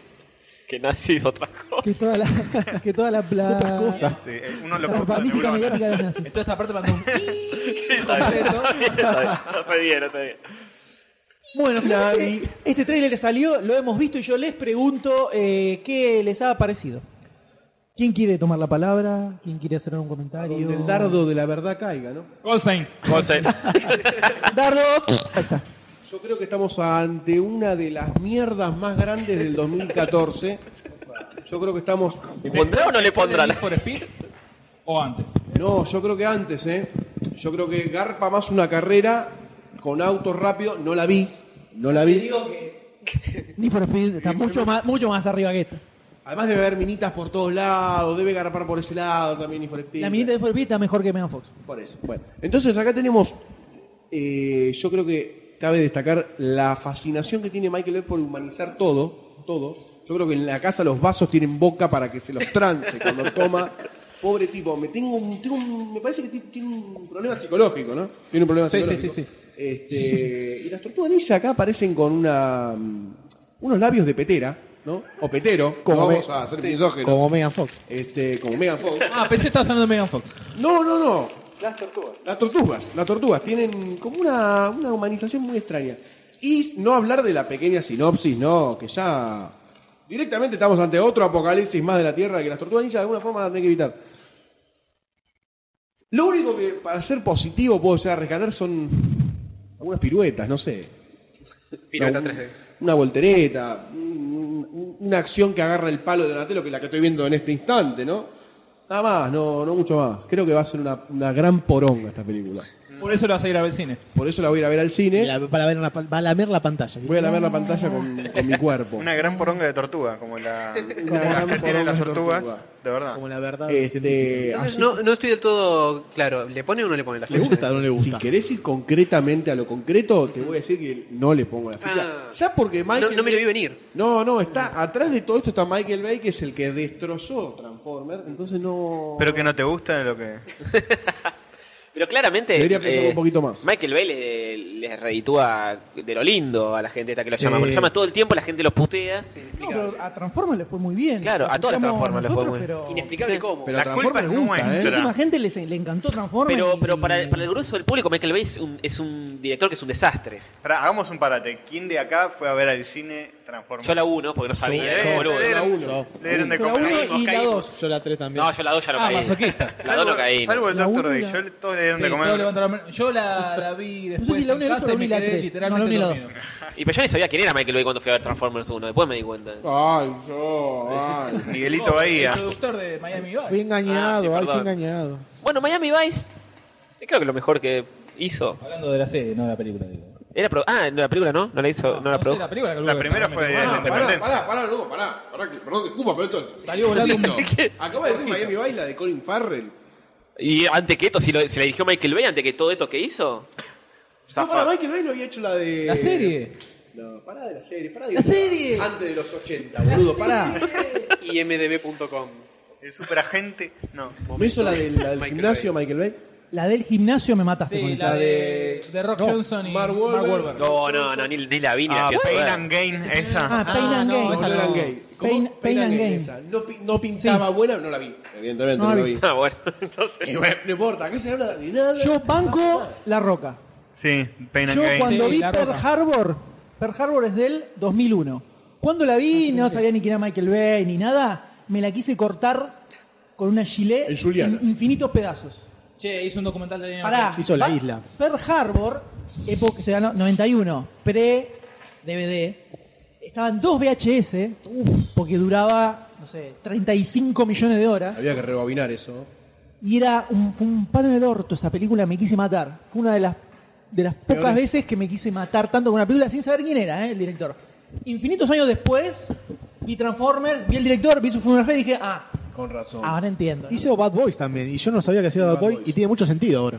[SPEAKER 6] Que nazis otra cosa.
[SPEAKER 3] que toda la que toda la, la-
[SPEAKER 4] cosas.
[SPEAKER 7] Sí, eh, uno
[SPEAKER 3] la
[SPEAKER 7] lo corta de
[SPEAKER 3] propagandística
[SPEAKER 7] neuronas.
[SPEAKER 3] mediática de los nazis.
[SPEAKER 9] Entonces, esta parte mandó un...
[SPEAKER 6] Está bien, está bien. No está bien, no está bien.
[SPEAKER 3] Bueno, finalmente, este tráiler que salió, lo hemos visto y yo les pregunto eh, qué les ha parecido. ¿Quién quiere tomar la palabra? ¿Quién quiere hacer un comentario?
[SPEAKER 2] Donde el dardo de la verdad caiga, ¿no?
[SPEAKER 9] Goldstein.
[SPEAKER 6] José.
[SPEAKER 3] Dardo. Ahí está.
[SPEAKER 2] Yo creo que estamos ante una de las mierdas más grandes del 2014. Yo creo que estamos.
[SPEAKER 6] ¿Le pondrá o no le pondrá?
[SPEAKER 9] ¿De Need for Speed o antes?
[SPEAKER 2] No, yo creo que antes, ¿eh? Yo creo que garpa más una carrera con auto rápido. No la vi. No la vi.
[SPEAKER 3] Need for Speed está mucho más, mucho más arriba que esto.
[SPEAKER 2] Además debe haber minitas por todos lados, debe garpar por ese lado también y por el
[SPEAKER 3] La minita de Need for Speed está mejor que Megan Fox.
[SPEAKER 2] Por eso. Bueno, entonces acá tenemos, eh, yo creo que cabe destacar la fascinación que tiene Michael Bay por humanizar todo, todo. Yo creo que en la casa los vasos tienen boca para que se los trance cuando toma. Pobre tipo, me tengo, un- tengo un- me parece que ti- tiene un problema psicológico, ¿no? Tiene un problema
[SPEAKER 9] Sí, sí,
[SPEAKER 2] psicológico.
[SPEAKER 9] sí, sí.
[SPEAKER 2] Este, y las tortugas ninja acá aparecen con una mm, unos labios de petera, ¿no? O petero,
[SPEAKER 4] Como
[SPEAKER 2] no
[SPEAKER 4] me-
[SPEAKER 2] vamos a ser misógenos.
[SPEAKER 4] Como Megan Fox.
[SPEAKER 2] Este, como Megan Fox.
[SPEAKER 9] Ah, pensé que estabas hablando de Megan Fox.
[SPEAKER 2] No, no, no. Las tortugas. Las tortugas, las tortugas. Tienen como una, una humanización muy extraña. Y no hablar de la pequeña sinopsis, no, que ya directamente estamos ante otro apocalipsis más de la Tierra que las tortugas ninja de alguna forma van a tener que evitar. Lo único que para ser positivo puedo llegar a rescatar son algunas piruetas, no sé.
[SPEAKER 8] Pirueta
[SPEAKER 2] Una-
[SPEAKER 8] 3D.
[SPEAKER 2] Una voltereta, un- un- una acción que agarra el palo de Donatello, que es la que estoy viendo en este instante, ¿no? Nada más, no, no mucho más. Creo que va a ser una, una gran poronga esta película.
[SPEAKER 9] Por eso lo vas a ir a ver al cine.
[SPEAKER 2] Por eso la voy a ir a ver al cine.
[SPEAKER 4] La- para ver la, pan- va a lamer la pantalla.
[SPEAKER 2] Voy a lamer la pantalla con, con mi cuerpo.
[SPEAKER 7] Una gran poronga de tortuga, como la como
[SPEAKER 2] gran
[SPEAKER 7] las que
[SPEAKER 2] poronga
[SPEAKER 7] tienen las
[SPEAKER 2] de
[SPEAKER 7] tortugas,
[SPEAKER 2] tortuga.
[SPEAKER 7] de verdad.
[SPEAKER 4] Como la verdad.
[SPEAKER 2] Este,
[SPEAKER 8] Entonces
[SPEAKER 2] así-
[SPEAKER 8] no, no estoy del todo claro. ¿Le pone o no le pone la
[SPEAKER 4] ¿Le
[SPEAKER 8] fecha?
[SPEAKER 4] gusta o no le
[SPEAKER 2] si
[SPEAKER 4] gusta?
[SPEAKER 2] querés ir concretamente a lo concreto, te voy a decir que no le pongo la ficha.
[SPEAKER 8] Ah.
[SPEAKER 2] Ya porque
[SPEAKER 8] No,
[SPEAKER 2] Michael.
[SPEAKER 8] no me lo vi venir.
[SPEAKER 2] No, no, está atrás de todo esto está Michael Bay, que es el que destrozó Transformer. Entonces no.
[SPEAKER 7] Pero que no te gusta lo que.
[SPEAKER 6] Pero claramente.
[SPEAKER 2] Debería pensarlo
[SPEAKER 6] eh,
[SPEAKER 2] un poquito más.
[SPEAKER 6] Michael Bay le, le reditúa de lo lindo a la gente esta que lo
[SPEAKER 4] Sí.
[SPEAKER 6] llama. Lo llama todo el tiempo, la gente los putea.
[SPEAKER 3] No, pero a Transformers le fue muy bien.
[SPEAKER 6] Claro, a todas las Transformers le fue muy bien.
[SPEAKER 8] Inexplicable cómo.
[SPEAKER 2] Pero
[SPEAKER 7] la
[SPEAKER 2] a Transformers le
[SPEAKER 7] culpa es
[SPEAKER 2] gusta,
[SPEAKER 7] nuestra.
[SPEAKER 2] ¿eh?
[SPEAKER 3] Muchísima gente les- le encantó Transformers.
[SPEAKER 6] Pero,
[SPEAKER 3] y-
[SPEAKER 6] pero para, para el grueso del público, Michael Bay es un, es un director que es un desastre.
[SPEAKER 7] Pará, hagamos un parate. ¿Quién de acá fue a ver al cine Transformers?
[SPEAKER 6] Yo la uno, porque no sabía.
[SPEAKER 7] yo,
[SPEAKER 6] boludo.
[SPEAKER 7] yo, yo,
[SPEAKER 2] La uno.
[SPEAKER 7] Le dieron de
[SPEAKER 3] Yo la
[SPEAKER 7] comer.
[SPEAKER 3] uno
[SPEAKER 7] Caímos,
[SPEAKER 3] y la
[SPEAKER 7] caímos.
[SPEAKER 3] dos.
[SPEAKER 4] Yo la 3 también.
[SPEAKER 6] No, yo la dos ya no
[SPEAKER 9] Ah,
[SPEAKER 6] caí.
[SPEAKER 9] masoquista.
[SPEAKER 6] La dos no caí.
[SPEAKER 7] Salvo el
[SPEAKER 3] La
[SPEAKER 7] Doctor
[SPEAKER 3] uno y
[SPEAKER 7] Day,
[SPEAKER 3] la-
[SPEAKER 7] yo le- todos le dieron
[SPEAKER 9] Sí,
[SPEAKER 7] de comer.
[SPEAKER 9] todos levantaron la mano. Yo la, la vi después
[SPEAKER 3] si la
[SPEAKER 9] en
[SPEAKER 3] una y la
[SPEAKER 9] casa
[SPEAKER 3] otra,
[SPEAKER 9] y
[SPEAKER 3] la una
[SPEAKER 9] me
[SPEAKER 3] y la
[SPEAKER 9] quedé
[SPEAKER 3] tres.
[SPEAKER 9] literalmente
[SPEAKER 3] No, la una y la
[SPEAKER 9] dormido.
[SPEAKER 6] Y pero yo ni sabía quién era Michael Bay cuando fui a ver Transformers 1. Después me di cuenta.
[SPEAKER 2] Ay, yo, ay.
[SPEAKER 7] Miguelito Bahía.
[SPEAKER 9] El productor de Miami
[SPEAKER 4] Fui
[SPEAKER 9] Vice.
[SPEAKER 4] engañado,
[SPEAKER 6] Ah, sí,
[SPEAKER 4] ay, fui
[SPEAKER 6] perdón.
[SPEAKER 4] engañado.
[SPEAKER 6] Bueno, Miami Vice, eh, creo que lo mejor que hizo.
[SPEAKER 9] Hablando de la serie, no de la película. digo.
[SPEAKER 6] Era pro- ah, no, la película no, no la hizo, no, la
[SPEAKER 9] No sé,
[SPEAKER 6] produjo.
[SPEAKER 9] la película que
[SPEAKER 7] La primera fue de la
[SPEAKER 2] Ah, pará,
[SPEAKER 7] Independencia.
[SPEAKER 2] pará, pará, no, pará, pará, que, perdón, disculpa, pero esto
[SPEAKER 9] Salió volando un-
[SPEAKER 2] Listo. Acaba de decir Miami Baila de Colin Farrell.
[SPEAKER 6] Y antes que esto, si, lo- si la dirigió Michael Bay, antes que todo esto que hizo.
[SPEAKER 2] No, para Michael Bay no había hecho la de.
[SPEAKER 9] La serie.
[SPEAKER 2] No, pará de la serie, pará de
[SPEAKER 3] ¡La serie!
[SPEAKER 2] Antes de los 80, boludo, pará.
[SPEAKER 8] IMDB.com.
[SPEAKER 7] El superagente. No.
[SPEAKER 2] Me hizo la, de, la del
[SPEAKER 8] Michael
[SPEAKER 2] gimnasio Michael Bay.
[SPEAKER 3] La del gimnasio me mataste con
[SPEAKER 9] Sí,
[SPEAKER 3] esa.
[SPEAKER 9] la de, de Rock Johnson y
[SPEAKER 2] Mark Wahlberg.
[SPEAKER 9] Wahlberg.
[SPEAKER 6] No, no, no, ni, ni la vi ni la
[SPEAKER 7] Ah,
[SPEAKER 6] fui a
[SPEAKER 7] Pain
[SPEAKER 6] ver.
[SPEAKER 7] and Gain, esa.
[SPEAKER 3] Ah, Pain and Gain.
[SPEAKER 2] No, no eran gay. ¿Cómo?
[SPEAKER 3] Pain- Pain and
[SPEAKER 2] Gay,
[SPEAKER 3] Gain.
[SPEAKER 2] esa. No, pi- no pintaba buena, no la vi. Evidentemente no,
[SPEAKER 3] No la
[SPEAKER 2] la
[SPEAKER 3] vi.
[SPEAKER 2] vi.
[SPEAKER 6] Ah, bueno, entonces.
[SPEAKER 2] Eh, bueno, no importa, acá se habla de nada.
[SPEAKER 3] Yo banco La Roca.
[SPEAKER 7] Sí, Pain and
[SPEAKER 3] Yo
[SPEAKER 7] Gain.
[SPEAKER 3] cuando
[SPEAKER 9] Sí,
[SPEAKER 3] vi
[SPEAKER 9] La
[SPEAKER 3] Pearl
[SPEAKER 9] Roca.
[SPEAKER 3] Harbor, Pearl Harbor es del 2001. Cuando la vi, no sabía ni quién era Michael Bay ni nada. Me la quise cortar con una gilet
[SPEAKER 2] En Juliana.
[SPEAKER 3] infinitos pedazos.
[SPEAKER 9] Che, hizo un documental de Daniel
[SPEAKER 3] Pará.
[SPEAKER 9] Radcliffe.
[SPEAKER 4] Hizo la
[SPEAKER 3] Va-
[SPEAKER 4] isla.
[SPEAKER 3] Pearl Harbor, época, o sea, no, 91, pre-DVD. Estaban dos VHS, porque duraba, no sé, 35 millones de horas.
[SPEAKER 2] Había que rebobinar eso.
[SPEAKER 3] Y era un, fue un palo en el orto esa película, me quise matar. Fue una de las, de las pocas
[SPEAKER 2] Peores.
[SPEAKER 3] veces que me quise matar tanto con una película sin saber quién era, ¿eh? el director. Infinitos años después, vi Transformers, vi el director, vi su funeral y dije, ah,
[SPEAKER 2] Con razón.
[SPEAKER 3] ahora entiendo. ¿no?
[SPEAKER 4] Hizo Bad Boys también, y yo no sabía que hacía Bad, Boys, y tiene mucho sentido ahora.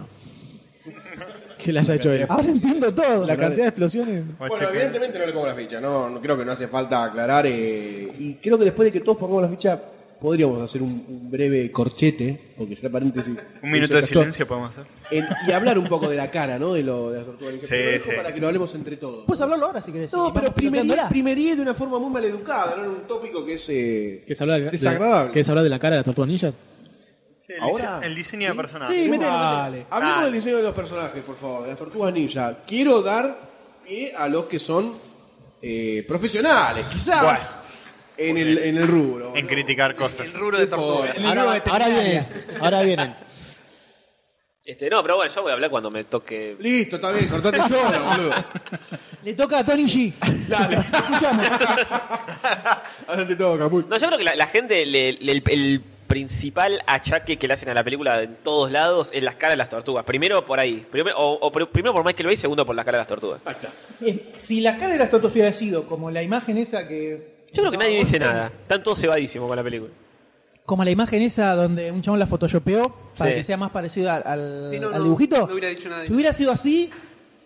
[SPEAKER 4] Que la haya hecho él.
[SPEAKER 3] Ahora entiendo todo.
[SPEAKER 4] La cantidad de explosiones.
[SPEAKER 2] Bueno, evidentemente no le pongo la ficha, no, no- creo que no hace falta aclarar. eh, y creo que después de que todos pongamos la ficha, podríamos hacer un, un breve corchete, porque ya paréntesis.
[SPEAKER 7] Un minuto de silencio podemos hacer.
[SPEAKER 2] En- y hablar un poco de la cara, ¿no? De lo de las tortugas ninja.
[SPEAKER 7] Sí,
[SPEAKER 2] Pero lo dejo
[SPEAKER 7] sí.
[SPEAKER 2] Para que lo hablemos entre todos.
[SPEAKER 3] Puedes hablarlo ahora si querés.
[SPEAKER 2] Pues, no, pero
[SPEAKER 3] Vamos piloteándola.
[SPEAKER 2] primería, primería de una forma muy maleducada, ¿no? En un tópico que es. eh,
[SPEAKER 4] ¿Querés hablar de,
[SPEAKER 2] Desagradable.
[SPEAKER 4] ¿Querés hablar de la cara de las tortugas ninjas?
[SPEAKER 7] Sí, el,
[SPEAKER 2] Ahora-
[SPEAKER 7] dise- el diseño de personajes.
[SPEAKER 2] Sí, mételo,
[SPEAKER 9] Vale.
[SPEAKER 2] mételo. Hablemos del diseño de los personajes, por favor, de las tortugas ninja. Quiero dar pie a los que son eh, profesionales, quizás, en, el, en el rubro.
[SPEAKER 7] En
[SPEAKER 2] ¿no?
[SPEAKER 7] criticar cosas.
[SPEAKER 8] El rubro de tortugas.
[SPEAKER 9] En el libro
[SPEAKER 4] Ahora,
[SPEAKER 9] de
[SPEAKER 4] ahora
[SPEAKER 9] veterinaria.
[SPEAKER 4] vienen, ahora vienen.
[SPEAKER 6] Este, no, pero bueno, yo voy a hablar cuando me toque.
[SPEAKER 2] Listo, está bien, cortate solo, boludo.
[SPEAKER 3] Le toca a Tony G.
[SPEAKER 2] Dale. Ahora te toca, muy.
[SPEAKER 6] No, yo creo que la, la gente, le- le- el, el principal achaque que le hacen a la película en todos lados es las caras de las tortugas. Primero por ahí. Primero, o, o pr- primero por Michael Bay, segundo por las caras de las tortugas.
[SPEAKER 2] Ahí está.
[SPEAKER 3] Eh, si la cara de las tortugas hubiera sido como la imagen esa que...
[SPEAKER 6] Yo creo que nadie dice nada. Están todos cebadísimos con la película.
[SPEAKER 3] Como la imagen esa donde un chabón la photoshopeó para
[SPEAKER 6] Sí.
[SPEAKER 3] que sea más parecido al, al-
[SPEAKER 8] Sí, no,
[SPEAKER 3] al
[SPEAKER 8] no,
[SPEAKER 3] dibujito.
[SPEAKER 8] no hubiera dicho nada de
[SPEAKER 3] Si
[SPEAKER 8] eso.
[SPEAKER 3] hubiera sido así,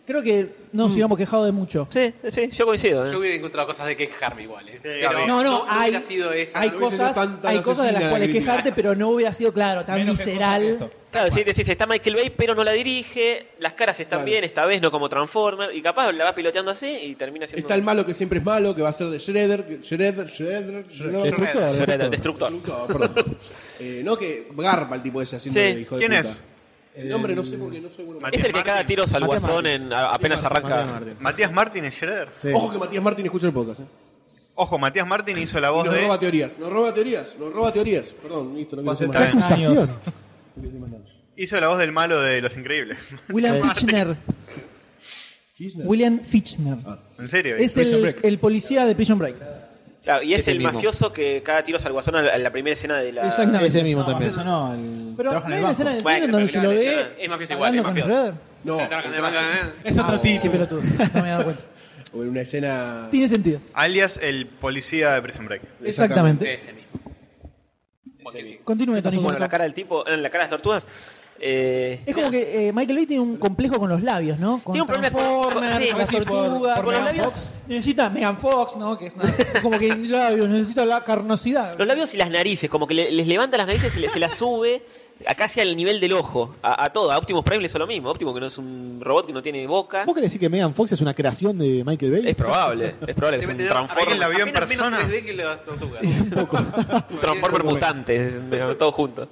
[SPEAKER 3] creo que no nos hubiéramos quejado de mucho.
[SPEAKER 6] Sí, sí, sí, yo coincido. ¿eh?
[SPEAKER 8] Yo hubiera encontrado cosas de que quejarme igual, ¿eh?
[SPEAKER 7] Gaby.
[SPEAKER 8] Pero
[SPEAKER 3] No, no, hay,
[SPEAKER 8] hubiera sido esa.
[SPEAKER 3] hay
[SPEAKER 2] no hubiese sido
[SPEAKER 3] cosas,
[SPEAKER 2] tan- tan
[SPEAKER 3] hay cosas de las
[SPEAKER 2] asesina
[SPEAKER 3] cuales
[SPEAKER 2] de crítica.
[SPEAKER 3] quejarte, pero no hubiera sido claro, tan
[SPEAKER 9] Menos que
[SPEAKER 3] visceral.
[SPEAKER 9] cosas que esto.
[SPEAKER 6] Claro, sí, decís, está Michael Bay, pero no la dirige, las caras están bien, esta vez no como Transformer, y capaz la vas piloteando así y termina siendo
[SPEAKER 2] Está el malo que siempre es malo, que va a ser de Shredder, que- Shredder, Shredder, Shredder.
[SPEAKER 4] Destructor,
[SPEAKER 6] Shredder,
[SPEAKER 4] destructor.
[SPEAKER 6] destructor.
[SPEAKER 2] No, perdón. Eh, no, que garpa el tipo ese haciendo
[SPEAKER 6] Sí.
[SPEAKER 2] de hijo de
[SPEAKER 7] ¿Quién
[SPEAKER 2] puta.
[SPEAKER 7] es?
[SPEAKER 2] El nombre no sé porque no soy bueno. para-
[SPEAKER 6] Es el que
[SPEAKER 7] Martin.
[SPEAKER 6] cada tiros al
[SPEAKER 4] Matías
[SPEAKER 6] guasón
[SPEAKER 4] Martin.
[SPEAKER 6] en, a- apenas
[SPEAKER 4] Matías
[SPEAKER 6] arranca.
[SPEAKER 4] Martín.
[SPEAKER 7] Matías Martín es Schroeder.
[SPEAKER 4] Sí.
[SPEAKER 2] Ojo que Matías Martín escucha el podcast. ¿eh?
[SPEAKER 7] Ojo, Matías Martín hizo la
[SPEAKER 2] Y
[SPEAKER 7] voz
[SPEAKER 2] nos
[SPEAKER 7] de.
[SPEAKER 2] roba teorías, nos roba teorías, nos roba teorías. Perdón, listo, no quiero
[SPEAKER 9] Hace
[SPEAKER 2] decir
[SPEAKER 4] ¡Qué
[SPEAKER 2] más.
[SPEAKER 9] tres años.
[SPEAKER 4] acusación!
[SPEAKER 7] Hizo la voz del malo de Los Increíbles.
[SPEAKER 3] William Fichtner.
[SPEAKER 2] Kirchner.
[SPEAKER 3] William Fichtner.
[SPEAKER 7] en serio.
[SPEAKER 3] Es el, el policía de Prison Break.
[SPEAKER 6] Claro, y es
[SPEAKER 18] Ese
[SPEAKER 6] el
[SPEAKER 18] mismo.
[SPEAKER 6] mafioso que cada tiro al guasón a la, a la primera escena de la.
[SPEAKER 3] Exactamente.
[SPEAKER 18] Ese mismo también.
[SPEAKER 3] mafioso no, el-
[SPEAKER 10] Pero
[SPEAKER 3] trabaja en
[SPEAKER 10] no
[SPEAKER 3] el
[SPEAKER 10] hay una
[SPEAKER 3] banco.
[SPEAKER 10] escena de
[SPEAKER 6] Bueno,
[SPEAKER 10] Tinder donde
[SPEAKER 6] pero
[SPEAKER 10] se lo
[SPEAKER 6] la
[SPEAKER 10] ve
[SPEAKER 6] escena- es mafioso igual, Ah,
[SPEAKER 10] hablando
[SPEAKER 6] es
[SPEAKER 10] con
[SPEAKER 6] mafioso.
[SPEAKER 10] Schroeder.
[SPEAKER 2] No,
[SPEAKER 3] Es otro tipo. Qué pelotudo. No me he dado cuenta.
[SPEAKER 2] o en una escena.
[SPEAKER 3] Tiene sentido.
[SPEAKER 7] Alias el policía de Prison Break.
[SPEAKER 3] Exactamente.
[SPEAKER 8] Ese mismo.
[SPEAKER 3] Continúe, Tony.
[SPEAKER 6] Bueno, la cara del tipo, en la cara de las tortugas. eh,
[SPEAKER 3] Es como que eh, Michael Bay tiene un complejo con los labios, ¿no? Con
[SPEAKER 6] Tiene un problema con-
[SPEAKER 3] Transformers,
[SPEAKER 6] sí,
[SPEAKER 3] con las
[SPEAKER 6] sí, por-
[SPEAKER 3] tortugas,
[SPEAKER 6] por
[SPEAKER 3] con
[SPEAKER 6] Megan
[SPEAKER 3] los labios.
[SPEAKER 6] Fox.
[SPEAKER 3] Necesita Megan Fox, ¿no? Que es una- como que labios, necesita la carnosidad.
[SPEAKER 6] Los labios y las narices, como que le- les levanta las narices y le- se las sube a casi al nivel del ojo, a, a todo. A Optimus Prime le hizo lo mismo. Optimus que no es un robot que no tiene boca.
[SPEAKER 18] ¿Vos querés decir que Megan Fox es una creación de Michael Bay?
[SPEAKER 6] Es probable, es probable que sea un
[SPEAKER 7] ¿Alguien la
[SPEAKER 6] Transformer,
[SPEAKER 7] vio en
[SPEAKER 8] Apenas menos
[SPEAKER 7] persona?
[SPEAKER 8] 3D que las tortugas.
[SPEAKER 6] un transformer mutante, de- todo junto.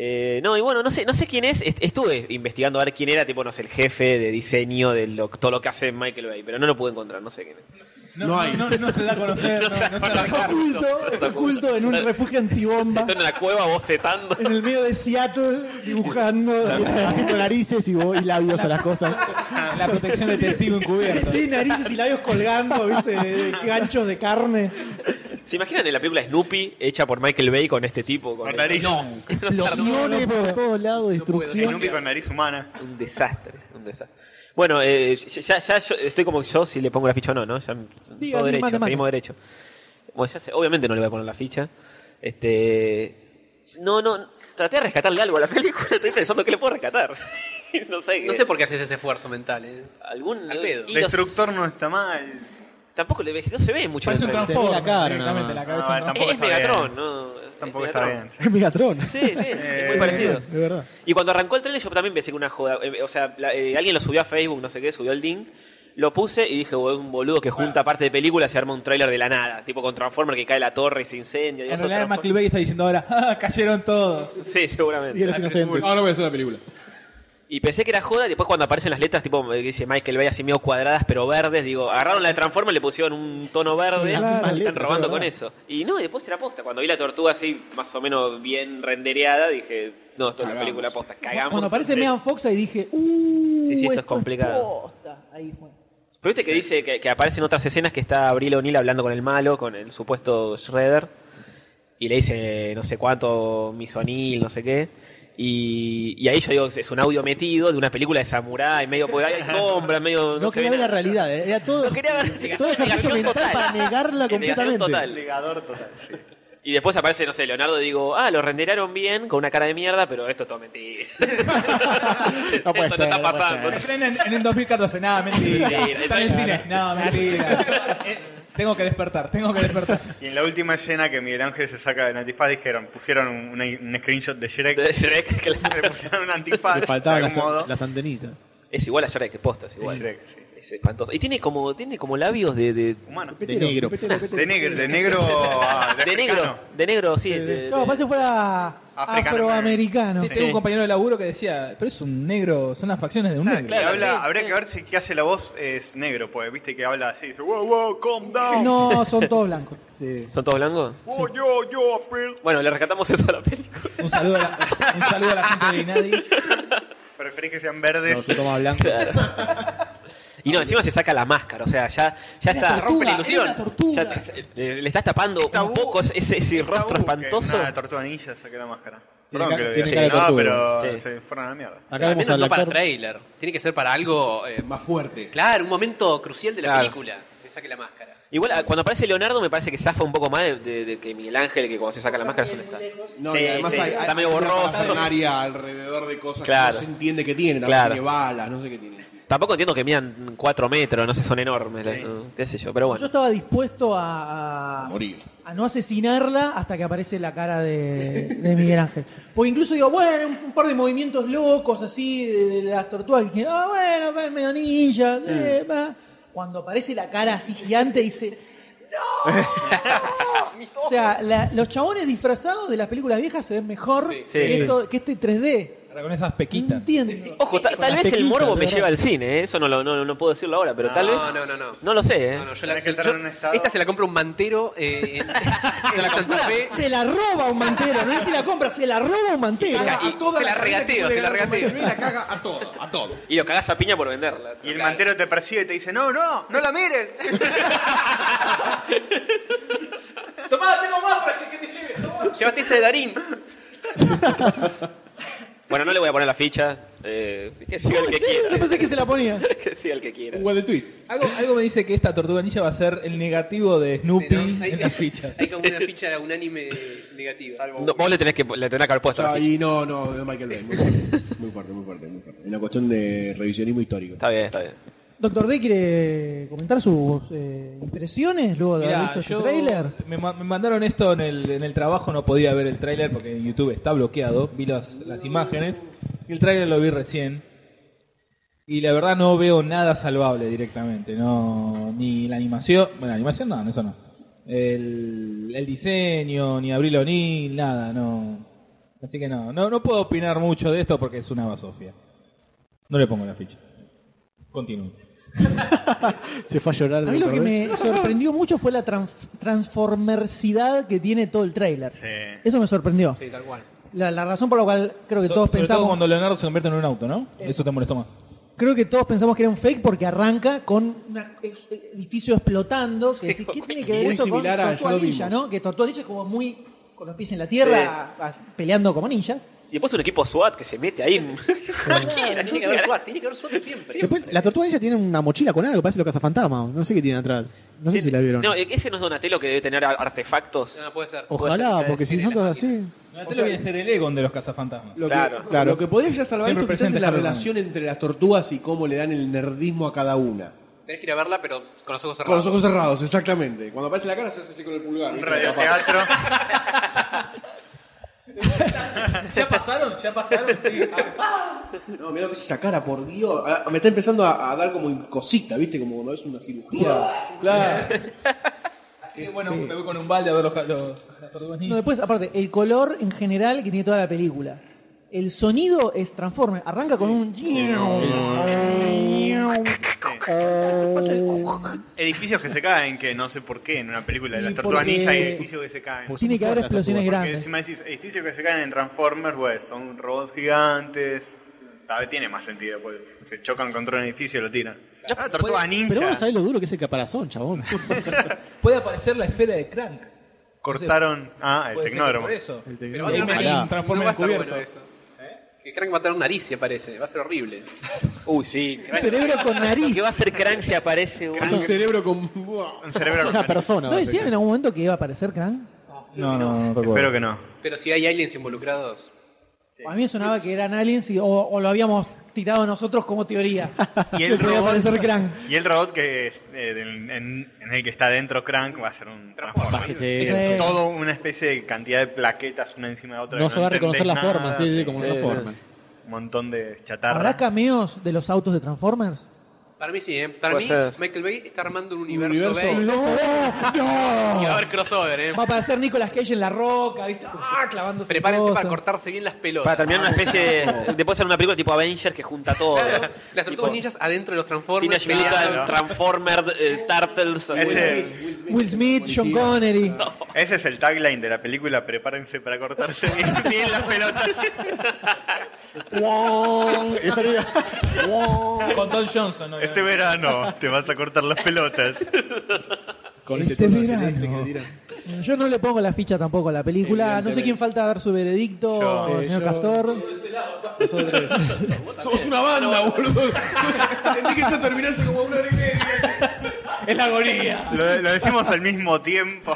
[SPEAKER 6] Eh, no, y bueno, no sé, no sé quién es. Est- Estuve investigando a ver quién era, tipo, no sé, el jefe de diseño de lo- todo lo que hace Michael Bay, pero no lo pude encontrar, no sé quién es.
[SPEAKER 9] No, no, no, no se da a conocer, no, no se da a dejar.
[SPEAKER 3] Oculto, oculto en un refugio antibomba,
[SPEAKER 6] Está en la cueva bocetando.
[SPEAKER 3] en el medio de Seattle, dibujando.
[SPEAKER 18] Haciendo narices y, bo- y labios a las cosas.
[SPEAKER 9] Ah, La protección de testigo encubierto.
[SPEAKER 3] Tiene narices y labios colgando, ¿viste? De ganchos de carne.
[SPEAKER 6] ¿Se imaginan en la película Snoopy hecha por Michael Bay con este tipo? Con
[SPEAKER 7] Con
[SPEAKER 6] el-
[SPEAKER 7] nariz.
[SPEAKER 18] Explosiones por todos lados,
[SPEAKER 7] En
[SPEAKER 18] destrucción.
[SPEAKER 7] un con nariz humana.
[SPEAKER 6] Un desastre, un desastre. Bueno, eh, ya, ya yo estoy como yo si le pongo la ficha o no, ¿no? Ya,
[SPEAKER 3] Diga,
[SPEAKER 6] todo
[SPEAKER 3] mande,
[SPEAKER 6] derecho,
[SPEAKER 3] mande.
[SPEAKER 6] seguimos derecho. Bueno, ya sé, obviamente no le voy a poner la ficha. Este, no, no, traté de rescatarle algo a la película, estoy pensando que le puedo rescatar. no sé,
[SPEAKER 8] No sé por qué haces ese esfuerzo mental. ¿eh?
[SPEAKER 6] algún
[SPEAKER 8] al pedo.
[SPEAKER 6] hilo-
[SPEAKER 7] Destructor no está mal.
[SPEAKER 6] Tampoco le ve, no se ve mucho.
[SPEAKER 9] Parece un
[SPEAKER 6] dentro de-
[SPEAKER 18] Se
[SPEAKER 9] transformer.
[SPEAKER 18] ve la cara,
[SPEAKER 9] directamente,
[SPEAKER 18] nada
[SPEAKER 9] la
[SPEAKER 18] más.
[SPEAKER 9] cabeza de un
[SPEAKER 7] No, eh.
[SPEAKER 9] transformer.
[SPEAKER 7] tampoco
[SPEAKER 6] es Megatron,
[SPEAKER 7] está bien.
[SPEAKER 6] ¿no? Es
[SPEAKER 7] Tampoco está
[SPEAKER 6] Megatron.
[SPEAKER 7] bien.
[SPEAKER 18] Es Megatron.
[SPEAKER 6] Sí, sí, es muy parecido.
[SPEAKER 18] Eh, Es verdad.
[SPEAKER 6] Y cuando arrancó el trailer yo también pensé que una joda. eh, o sea, la- eh, alguien lo subió a Facebook, no sé qué, subió el link. Lo puse y dije, "Oh, es un boludo que junta parte de películas y arma un trailer de la nada. Tipo con Transformer que cae la torre y se incendia. Y
[SPEAKER 9] En
[SPEAKER 6] eso,
[SPEAKER 9] realidad
[SPEAKER 6] Transform-
[SPEAKER 9] McLean está diciendo ahora, "Ah, cayeron todos.
[SPEAKER 6] Sí,
[SPEAKER 18] Y
[SPEAKER 6] seguramente.
[SPEAKER 18] los inocentes.
[SPEAKER 2] Ahora voy a hacer una película.
[SPEAKER 6] Y pensé que era joda y después cuando aparecen las letras, tipo, eh, que dice Michael Bay así medio cuadradas pero verdes, digo, agarraron la de Transformer, le pusieron un tono verde,
[SPEAKER 18] las mismas
[SPEAKER 6] y están
[SPEAKER 18] letras,
[SPEAKER 6] robando
[SPEAKER 18] es
[SPEAKER 6] con
[SPEAKER 18] verdad.
[SPEAKER 6] eso. Y no, y después era posta. Cuando vi la tortuga así, más o menos bien rendereada, dije, no, esto es una
[SPEAKER 2] Cagamos.
[SPEAKER 6] película posta, cagamos.
[SPEAKER 3] Cuando aparece
[SPEAKER 6] Sí.
[SPEAKER 3] Megan Fox ahí dije, uh,
[SPEAKER 6] Sí, sí, esto es
[SPEAKER 3] esto
[SPEAKER 6] complicado.
[SPEAKER 3] posta. Ahí, bueno.
[SPEAKER 6] Pero viste que dice que, que aparecen otras escenas que está Abril O'Neill hablando con el malo, con el supuesto Shredder, y le dice no sé cuánto, Miss O'Neill, no sé qué. Y, y ahí yo digo, es un audio metido de una película de samurái, medio por ahí hay sombras, medio. No,
[SPEAKER 18] No,
[SPEAKER 6] se
[SPEAKER 18] quería
[SPEAKER 6] ve
[SPEAKER 18] ver la
[SPEAKER 6] nada.
[SPEAKER 18] realidad. eh. Era todo,
[SPEAKER 6] No quería ver.
[SPEAKER 18] todo ejercicio
[SPEAKER 6] Negación
[SPEAKER 18] mental
[SPEAKER 6] total.
[SPEAKER 18] para negarla
[SPEAKER 6] Negación
[SPEAKER 18] completamente.
[SPEAKER 6] total.
[SPEAKER 7] Legador total. sí.
[SPEAKER 6] Y después aparece, no sé, Leonardo y digo, ah, lo renderaron bien, con una cara de mierda, pero esto es todo mentira.
[SPEAKER 18] No puede
[SPEAKER 6] esto
[SPEAKER 18] ser,
[SPEAKER 6] no está
[SPEAKER 18] no puede
[SPEAKER 6] pasando.
[SPEAKER 9] Se creen en, en el 2014, nada, mentira.
[SPEAKER 6] Mentira,
[SPEAKER 9] Están en
[SPEAKER 6] está
[SPEAKER 9] cine, no, mentira. Eh, Tengo que despertar, tengo que despertar.
[SPEAKER 7] Y en la última escena que Miguel Ángel se saca del antifaz dijeron, pusieron un, una- un screenshot de Shrek,
[SPEAKER 6] De Shrek, claro.
[SPEAKER 7] le pusieron un antifaz
[SPEAKER 18] Le
[SPEAKER 7] de
[SPEAKER 18] faltaban
[SPEAKER 7] algún
[SPEAKER 18] las,
[SPEAKER 7] modo.
[SPEAKER 18] las antenitas.
[SPEAKER 6] Es igual a Shrek, posta, es
[SPEAKER 7] De
[SPEAKER 6] igual.
[SPEAKER 7] Shrek, sí.
[SPEAKER 6] Es espantoso. Y tiene como, tiene como labios de- de,
[SPEAKER 7] Humano.
[SPEAKER 18] De negro.
[SPEAKER 7] De negro, de negro. ah,
[SPEAKER 6] De negro,
[SPEAKER 7] africano.
[SPEAKER 6] de negro, sí. de-
[SPEAKER 3] Claro,
[SPEAKER 6] de-
[SPEAKER 3] parece fuera
[SPEAKER 7] Africano.
[SPEAKER 3] afroamericano.
[SPEAKER 9] Sí, tengo un compañero de laburo que decía, pero es un negro, son las facciones de un negro.
[SPEAKER 7] Y
[SPEAKER 6] claro,
[SPEAKER 7] habla-
[SPEAKER 6] sí,
[SPEAKER 7] habría
[SPEAKER 6] sí.
[SPEAKER 7] que ver si que hace la voz es negro, pues viste que habla así, dice, wow, wow, calm down.
[SPEAKER 3] No, son todos blancos.
[SPEAKER 6] ¿Son todos blancos?
[SPEAKER 7] Oh, yo, yo, April.
[SPEAKER 6] Bueno, le rescatamos eso a la película.
[SPEAKER 9] Un saludo a la, un saludo a la gente de Inadi.
[SPEAKER 7] Preferís que sean verdes.
[SPEAKER 18] No, se toma blanco.
[SPEAKER 6] Y no, encima se saca la máscara, o sea, ya, ya está.
[SPEAKER 8] Rompe la
[SPEAKER 9] es
[SPEAKER 8] ilusión.
[SPEAKER 9] una tortuga.
[SPEAKER 6] ya te- le, le estás tapando un
[SPEAKER 7] tabú.
[SPEAKER 6] poco ese, ese
[SPEAKER 7] Está
[SPEAKER 6] rostro
[SPEAKER 7] bu- que
[SPEAKER 6] espantoso.
[SPEAKER 7] Una tortuga ninja saqué la máscara.
[SPEAKER 18] Tiene
[SPEAKER 7] Perdón
[SPEAKER 18] ca-
[SPEAKER 7] que lo diga
[SPEAKER 18] tiene
[SPEAKER 7] así,
[SPEAKER 18] cara de
[SPEAKER 7] no,
[SPEAKER 18] tortuga.
[SPEAKER 7] pero
[SPEAKER 6] Sí. Ah,
[SPEAKER 7] se fueron a la mierda.
[SPEAKER 18] Acá vemos
[SPEAKER 8] Menos
[SPEAKER 18] al
[SPEAKER 8] no para
[SPEAKER 18] actor.
[SPEAKER 8] trailer. Tiene que ser para algo eh,
[SPEAKER 2] Más fuerte.
[SPEAKER 8] Claro, un momento crucial de la
[SPEAKER 6] Claro.
[SPEAKER 8] película. Se saque la máscara.
[SPEAKER 6] Igual, a- cuando aparece Leonardo, me parece que zafa un poco más de, de- de que Miguel Ángel, que cuando se saca la máscara es un desastre.
[SPEAKER 2] No,
[SPEAKER 6] Sí,
[SPEAKER 2] y además
[SPEAKER 6] sí,
[SPEAKER 2] hay,
[SPEAKER 6] está
[SPEAKER 2] hay-
[SPEAKER 6] medio
[SPEAKER 2] hay una
[SPEAKER 6] borroso.
[SPEAKER 2] parafernalia alrededor de cosas
[SPEAKER 6] Claro.
[SPEAKER 2] que no se entiende que tiene, también
[SPEAKER 6] Claro.
[SPEAKER 2] tiene balas, no sé qué tiene.
[SPEAKER 6] Tampoco entiendo que midan 4 metros, no sé, son enormes, ¿no? qué sé yo, pero
[SPEAKER 3] Yo
[SPEAKER 6] bueno.
[SPEAKER 3] estaba dispuesto a, a-
[SPEAKER 2] Morir.
[SPEAKER 3] a no asesinarla hasta que aparece la cara de, de Miguel Ángel. Porque incluso digo, bueno, un, un par de movimientos locos así de, de las tortugas que dije, ah, bueno, pues, medio ninja. eh, va". Cuando aparece la cara así gigante, dice, ¡No! o sea, la- los chabones disfrazados de las películas viejas se ven mejor
[SPEAKER 6] Sí.
[SPEAKER 3] que, esto- que este 3D.
[SPEAKER 9] con esas pequitas.
[SPEAKER 3] Entiendo.
[SPEAKER 6] Ojo, ta- tal vez el morbo me lleva al cine, ¿eh? eso no, lo, no, no puedo decirlo ahora, pero
[SPEAKER 8] no,
[SPEAKER 6] tal vez.
[SPEAKER 8] No, no, no.
[SPEAKER 6] No lo sé, ¿eh?
[SPEAKER 8] No, no, yo la- yo- esta se la compra un mantero eh, en, en Santa Fe.
[SPEAKER 3] Se la roba un mantero, no es si la compra, se la roba un mantero.
[SPEAKER 8] Y- se la regateo, se la regateo.
[SPEAKER 2] a todo, a todo.
[SPEAKER 6] Y lo cagás a piña por venderla.
[SPEAKER 7] Y el mantero te persigue y te dice, no, no, no la mires.
[SPEAKER 15] Tomá, tengo más para que te lleves. tomá.
[SPEAKER 8] Llévate esta de Darín.
[SPEAKER 6] Bueno, no le voy a poner la ficha. eh, que siga el que quiera.
[SPEAKER 3] Yo pensé que se la ponía.
[SPEAKER 6] que siga el que quiera.
[SPEAKER 2] de tweet.
[SPEAKER 9] Algo, algo me dice que esta tortuga ninja va a ser el negativo de Snoopy
[SPEAKER 8] hay-
[SPEAKER 9] en las fichas.
[SPEAKER 8] Hay como una ficha unánime negativa.
[SPEAKER 6] No, vos le tenés que, le tenés que haber puesto la ficha.
[SPEAKER 2] Ah, Y no, no, de Michael Bay. Muy fuerte, muy fuerte, muy fuerte. muy fuerte. Es una cuestión de revisionismo histórico.
[SPEAKER 6] Está bien, está bien.
[SPEAKER 3] Doctor D quiere comentar sus eh, impresiones luego de
[SPEAKER 9] Mirá,
[SPEAKER 3] haber visto este
[SPEAKER 9] yo-
[SPEAKER 3] trailer.
[SPEAKER 9] Me, ma- me mandaron esto en el, en el trabajo, no podía ver el tráiler porque en YouTube está bloqueado. Vi las, las imágenes. Y el tráiler lo vi recién. Y la verdad no veo nada salvable directamente. No, ni la animación. Bueno, la animación no, eso no. El, el diseño, ni Abril O'Neill, nada, no. Así que no, no, no puedo opinar mucho de esto porque es una basofia. No le pongo la ficha. Continúo.
[SPEAKER 4] Se fue a llorar.
[SPEAKER 3] A mí lo
[SPEAKER 4] otra
[SPEAKER 3] que
[SPEAKER 4] vez.
[SPEAKER 3] me sorprendió mucho fue la transf- transformersidad que tiene todo el tráiler. Eso me sorprendió.
[SPEAKER 8] Sí, tal cual.
[SPEAKER 3] La, la razón por la cual creo que
[SPEAKER 9] So-
[SPEAKER 3] todos
[SPEAKER 9] sobre
[SPEAKER 3] pensamos Eh.
[SPEAKER 9] todo cuando Leonardo se convierte en un auto, ¿no? Eso te molestó más.
[SPEAKER 3] creo que todos pensamos que era un fake porque arranca con un edificio explotando. Que, decís, ¿Qué tiene que ver
[SPEAKER 2] Muy
[SPEAKER 3] eso con
[SPEAKER 2] similar a
[SPEAKER 3] Tortuga
[SPEAKER 2] Shadow
[SPEAKER 3] Ninja,
[SPEAKER 2] Bimbos.
[SPEAKER 3] no? Que Tortuga Ninja es como muy con los pies en la tierra, a- peleando como ninjas.
[SPEAKER 6] Y después un equipo SWAT que se mete ahí. Cualquiera.
[SPEAKER 8] Tiene que haber SWAT, tiene que haber SWAT siempre.
[SPEAKER 4] Después, la tortuga ninja tiene una mochila con algo, parece los cazafantasmas. No sé qué tiene atrás. No sé si la vieron.
[SPEAKER 6] No, ese no es Donatello que debe tener a- artefactos.
[SPEAKER 8] No, puede ser.
[SPEAKER 4] Ojalá, porque si son todas así.
[SPEAKER 9] Donatello viene a ser el Egon de los cazafantasmas.
[SPEAKER 2] Lo,
[SPEAKER 6] Claro.
[SPEAKER 2] que,
[SPEAKER 4] Claro.
[SPEAKER 2] lo que podría ya salvar
[SPEAKER 9] Siempre
[SPEAKER 2] esto quizás
[SPEAKER 9] presente
[SPEAKER 2] es la
[SPEAKER 9] Harold
[SPEAKER 2] relación entre las tortugas y cómo le dan el nerdismo a cada una.
[SPEAKER 8] Tenés que ir a verla, pero con los ojos cerrados.
[SPEAKER 2] Con los ojos cerrados, exactamente. Cuando aparece la cara se hace así con el pulgar.
[SPEAKER 7] Un
[SPEAKER 2] ¿viste?
[SPEAKER 7] radioteatro.
[SPEAKER 9] ¿Ya pasaron? ¿Ya pasaron? Sí. Ah,
[SPEAKER 2] No, mirá lo que es esa cara, por Dios. Ah, me está empezando a, a dar como cosita, ¿viste? Como cuando es una cirugía. Claro.
[SPEAKER 9] Así que bueno, me voy con un balde a ver los, los, las
[SPEAKER 3] No,
[SPEAKER 9] tortugas ninja.
[SPEAKER 3] después, aparte, el color en general que tiene toda la película. El sonido es Transformer. Arranca con un...
[SPEAKER 7] Edificios que se caen, que no sé por qué en una película de
[SPEAKER 3] Y
[SPEAKER 7] las tortugas
[SPEAKER 3] porque-
[SPEAKER 7] ninja hay edificios que se caen.
[SPEAKER 4] Porque
[SPEAKER 3] Tiene que haber
[SPEAKER 4] son fuertes
[SPEAKER 3] explosiones
[SPEAKER 4] las
[SPEAKER 7] Porque
[SPEAKER 3] grandes.
[SPEAKER 7] encima decís, edificios que se caen en Transformers, pues, son robots gigantes. Tal vez tiene más sentido, pues. Se chocan contra un edificio y lo tiran. Ah, tortuga
[SPEAKER 4] Pero vos no
[SPEAKER 7] ninja.
[SPEAKER 4] sabés lo duro que es el caparazón, chabón.
[SPEAKER 9] Puede aparecer la esfera de Crank.
[SPEAKER 7] Cortaron. Ah, el
[SPEAKER 9] Puede ser
[SPEAKER 7] tecnódromo.
[SPEAKER 9] por eso.
[SPEAKER 8] Pero
[SPEAKER 4] Pero
[SPEAKER 8] va a
[SPEAKER 9] ahí
[SPEAKER 8] tener
[SPEAKER 9] me
[SPEAKER 8] una
[SPEAKER 4] ojalá.
[SPEAKER 8] nariz.
[SPEAKER 9] nariz, transforma
[SPEAKER 8] no va a
[SPEAKER 9] en
[SPEAKER 8] estar
[SPEAKER 9] cubierto.
[SPEAKER 8] bueno eso. Que Crank va a tener una nariz, me parece. Va a ser horrible.
[SPEAKER 6] Uy, sí.
[SPEAKER 3] Cerebro con
[SPEAKER 6] Lo
[SPEAKER 3] nariz.
[SPEAKER 6] que va a ser Crank si aparece un...
[SPEAKER 2] Es un cerebro con...
[SPEAKER 7] Un cerebro
[SPEAKER 4] Una persona.
[SPEAKER 3] ¿No decían en algún momento que iba a aparecer Krang?
[SPEAKER 9] No, no, no, no
[SPEAKER 7] Espero que no.
[SPEAKER 8] Pero si hay aliens involucrados.
[SPEAKER 3] A mí me sonaba que eran aliens y- o, o lo habíamos tirado nosotros como teoría.
[SPEAKER 7] Y
[SPEAKER 3] Que
[SPEAKER 7] el
[SPEAKER 3] podía aparecer
[SPEAKER 7] robot,
[SPEAKER 3] Krang.
[SPEAKER 7] y el robot que eh, en, en- en el que está dentro Crank va a ser un
[SPEAKER 4] Va a
[SPEAKER 7] Transformer.
[SPEAKER 4] ser-
[SPEAKER 7] Es
[SPEAKER 3] sí.
[SPEAKER 7] todo una especie de cantidad de plaquetas una encima de otra.
[SPEAKER 4] No
[SPEAKER 7] que
[SPEAKER 4] se va a reconocer la
[SPEAKER 7] entendés
[SPEAKER 4] forma,
[SPEAKER 7] nada,
[SPEAKER 4] sí, sí, como
[SPEAKER 7] sí,
[SPEAKER 4] una
[SPEAKER 7] sí.
[SPEAKER 4] forma.
[SPEAKER 7] Un montón de
[SPEAKER 3] ¿Habrá
[SPEAKER 7] chatarra.
[SPEAKER 3] cameos de los autos de Transformers?
[SPEAKER 8] Para mí sí, ¿eh? Para
[SPEAKER 6] Puede
[SPEAKER 8] mí,
[SPEAKER 6] ser.
[SPEAKER 8] Michael Bay está armando un universo.
[SPEAKER 2] universo.
[SPEAKER 8] Bay.
[SPEAKER 2] No.
[SPEAKER 8] Y va a haber crossover, ¿eh?
[SPEAKER 3] Va a aparecer Nicolas Cage en la roca, ¿viste? Ah, clavándose
[SPEAKER 8] Prepárense
[SPEAKER 3] cosas.
[SPEAKER 8] para cortarse bien las pelotas.
[SPEAKER 6] Para terminar una especie de... Después hacer una película tipo Avengers que junta todo.
[SPEAKER 8] Claro, las
[SPEAKER 6] Tipo,
[SPEAKER 8] tortugas ninjas adentro de los Transformers.
[SPEAKER 6] Teenage Mutant,
[SPEAKER 8] peleando.
[SPEAKER 6] Transformer, eh, Turtles...
[SPEAKER 7] Ese,
[SPEAKER 3] Will Smith, John Connery.
[SPEAKER 7] ese es el tagline de la película. Prepárense para cortarse bien, bien las pelotas.
[SPEAKER 4] Eso era-
[SPEAKER 9] Con Don Johnson. obviamente.
[SPEAKER 7] Este verano te vas a cortar las pelotas.
[SPEAKER 4] Con
[SPEAKER 9] Este
[SPEAKER 4] ese tono
[SPEAKER 9] verano.
[SPEAKER 4] celeste que tira.
[SPEAKER 3] Yo no le pongo la ficha tampoco a la película. No sé quién falta dar su veredicto,
[SPEAKER 7] Yo.
[SPEAKER 3] señor
[SPEAKER 4] Eh, yo-
[SPEAKER 3] Castor.
[SPEAKER 4] Nosotros-
[SPEAKER 2] Somos una banda, boludo. Yo sentí que esto terminase como una hora y media. así.
[SPEAKER 9] Es la agonía.
[SPEAKER 7] Lo, lo decimos al mismo tiempo.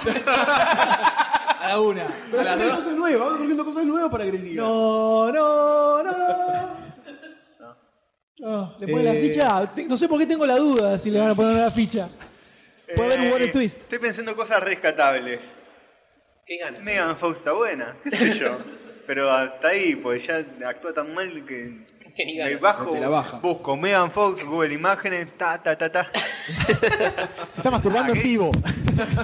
[SPEAKER 9] A la una. A
[SPEAKER 2] Pero
[SPEAKER 9] las
[SPEAKER 2] hay
[SPEAKER 9] dos.
[SPEAKER 2] cosas nuevas, vamos surgiendo cosas nuevas para que les diga.
[SPEAKER 3] No, no, no. Ah, ¿Le ponen la
[SPEAKER 4] Eh.
[SPEAKER 3] ficha? Te- No sé por qué tengo la duda si le van a poner la ficha. Puede haber un
[SPEAKER 7] Eh,
[SPEAKER 3] buen twist.
[SPEAKER 7] Estoy pensando cosas rescatables.
[SPEAKER 8] ¿Qué ganas?
[SPEAKER 7] Megan Fox está buena, qué sé yo. Pero hasta ahí, pues ya actúa tan mal que
[SPEAKER 8] Que ni
[SPEAKER 7] Me
[SPEAKER 8] ganas.
[SPEAKER 7] bajo,
[SPEAKER 8] Te la baja.
[SPEAKER 7] busco Megan Fox, Google Imágenes, ta, ta, ta, ta.
[SPEAKER 4] Se está masturbando en vivo.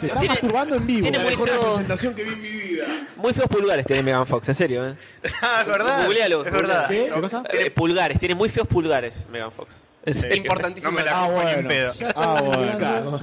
[SPEAKER 4] Se está
[SPEAKER 6] Tiene-
[SPEAKER 4] masturbando en vivo. ¿Eh?
[SPEAKER 6] tiene muy
[SPEAKER 2] mejor
[SPEAKER 6] feo-
[SPEAKER 2] representación que vi en mi vida.
[SPEAKER 6] Muy feos pulgares tiene Megan Fox, en serio, ¿eh?
[SPEAKER 7] Ah, ¿verdad?
[SPEAKER 6] Googlealo.
[SPEAKER 7] Es verdad.
[SPEAKER 4] ¿Qué? ¿Qué cosa?
[SPEAKER 6] Eh, pulgares, tiene muy feos pulgares Megan Fox. En serio.
[SPEAKER 8] Importantísimo.
[SPEAKER 7] No me la
[SPEAKER 4] Ah,
[SPEAKER 7] cojo ni en
[SPEAKER 4] bueno.
[SPEAKER 7] pedo.
[SPEAKER 4] Ah, bueno.
[SPEAKER 2] Claro.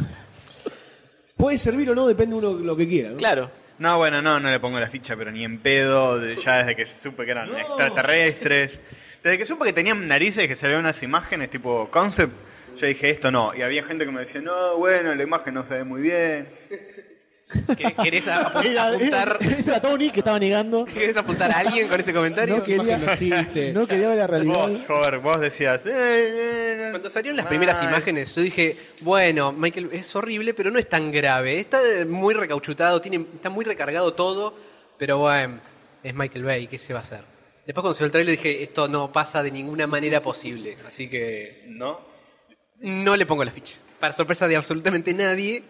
[SPEAKER 2] Puede servir o no, depende uno lo que quiera. ¿no?
[SPEAKER 6] Claro.
[SPEAKER 7] No, bueno, no, no le pongo la ficha, pero ni en pedo, de- ya desde que supe que eran extraterrestres. Desde que supe que tenían narices y que se veían unas imágenes tipo concept, yo dije esto no. Y había gente que me decía, no, bueno, la imagen no se ve muy bien.
[SPEAKER 8] ¿Qué- ¿Querés a-
[SPEAKER 4] Era- era-
[SPEAKER 8] apuntar,
[SPEAKER 4] Ese era Tony que estaba negando.
[SPEAKER 8] ¿Querés apuntar a alguien con ese comentario?
[SPEAKER 4] No quería,
[SPEAKER 2] No existe.
[SPEAKER 4] no quería ver la realidad.
[SPEAKER 7] Vos, Jorge, vos decías, eh, eh,
[SPEAKER 8] Cuando salieron las primeras
[SPEAKER 7] Ay.
[SPEAKER 8] imágenes, yo dije, bueno, Michael, es horrible, pero no es tan grave. Está muy recauchutado, tiene, está muy recargado todo, pero bueno, es Michael Bay, ¿qué se va a hacer? Después cuando salió el trailer dije, esto no pasa de ninguna manera posible, así que
[SPEAKER 7] ¿no?
[SPEAKER 8] no le pongo la ficha. Para sorpresa de absolutamente nadie,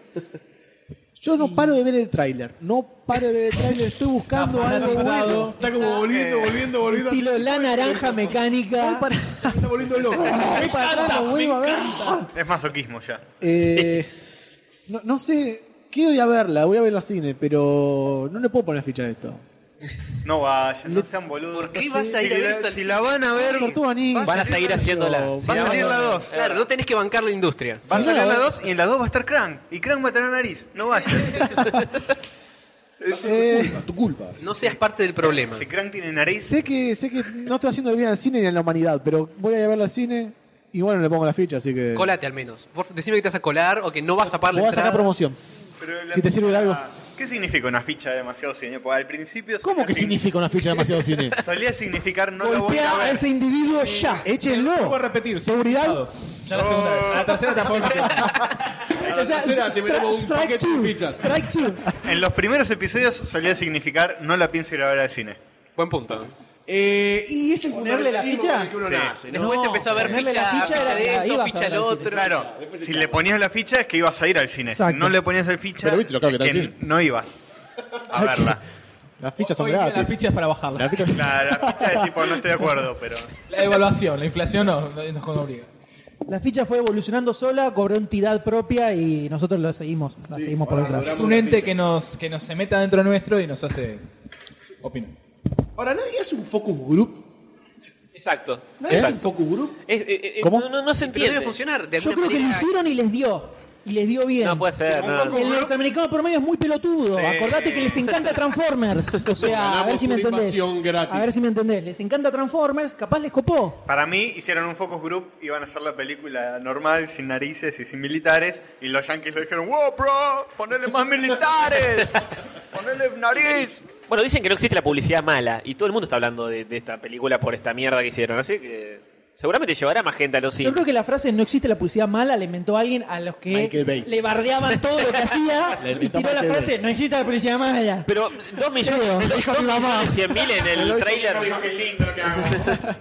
[SPEAKER 4] Yo no paro de ver el tráiler. No paro de ver el tráiler. Estoy buscando
[SPEAKER 19] Está
[SPEAKER 4] algo bueno.
[SPEAKER 19] fanatizado.
[SPEAKER 2] Está como volviendo, volviendo, volviendo.
[SPEAKER 19] Estilo
[SPEAKER 2] así.
[SPEAKER 19] la naranja mecánica.
[SPEAKER 2] Está volviendo loco.
[SPEAKER 4] Voy para atrás, lo vuelvo a ver.
[SPEAKER 7] Es masoquismo ya.
[SPEAKER 4] Eh, no, no sé. Quiero ir a verla. Voy a verla al cine. Pero no le puedo poner ficha a esto.
[SPEAKER 7] No vayan, no sean boludos. ¿Por
[SPEAKER 8] qué vas a ir a
[SPEAKER 7] si
[SPEAKER 8] ver
[SPEAKER 7] la-
[SPEAKER 8] esto al
[SPEAKER 7] Si
[SPEAKER 8] cine?
[SPEAKER 7] la van a ver,
[SPEAKER 4] Tortuga Ninja.
[SPEAKER 6] Van a seguir haciéndola.
[SPEAKER 7] va a salir la 2.
[SPEAKER 8] claro, no tenés que bancar la industria.
[SPEAKER 7] Va a
[SPEAKER 4] Sí,
[SPEAKER 7] salir
[SPEAKER 4] no,
[SPEAKER 7] la
[SPEAKER 4] no.
[SPEAKER 7] 2 y en la 2 va a estar Crank. Y Crank va a tener nariz. No vayan.
[SPEAKER 4] Eh,
[SPEAKER 2] Tu culpa.
[SPEAKER 8] No seas parte del problema.
[SPEAKER 7] si Crank tiene nariz,
[SPEAKER 4] sé que sé que no estoy haciendo bien al cine ni a la humanidad. Pero voy a ir a verla al cine. Y bueno, le pongo la ficha. Así que.
[SPEAKER 8] Colate al menos. Por- Decime que te vas a colar o que no vas a pagar
[SPEAKER 4] Vos
[SPEAKER 8] la
[SPEAKER 4] vas a sacar
[SPEAKER 8] entrada.
[SPEAKER 4] promoción.
[SPEAKER 7] Pero la
[SPEAKER 4] Si te sirve de algo.
[SPEAKER 7] ¿Qué significa una ficha de demasiado cine? Porque al principio.
[SPEAKER 4] ¿Cómo
[SPEAKER 7] solía
[SPEAKER 4] que
[SPEAKER 7] signi-
[SPEAKER 4] significa una ficha de demasiado cine?
[SPEAKER 7] Solía significar no lo voy a
[SPEAKER 3] Golpea a
[SPEAKER 7] ver.
[SPEAKER 3] ese individuo ya.
[SPEAKER 9] No puedo
[SPEAKER 4] Échenlo.
[SPEAKER 9] repetir.
[SPEAKER 4] Seguridad.
[SPEAKER 9] Ya la segunda vez. A la tercera tampoco.
[SPEAKER 2] A la tercera te metemos un
[SPEAKER 3] strike
[SPEAKER 2] paquete de
[SPEAKER 3] two.
[SPEAKER 2] fichas.
[SPEAKER 3] Strike two.
[SPEAKER 7] En los primeros episodios solía significar no la pienso ir a ver al cine.
[SPEAKER 8] Buen punto.
[SPEAKER 2] Eh, y es el
[SPEAKER 3] ¿Ponerle la
[SPEAKER 2] fundamentalismo
[SPEAKER 3] ficha?
[SPEAKER 2] con el que uno
[SPEAKER 7] Sí.
[SPEAKER 2] nace, ¿no?
[SPEAKER 8] Después
[SPEAKER 3] No,
[SPEAKER 8] empezó a ver
[SPEAKER 3] ponerle
[SPEAKER 8] ficha,
[SPEAKER 3] la
[SPEAKER 8] ficha,
[SPEAKER 3] ficha era
[SPEAKER 8] de
[SPEAKER 3] la- ahí
[SPEAKER 8] esto,
[SPEAKER 3] vas a
[SPEAKER 8] ficha
[SPEAKER 3] hablar
[SPEAKER 8] al
[SPEAKER 3] del
[SPEAKER 8] otro.
[SPEAKER 7] Claro, si le ponías la ficha es que ibas a ir al cine. Si
[SPEAKER 3] Exacto.
[SPEAKER 7] no le ponías el ficha,
[SPEAKER 4] Pero viste lo caro que está
[SPEAKER 7] es
[SPEAKER 4] el
[SPEAKER 7] que no ibas a verla.
[SPEAKER 4] Las fichas son
[SPEAKER 9] Hoy en día Las
[SPEAKER 4] gratis.
[SPEAKER 9] fichas para bajarlas.
[SPEAKER 4] Las fichas-
[SPEAKER 7] La, la ficha es tipo, no estoy de acuerdo, pero.
[SPEAKER 9] La evaluación, la inflación no, no- nos obliga.
[SPEAKER 3] La ficha fue evolucionando sola, cobró entidad propia y nosotros la seguimos, la
[SPEAKER 2] Sí,
[SPEAKER 3] seguimos por
[SPEAKER 2] ahora
[SPEAKER 3] detrás.
[SPEAKER 9] Es
[SPEAKER 2] adoramos
[SPEAKER 9] un
[SPEAKER 2] la
[SPEAKER 9] ente
[SPEAKER 2] ficha.
[SPEAKER 9] que nos, que nos se meta dentro nuestro y nos hace opinar.
[SPEAKER 2] Ahora, ¿nadie hace un focus group?
[SPEAKER 6] Exacto.
[SPEAKER 2] ¿Nadie hace un
[SPEAKER 6] Exacto.
[SPEAKER 2] focus group?
[SPEAKER 6] Es- es- es-
[SPEAKER 4] ¿Cómo?
[SPEAKER 6] No, no- no se
[SPEAKER 8] Pero debe
[SPEAKER 6] entiende.
[SPEAKER 8] funcionar. De
[SPEAKER 3] Yo
[SPEAKER 8] alguna
[SPEAKER 3] creo que lo
[SPEAKER 8] manera.
[SPEAKER 3] hicieron y les dio. Y les dio bien.
[SPEAKER 6] No puede ser. no.
[SPEAKER 3] El norteamericano promedio es muy pelotudo.
[SPEAKER 7] Sí.
[SPEAKER 3] Acordate que les encanta Transformers. O sea, a ver
[SPEAKER 2] Ganamos
[SPEAKER 3] si me
[SPEAKER 2] una
[SPEAKER 3] entendés.
[SPEAKER 2] invasión gratis.
[SPEAKER 3] A ver si me entendés. Les encanta Transformers, capaz les copó.
[SPEAKER 7] Para mí hicieron un focus group, iban a hacer la película normal, sin narices y sin militares, y los yankees le dijeron, wow, bro, ponele más militares, ponele nariz.
[SPEAKER 6] Bueno, dicen que no existe la publicidad mala y todo el mundo está hablando de, de esta película por esta mierda que hicieron. Así que seguramente llevará más gente a los
[SPEAKER 3] Yo
[SPEAKER 6] cines.
[SPEAKER 3] creo que la frase no existe la publicidad mala la inventó alguien a los
[SPEAKER 4] Michael
[SPEAKER 3] que
[SPEAKER 4] Bay.
[SPEAKER 3] le bardeaban todo lo que hacía
[SPEAKER 4] La
[SPEAKER 3] y
[SPEAKER 4] inventó
[SPEAKER 3] tiró la
[SPEAKER 4] Michael
[SPEAKER 3] frase no existe la publicidad mala.
[SPEAKER 6] Pero dos
[SPEAKER 3] Creo,
[SPEAKER 6] millones,
[SPEAKER 3] dijo
[SPEAKER 6] dos
[SPEAKER 3] mi mamá.
[SPEAKER 6] millones cien mil en el trailer.
[SPEAKER 7] Qué lindo que hago.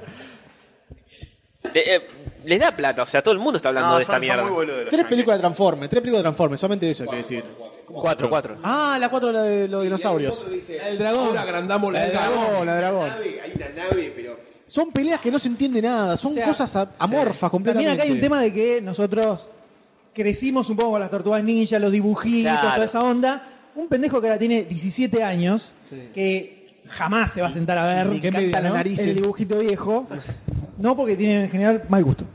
[SPEAKER 6] Le- eh, les da plata, o sea, todo el mundo está hablando
[SPEAKER 7] No,
[SPEAKER 6] de esta
[SPEAKER 7] son, son
[SPEAKER 6] mierda.
[SPEAKER 7] muy boludos los
[SPEAKER 4] Tres
[SPEAKER 7] yankees.
[SPEAKER 4] películas de Transformers, tres películas de Transformers, solamente eso hay que decir.
[SPEAKER 6] Cuatro, cuatro.
[SPEAKER 4] Ah, la cuatro la de los dinosaurios.
[SPEAKER 9] El dragón.
[SPEAKER 2] Ahora agrandamos la,
[SPEAKER 4] La del dragón, la del dragón.
[SPEAKER 2] nave, hay una nave, pero.
[SPEAKER 4] Son peleas que no se entiende nada, son
[SPEAKER 3] O sea,
[SPEAKER 4] cosas a- amorfas completamente.
[SPEAKER 3] También acá hay un tema de que nosotros crecimos un poco con las tortugas ninja, los dibujitos,
[SPEAKER 6] Claro.
[SPEAKER 3] toda esa onda. Un pendejo que ahora tiene 17 años, que jamás se va a sentar a ver
[SPEAKER 4] Le encantan
[SPEAKER 3] envidia,
[SPEAKER 4] las narices.
[SPEAKER 3] el dibujito viejo. No porque tiene en general mal gusto.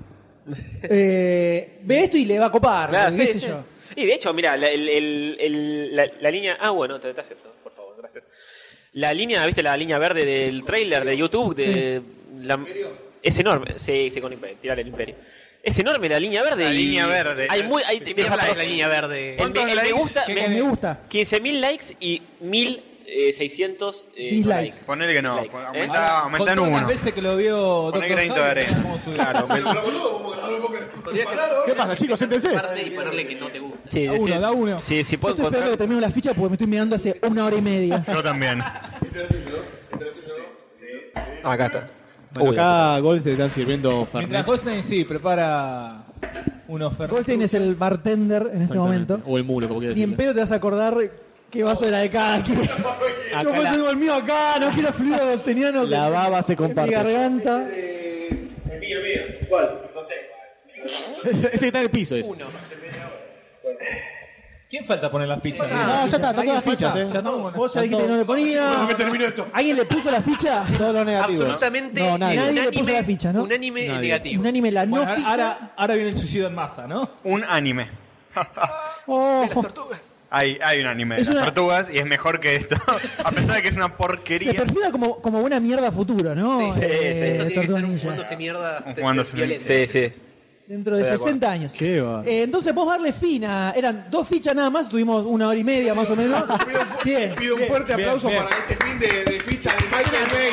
[SPEAKER 3] Eh, ve esto y le va a copar,
[SPEAKER 6] Claro,
[SPEAKER 3] qué
[SPEAKER 6] sí,
[SPEAKER 3] sé
[SPEAKER 6] sí.
[SPEAKER 3] yo.
[SPEAKER 6] Y de hecho, mira, la, el- el- el- la- la línea. Ah, bueno, te, te acepto, por favor, gracias. La línea, ¿viste? La línea verde del trailer de YouTube. de la- Es enorme. Sí, sí, con Imperio. Tirale el Imperio. Es enorme la línea verde.
[SPEAKER 7] La
[SPEAKER 6] y
[SPEAKER 7] línea verde.
[SPEAKER 6] Hay muy. Hay,
[SPEAKER 8] Te pierdas la, la línea verde.
[SPEAKER 6] el me- el me
[SPEAKER 7] likes?
[SPEAKER 6] gusta.
[SPEAKER 9] ¿Qué
[SPEAKER 6] me-
[SPEAKER 9] querés?
[SPEAKER 3] Me gusta.
[SPEAKER 6] 15.000 likes y 1.600 eh,
[SPEAKER 3] Dislikes.
[SPEAKER 6] no likes.
[SPEAKER 7] Ponele que no,
[SPEAKER 6] Likes,
[SPEAKER 7] pon-
[SPEAKER 6] ¿eh?
[SPEAKER 7] aumenta, aumenta
[SPEAKER 9] Con
[SPEAKER 7] en
[SPEAKER 9] todas
[SPEAKER 7] uno.
[SPEAKER 9] las veces que lo vio Dr.
[SPEAKER 7] Poné granito
[SPEAKER 9] Sabe,
[SPEAKER 7] de arena.
[SPEAKER 9] cómo subió. Claro,
[SPEAKER 2] Pero, boludo, vamos a grabar un poco.
[SPEAKER 4] ¿Qué pasa, chicos? Siéntense.
[SPEAKER 8] Aparte y ponerle que no te gusta.
[SPEAKER 6] Sí,
[SPEAKER 9] Da uno,
[SPEAKER 6] sí.
[SPEAKER 9] da uno.
[SPEAKER 6] Sí, sí,
[SPEAKER 3] Yo
[SPEAKER 6] puedo
[SPEAKER 3] estoy esperando que
[SPEAKER 6] encontrar.
[SPEAKER 3] termine la ficha porque me estoy mirando hace una hora y media.
[SPEAKER 7] Yo también.
[SPEAKER 6] Ah, acá está.
[SPEAKER 4] Bueno,
[SPEAKER 6] Uy,
[SPEAKER 4] acá Gold te están sirviendo
[SPEAKER 9] Mientras
[SPEAKER 4] Fernet.
[SPEAKER 9] Goldstein sí prepara unos fernet.
[SPEAKER 3] Goldstein es el bartender en este
[SPEAKER 4] Exactamente.
[SPEAKER 3] momento.
[SPEAKER 4] O el muro, como quieras
[SPEAKER 3] Ni en
[SPEAKER 4] decirle.
[SPEAKER 3] pedo te vas a acordar qué vaso era de cada quien. Yo
[SPEAKER 4] Acá
[SPEAKER 3] pues
[SPEAKER 4] la-
[SPEAKER 3] tengo el mío acá, no quiero fluidos abstenianos.
[SPEAKER 4] La
[SPEAKER 3] en-
[SPEAKER 4] baba se
[SPEAKER 3] en Mi
[SPEAKER 4] comparte.
[SPEAKER 3] garganta.
[SPEAKER 2] Eh, ¿Cuál?
[SPEAKER 15] No sé.
[SPEAKER 4] Ese que está en el piso es.
[SPEAKER 9] ¿Quién falta poner las fichas?
[SPEAKER 4] Ah, ya está, están todas fichas, eh.
[SPEAKER 9] Ya estamos con-
[SPEAKER 3] Vos ya dijiste que no le ponía. ¿Alguien le puso la ficha?
[SPEAKER 4] Todos los negativos.
[SPEAKER 8] Absolutamente
[SPEAKER 4] No, nadie.
[SPEAKER 3] Nadie le
[SPEAKER 8] unánime-
[SPEAKER 3] puso la ficha, ¿no?
[SPEAKER 8] Un anime
[SPEAKER 4] Nadie.
[SPEAKER 8] negativo.
[SPEAKER 3] Un anime la no
[SPEAKER 9] Bueno,
[SPEAKER 3] ficha.
[SPEAKER 9] ahora, ahora viene el suicidio en masa, ¿no?
[SPEAKER 7] Un anime.
[SPEAKER 4] Oh,
[SPEAKER 7] Hay, hay un anime de
[SPEAKER 3] Es
[SPEAKER 7] las
[SPEAKER 3] una-
[SPEAKER 7] tortugas y es mejor que esto. A pesar de que es una
[SPEAKER 3] se
[SPEAKER 7] porquería.
[SPEAKER 3] perfila como, como una mierda a futuro, ¿no? Eh,
[SPEAKER 8] Sí, sí,
[SPEAKER 6] sí.
[SPEAKER 8] Esto tiene que ser un
[SPEAKER 3] Tortuga Ninja.
[SPEAKER 8] jugándose mierda.
[SPEAKER 7] Un jugándose
[SPEAKER 8] violento.
[SPEAKER 7] mierda.
[SPEAKER 6] Sí, sí.
[SPEAKER 3] Dentro de
[SPEAKER 6] Estoy de acuerdo.
[SPEAKER 3] 60 años.
[SPEAKER 4] Qué va.
[SPEAKER 3] Eh, entonces vos darle fin a... Eran dos fichas nada más, tuvimos una hora y media más o menos.
[SPEAKER 2] Pido un, fu-
[SPEAKER 3] Bien.
[SPEAKER 2] pido un fuerte
[SPEAKER 9] bien,
[SPEAKER 2] aplauso
[SPEAKER 9] bien.
[SPEAKER 2] para este fin de, de ficha de Michael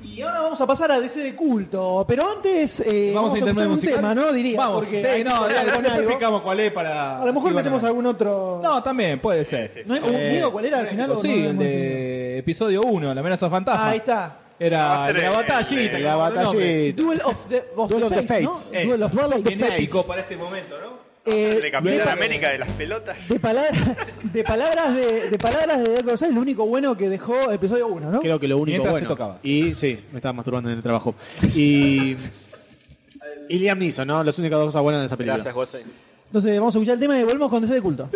[SPEAKER 2] Bay.
[SPEAKER 3] Y ahora vamos a pasar a DC de culto. Pero antes eh, vamos, a
[SPEAKER 9] intermedio
[SPEAKER 3] escuchar un
[SPEAKER 9] musical.
[SPEAKER 3] tema, ¿no? Diría.
[SPEAKER 9] Vamos,
[SPEAKER 3] porque
[SPEAKER 9] sí,
[SPEAKER 3] hay
[SPEAKER 9] no,
[SPEAKER 3] que
[SPEAKER 9] ya,
[SPEAKER 3] hablar con
[SPEAKER 9] después
[SPEAKER 3] algo.
[SPEAKER 9] explicamos cuál es para.
[SPEAKER 3] A lo mejor
[SPEAKER 9] sí, bueno,
[SPEAKER 3] metemos
[SPEAKER 9] no.
[SPEAKER 3] algún otro...
[SPEAKER 9] No, también, puede ser.
[SPEAKER 3] ¿No hemos unido cuál era al final? o
[SPEAKER 9] sí,
[SPEAKER 3] no
[SPEAKER 9] el
[SPEAKER 3] hemos unido?
[SPEAKER 9] de episodio 1, la amenaza fantasma.
[SPEAKER 3] Ah, ahí está.
[SPEAKER 7] Va a
[SPEAKER 9] Era
[SPEAKER 7] ser
[SPEAKER 9] la
[SPEAKER 7] el-
[SPEAKER 9] batallita.
[SPEAKER 7] el-
[SPEAKER 4] La batallita.
[SPEAKER 3] Duel of the, of
[SPEAKER 4] Duel
[SPEAKER 3] the
[SPEAKER 4] of the
[SPEAKER 3] Fates, ¿no?
[SPEAKER 4] Fates.
[SPEAKER 3] Duel of, Duel of the
[SPEAKER 9] Bien
[SPEAKER 3] Fates.
[SPEAKER 9] épico para este momento, ¿no?
[SPEAKER 3] Eh,
[SPEAKER 7] El de Capitán
[SPEAKER 3] de-
[SPEAKER 7] América de las pelotas.
[SPEAKER 3] De, palabras de palabras de, de palabras de Dark Souls, lo único bueno que dejó episodio 1, ¿no?
[SPEAKER 4] Creo que lo único
[SPEAKER 9] Mientras se
[SPEAKER 4] bueno.
[SPEAKER 9] tocaba.
[SPEAKER 4] Y sí, me estaba masturbando en el trabajo. Y. y Liam Neeson, ¿no? Las únicas dos cosas buenas de esa película.
[SPEAKER 6] Gracias, Goldstein.
[SPEAKER 3] Entonces vamos a escuchar el tema y volvemos con DC de culto.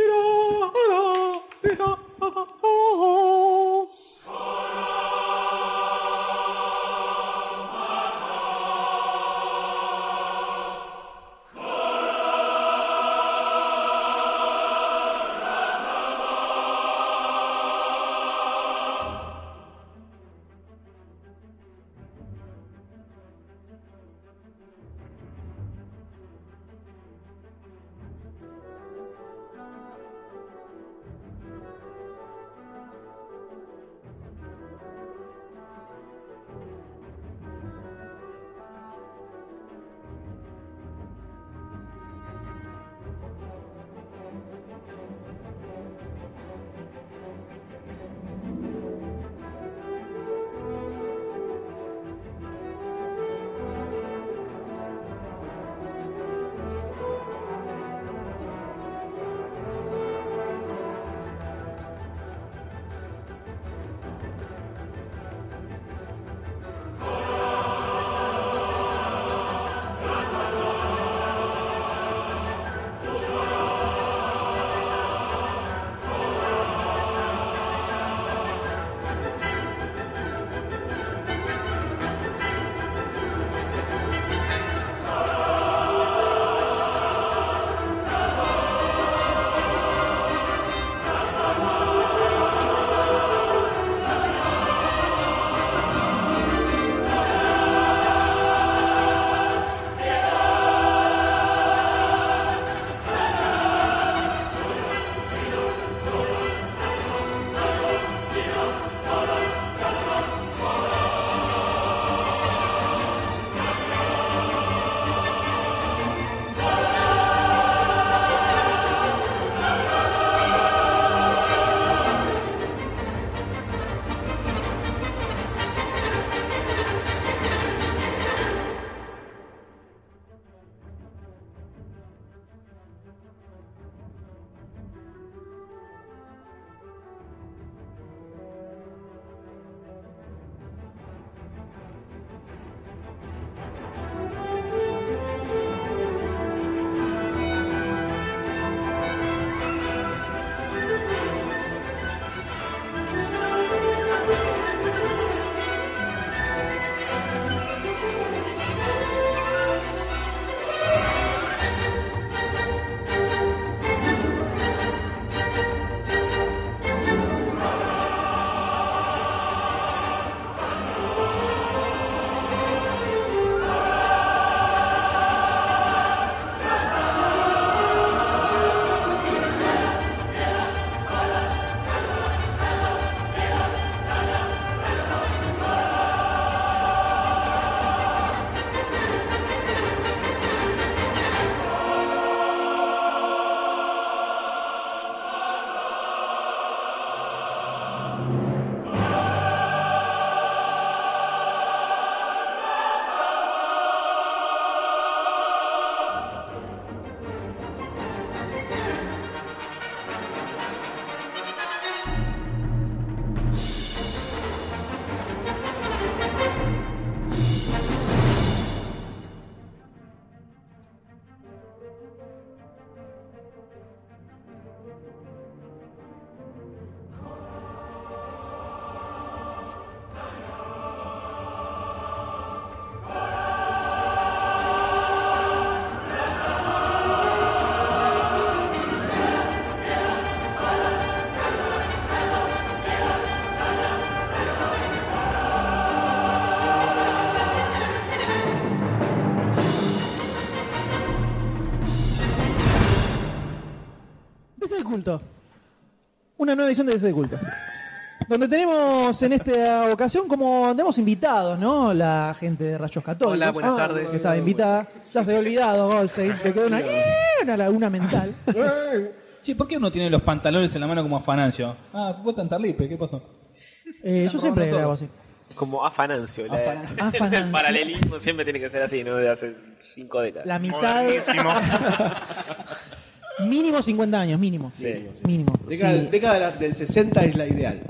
[SPEAKER 18] Thank
[SPEAKER 3] culto. Una nueva edición de DC de culto. Donde tenemos en esta ocasión, como tenemos invitados, ¿no? La gente de Rayos Católicos. Ah,
[SPEAKER 20] Hola, buenas tardes.
[SPEAKER 3] Que estaba invitada. Ya se había olvidado, Goldstein. Te quedó una, una laguna mental.
[SPEAKER 9] Che, ¿por qué uno tiene los pantalones en la mano como afanancio? Ah, vos tan tarlipe, ¿qué pasó?
[SPEAKER 3] Eh, yo siempre grabo así.
[SPEAKER 6] Como afanancio. la-
[SPEAKER 3] Afana- afanancio.
[SPEAKER 6] El paralelismo siempre tiene que ser así, ¿no? De hace cinco décadas.
[SPEAKER 3] La mitad. mínimo 50 años, mínimo. Mínimo.
[SPEAKER 2] Década,
[SPEAKER 3] Sí.
[SPEAKER 2] década de la- del 60 es la ideal.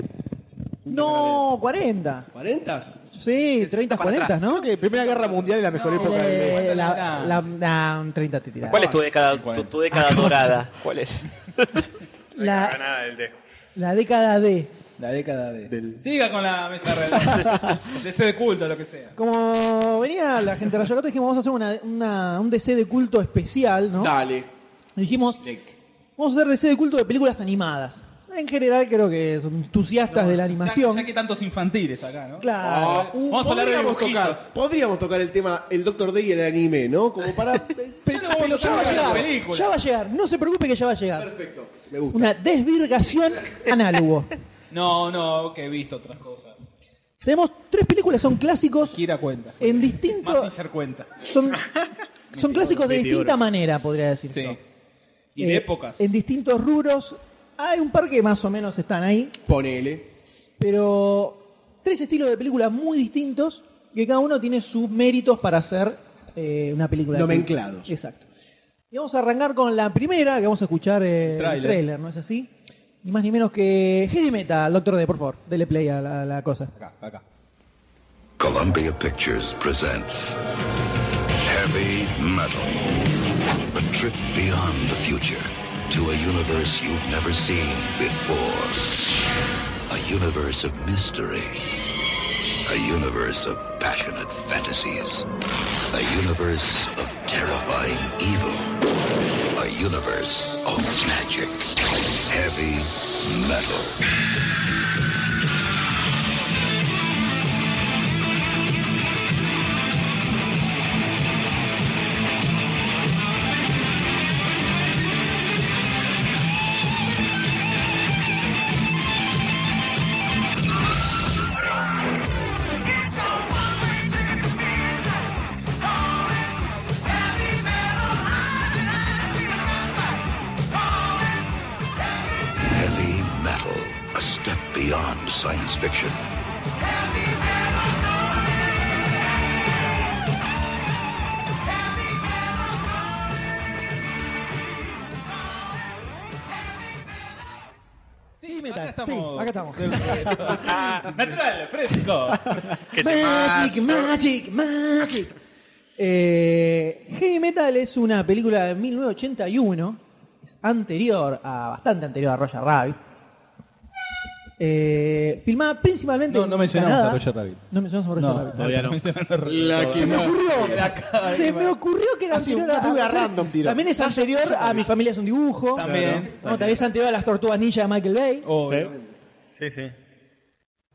[SPEAKER 3] No, 40.
[SPEAKER 2] ¿40?
[SPEAKER 3] Sí, 30,
[SPEAKER 2] para
[SPEAKER 3] 40,
[SPEAKER 2] atrás.
[SPEAKER 3] ¿no?
[SPEAKER 4] Que Eh, Primera Guerra Mundial es la mejor época de
[SPEAKER 3] Eh, la, la, nah, un 30 te tiraba.
[SPEAKER 6] ¿Cuál es tu década, tu, tu década dorada? ¿Cuál es?
[SPEAKER 3] La,
[SPEAKER 7] Nada del D.
[SPEAKER 3] la década de.
[SPEAKER 9] La década de... Siga con la mesa redonda. DC de culto, lo que sea.
[SPEAKER 3] Como venía la gente de Rayo Gato, dijimos, vamos a hacer una, una- un DC de culto especial, ¿no?
[SPEAKER 2] Dale.
[SPEAKER 3] Dijimos, vamos a hacer DC de culto de películas animadas. En general creo que son entusiastas de la
[SPEAKER 9] Ya,
[SPEAKER 3] animación.
[SPEAKER 9] ya que Oh. tantos infantiles acá, ¿no?
[SPEAKER 3] Claro.
[SPEAKER 2] Uh,
[SPEAKER 9] Vamos a hablar de
[SPEAKER 2] podríamos, tocar,
[SPEAKER 9] dibujitos.
[SPEAKER 2] podríamos tocar el tema el Doctor Day y el anime, ¿no? Como para pe-
[SPEAKER 9] Ya lo vamos a
[SPEAKER 3] Ya
[SPEAKER 2] pelotar
[SPEAKER 3] va a
[SPEAKER 2] la
[SPEAKER 3] llegar,
[SPEAKER 2] película.
[SPEAKER 3] ya va a llegar. No se preocupe que ya va a llegar.
[SPEAKER 2] Perfecto, me gusta.
[SPEAKER 3] Una desvirgación análogo.
[SPEAKER 9] No, no, que he visto otras cosas.
[SPEAKER 3] Tenemos tres películas, son clásicos
[SPEAKER 9] Kira cuenta.
[SPEAKER 3] en distintos...
[SPEAKER 9] Massinger cuenta.
[SPEAKER 3] Son, son clásicos de distinta manera, podría decir.
[SPEAKER 9] Sí. Y de
[SPEAKER 3] Eh,
[SPEAKER 9] épocas.
[SPEAKER 3] En distintos rubros. Hay un par que más o menos están ahí,
[SPEAKER 2] Ponele.
[SPEAKER 3] pero tres estilos de película muy distintos que cada uno tiene sus méritos para hacer eh, una película. de culto.
[SPEAKER 2] Nomenclados.
[SPEAKER 3] Exacto. Y vamos a arrancar con la primera, que vamos a escuchar eh, el
[SPEAKER 9] Tráiler.
[SPEAKER 3] trailer. ¿no es así? Ni más ni menos que Heavy Metal, Doctor D, por favor, dele play a la, a la cosa.
[SPEAKER 9] Acá, acá.
[SPEAKER 8] Columbia Pictures presents Heavy Metal. A trip beyond the future to a universe you've never seen before. A universe of mystery. A universe of passionate fantasies. A universe of terrifying evil. A universe of magic. Heavy Metal. Heavy Metal. A step beyond science fiction.
[SPEAKER 3] Sí,
[SPEAKER 9] Acá
[SPEAKER 3] metal. Sí,
[SPEAKER 9] estamos.
[SPEAKER 3] acá estamos.
[SPEAKER 9] Natural, fresco.
[SPEAKER 3] Magic, Magic, Magic. Eh, Heavy Metal es una película de 1981, es anterior a, bastante anterior a Roger Rabbit. Eh, filmada principalmente
[SPEAKER 9] No,
[SPEAKER 3] en
[SPEAKER 9] no mencionamos
[SPEAKER 3] Canadá.
[SPEAKER 9] a Roger Rabbit.
[SPEAKER 3] No mencionamos a Roger Rabbit.
[SPEAKER 4] Todavía no.
[SPEAKER 2] La que más.
[SPEAKER 3] Se me ocurrió que era
[SPEAKER 4] Ah, sí,
[SPEAKER 3] anterior
[SPEAKER 4] una
[SPEAKER 3] a-
[SPEAKER 4] película
[SPEAKER 3] a-
[SPEAKER 4] random tiró.
[SPEAKER 3] También es anterior a Mi familia es un dibujo.
[SPEAKER 9] También.
[SPEAKER 3] No, también es anterior a Las tortugas ninja de Michael Bay.
[SPEAKER 2] Oh.
[SPEAKER 7] Sí, sí.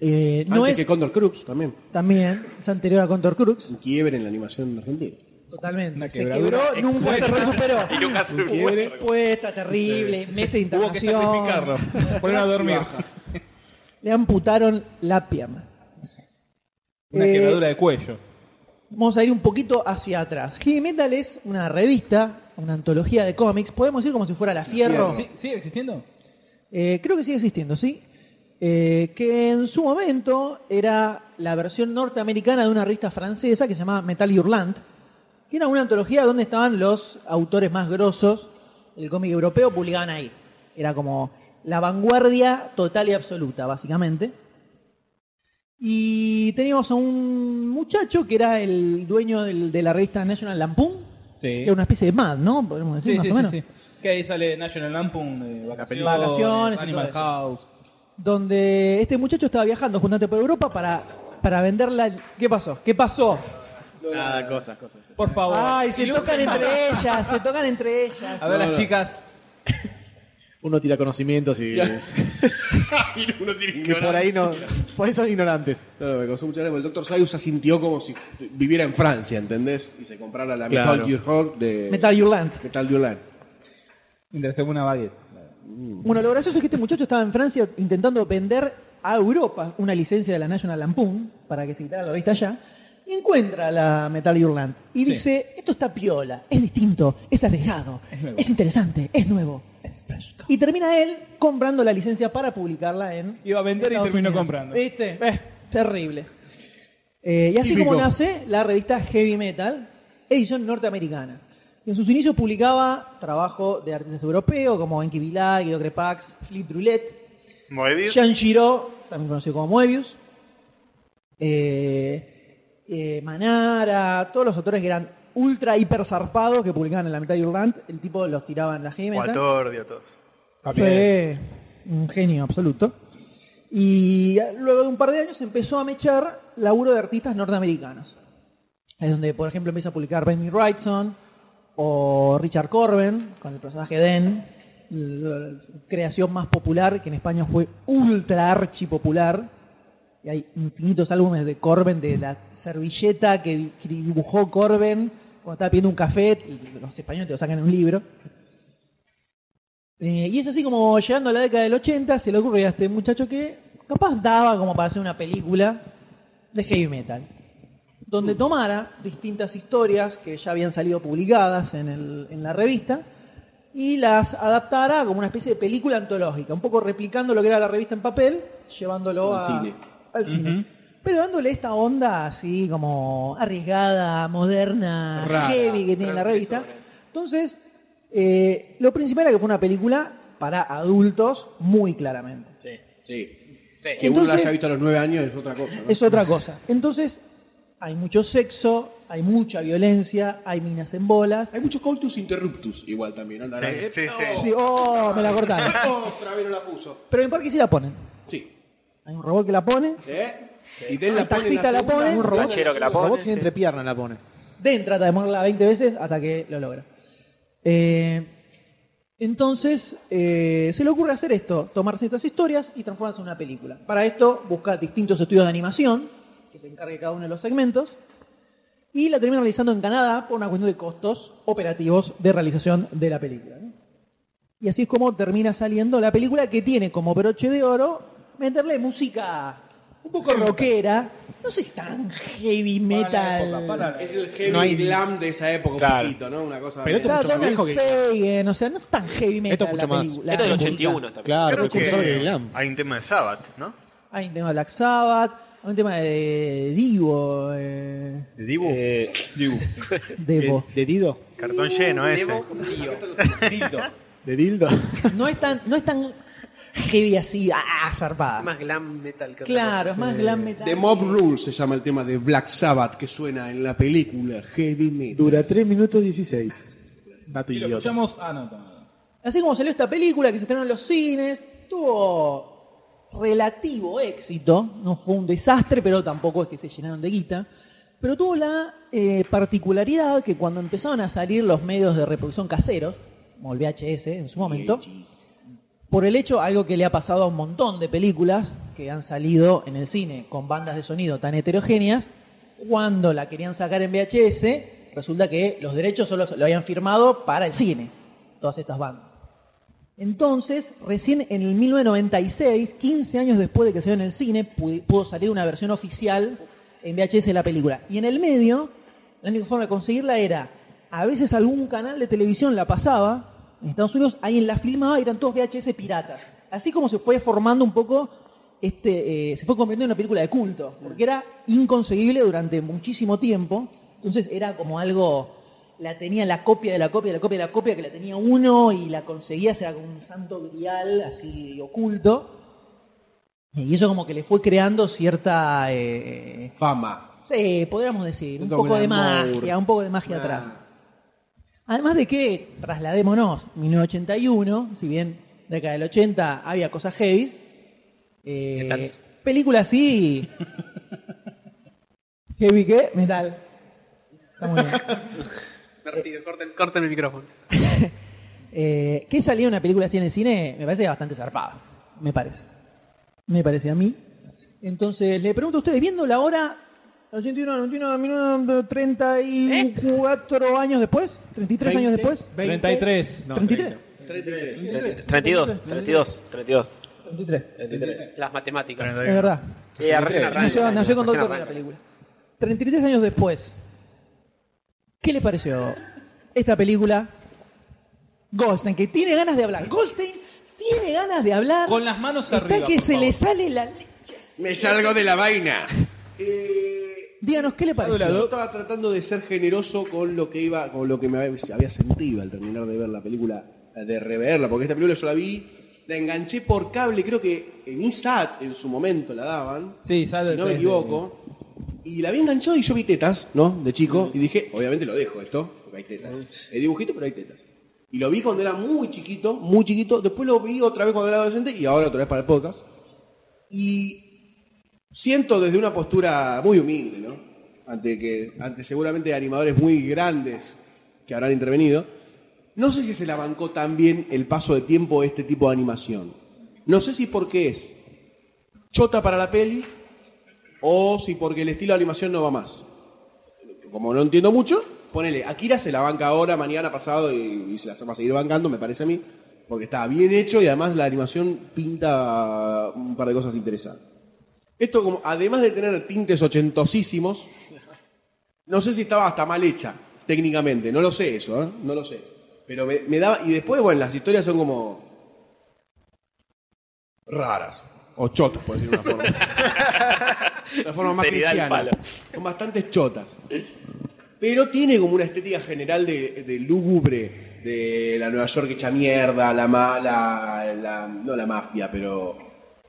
[SPEAKER 3] Eh, no
[SPEAKER 2] Antes
[SPEAKER 3] es
[SPEAKER 2] que Condor Crux también.
[SPEAKER 3] también es anterior a Contor Crux.
[SPEAKER 2] Un quiebre en la animación argentina.
[SPEAKER 3] Totalmente. Se quebró,
[SPEAKER 9] quebradura
[SPEAKER 3] nunca se recuperó.
[SPEAKER 6] Y nunca se
[SPEAKER 3] Una Puesta terrible, meses de
[SPEAKER 9] Hubo que
[SPEAKER 3] internación.
[SPEAKER 9] sacrificarlo. Ponerlo a dormir.
[SPEAKER 3] Le amputaron la pierna.
[SPEAKER 9] Una
[SPEAKER 3] Eh,
[SPEAKER 9] quebradura de cuello.
[SPEAKER 3] Vamos a ir un poquito hacia atrás. Heavy Metal es una revista, una antología de cómics. Podemos decir como si fuera la Fierro.
[SPEAKER 9] ¿Sí- ¿Sigue existiendo?
[SPEAKER 3] Eh, creo que sigue existiendo, ¿sí? Eh, que en su momento era la versión norteamericana de una revista francesa que se llamaba Metal Hurlant, que era una antología donde estaban los autores más grosos del cómic europeo, publicaban ahí. Era como la vanguardia total y absoluta, básicamente. Y teníamos a un muchacho que era el dueño del- de la revista National Lampoon.
[SPEAKER 9] Sí.
[SPEAKER 3] Era una especie de Mad, ¿no? Podemos decir,
[SPEAKER 9] Sí,
[SPEAKER 3] más
[SPEAKER 9] sí,
[SPEAKER 3] o
[SPEAKER 9] sí,
[SPEAKER 3] menos.
[SPEAKER 9] sí. Que ahí sale National Lampoon, eh, vacaciones,
[SPEAKER 3] Vacaciones y
[SPEAKER 9] Animal
[SPEAKER 3] todo eso.
[SPEAKER 9] House.
[SPEAKER 3] donde este muchacho estaba viajando justamente por Europa para, para venderla. ¿Qué pasó? ¿Qué pasó?
[SPEAKER 4] Nada, cosas, cosas.
[SPEAKER 9] Por favor.
[SPEAKER 3] Ay, se
[SPEAKER 9] Y luego-
[SPEAKER 3] tocan entre ellas, se tocan entre ellas.
[SPEAKER 9] A ver las chicas.
[SPEAKER 4] Uno tira conocimientos y,
[SPEAKER 7] Uno tiene
[SPEAKER 4] que por ahí no, por ahí son ignorantes.
[SPEAKER 2] No, no, me causó mucha gracia, porque el Dr. Sayus asintió como si viviera en Francia, ¿entendés? Y se comprara la
[SPEAKER 4] Claro.
[SPEAKER 2] Metal Gear Horde de
[SPEAKER 3] Metal Hurlant.
[SPEAKER 2] Metal Gear Land.
[SPEAKER 9] Mientras según una baguette.
[SPEAKER 3] Bueno, lo gracioso es que este muchacho estaba en Francia intentando vender a Europa una licencia de la National Lampoon para que se quitara la revista allá. Y encuentra la Metal Hurlant y
[SPEAKER 10] Sí.
[SPEAKER 3] dice: Esto está piola, es distinto, es arriesgado, es, interesante, es nuevo. Y termina él comprando la licencia para publicarla en.
[SPEAKER 9] Iba a vender y
[SPEAKER 3] Estados
[SPEAKER 9] terminó
[SPEAKER 3] Unidos.
[SPEAKER 9] comprando.
[SPEAKER 3] ¿Viste? Eh, terrible. Eh, y así
[SPEAKER 9] Típico.
[SPEAKER 3] como nace la revista Heavy Metal, edición norteamericana. En sus inicios publicaba trabajo de artistas europeos como Enki Vilay, Guido Crepax, Flip Roulette,
[SPEAKER 7] Moebius.
[SPEAKER 3] Jean Giraud, también conocido como Moebius, eh, eh, Manara, todos los autores que eran ultra hiper zarpados que publicaban en la mitad de Irland, el tipo los tiraba en la Heavy Metal.
[SPEAKER 7] Guatordi, a todos.
[SPEAKER 3] Sí, un genio absoluto. Y luego de un par de años empezó a mechar laburo de artistas norteamericanos. Es donde, por ejemplo, empieza a publicar Benny Wrightson o Richard Corben con el personaje Den, la creación más popular que en España fue ultra archipopular. Y hay infinitos álbumes de Corben, de la servilleta que di- que dibujó Corben cuando estaba pidiendo un café y los españoles te lo sacan en un libro. Eh, y es así como llegando a la década del 80 se le ocurre a este muchacho que capaz daba como para hacer una película de heavy metal, donde tomara distintas historias que ya habían salido publicadas en, el- en la revista y las adaptara como una especie de película antológica, un poco replicando lo que era la revista en papel, llevándolo
[SPEAKER 2] Al
[SPEAKER 3] a-
[SPEAKER 2] cine.
[SPEAKER 3] al cine. Pero dándole esta onda así como arriesgada, moderna,
[SPEAKER 2] Rara,
[SPEAKER 3] heavy que tiene la revista. Entonces, eh, lo principal era que fue una película para adultos, muy claramente.
[SPEAKER 2] Sí.
[SPEAKER 8] Que
[SPEAKER 2] uno la
[SPEAKER 3] Entonces-
[SPEAKER 2] haya visto a los nueve años es otra cosa. ¿no?
[SPEAKER 3] Es otra cosa. Entonces, hay mucho sexo, hay mucha violencia, hay minas en bolas.
[SPEAKER 2] Hay mucho coitus interruptus igual también. ¿no? La-
[SPEAKER 3] Sí,
[SPEAKER 2] eh, oh,
[SPEAKER 3] Sí, oh, me la cortaron.
[SPEAKER 2] Otra vez no la puso.
[SPEAKER 3] Pero en parque sí la ponen.
[SPEAKER 2] Sí.
[SPEAKER 3] Hay un robot que la pone.
[SPEAKER 2] ¿Eh? Y Den
[SPEAKER 3] Ah, El
[SPEAKER 2] la pone.
[SPEAKER 3] taxista la pone.
[SPEAKER 4] Un robot,
[SPEAKER 6] Canchero que la
[SPEAKER 4] un robot
[SPEAKER 6] pone,
[SPEAKER 4] sin entrepierna la pone.
[SPEAKER 3] Den trata de morirla 20 veces hasta que lo logra. Eh, entonces, eh, se le ocurre hacer esto, tomar ciertas historias y transformarlas en una película. Para esto, busca distintos estudios de animación, que se encargue cada uno de los segmentos, y la termina realizando en Canadá por una cuestión de costos operativos de realización de la película. ¿no? Y así es como termina saliendo la película que tiene como broche de oro meterle música un poco rockera, no sé si tan heavy metal.
[SPEAKER 2] Es el heavy
[SPEAKER 3] No hay-
[SPEAKER 2] glam de esa época,
[SPEAKER 4] Claro.
[SPEAKER 2] un poquito, ¿no? Una cosa.
[SPEAKER 4] Pero esto es
[SPEAKER 3] Está
[SPEAKER 4] mucho más viejo
[SPEAKER 3] Donald
[SPEAKER 4] que-
[SPEAKER 3] Fagen, o sea, no es tan heavy metal
[SPEAKER 4] Esto es mucho
[SPEAKER 3] la
[SPEAKER 4] más.
[SPEAKER 3] película.
[SPEAKER 6] Esto es del
[SPEAKER 3] música.
[SPEAKER 6] 81 también.
[SPEAKER 4] Claro,
[SPEAKER 7] Creo
[SPEAKER 4] precursor
[SPEAKER 7] que
[SPEAKER 4] de Glam.
[SPEAKER 7] Hay un tema de Sabbath, ¿no?
[SPEAKER 3] Hay un tema de Black Sabbath, hay un tema de Divo, eh,
[SPEAKER 7] De Dibu.
[SPEAKER 3] Devo.
[SPEAKER 4] De Dido.
[SPEAKER 7] Cartón lleno ese.
[SPEAKER 4] De Dildo.
[SPEAKER 3] No es tan, no es tan heavy así, ah, zarpada.
[SPEAKER 8] Más glam metal que otra
[SPEAKER 3] Claro, es
[SPEAKER 8] cosa.
[SPEAKER 3] más glam metal.
[SPEAKER 2] The Mob Rule se llama el tema de Black Sabbath que suena en la película Heavy Metal.
[SPEAKER 4] Dura 3 minutos 16. Dato
[SPEAKER 9] Y lo
[SPEAKER 4] idiota.
[SPEAKER 9] escuchamos. Ah, no, no.
[SPEAKER 3] Así como salió esta película que se estrenó en los cines, tuvo relativo éxito, no fue un desastre, pero tampoco es que se llenaron de guita, pero tuvo la eh, particularidad que cuando empezaron a salir los medios de reproducción caseros, como el VHS en su momento, por el hecho, algo que le ha pasado a un montón de películas que han salido en el cine con bandas de sonido tan heterogéneas, cuando la querían sacar en VHS, resulta que los derechos solo lo habían firmado para el cine, todas estas bandas. Entonces, recién en el 1996, 15 años después de que salió en el cine, pu- pudo salir una versión oficial en VHS de la película. Y en el medio, la única forma de conseguirla era, a veces algún canal de televisión la pasaba, en Estados Unidos alguien la filmaba y eran todos VHS piratas. Así como se fue formando un poco, este, eh, se fue convirtiendo en una película de culto, porque era inconseguible durante muchísimo tiempo, entonces era como algo la tenía la copia de la copia de la copia de la copia que la tenía uno y la conseguías era con un santo grial así oculto y eso como que le fue creando cierta eh,
[SPEAKER 2] Fama.
[SPEAKER 3] sí podríamos decir un
[SPEAKER 2] Cierto
[SPEAKER 3] poco de
[SPEAKER 2] glamour.
[SPEAKER 3] magia un poco de magia
[SPEAKER 2] Ah.
[SPEAKER 3] atrás además de que trasladémonos 1981 si bien década del 80 había cosas heavy eh,
[SPEAKER 8] Metales.
[SPEAKER 3] película así heavy qué metal está muy bien
[SPEAKER 8] Me retiro, corten, corten el micrófono.
[SPEAKER 3] Eh, que salía una película así en el cine, me parece bastante zarpada. Me parece. Me parece a mí. Entonces, le pregunto a ustedes, viendo la hora, 81, 91, 91, 34 años después, 33 años después,
[SPEAKER 9] 33.
[SPEAKER 4] No,
[SPEAKER 3] 33.
[SPEAKER 4] 30.
[SPEAKER 2] 33.
[SPEAKER 6] 32, 32, 32.
[SPEAKER 3] 33.
[SPEAKER 6] 33.
[SPEAKER 8] Las matemáticas.
[SPEAKER 3] Es verdad.
[SPEAKER 6] Sí, recién arranca.
[SPEAKER 3] Nació, nació con
[SPEAKER 6] Recién
[SPEAKER 3] Doctor de la
[SPEAKER 6] arranca.
[SPEAKER 3] película. 33 años después. ¿Qué le pareció esta película? Goldstein, que tiene ganas de hablar. Goldstein tiene ganas de hablar.
[SPEAKER 9] Con las manos
[SPEAKER 3] Está
[SPEAKER 9] arriba.
[SPEAKER 3] que
[SPEAKER 9] por
[SPEAKER 3] se
[SPEAKER 9] favor.
[SPEAKER 3] le sale la leche.
[SPEAKER 2] Me salgo de la vaina.
[SPEAKER 3] Díganos, ¿qué le
[SPEAKER 2] Eh, Yo
[SPEAKER 3] pareció?
[SPEAKER 2] estaba tratando de ser generoso con lo que iba, con lo que me había, había sentido al terminar de ver la película, de reverla, porque esta película yo la vi, la enganché por cable, creo que en ISAT en su momento la daban,
[SPEAKER 9] Sí, sale
[SPEAKER 2] si no me
[SPEAKER 9] tres de-
[SPEAKER 2] equivoco, y la había enganchado y yo vi tetas, ¿no? De chico, y dije, obviamente lo dejo esto, porque hay tetas. Es dibujito, pero hay tetas. Y lo vi cuando era muy chiquito, muy chiquito, después lo vi otra vez cuando era adolescente y ahora otra vez para el podcast. Y siento desde una postura muy humilde, ¿no? Ante, que, ante seguramente animadores muy grandes que habrán intervenido. No sé si se la bancó tan bien el paso de tiempo de este tipo de animación. No sé si porque es chota para la peli o si porque el estilo de animación no va más. Como no entiendo mucho, ponele, Akira se la banca ahora, mañana, pasado y, y se la va a seguir bancando, me parece a mí, porque está bien hecho y además la animación pinta un par de cosas interesantes. Esto como, además de tener tintes ochentosísimos, no sé si estaba hasta mal hecha, técnicamente, no lo sé eso, ¿eh? no lo sé. Pero me, me daba, y después, bueno, las historias son como raras, o chotas, por decirlo de una forma. una forma más
[SPEAKER 6] Seriedad al
[SPEAKER 2] cristiana.
[SPEAKER 6] palo.
[SPEAKER 2] Son bastantes chotas. Pero tiene como una estética general de, de lúgubre, de la Nueva York hecha mierda, la mala, la, no la mafia, pero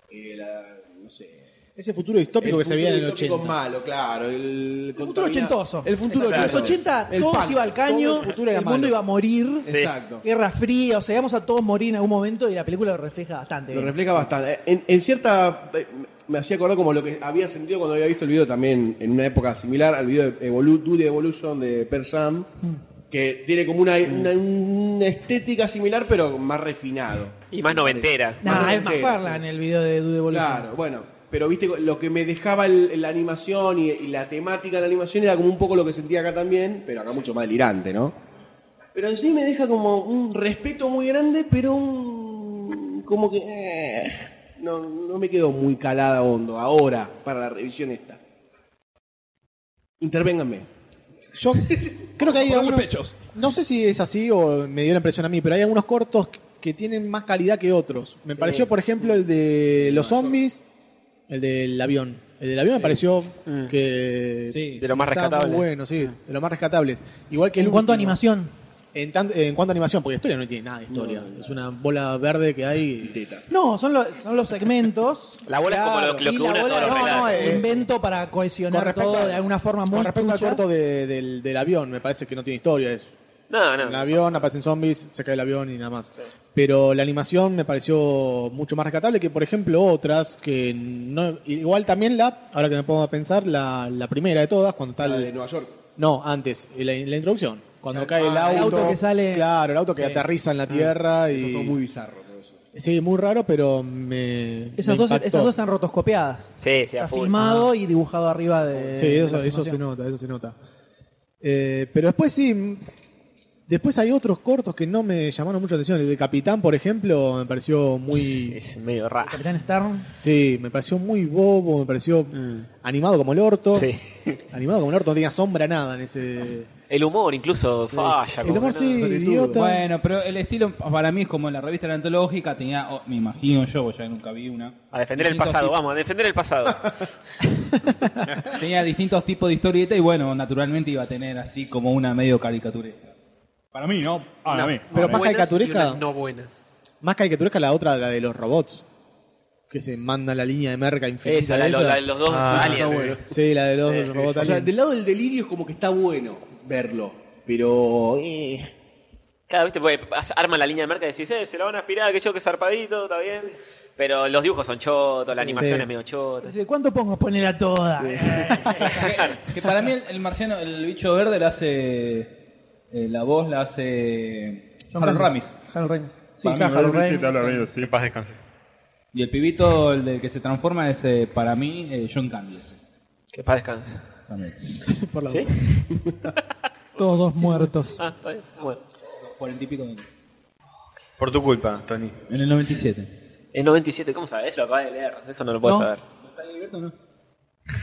[SPEAKER 2] eh, la, no sé,
[SPEAKER 4] Ese futuro distópico que se veía en el 80.
[SPEAKER 2] con malo, claro. El,
[SPEAKER 3] futuro
[SPEAKER 2] contamina-
[SPEAKER 3] ochentoso.
[SPEAKER 2] El futuro
[SPEAKER 3] Exacto.
[SPEAKER 2] ochentoso.
[SPEAKER 3] Los 80
[SPEAKER 2] El
[SPEAKER 3] todo
[SPEAKER 2] punk,
[SPEAKER 3] se iba al
[SPEAKER 2] todo
[SPEAKER 3] caño,
[SPEAKER 2] el
[SPEAKER 3] el,
[SPEAKER 2] futuro era
[SPEAKER 3] mundo
[SPEAKER 2] malo.
[SPEAKER 3] iba a morir.
[SPEAKER 2] Exacto.
[SPEAKER 3] Guerra fría, o sea, íbamos a todos morir en algún momento y la película lo refleja bastante.
[SPEAKER 2] Lo
[SPEAKER 3] bien.
[SPEAKER 2] refleja bastante. En, en cierta. eh, Me hacía acordar como lo que había sentido cuando había visto el video también en una época similar al video de Evolu Dude Evolution de Per Jam,
[SPEAKER 4] Mm.
[SPEAKER 2] que tiene como una, una- una estética similar pero más refinado.
[SPEAKER 6] Y más noventera.
[SPEAKER 3] Nah, es
[SPEAKER 2] noventero.
[SPEAKER 3] McFarlane en el video de Dude Evolution.
[SPEAKER 2] Claro, bueno. Pero viste, lo que me dejaba el- la animación y, y la temática de la animación era como un poco lo que sentía acá también, pero acá mucho más delirante, ¿no? Pero en sí me deja como un respeto muy grande, pero un. como que. eh, no, no me quedó muy calada hondo ahora para la revisión esta. Intervénganme.
[SPEAKER 4] Yo creo que hay
[SPEAKER 9] Poneme
[SPEAKER 4] algunos.
[SPEAKER 9] pechos.
[SPEAKER 4] No sé si es así o me dio la impresión a mí, pero hay algunos cortos que tienen más calidad que otros. Me pareció, por ejemplo, el de los zombies, el del avión. El del avión me pareció que.
[SPEAKER 9] Sí,
[SPEAKER 6] de lo más
[SPEAKER 4] estaba muy
[SPEAKER 6] rescatable.
[SPEAKER 4] Bueno, sí, de lo más rescatable. Igual que el
[SPEAKER 3] En cuanto a
[SPEAKER 4] último.
[SPEAKER 3] animación,
[SPEAKER 4] En, tan- en cuanto a animación, porque historia no tiene nada de historia. Es una bola verde que hay.
[SPEAKER 3] no, son los, son los segmentos.
[SPEAKER 6] La bola es como lo, lo
[SPEAKER 3] y
[SPEAKER 6] que
[SPEAKER 3] la
[SPEAKER 6] une a
[SPEAKER 3] bola-
[SPEAKER 6] todos los
[SPEAKER 3] no, no,
[SPEAKER 6] relatos.
[SPEAKER 3] el invento para
[SPEAKER 4] Con
[SPEAKER 3] cohesionar
[SPEAKER 4] respecto
[SPEAKER 3] todo
[SPEAKER 4] a-
[SPEAKER 3] de alguna forma muy
[SPEAKER 4] Con respecto al
[SPEAKER 3] trucha.
[SPEAKER 4] corto de- del, del avión, me parece que no tiene historia. Es
[SPEAKER 6] No,
[SPEAKER 4] el
[SPEAKER 6] no.
[SPEAKER 4] avión, aparecen zombies, se cae el avión y nada más. Pero la animación me pareció mucho más rescatable que, por ejemplo, otras que no. Igual también la, ahora que me pongo a pensar, la, la primera de todas, cuando está.
[SPEAKER 2] La
[SPEAKER 4] el-
[SPEAKER 2] de Nueva York.
[SPEAKER 4] no, antes, la, la introducción. Cuando cae el
[SPEAKER 2] ah,
[SPEAKER 4] auto.
[SPEAKER 3] el auto que sale-
[SPEAKER 4] Claro, el auto que
[SPEAKER 3] Sí. Ah,
[SPEAKER 4] aterriza en la tierra.
[SPEAKER 2] Eso
[SPEAKER 4] y,
[SPEAKER 2] todo muy bizarro. todo eso.
[SPEAKER 4] Sí, muy raro, pero me.
[SPEAKER 3] Esas
[SPEAKER 4] me
[SPEAKER 3] dos,
[SPEAKER 4] impactó.
[SPEAKER 3] esas dos están rotoscopiadas.
[SPEAKER 6] Sí, sí, a
[SPEAKER 3] Está
[SPEAKER 6] full.
[SPEAKER 3] filmado y dibujado arriba de.
[SPEAKER 4] Sí,
[SPEAKER 3] de
[SPEAKER 4] eso,
[SPEAKER 3] la
[SPEAKER 4] eso se
[SPEAKER 3] filmación.
[SPEAKER 4] nota, eso se nota. Eh, pero después sí, m- después hay otros cortos que no me llamaron mucho la atención. El de Capitán, por ejemplo, me pareció muy...
[SPEAKER 6] Es medio raro.
[SPEAKER 3] Capitán Stern.
[SPEAKER 4] Sí, me pareció muy bobo, me pareció animado como el orto.
[SPEAKER 6] Sí.
[SPEAKER 4] Animado como el orto, no tenía sombra nada en ese... eh,
[SPEAKER 6] El humor incluso falla.
[SPEAKER 4] El
[SPEAKER 6] Ah, como
[SPEAKER 4] humor
[SPEAKER 6] que
[SPEAKER 4] sí,
[SPEAKER 6] no-
[SPEAKER 4] idiota.
[SPEAKER 9] Bueno, pero el estilo para mí es como la revista era antológica, tenía, oh, me imagino yo, ya nunca vi una.
[SPEAKER 6] A defender el
[SPEAKER 9] Distintos
[SPEAKER 6] pasado,
[SPEAKER 9] tipos-
[SPEAKER 6] vamos, a defender el pasado.
[SPEAKER 9] Tenía distintos tipos de historieta y bueno, naturalmente iba a tener así como una medio caricatureta. Para mí, ¿no? Para
[SPEAKER 8] No,
[SPEAKER 9] Ah, mí.
[SPEAKER 4] Pero
[SPEAKER 8] buenas
[SPEAKER 4] más caricaturesca.
[SPEAKER 8] y unas No buenas.
[SPEAKER 4] Más caricaturesca la otra, la de los robots. Que se manda la línea de merca infinita.
[SPEAKER 6] Esa, la,
[SPEAKER 4] esa.
[SPEAKER 6] la- los dos aliens.
[SPEAKER 2] Ah, está bueno.
[SPEAKER 4] Sí, la de los robots.
[SPEAKER 2] O sea,
[SPEAKER 4] aliens.
[SPEAKER 2] del lado del delirio es como que está bueno verlo, pero. eh,
[SPEAKER 6] Claro, viste, porque as- arman la línea de marca y decís, eh, se la van a aspirar, que yo que zarpadito, está bien. Pero los dibujos son chotos, la animación
[SPEAKER 4] sí.
[SPEAKER 6] es medio chota.
[SPEAKER 3] Dice, ¿Cuánto pongo? Ponela toda. Eh,
[SPEAKER 9] Que para mí el, el marciano, el bicho verde, la hace. eh, la voz la hace. eh, Harold Ramis.
[SPEAKER 3] Harold Ramis. Sí,
[SPEAKER 9] Para mí,
[SPEAKER 3] Harold
[SPEAKER 9] Harold
[SPEAKER 3] Ramis.
[SPEAKER 7] Que paz descanse.
[SPEAKER 9] Y el pibito, el del que se transforma, es eh, para mí eh, John Candy. ese,
[SPEAKER 6] Que paz descanse.
[SPEAKER 9] también.
[SPEAKER 4] Por la
[SPEAKER 6] ¿Sí?
[SPEAKER 3] Todos muertos.
[SPEAKER 6] Ah, está bien. Bueno.
[SPEAKER 9] Cuarenta y pico de años.
[SPEAKER 7] Por tu culpa, Tony.
[SPEAKER 9] En el 97.
[SPEAKER 6] Es 97, ¿cómo sabes? Lo acabas de leer. Eso no lo puedes
[SPEAKER 9] No.
[SPEAKER 6] saber.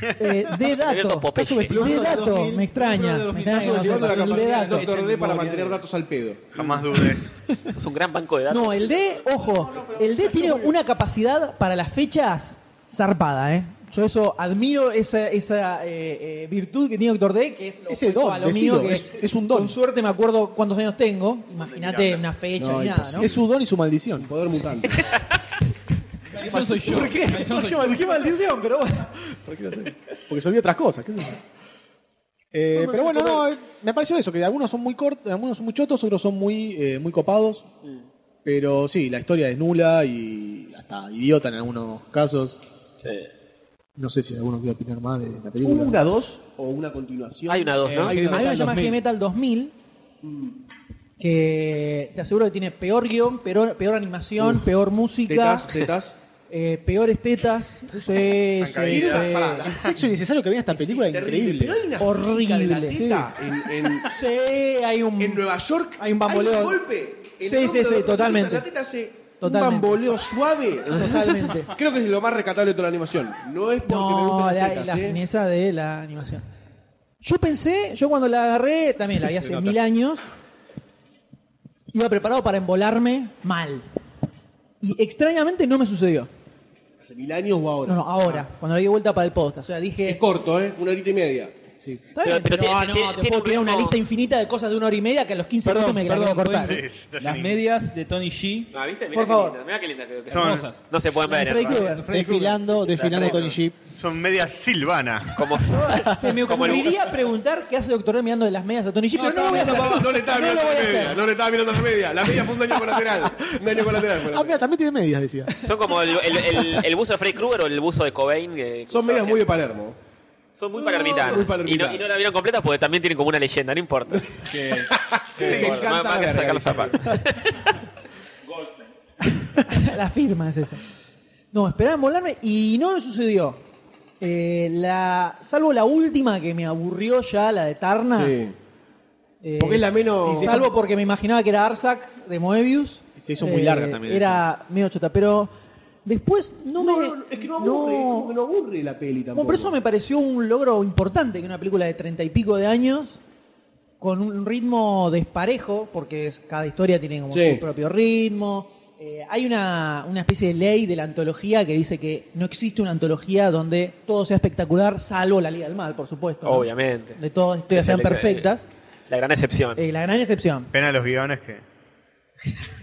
[SPEAKER 3] Eh, de dato, está subestimando- de dato, me extraña. Me extraña
[SPEAKER 2] Está
[SPEAKER 3] que no
[SPEAKER 2] subestimando la
[SPEAKER 3] sepa. El de
[SPEAKER 2] capacidad
[SPEAKER 3] dato.
[SPEAKER 2] del Dr. D para mantener datos al pedo.
[SPEAKER 7] Jamás dudes.
[SPEAKER 6] Es un gran banco de datos.
[SPEAKER 3] No, el D, ojo, el D tiene una capacidad para las fechas zarpada, ¿eh? Yo eso admiro esa, esa eh, eh, virtud que tiene Doctor D, que es lo,
[SPEAKER 4] Ese
[SPEAKER 3] opuesto
[SPEAKER 4] don,
[SPEAKER 3] a lo
[SPEAKER 4] decilo,
[SPEAKER 3] mío, que
[SPEAKER 4] es- un don.
[SPEAKER 3] Con suerte me acuerdo cuántos años tengo, imagínate una fecha
[SPEAKER 4] No,
[SPEAKER 3] ni nada, ¿no?
[SPEAKER 4] imposible. Es su don y su maldición. Poder mutante.
[SPEAKER 3] Maldición soy yo. ¿Por qué?
[SPEAKER 4] Maldición soy
[SPEAKER 3] ¿Qué,
[SPEAKER 4] yo.
[SPEAKER 3] maldición? maldición? Pero bueno.
[SPEAKER 4] Porque no sé. Porque se olvida otras cosas, qué sé yo. Eh, pero bueno, no, eh, me pareció eso, que algunos son muy cortos, algunos son muy chotos, otros son muy, eh, muy copados. Pero sí, la historia es nula y hasta idiota en algunos casos. No sé si alguno quiere opinar más de la película.
[SPEAKER 2] ¿Hubo una 2 o una continuación?
[SPEAKER 6] Hay una 2, ¿no?
[SPEAKER 3] Hay una que se llama Heavy
[SPEAKER 2] 2000.
[SPEAKER 3] Metal 2000 que te aseguro que tiene peor guión, peor, peor animación, peor música,
[SPEAKER 2] ¿Tetas? ¿Tetas?
[SPEAKER 3] eh, peores tetas. Sí, sí,
[SPEAKER 2] Zancadillas.
[SPEAKER 3] sí.
[SPEAKER 2] Pará, la-
[SPEAKER 4] El sexo innecesario que había en esta película es increíble.
[SPEAKER 2] terrible, pero hay una física de la
[SPEAKER 4] Horrible.
[SPEAKER 2] teta en, en,
[SPEAKER 3] Sí, hay un.
[SPEAKER 2] en Nueva York
[SPEAKER 3] Hay un
[SPEAKER 2] hay
[SPEAKER 3] bamboleo.
[SPEAKER 2] un golpe. El
[SPEAKER 3] Sí,
[SPEAKER 2] hombro
[SPEAKER 3] sí,
[SPEAKER 2] de
[SPEAKER 3] sí,
[SPEAKER 2] la teta,
[SPEAKER 3] totalmente.
[SPEAKER 2] La teta hace
[SPEAKER 3] Totalmente.
[SPEAKER 2] un bamboleo suave.
[SPEAKER 3] Totalmente.
[SPEAKER 2] Creo que es lo más rescatable de toda la animación. No es porque me
[SPEAKER 3] No,
[SPEAKER 2] gustan
[SPEAKER 3] la,
[SPEAKER 2] las tetas,
[SPEAKER 3] la
[SPEAKER 2] ¿eh?
[SPEAKER 3] fineza de la animación. Yo pensé, yo cuando la agarré, también
[SPEAKER 2] Sí,
[SPEAKER 3] la vi
[SPEAKER 2] se
[SPEAKER 3] hace
[SPEAKER 2] nota.
[SPEAKER 3] mil años, iba preparado para embolarme mal. Y extrañamente no me sucedió.
[SPEAKER 2] ¿Hace mil años o ahora?
[SPEAKER 3] No, no, ahora, cuando le di vuelta para el podcast. O sea, dije.
[SPEAKER 2] Es corto, ¿eh? Una horita y media.
[SPEAKER 4] Sí.
[SPEAKER 3] Está bien,
[SPEAKER 6] Pero- pero
[SPEAKER 3] pero,
[SPEAKER 6] tiene-
[SPEAKER 3] ah, no,
[SPEAKER 6] tiene-
[SPEAKER 3] te
[SPEAKER 6] tiene
[SPEAKER 3] puedo
[SPEAKER 6] un
[SPEAKER 3] tirar una
[SPEAKER 6] ritmo-
[SPEAKER 3] lista infinita de cosas de una hora y media que a los 15 minutos
[SPEAKER 9] Perdón,
[SPEAKER 3] me la
[SPEAKER 9] perdón,
[SPEAKER 3] quiero cortar.
[SPEAKER 9] pueden-
[SPEAKER 7] Sí, está
[SPEAKER 9] Las
[SPEAKER 7] sin-
[SPEAKER 9] medias de Tony G.
[SPEAKER 6] Ah, ¿viste? Mirá
[SPEAKER 3] Por
[SPEAKER 6] qué
[SPEAKER 3] favor.
[SPEAKER 6] linda, mirá qué linda que- que-
[SPEAKER 7] Son-
[SPEAKER 9] Hermosas.
[SPEAKER 6] No se pueden ver. en
[SPEAKER 3] Freddy
[SPEAKER 6] realidad.
[SPEAKER 3] Krueger. Freddy Krueger.
[SPEAKER 4] Desfilando, desfilando
[SPEAKER 6] Está
[SPEAKER 4] Tony Jeep.
[SPEAKER 7] Son medias silvana.
[SPEAKER 6] Como yo.
[SPEAKER 3] Se me
[SPEAKER 6] Como el-
[SPEAKER 3] ocurriría preguntar qué hace Doctor D mirando de las medias a Tony G, pero no, lo voy a hacer.
[SPEAKER 2] No le estaba
[SPEAKER 3] No
[SPEAKER 2] mirando
[SPEAKER 3] lo voy
[SPEAKER 2] la
[SPEAKER 3] a
[SPEAKER 2] media,
[SPEAKER 3] hacer.
[SPEAKER 2] no le estaba mirando la media. La media fue un daño colateral. Un daño colateral. fue la
[SPEAKER 4] Ah,
[SPEAKER 2] media.
[SPEAKER 4] mira, también tiene medias, decía.
[SPEAKER 6] Son como el, el- el- el buzo de Freddy Krueger o el buzo de Cobain. que-
[SPEAKER 2] Son medias muy de Palermo.
[SPEAKER 6] Son muy palermitanas.
[SPEAKER 2] Muy
[SPEAKER 6] y,
[SPEAKER 2] palermitanas.
[SPEAKER 6] no, y no la vieron completa porque también tienen como una leyenda, no importa.
[SPEAKER 2] Me
[SPEAKER 6] Bueno, más- más
[SPEAKER 2] encanta
[SPEAKER 6] que
[SPEAKER 2] la
[SPEAKER 6] sacar
[SPEAKER 2] verga.
[SPEAKER 6] los zapatos.
[SPEAKER 3] la firma es esa. No, esperaba volarme y no me sucedió. Eh, la, salvo la última que me aburrió ya, la de Tarna.
[SPEAKER 2] Sí.
[SPEAKER 3] eh,
[SPEAKER 2] Porque es la menos-
[SPEAKER 3] Salvo porque me imaginaba que era Arsak de Moebius. Eh,
[SPEAKER 4] Y se hizo muy larga también
[SPEAKER 3] Era medio chota, pero después no, me.
[SPEAKER 2] No, no, es que no aburre, es como que no aburre la peli
[SPEAKER 3] Bueno,
[SPEAKER 2] tampoco.
[SPEAKER 3] por eso me pareció un logro importante que una película de treinta y pico de años, con un ritmo desparejo, porque es- cada historia tiene como
[SPEAKER 2] Sí.
[SPEAKER 3] su propio ritmo. Eh, hay una, una especie de ley de la antología que dice que no existe una antología donde todo sea espectacular, salvo la Liga del Mal, por supuesto. ¿no?
[SPEAKER 6] Obviamente.
[SPEAKER 3] De todas las historias
[SPEAKER 6] Esa
[SPEAKER 3] sean
[SPEAKER 6] es la-
[SPEAKER 3] perfectas.
[SPEAKER 6] La gran excepción.
[SPEAKER 3] Eh, la gran excepción.
[SPEAKER 7] Pena los guiones que.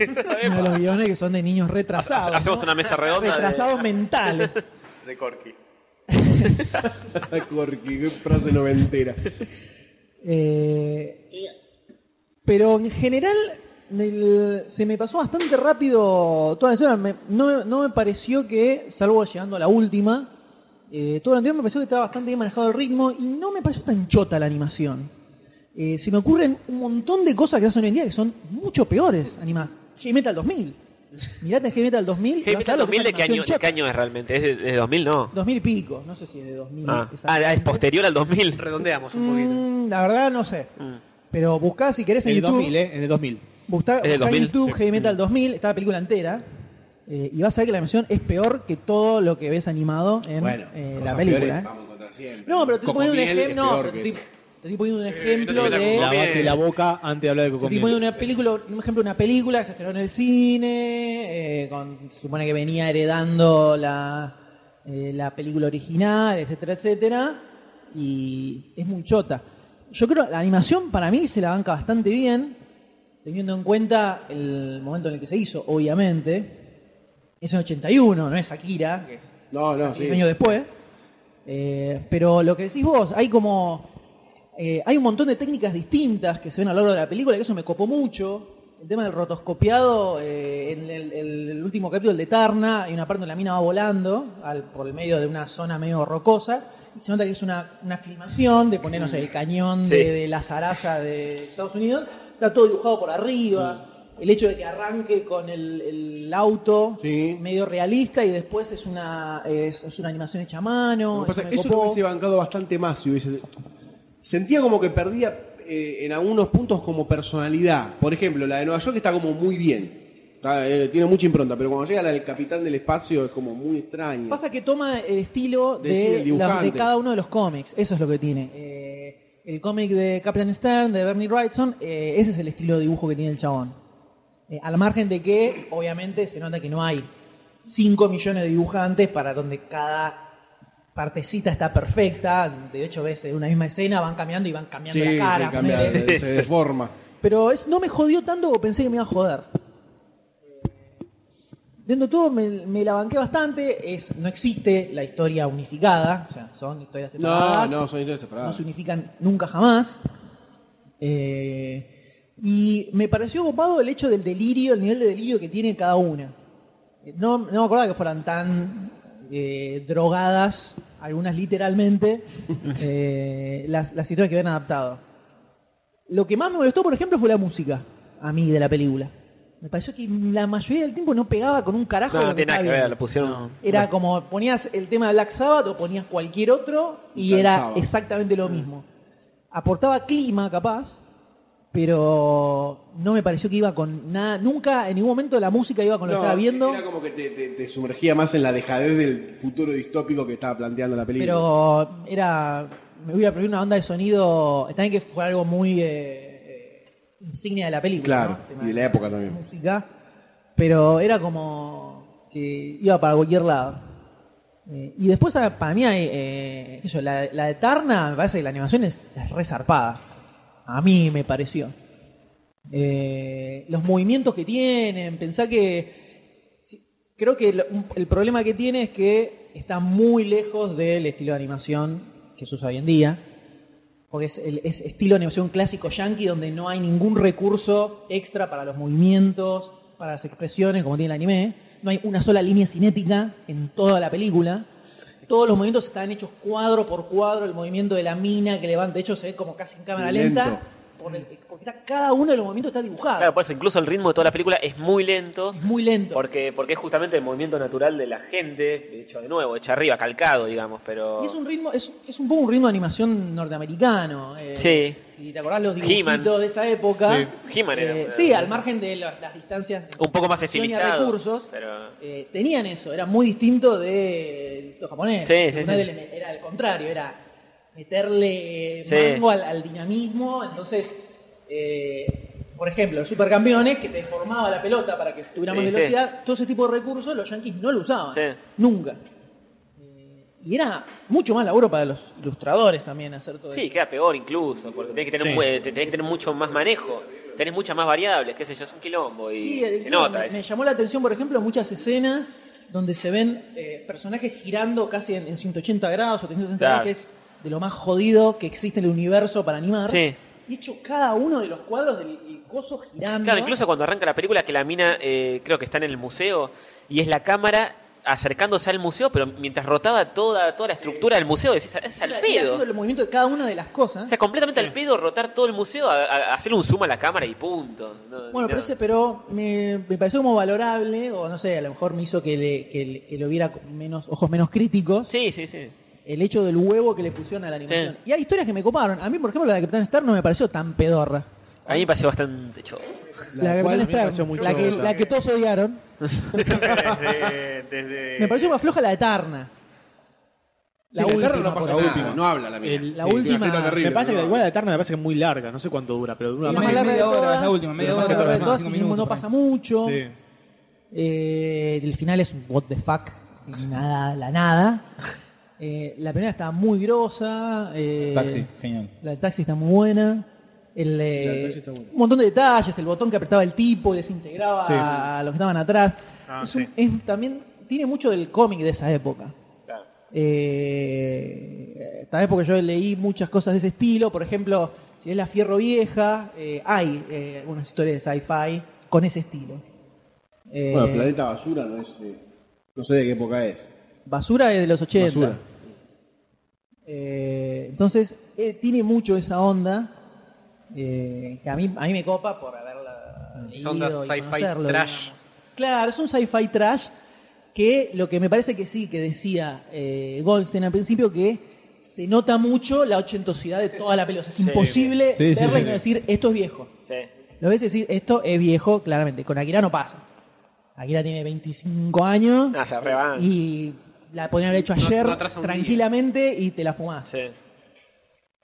[SPEAKER 3] Uno de los guiones que son de niños retrasados.
[SPEAKER 6] Hacemos
[SPEAKER 3] ¿no?
[SPEAKER 6] una mesa redonda. de-
[SPEAKER 3] Retrasados mentales.
[SPEAKER 7] De Corky.
[SPEAKER 2] Corky, qué frase noventera.
[SPEAKER 3] Eh, pero en general el- se me pasó bastante rápido toda la escena. Me- no, no me pareció que, salvo llegando a la última, eh, todo lo anterior me pareció que estaba bastante bien manejado el ritmo y no me pareció tan chota la animación. Eh, se me ocurren un montón de cosas que hacen hoy en día que son mucho peores animadas. Heavy Metal 2000. Mirate Heavy Metal 2000. y
[SPEAKER 6] Hey,
[SPEAKER 3] vas
[SPEAKER 6] mira,
[SPEAKER 3] a ver lo que
[SPEAKER 6] 2000 de
[SPEAKER 3] es
[SPEAKER 6] qué
[SPEAKER 3] animación
[SPEAKER 6] año, de
[SPEAKER 3] chota.
[SPEAKER 6] qué año es realmente? ¿Es de, de 2000? No.
[SPEAKER 3] 2000 y pico. No sé si es de 2000.
[SPEAKER 6] Ah, Ah,
[SPEAKER 3] exactamente.
[SPEAKER 6] es posterior al 2000.
[SPEAKER 8] Redondeamos un poquito.
[SPEAKER 3] Mm, la verdad no sé.
[SPEAKER 6] Ah.
[SPEAKER 3] Pero buscá si querés en,
[SPEAKER 4] En el
[SPEAKER 3] YouTube.
[SPEAKER 4] 2000, ¿eh? En el 2000.
[SPEAKER 3] Busca,
[SPEAKER 6] Es del
[SPEAKER 3] busca en
[SPEAKER 6] 2000,
[SPEAKER 3] YouTube
[SPEAKER 6] sí.
[SPEAKER 3] Heavy Metal 2000, está la película entera. eh, y vas a ver que la animación es peor que todo lo que ves animado en eh, la
[SPEAKER 2] cosas
[SPEAKER 3] película.
[SPEAKER 2] peores
[SPEAKER 3] ¿eh?
[SPEAKER 2] vamos a encontrar siempre.
[SPEAKER 3] No, pero te estoy poniendo un
[SPEAKER 2] Cocomiel es
[SPEAKER 3] ejemplo. No,
[SPEAKER 2] peor
[SPEAKER 3] pero te
[SPEAKER 2] que-
[SPEAKER 3] estoy- te estoy poniendo un
[SPEAKER 8] no
[SPEAKER 3] ejemplo
[SPEAKER 8] te la
[SPEAKER 3] de.
[SPEAKER 8] como-
[SPEAKER 4] Lavate la boca antes de hablar de Coco
[SPEAKER 3] Te estoy poniendo un película, un ejemplo de una película que se estrenó en el cine, eh, con, se supone que venía heredando la, eh, la película original, etcétera, etcétera, y es muy chota. Yo creo la animación para mí se la banca bastante bien, teniendo en cuenta el momento en el que se hizo, obviamente. Es en 81, no es Akira, que es
[SPEAKER 2] No, no, sí.
[SPEAKER 3] Diez años después. Eh, pero lo que decís vos, hay como. eh, hay un montón de técnicas distintas que se ven a lo largo de la película, que eso me copó mucho. El tema del rotoscopiado, eh, en el, el- el último capítulo, el de Tarna, hay una parte donde la mina va volando al- por el medio de una zona medio rocosa. Y se nota que es una, una filmación de ponernos el cañón
[SPEAKER 6] Sí.
[SPEAKER 3] de, de la zaraza de Estados Unidos. Está todo dibujado por arriba.
[SPEAKER 2] Mm.
[SPEAKER 3] El hecho de que arranque con el, el auto
[SPEAKER 2] Sí.
[SPEAKER 3] medio realista y después es una es, es una animación hecha a mano.
[SPEAKER 2] Lo que pasa es
[SPEAKER 3] me
[SPEAKER 2] que eso lo
[SPEAKER 3] copó.
[SPEAKER 2] hubiese bancado bastante más si hubiese. Sentía como que perdía eh, en algunos puntos como personalidad. Por ejemplo, la de Nueva York está como muy bien. Está, eh, tiene mucha impronta, pero cuando llega la del capitán del espacio es como muy extraño.
[SPEAKER 3] Pasa que toma el estilo
[SPEAKER 2] Decir, el
[SPEAKER 3] de,
[SPEAKER 2] dibujante.
[SPEAKER 3] las- de cada uno de los cómics. Eso es lo que tiene. Eh, el cómic de Captain Stern, de Bernie Wrightson, eh, ese es el estilo de dibujo que tiene el chabón. Eh, al margen de que, obviamente, se nota que no hay 5 millones de dibujantes para donde cada partecita está perfecta. De hecho, ves en una misma escena, van cambiando y van cambiando
[SPEAKER 2] Sí,
[SPEAKER 3] la cara.
[SPEAKER 2] se, cambia,
[SPEAKER 3] ponele.
[SPEAKER 2] se deforma.
[SPEAKER 3] Pero es- no me jodió tanto como pensé que me iba a joder. Dentro de todo me, me la banqué bastante. Es, no existe la historia unificada. O sea, son historias
[SPEAKER 2] No,
[SPEAKER 3] separadas.
[SPEAKER 2] no, son historias
[SPEAKER 3] no
[SPEAKER 2] separadas.
[SPEAKER 3] se unifican nunca jamás. Eh, y me pareció copado el hecho del delirio, el nivel de delirio que tiene cada una. Eh, No, no me acordaba que fueran tan eh, drogadas, algunas literalmente, eh, las, las historias que habían adaptado. Lo que más me molestó, por ejemplo, fue la música, a mí, de la película. Me pareció que la mayoría del tiempo no pegaba con un carajo.
[SPEAKER 6] No,
[SPEAKER 3] de
[SPEAKER 6] no
[SPEAKER 3] lo que
[SPEAKER 6] tiene nada que
[SPEAKER 3] estaba
[SPEAKER 6] ver,
[SPEAKER 3] viendo.
[SPEAKER 6] la pusieron.
[SPEAKER 3] Era como ponías el tema de Black Sabbath o ponías cualquier otro y
[SPEAKER 2] Black
[SPEAKER 3] era
[SPEAKER 2] Sabbath. Mm.
[SPEAKER 3] exactamente lo mismo. Aportaba clima, capaz, pero no me pareció que iba con nada. Nunca, en ningún momento, la música iba con lo que
[SPEAKER 2] No,
[SPEAKER 3] estaba viendo.
[SPEAKER 2] Era como que te, te- te sumergía más en la dejadez del futuro distópico que estaba planteando la película.
[SPEAKER 3] Pero era. Me hubiera preferido una banda de sonido. También que fue algo muy eh, eh, insignia de la película.
[SPEAKER 2] claro,
[SPEAKER 3] ¿no? Tema
[SPEAKER 2] y de
[SPEAKER 3] de
[SPEAKER 2] la época también.
[SPEAKER 3] música. Pero era como que iba para cualquier lado. Eh, y después, ah, para mí, hay, eh, qué sé yo, la, la de Tarna, me parece que la animación es, es re zarpada. A mí me pareció. Eh, los movimientos que tienen, pensá que creo que lo- un- el problema que tiene es que está muy lejos del estilo de animación que se usa hoy en día. Porque es, el, es estilo de animación clásico yankee donde no hay ningún recurso extra para los movimientos, para las expresiones como tiene el anime. No hay una sola línea cinética en toda la película. Todos los movimientos están hechos cuadro por cuadro. El movimiento de la mina que levanta, de hecho, se ve como casi en cámara
[SPEAKER 6] Lento.
[SPEAKER 3] lenta. por el- porque está- cada uno de los movimientos está dibujado.
[SPEAKER 6] Claro, por eso incluso el ritmo de toda la película es muy lento.
[SPEAKER 3] muy lento.
[SPEAKER 6] Porque, porque es justamente el movimiento natural de la gente, de hecho de nuevo, hecha arriba, calcado, digamos, pero...
[SPEAKER 3] Y es un ritmo, es, es un poco un ritmo de animación norteamericano. eh,
[SPEAKER 6] Sí.
[SPEAKER 3] Si te acordás los
[SPEAKER 6] He-Man.
[SPEAKER 3] dibujitos de esa época.
[SPEAKER 6] Sí, He-Man era
[SPEAKER 3] eh,
[SPEAKER 6] una-
[SPEAKER 3] sí, al margen de la- las distancias. de
[SPEAKER 6] Un poco más
[SPEAKER 3] producción y
[SPEAKER 6] estilizado.
[SPEAKER 3] recursos,
[SPEAKER 6] pero-
[SPEAKER 3] eh, tenían eso, era muy distinto de los japoneses.
[SPEAKER 6] Sí,
[SPEAKER 3] Los
[SPEAKER 6] sí,
[SPEAKER 3] japoneses
[SPEAKER 6] sí.
[SPEAKER 3] le- Era al contrario, era meterle eh,
[SPEAKER 6] Sí.
[SPEAKER 3] mango al, al dinamismo. Entonces, eh, por ejemplo, los supercampeones, que te formaba la pelota para que tuviera más
[SPEAKER 6] Sí, sí.
[SPEAKER 3] velocidad, todo ese tipo de recursos los yankees no lo usaban.
[SPEAKER 6] Sí.
[SPEAKER 3] Nunca. Eh, Y era mucho más laburo para los ilustradores también hacer todo
[SPEAKER 6] Sí,
[SPEAKER 3] eso.
[SPEAKER 6] queda peor incluso, porque tenés que tener,
[SPEAKER 3] Sí.
[SPEAKER 6] mu- eh, te- tenés que tener mucho más manejo, tenés muchas más variables, qué sé yo, es un quilombo y
[SPEAKER 3] Sí, el-
[SPEAKER 6] se nota.
[SPEAKER 3] me,
[SPEAKER 6] es-
[SPEAKER 3] me llamó la atención, por ejemplo, muchas escenas donde se ven eh, personajes girando casi en, en 180 grados o 360 grados,
[SPEAKER 6] Claro.
[SPEAKER 3] que es de lo más jodido que existe en el universo para animar.
[SPEAKER 6] Sí.
[SPEAKER 3] Y hecho cada uno de los cuadros del el coso girando.
[SPEAKER 6] Claro, incluso cuando arranca la película que la mina eh, creo que está en el museo y es la cámara acercándose al museo, pero mientras rotaba toda, toda la estructura del museo, decís, es al
[SPEAKER 3] Y
[SPEAKER 6] pedo.
[SPEAKER 3] haciendo el movimiento de cada una de las cosas.
[SPEAKER 6] O sea, completamente al pedo rotar todo el museo, a- a- hacer un zoom a la cámara y punto. No,
[SPEAKER 3] Bueno,
[SPEAKER 6] no.
[SPEAKER 3] pero, ese- pero me, me pareció como valorable, o no sé, a lo mejor me hizo que, le, que, le- que lo viera con menos, ojos menos críticos.
[SPEAKER 6] Sí, sí, sí.
[SPEAKER 3] El hecho del huevo que le pusieron a la animación. Y hay historias que me coparon. A mí, por ejemplo, la de Capitán Star no me pareció tan pedorra.
[SPEAKER 6] A mí me pareció bastante choto.
[SPEAKER 3] La, de Capitán Star, la, que, la que todos odiaron.
[SPEAKER 21] Desde, desde-
[SPEAKER 3] Me pareció más floja la de Tarna.
[SPEAKER 2] Sí, la Eterna no pasa nada, no habla la mina.
[SPEAKER 4] El-
[SPEAKER 3] La última-
[SPEAKER 4] teta
[SPEAKER 3] terrible,
[SPEAKER 4] me pasa que
[SPEAKER 3] pero
[SPEAKER 4] la igual la eterna me parece que es muy larga, no sé cuánto dura, pero dura
[SPEAKER 3] Y
[SPEAKER 4] más
[SPEAKER 3] más
[SPEAKER 4] que-
[SPEAKER 3] larga de todas,
[SPEAKER 4] Dura más que todas las
[SPEAKER 3] de
[SPEAKER 4] demás,
[SPEAKER 3] todas,
[SPEAKER 4] cinco
[SPEAKER 3] y mismo
[SPEAKER 4] minutos
[SPEAKER 3] no
[SPEAKER 4] por ahí.
[SPEAKER 3] pasa mucho.
[SPEAKER 4] Sí.
[SPEAKER 3] Eh, el final es un what the fuck, y nada, la nada. Eh, la primera está muy grosa. eh,
[SPEAKER 9] Taxi, genial.
[SPEAKER 3] La del taxi está muy buena. El, eh,
[SPEAKER 9] la del taxi está buena.
[SPEAKER 3] Un montón de detalles, el botón que apretaba el tipo y desintegraba
[SPEAKER 9] Sí.
[SPEAKER 3] a los que estaban atrás.
[SPEAKER 9] Ah,
[SPEAKER 3] Es un- es- también tiene mucho del cómic de esa época. Eh, también porque yo leí muchas cosas de ese estilo. Por ejemplo, si es La Fierro Vieja, eh, hay eh, unas historias de sci-fi con ese estilo. Eh,
[SPEAKER 2] Bueno, Planeta Basura no es. eh, no sé de qué época es.
[SPEAKER 3] Basura es de los 80.
[SPEAKER 2] Basura.
[SPEAKER 3] Eh, entonces, eh, tiene mucho esa onda eh, que a mí, a mí me copa por haberla leído
[SPEAKER 8] Esa onda
[SPEAKER 3] y
[SPEAKER 8] sci-fi
[SPEAKER 3] conocerlo,
[SPEAKER 8] trash.
[SPEAKER 3] Claro, es un sci-fi trash que lo que me parece que sí, que decía eh, Goldstein al principio, que se nota mucho la ochentosidad de toda la pelota. O sea, Es
[SPEAKER 6] Sí.
[SPEAKER 3] imposible
[SPEAKER 6] Sí, sí,
[SPEAKER 3] verla y
[SPEAKER 6] sí.
[SPEAKER 3] no decir, esto es viejo.
[SPEAKER 6] Sí.
[SPEAKER 3] Lo ves y decir, esto es viejo, claramente. Con Akira no pasa. Akira tiene 25 años.
[SPEAKER 6] Ah, se rebanca.
[SPEAKER 3] Y la podrían haber hecho
[SPEAKER 6] No-
[SPEAKER 3] ayer
[SPEAKER 6] no atrasa un día.
[SPEAKER 3] tranquilamente y te la fumás.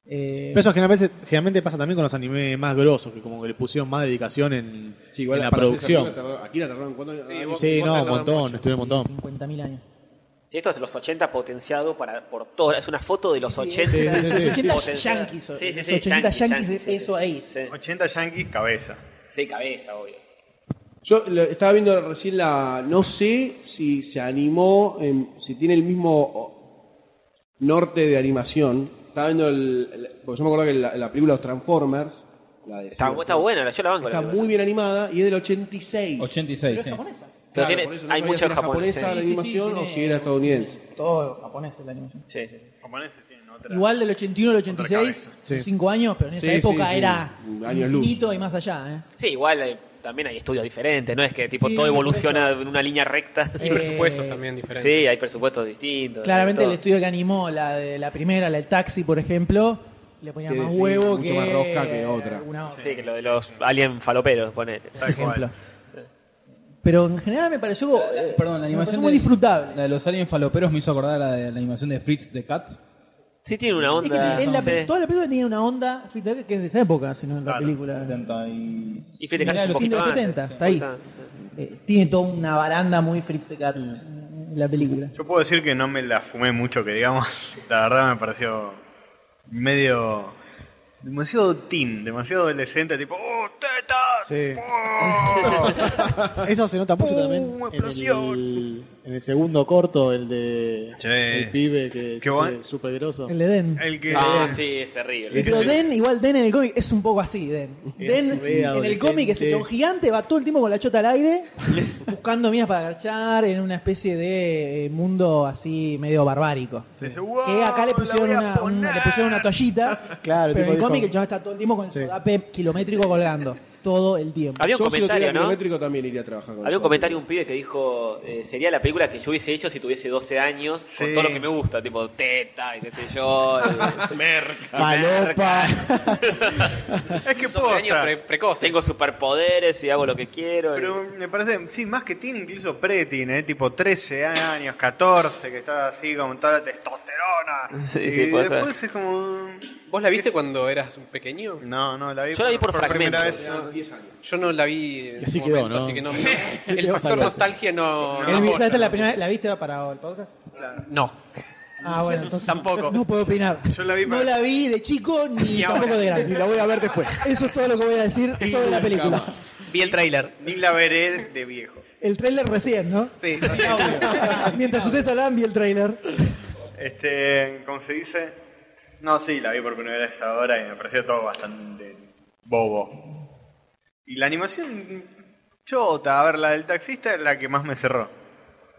[SPEAKER 3] Eh,
[SPEAKER 4] Pero eso generalmente, generalmente pasa también con los animes más grosos, que como que le pusieron más dedicación en, en la producción.
[SPEAKER 2] Aquí la tardaron cuántos años.
[SPEAKER 4] vos- Sí, vos no, te un tardaron montón, mucho. estuve un montón.
[SPEAKER 3] 50.000 años.
[SPEAKER 6] Si esto es de los 80 potenciado para, por todo. Es una foto de los 80.
[SPEAKER 3] sí, sí, sí. 80
[SPEAKER 6] potenciada.
[SPEAKER 3] yankees,
[SPEAKER 6] Sí, sí,
[SPEAKER 3] los
[SPEAKER 6] sí,
[SPEAKER 3] 80
[SPEAKER 6] yankees,
[SPEAKER 3] yankees,
[SPEAKER 6] yankees, sí,
[SPEAKER 3] eso ahí.
[SPEAKER 7] 80 yankees, cabeza.
[SPEAKER 6] Sí, cabeza, obvio.
[SPEAKER 2] Yo lo- estaba viendo recién la. No sé si se animó, em, si tiene el mismo o- norte de animación. Estaba viendo el. el- porque yo me acuerdo que la, la película Los Transformers. La de
[SPEAKER 6] Está, está buena, la- yo la banco.
[SPEAKER 2] Está
[SPEAKER 6] la-
[SPEAKER 2] muy bien animada y es del 86.
[SPEAKER 9] 86, sí.
[SPEAKER 6] Pero
[SPEAKER 2] Claro,
[SPEAKER 6] tiene-
[SPEAKER 2] por eso no
[SPEAKER 6] hay
[SPEAKER 2] sabía
[SPEAKER 6] mucho
[SPEAKER 2] si era
[SPEAKER 6] japonés,
[SPEAKER 2] japonesa
[SPEAKER 6] sí.
[SPEAKER 2] la
[SPEAKER 6] Sí, sí,
[SPEAKER 2] animación
[SPEAKER 3] tiene-
[SPEAKER 2] o si era estadounidense.
[SPEAKER 3] Todo japonés es la animación.
[SPEAKER 6] Sí, sí.
[SPEAKER 7] Japoneses tienen otra.
[SPEAKER 3] Igual del 81 al 86,
[SPEAKER 7] cabeza.
[SPEAKER 2] Sí.
[SPEAKER 3] 5 años, pero en esa
[SPEAKER 2] Sí, sí,
[SPEAKER 3] época
[SPEAKER 2] sí.
[SPEAKER 3] era
[SPEAKER 2] Años luz.
[SPEAKER 3] infinito y más allá. ¿eh?
[SPEAKER 6] Sí, igual eh, también hay estudios diferentes, ¿no? Es que tipo
[SPEAKER 3] Sí,
[SPEAKER 6] todo
[SPEAKER 3] por
[SPEAKER 6] evoluciona en una línea recta.
[SPEAKER 3] Y Eh, presupuestos
[SPEAKER 8] también diferentes.
[SPEAKER 6] Sí, hay presupuestos distintos.
[SPEAKER 3] Claramente
[SPEAKER 6] todo.
[SPEAKER 3] el estudio que animó la de la primera, la del taxi, por ejemplo, le ponía
[SPEAKER 6] Tiene,
[SPEAKER 3] más
[SPEAKER 6] sí,
[SPEAKER 3] huevo
[SPEAKER 6] mucho
[SPEAKER 3] que
[SPEAKER 6] más rosca que otra.
[SPEAKER 3] alguna otra.
[SPEAKER 6] Sí, que lo de los alien faloperos, ponete.
[SPEAKER 3] ejemplo. Pero en general me pareció,
[SPEAKER 9] Perdón, la animación
[SPEAKER 3] animación muy
[SPEAKER 9] de-
[SPEAKER 3] disfrutable.
[SPEAKER 9] La de los aliens faloperos me hizo acordar a la de la animación de Fritz the Cat.
[SPEAKER 6] Sí, tiene una
[SPEAKER 3] Es
[SPEAKER 6] onda.
[SPEAKER 3] que en la-
[SPEAKER 6] Sí.
[SPEAKER 3] Toda la película tenía una onda fíjate, que es de esa época, sino en la película.
[SPEAKER 6] Y Fritz the Cat es un
[SPEAKER 3] Fin de
[SPEAKER 6] poquito
[SPEAKER 3] los
[SPEAKER 6] antes,
[SPEAKER 3] 70,
[SPEAKER 6] sí.
[SPEAKER 3] está ahí.
[SPEAKER 6] Está,
[SPEAKER 3] Eh, tiene toda una baranda muy Fritz the Cat en la película.
[SPEAKER 7] Yo puedo decir que no me la fumé mucho, que digamos, la verdad me pareció medio... Demasiado teen, demasiado adolescente, tipo, ¡oh, tetas!
[SPEAKER 4] Sí.
[SPEAKER 7] ¡Oh!
[SPEAKER 4] Eso se nota mucho
[SPEAKER 7] ¡Pum!
[SPEAKER 4] también en
[SPEAKER 7] ¡Explosión!
[SPEAKER 4] el, en el segundo corto, el de
[SPEAKER 7] Che.
[SPEAKER 4] el pibe que
[SPEAKER 7] Qué
[SPEAKER 4] es
[SPEAKER 7] guay.
[SPEAKER 4] eh, super groso.
[SPEAKER 3] El de Den.
[SPEAKER 7] El que...
[SPEAKER 6] Ah, sí, es terrible.
[SPEAKER 3] Pero Den, igual Den en el cómic es un poco así, Den. Den
[SPEAKER 4] re
[SPEAKER 3] en el
[SPEAKER 4] adolescente.
[SPEAKER 3] cómic es un chabón gigante, va todo el tiempo con la chota al aire, buscando minas para agarchar en una especie de eh, mundo así medio barbárico. Que acá le pusieron una, una- le pusieron una toallita,
[SPEAKER 4] Claro,
[SPEAKER 3] pero en el
[SPEAKER 4] tipo,
[SPEAKER 3] cómic
[SPEAKER 4] dijo-
[SPEAKER 3] el chabón está todo el tiempo con el sodape kilométrico colgando, todo el tiempo.
[SPEAKER 6] Había un
[SPEAKER 2] Yo si lo tuviera
[SPEAKER 6] comentario, ¿no?
[SPEAKER 2] kilométrico también iría a trabajar con
[SPEAKER 6] Había
[SPEAKER 2] eso.
[SPEAKER 6] un comentario un pibe que dijo, eh, sería la película que yo hubiese hecho si tuviese 12 años, con todo lo que me gusta, tipo teta, y qué sé yo, eh, merca.
[SPEAKER 4] Falopa.
[SPEAKER 7] Es que posta.
[SPEAKER 6] Tengo superpoderes y hago lo que quiero. y-
[SPEAKER 7] Pero me parece, sí, más que teen, incluso pre-teen, ¿eh? tipo 13 años, 14, que está así como toda la testosterona.
[SPEAKER 6] Sí,
[SPEAKER 7] y
[SPEAKER 6] sí, puede ser.
[SPEAKER 7] después es como...
[SPEAKER 8] ¿Vos la viste cuando eras un pequeño?
[SPEAKER 7] No, no, la vi
[SPEAKER 6] Yo la vi por
[SPEAKER 7] primera
[SPEAKER 6] fragmentos.
[SPEAKER 7] vez.
[SPEAKER 2] Eran 10 años.
[SPEAKER 8] Yo no la vi en
[SPEAKER 4] Y así
[SPEAKER 8] su
[SPEAKER 4] quedó,
[SPEAKER 8] momento,
[SPEAKER 4] ¿no?
[SPEAKER 8] así que no.
[SPEAKER 4] quedó
[SPEAKER 8] El factor
[SPEAKER 4] salvaje.
[SPEAKER 8] nostalgia no.
[SPEAKER 3] El-
[SPEAKER 8] no
[SPEAKER 3] esta
[SPEAKER 8] apoya.
[SPEAKER 3] es la primera la viste para el podcast?
[SPEAKER 8] No.
[SPEAKER 3] Ah, bueno, entonces
[SPEAKER 8] Tampoco.
[SPEAKER 3] no puedo opinar.
[SPEAKER 7] Yo la vi
[SPEAKER 3] No la vi de chico ni
[SPEAKER 8] ahora.
[SPEAKER 3] tampoco de grande.
[SPEAKER 4] Y la voy a ver después.
[SPEAKER 3] Eso es todo lo que voy a decir sobre la película.
[SPEAKER 8] Vi el tráiler.
[SPEAKER 7] Ni la veré de viejo.
[SPEAKER 3] El tráiler recién, ¿no?
[SPEAKER 8] Sí.
[SPEAKER 3] Mientras ustedes hablaban, vi el tráiler.
[SPEAKER 7] Este, ¿cómo se dice? No, sí, la vi por primera vez ahora y me pareció todo bastante bobo. Y la animación chota, a ver, la del taxista es la que más me cerró.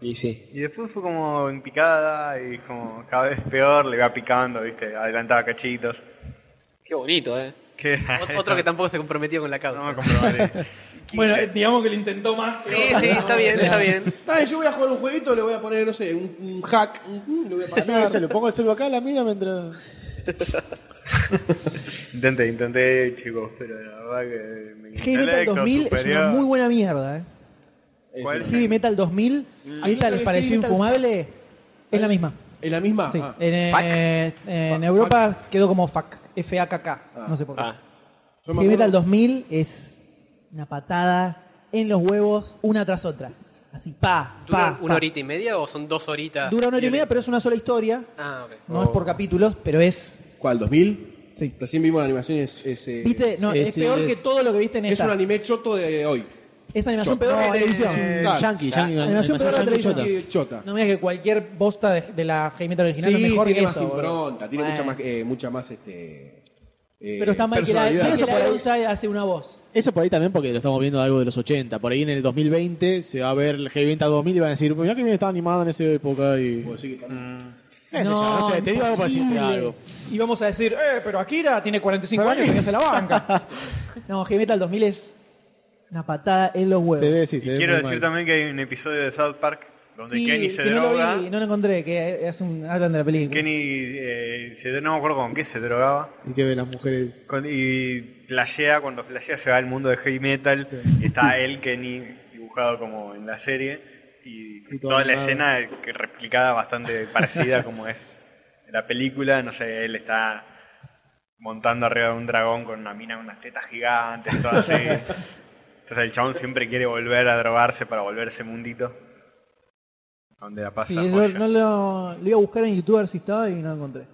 [SPEAKER 6] Y sí.
[SPEAKER 7] Y después fue como en picada y como cada vez peor, le iba picando, viste, adelantaba cachitos.
[SPEAKER 6] Qué bonito, ¿eh?
[SPEAKER 7] Que-
[SPEAKER 8] Ot- Otro que tampoco se comprometió con la causa.
[SPEAKER 7] No me comprobaré.
[SPEAKER 22] Bueno, eh, digamos que lo intentó más.
[SPEAKER 8] Sí, sí, está bien, está bien.
[SPEAKER 2] Dale, yo voy a jugar un jueguito, le voy a poner, no sé, un, un hack, un- lo voy a
[SPEAKER 4] Yo
[SPEAKER 2] pasar.
[SPEAKER 4] se lo pongo el celu acá, la mira mientras.
[SPEAKER 7] Intenté, intenté, chicos, pero la verdad que mi
[SPEAKER 3] Heavy Metal
[SPEAKER 7] intelecto
[SPEAKER 3] 2000 es una
[SPEAKER 7] superior-
[SPEAKER 3] muy buena mierda, ¿eh?
[SPEAKER 7] ¿Cuál?
[SPEAKER 3] Heavy Metal 2000, si esta les pareció infumable, es la misma.
[SPEAKER 2] ¿Es la misma?
[SPEAKER 3] Sí.
[SPEAKER 2] Ah.
[SPEAKER 3] En, eh,
[SPEAKER 2] Fuck.
[SPEAKER 3] en
[SPEAKER 2] Fuck.
[SPEAKER 3] Europa quedó como FAC, F-A-K-K, no sé por qué.
[SPEAKER 6] Ah.
[SPEAKER 2] Yo me
[SPEAKER 3] Heavy Metal
[SPEAKER 2] acuerdo-
[SPEAKER 3] 2000 es una patada en los huevos, una tras otra. Así, pa, pa,
[SPEAKER 8] ¿Dura una
[SPEAKER 3] pa.
[SPEAKER 8] horita y media o son dos horitas?
[SPEAKER 3] Dura una hora y media, pero es una sola historia.
[SPEAKER 8] Ah, ok.
[SPEAKER 3] No es por capítulos, pero es.
[SPEAKER 2] ¿Cuál? ¿2000?
[SPEAKER 3] Sí.
[SPEAKER 2] Recién vimos la animación, es. es, eh,
[SPEAKER 3] ¿Viste? No, es,
[SPEAKER 4] es-
[SPEAKER 3] peor
[SPEAKER 4] es-
[SPEAKER 3] que todo lo que viste en
[SPEAKER 2] es
[SPEAKER 3] esta.
[SPEAKER 2] un anime choto de hoy.
[SPEAKER 3] Esa animación
[SPEAKER 2] Chota.
[SPEAKER 3] peor de
[SPEAKER 2] No,
[SPEAKER 3] la
[SPEAKER 2] es-
[SPEAKER 3] televisión.
[SPEAKER 2] eh,
[SPEAKER 4] Un yankee,
[SPEAKER 2] claro.
[SPEAKER 4] yankee, una
[SPEAKER 3] Animación
[SPEAKER 4] animación
[SPEAKER 3] peor de la
[SPEAKER 4] yankee chota.
[SPEAKER 3] televisión.
[SPEAKER 2] Eh, Chota.
[SPEAKER 3] No me digas que cualquier bosta de, de la heavy metal original
[SPEAKER 2] Sí,
[SPEAKER 3] es mejor
[SPEAKER 2] tiene
[SPEAKER 3] que
[SPEAKER 2] más
[SPEAKER 3] eso, boludo.
[SPEAKER 2] impronta, tiene mucha
[SPEAKER 3] Bueno.
[SPEAKER 2] más, eh, mucha más este. eh,
[SPEAKER 3] Pero está mal que la,
[SPEAKER 2] personalidad.
[SPEAKER 3] Michael
[SPEAKER 4] Pero eso por ahí-
[SPEAKER 3] Ironside hace una voz.
[SPEAKER 4] Eso por ahí también porque lo estamos viendo algo de los 80. Por ahí en el 2020 se va a ver el Heavy Metal 2000 y van a decir, mirá que bien estaba animado en esa época y... Qué sé yo, No, sé, te digo algo para decirte
[SPEAKER 3] imposible.
[SPEAKER 4] algo.
[SPEAKER 3] Y vamos a decir, eh, pero Akira tiene 45 años y que se la banca. no, Heavy Metal 2000 es una patada en los huevos.
[SPEAKER 4] Se ve, sí, se ve
[SPEAKER 7] Y quiero
[SPEAKER 4] muy
[SPEAKER 7] decir
[SPEAKER 4] mal.
[SPEAKER 7] también que hay un episodio de South Park donde
[SPEAKER 3] Sí,
[SPEAKER 7] Kenny se
[SPEAKER 3] que no lo
[SPEAKER 7] droga.
[SPEAKER 3] vi, no lo encontré, que es un, hablan de la película.
[SPEAKER 7] Kenny eh, se, no me acuerdo con qué se drogaba.
[SPEAKER 4] Y que ven las mujeres...
[SPEAKER 7] Con- y flashea, cuando flashea se va al mundo de heavy metal. y está él, Kenny, dibujando dibujado como en la serie. Y,
[SPEAKER 4] Y todo
[SPEAKER 7] toda la
[SPEAKER 4] animado.
[SPEAKER 7] escena que replicada bastante parecida como es en la película. No sé, él está montando arriba de un dragón con una mina, unas tetas gigantes, todo así. Entonces el chabón siempre quiere volver a drogarse para volver a ese mundito. Donde la pasa
[SPEAKER 3] Sí,
[SPEAKER 7] joya.
[SPEAKER 3] yo no lo, lo iba a buscar en YouTube a ver si estaba y no lo encontré.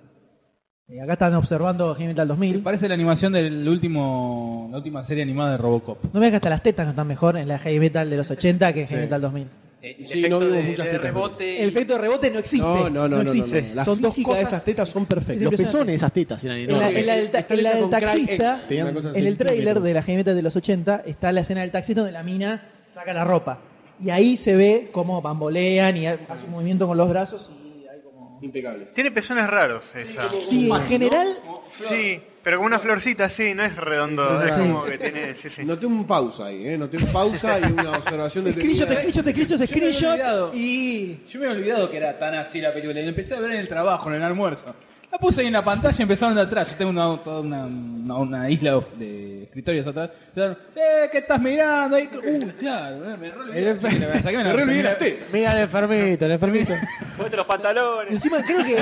[SPEAKER 3] Y acá están observando Genital 2000.
[SPEAKER 9] Parece la animación del último, la última serie animada de Robocop.
[SPEAKER 3] No me digas que hasta las tetas no están mejor en la heavy metal de los 80 que en Heavy Metal 2000.
[SPEAKER 8] El
[SPEAKER 2] Sí,
[SPEAKER 8] efecto
[SPEAKER 2] no vimos
[SPEAKER 8] de-
[SPEAKER 2] muchas
[SPEAKER 8] de
[SPEAKER 2] tetas,
[SPEAKER 8] rebote.
[SPEAKER 3] El efecto de rebote no existe.
[SPEAKER 2] No, no, no, no, no,
[SPEAKER 3] existe.
[SPEAKER 2] no, no. La
[SPEAKER 3] Son dos
[SPEAKER 2] física
[SPEAKER 3] cosas.
[SPEAKER 2] de esas tetas son perfectas.
[SPEAKER 3] Es
[SPEAKER 4] Los
[SPEAKER 3] impresionante.
[SPEAKER 4] pezones de esas tetas eran
[SPEAKER 3] En la,
[SPEAKER 4] enormes.
[SPEAKER 3] en la del, ta-
[SPEAKER 2] Están
[SPEAKER 3] en la
[SPEAKER 2] hechas
[SPEAKER 3] del
[SPEAKER 2] con crack
[SPEAKER 3] taxista,
[SPEAKER 2] egg,
[SPEAKER 4] Tenían-
[SPEAKER 2] una cosa así.
[SPEAKER 3] en el tráiler
[SPEAKER 4] milímetros.
[SPEAKER 3] de la heavy metal de los 80 está la escena del taxista donde la mina saca la ropa. Y ahí se ve cómo bambolean y hace un movimiento con los brazos. Y hay como...
[SPEAKER 2] Impecables.
[SPEAKER 7] Tiene pezones raros esa.
[SPEAKER 3] Sí, en general,
[SPEAKER 7] Sí, pero como una florcita, sí, no es redondo, es
[SPEAKER 2] Sí.
[SPEAKER 7] como que tiene, sí, sí.
[SPEAKER 2] Noté un pausa ahí, ¿eh? Noté un pausa y una observación de
[SPEAKER 3] screenshot, screenshot, screenshot,
[SPEAKER 9] Yo me había olvidado.
[SPEAKER 3] screenshot. Y
[SPEAKER 9] Yo me había olvidado que era tan así la película. Y la empecé a ver en el trabajo, en el almuerzo. La puse ahí en la pantalla y empezaron de atrás. Yo tengo una, toda una, una, una isla of- de escritorios atrás. Empezaron, ¡eh! ¿Qué estás mirando? Ahí, uh, claro, me me re olvidé. Así que la- saqué una-
[SPEAKER 2] Me re olvidé
[SPEAKER 9] la-
[SPEAKER 2] las tetas.
[SPEAKER 4] Mira el enfermito, el enfermito.
[SPEAKER 6] Ponete los pantalones.
[SPEAKER 3] encima creo que.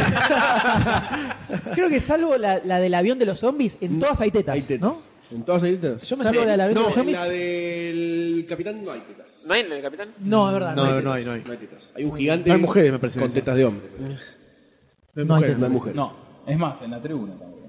[SPEAKER 3] creo que salvo la, la del avión de los zombies, en todas hay tetas.
[SPEAKER 2] Hay tetas.
[SPEAKER 3] Mm, ¿no?
[SPEAKER 2] ¿En todas hay tetas?
[SPEAKER 3] Yo me salgo de la avión de los
[SPEAKER 2] No, en
[SPEAKER 3] zombies.
[SPEAKER 2] la del capitán no hay tetas.
[SPEAKER 6] ¿No hay en el capitán?
[SPEAKER 3] No, es verdad. No,
[SPEAKER 4] No,
[SPEAKER 3] hay
[SPEAKER 4] no
[SPEAKER 3] tetas.
[SPEAKER 4] hay, no hay.
[SPEAKER 2] No hay tetas. Hay un gigante
[SPEAKER 4] No hay mujeres, me parece
[SPEAKER 2] con
[SPEAKER 4] que sea.
[SPEAKER 2] tetas de hombre.
[SPEAKER 4] No hay
[SPEAKER 3] No hay
[SPEAKER 4] mujeres.
[SPEAKER 2] No hay mujeres.
[SPEAKER 9] No, es más, en la tribuna también.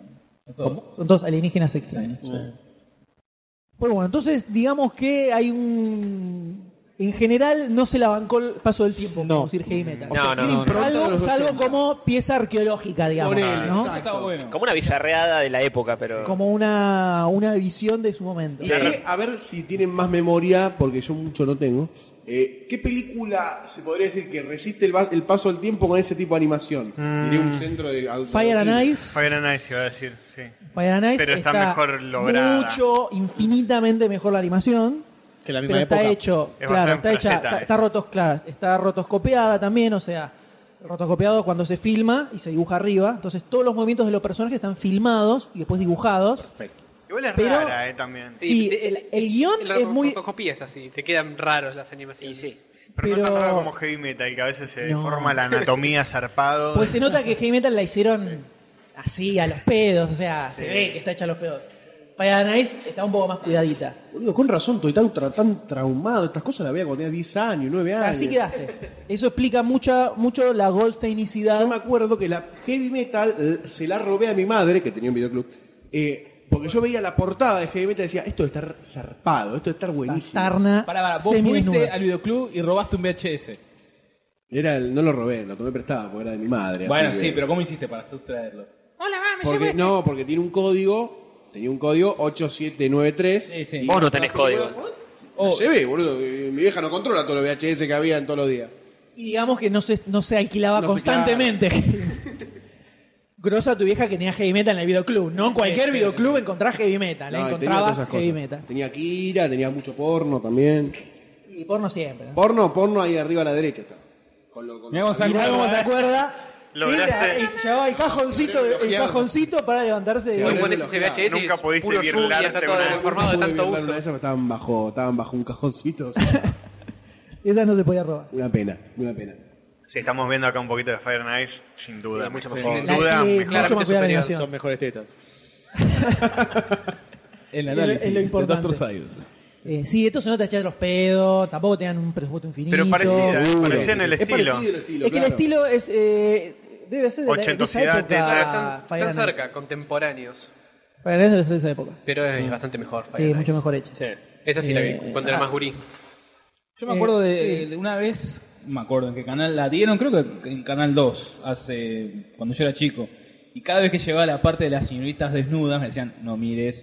[SPEAKER 3] Son todos alienígenas extraños. Pues bueno, entonces digamos que hay un. En general no se la bancó el paso del tiempo,
[SPEAKER 4] No.
[SPEAKER 3] como decir heavy metal.
[SPEAKER 6] No, no,
[SPEAKER 2] tiene
[SPEAKER 6] no.
[SPEAKER 2] impronta de
[SPEAKER 3] Salvo,
[SPEAKER 2] los
[SPEAKER 3] salvo
[SPEAKER 2] 80.
[SPEAKER 3] como pieza arqueológica, digamos.
[SPEAKER 2] Ponele,
[SPEAKER 3] ¿no?
[SPEAKER 2] exacto.
[SPEAKER 9] Está bueno.
[SPEAKER 6] Como una bizarreada de la época, pero.
[SPEAKER 3] Como una, una visión de su momento.
[SPEAKER 2] Y ahí, a ver si tienen más memoria, porque yo mucho no tengo. Eh, ¿Qué película se podría decir que resiste el, va- el paso del tiempo con ese tipo de animación? Diría un centro de...
[SPEAKER 3] Fire and Ice.
[SPEAKER 7] Fabiana Nice iba a decir, sí.
[SPEAKER 3] Fire and Ice
[SPEAKER 7] Pero está mejor lograda.
[SPEAKER 3] mucho, infinitamente mejor la animación.
[SPEAKER 4] Que la
[SPEAKER 3] Pero
[SPEAKER 4] misma
[SPEAKER 3] está
[SPEAKER 4] época.
[SPEAKER 3] hecho,
[SPEAKER 7] Es
[SPEAKER 3] claro,
[SPEAKER 7] basada
[SPEAKER 3] está
[SPEAKER 7] en
[SPEAKER 3] hecha,
[SPEAKER 7] Frazetta,
[SPEAKER 3] está,
[SPEAKER 7] es.
[SPEAKER 3] está rotos, claro, está rotoscopiada también, o sea, rotoscopiado cuando se filma y se dibuja arriba. Entonces todos los movimientos de los personajes están filmados y después dibujados.
[SPEAKER 2] Perfecto.
[SPEAKER 7] Igual es
[SPEAKER 3] Pero-
[SPEAKER 7] rara, eh, también.
[SPEAKER 3] Sí, el- el guión es muy-
[SPEAKER 8] fotocopias así, te quedan raros las animaciones.
[SPEAKER 6] Y sí.
[SPEAKER 7] Pero, no es tan
[SPEAKER 3] pero-
[SPEAKER 7] raro como heavy metal, que a veces se
[SPEAKER 3] No.
[SPEAKER 7] forma la anatomía zarpado.
[SPEAKER 3] Pues se nota que Heavy Metal la hicieron así, a los pedos, o sea, se ve que está hecha a los pedos. Fire and Ice está un poco más cuidadita.
[SPEAKER 2] Boludo, con razón, estoy tan, tra- tan traumado. Estas cosas las veía cuando tenía 10 años, 9 años.
[SPEAKER 3] Así quedaste. Eso explica mucha, mucho la Goldsteinicidad.
[SPEAKER 2] Yo me acuerdo que la heavy metal eh, se la robé a mi madre, que tenía un videoclub, eh, porque yo veía la portada de heavy metal y decía, esto debe estar zarpado, esto debe estar buenísimo.
[SPEAKER 3] Tarna,
[SPEAKER 9] Pará, pará, vos fuiste al videoclub y robaste un VHS.
[SPEAKER 2] Era el- no lo robé, lo tomé prestado, porque era de mi madre.
[SPEAKER 9] Bueno,
[SPEAKER 2] así
[SPEAKER 9] sí,
[SPEAKER 2] que-
[SPEAKER 9] pero ¿cómo hiciste para sustraerlo?
[SPEAKER 2] Porque, no, porque tiene un código, tenía un código 8793.
[SPEAKER 9] Sí, sí.
[SPEAKER 2] y
[SPEAKER 6] Vos no
[SPEAKER 2] pasaba
[SPEAKER 6] tenés
[SPEAKER 2] por el
[SPEAKER 6] código.
[SPEAKER 2] teléfono,
[SPEAKER 9] Oh.
[SPEAKER 2] la llevé, boludo. eh, Mi vieja no controla todos los VHS que había en todos los días.
[SPEAKER 3] Y digamos que no se, no se alquilaba
[SPEAKER 2] No se-
[SPEAKER 3] constantemente. Grosa tu vieja que tenía heavy metal en el videoclub. No en cualquier videoclub encontrás heavy metal.
[SPEAKER 2] No,
[SPEAKER 3] ¿eh?
[SPEAKER 2] y tenía todas
[SPEAKER 3] encontrabas
[SPEAKER 2] esas
[SPEAKER 3] heavy
[SPEAKER 2] cosas.
[SPEAKER 3] metal.
[SPEAKER 2] Tenía Kira, tenía mucho porno también.
[SPEAKER 3] Y porno siempre. ¿no?
[SPEAKER 2] Porno, porno ahí arriba a la derecha está. Con lo- con-
[SPEAKER 9] Mirá cómo se
[SPEAKER 3] Mirá
[SPEAKER 9] acuerda,
[SPEAKER 3] cómo se
[SPEAKER 9] ¿eh?
[SPEAKER 3] acuerda.
[SPEAKER 7] Lograste-
[SPEAKER 3] Era- eh, Llevaba el cajoncito, el cajoncito para levantarse
[SPEAKER 2] Sí,
[SPEAKER 3] de
[SPEAKER 8] Muy
[SPEAKER 2] bueno,
[SPEAKER 8] bueno es ese
[SPEAKER 2] claro,
[SPEAKER 8] VHS.
[SPEAKER 7] nunca
[SPEAKER 8] es
[SPEAKER 7] pudiste
[SPEAKER 8] puro lluvia,
[SPEAKER 7] virlarte
[SPEAKER 8] está todo
[SPEAKER 2] Ah,
[SPEAKER 7] una-
[SPEAKER 8] deformado de
[SPEAKER 2] Nunca pude
[SPEAKER 8] tanto
[SPEAKER 2] violar una
[SPEAKER 8] uso.
[SPEAKER 2] de esas, estaban bajo, estaban bajo un cajoncito. o sea,
[SPEAKER 3] Esa no se podía robar.
[SPEAKER 2] una pena, una pena.
[SPEAKER 7] Si estamos viendo acá un poquito de Fire Nice, sin duda. mucho
[SPEAKER 8] mejor.
[SPEAKER 7] Sin duda,
[SPEAKER 3] Sí,
[SPEAKER 7] mejor.
[SPEAKER 3] mucho más cuidada la
[SPEAKER 8] superior.
[SPEAKER 3] animación.
[SPEAKER 4] Son mejores tetas.
[SPEAKER 3] Es
[SPEAKER 9] El
[SPEAKER 3] lo- es lo
[SPEAKER 9] análisis de
[SPEAKER 3] importante.
[SPEAKER 9] Dr. Sayus.
[SPEAKER 3] Eh, sí, esto se nota echar los pedos, tampoco tenían un presupuesto infinito.
[SPEAKER 7] Pero parecía, parecía en el
[SPEAKER 2] Es
[SPEAKER 7] estilo.
[SPEAKER 2] parecido el estilo,
[SPEAKER 3] es que el
[SPEAKER 2] claro.
[SPEAKER 3] estilo es. eh, debe ser de, la, de esa época.
[SPEAKER 7] Ochentosidad,
[SPEAKER 3] Ah,
[SPEAKER 7] tetas.
[SPEAKER 8] Están,
[SPEAKER 3] Fire
[SPEAKER 8] están
[SPEAKER 3] and Ice.
[SPEAKER 8] cerca, contemporáneos.
[SPEAKER 3] Fire and Ice debe ser de esa época.
[SPEAKER 8] Pero es bastante mejor. Fire
[SPEAKER 3] Sí,
[SPEAKER 8] and
[SPEAKER 3] mucho
[SPEAKER 8] Ice.
[SPEAKER 3] mejor hecha.
[SPEAKER 8] Esa sí la vi,
[SPEAKER 3] Eh,
[SPEAKER 8] cuando era más gurí.
[SPEAKER 9] Yo me
[SPEAKER 3] Eh,
[SPEAKER 9] acuerdo de, de una vez, no me acuerdo en qué canal la dieron, creo que en Canal 2, hace cuando yo era chico. Y cada vez que llegaba la parte de las señoritas desnudas me decían, no mires.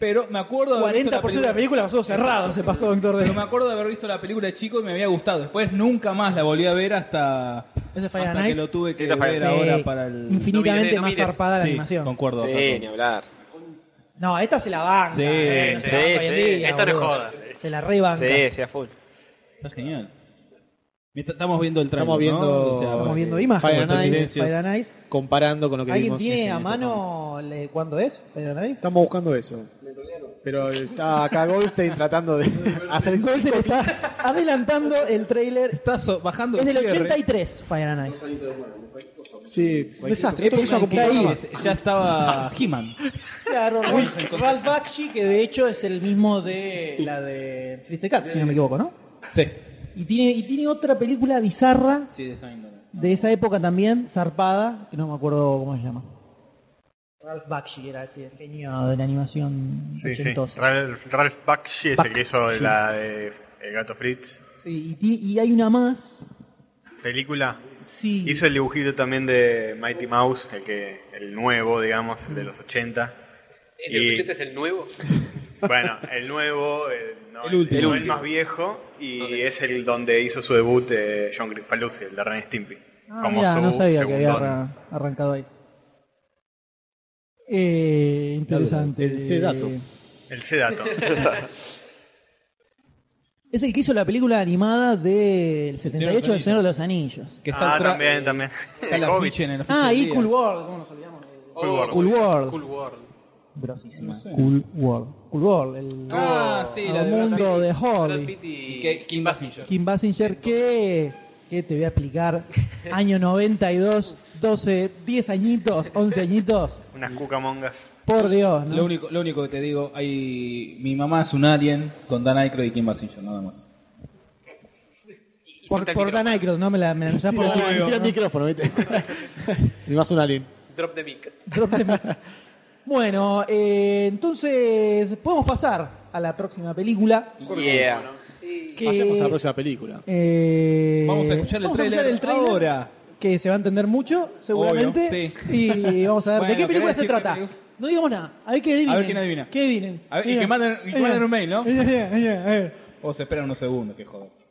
[SPEAKER 9] Pero me acuerdo de haber visto
[SPEAKER 3] 40% de la película pasó cerrado, se pasó Doctor
[SPEAKER 9] Pero
[SPEAKER 3] D.
[SPEAKER 9] me acuerdo de haber visto la película de chico y me había gustado. Después nunca más la volví a ver hasta,
[SPEAKER 3] Ese es Fire
[SPEAKER 9] hasta
[SPEAKER 3] and
[SPEAKER 9] que
[SPEAKER 3] Ice.
[SPEAKER 9] lo tuve que
[SPEAKER 6] Sí,
[SPEAKER 9] ver
[SPEAKER 6] sí.
[SPEAKER 9] ahora para el...
[SPEAKER 3] Infinitamente
[SPEAKER 8] No mires, no
[SPEAKER 3] más
[SPEAKER 8] mires.
[SPEAKER 3] zarpada la
[SPEAKER 9] Sí,
[SPEAKER 3] animación.
[SPEAKER 9] Concuerdo.
[SPEAKER 6] Sí, ni hablar.
[SPEAKER 3] No, esta se la banca.
[SPEAKER 9] Sí,
[SPEAKER 3] eh, no se
[SPEAKER 6] sí,
[SPEAKER 3] la banca hoy en
[SPEAKER 6] sí.
[SPEAKER 3] día,
[SPEAKER 8] Esta no es
[SPEAKER 3] boludo.
[SPEAKER 8] joda.
[SPEAKER 3] Se la rebanca.
[SPEAKER 6] Sí, sí, a full.
[SPEAKER 9] Está genial. Mientras- Estamos viendo el trailer,
[SPEAKER 4] Estamos viendo-
[SPEAKER 9] ¿no?
[SPEAKER 3] Estamos
[SPEAKER 4] Fire
[SPEAKER 3] viendo
[SPEAKER 4] and
[SPEAKER 3] imágenes.
[SPEAKER 4] Ice,
[SPEAKER 3] Fire and Ice.
[SPEAKER 4] Comparando con lo que
[SPEAKER 3] ¿Alguien
[SPEAKER 4] vimos en
[SPEAKER 3] tiene a
[SPEAKER 4] Genesis.
[SPEAKER 3] mano le- cuándo es? Fire and Ice?
[SPEAKER 4] Estamos buscando eso. Pero está acá Goldstein tratando de hacer el
[SPEAKER 3] Goldstein estás adelantando el trailer.
[SPEAKER 9] Estás bajando
[SPEAKER 3] Es
[SPEAKER 9] el
[SPEAKER 3] del
[SPEAKER 9] cierre.
[SPEAKER 3] 83, Fire and Ice.
[SPEAKER 4] Sí, desastre. Esto
[SPEAKER 3] cosa.
[SPEAKER 4] que es una computadora
[SPEAKER 3] Ahí
[SPEAKER 4] más.
[SPEAKER 3] es-
[SPEAKER 9] Ya estaba He-Man.
[SPEAKER 3] Claro, Ralph, Ralph Bakshi, que de hecho es el mismo de la de Triste Cat, si no me equivoco, ¿no?
[SPEAKER 9] Sí.
[SPEAKER 3] Y tiene, y tiene otra película bizarra
[SPEAKER 9] Sí, de esa índole.
[SPEAKER 3] de esa época también, zarpada, que no me acuerdo cómo se llama. Ralph Bakshi era este genio de la animación
[SPEAKER 7] Sí, sí.
[SPEAKER 3] ochentosa.
[SPEAKER 7] Ralph, Ralph Bakshi es el que hizo
[SPEAKER 3] Bakshi.
[SPEAKER 7] la de El Gato Fritz.
[SPEAKER 3] Sí, y, ti- y hay una más.
[SPEAKER 7] Película.
[SPEAKER 3] Sí.
[SPEAKER 7] Hizo el dibujito también de Mighty Mouse, el que el nuevo, digamos, el de los 80.
[SPEAKER 8] ¿El de
[SPEAKER 7] Y-
[SPEAKER 8] los 80 es el nuevo?
[SPEAKER 7] Bueno, el nuevo, el, no,
[SPEAKER 8] El
[SPEAKER 7] el-
[SPEAKER 8] último.
[SPEAKER 7] no
[SPEAKER 8] El
[SPEAKER 7] el más viejo, y es el donde hizo su debut eh, John Griffaluzzi, el de Ren Stimpy.
[SPEAKER 3] Ah,
[SPEAKER 7] como
[SPEAKER 3] mirá,
[SPEAKER 7] su
[SPEAKER 3] no sabía que había
[SPEAKER 7] segundón.
[SPEAKER 3] arra- arrancado ahí. Eh, interesante.
[SPEAKER 4] El Sedato.
[SPEAKER 7] El Sedato.
[SPEAKER 3] Es el que hizo la película animada del 78 del Señor de los Anillos.
[SPEAKER 9] Que
[SPEAKER 7] ah, también, también.
[SPEAKER 9] Está la ficha en el
[SPEAKER 3] Ah, y Cool World, ¿cómo nos olvidamos?
[SPEAKER 7] Cool
[SPEAKER 8] Oh,
[SPEAKER 7] World.
[SPEAKER 3] Cool World.
[SPEAKER 8] Cool World.
[SPEAKER 3] Grosísima. Cool World. Cool World, el,
[SPEAKER 9] Ah, sí, la
[SPEAKER 3] el
[SPEAKER 9] de Brad
[SPEAKER 3] mundo
[SPEAKER 9] Pitt.
[SPEAKER 3] de
[SPEAKER 8] Brad
[SPEAKER 3] Holly.
[SPEAKER 8] Pitt y
[SPEAKER 9] Que- Kim Basinger.
[SPEAKER 3] Kim Basinger, que, que te voy a explicar, año 92, 12, 10 añitos, 11 añitos,
[SPEAKER 7] Unas cucamongas.
[SPEAKER 3] por Dios, ¿no?
[SPEAKER 9] Lo único, lo único que te digo, hay mi mamá es un alien con Dan Aykroyd y Kim Basinger, nada más.
[SPEAKER 3] Por, por Dan Aykroyd, no me la, me la lanzás por
[SPEAKER 4] Tira,
[SPEAKER 3] Dan
[SPEAKER 4] tira
[SPEAKER 3] Aykroyd,
[SPEAKER 4] el
[SPEAKER 3] ¿no?
[SPEAKER 4] micrófono, ¿viste? Ni más un alien.
[SPEAKER 3] Eh,
[SPEAKER 8] Drop the mic.
[SPEAKER 3] Drop the mic. Bueno, eh, entonces podemos pasar a la próxima película.
[SPEAKER 23] Yeah.
[SPEAKER 3] Que,
[SPEAKER 4] Pasemos a la próxima película.
[SPEAKER 3] eh,
[SPEAKER 9] Vamos a escuchar el
[SPEAKER 3] vamos a
[SPEAKER 9] tráiler
[SPEAKER 3] escuchar el tráiler,
[SPEAKER 9] ahora.
[SPEAKER 3] Que se va a entender mucho, seguramente.
[SPEAKER 9] Obvio,
[SPEAKER 3] Y vamos a ver
[SPEAKER 9] Bueno,
[SPEAKER 3] de qué película
[SPEAKER 9] ¿querés
[SPEAKER 3] se
[SPEAKER 9] decir
[SPEAKER 3] trata.
[SPEAKER 9] qué
[SPEAKER 3] No digamos nada. A ver qué adivinen.
[SPEAKER 9] quién adivina.
[SPEAKER 3] Que adivinen.
[SPEAKER 9] A ver, y
[SPEAKER 3] Digan.
[SPEAKER 9] que manden, y que
[SPEAKER 3] Digan.
[SPEAKER 9] manden un mail, ¿no?
[SPEAKER 3] Digan, digan, digan, a ver.
[SPEAKER 9] O se esperan unos segundos, que joder.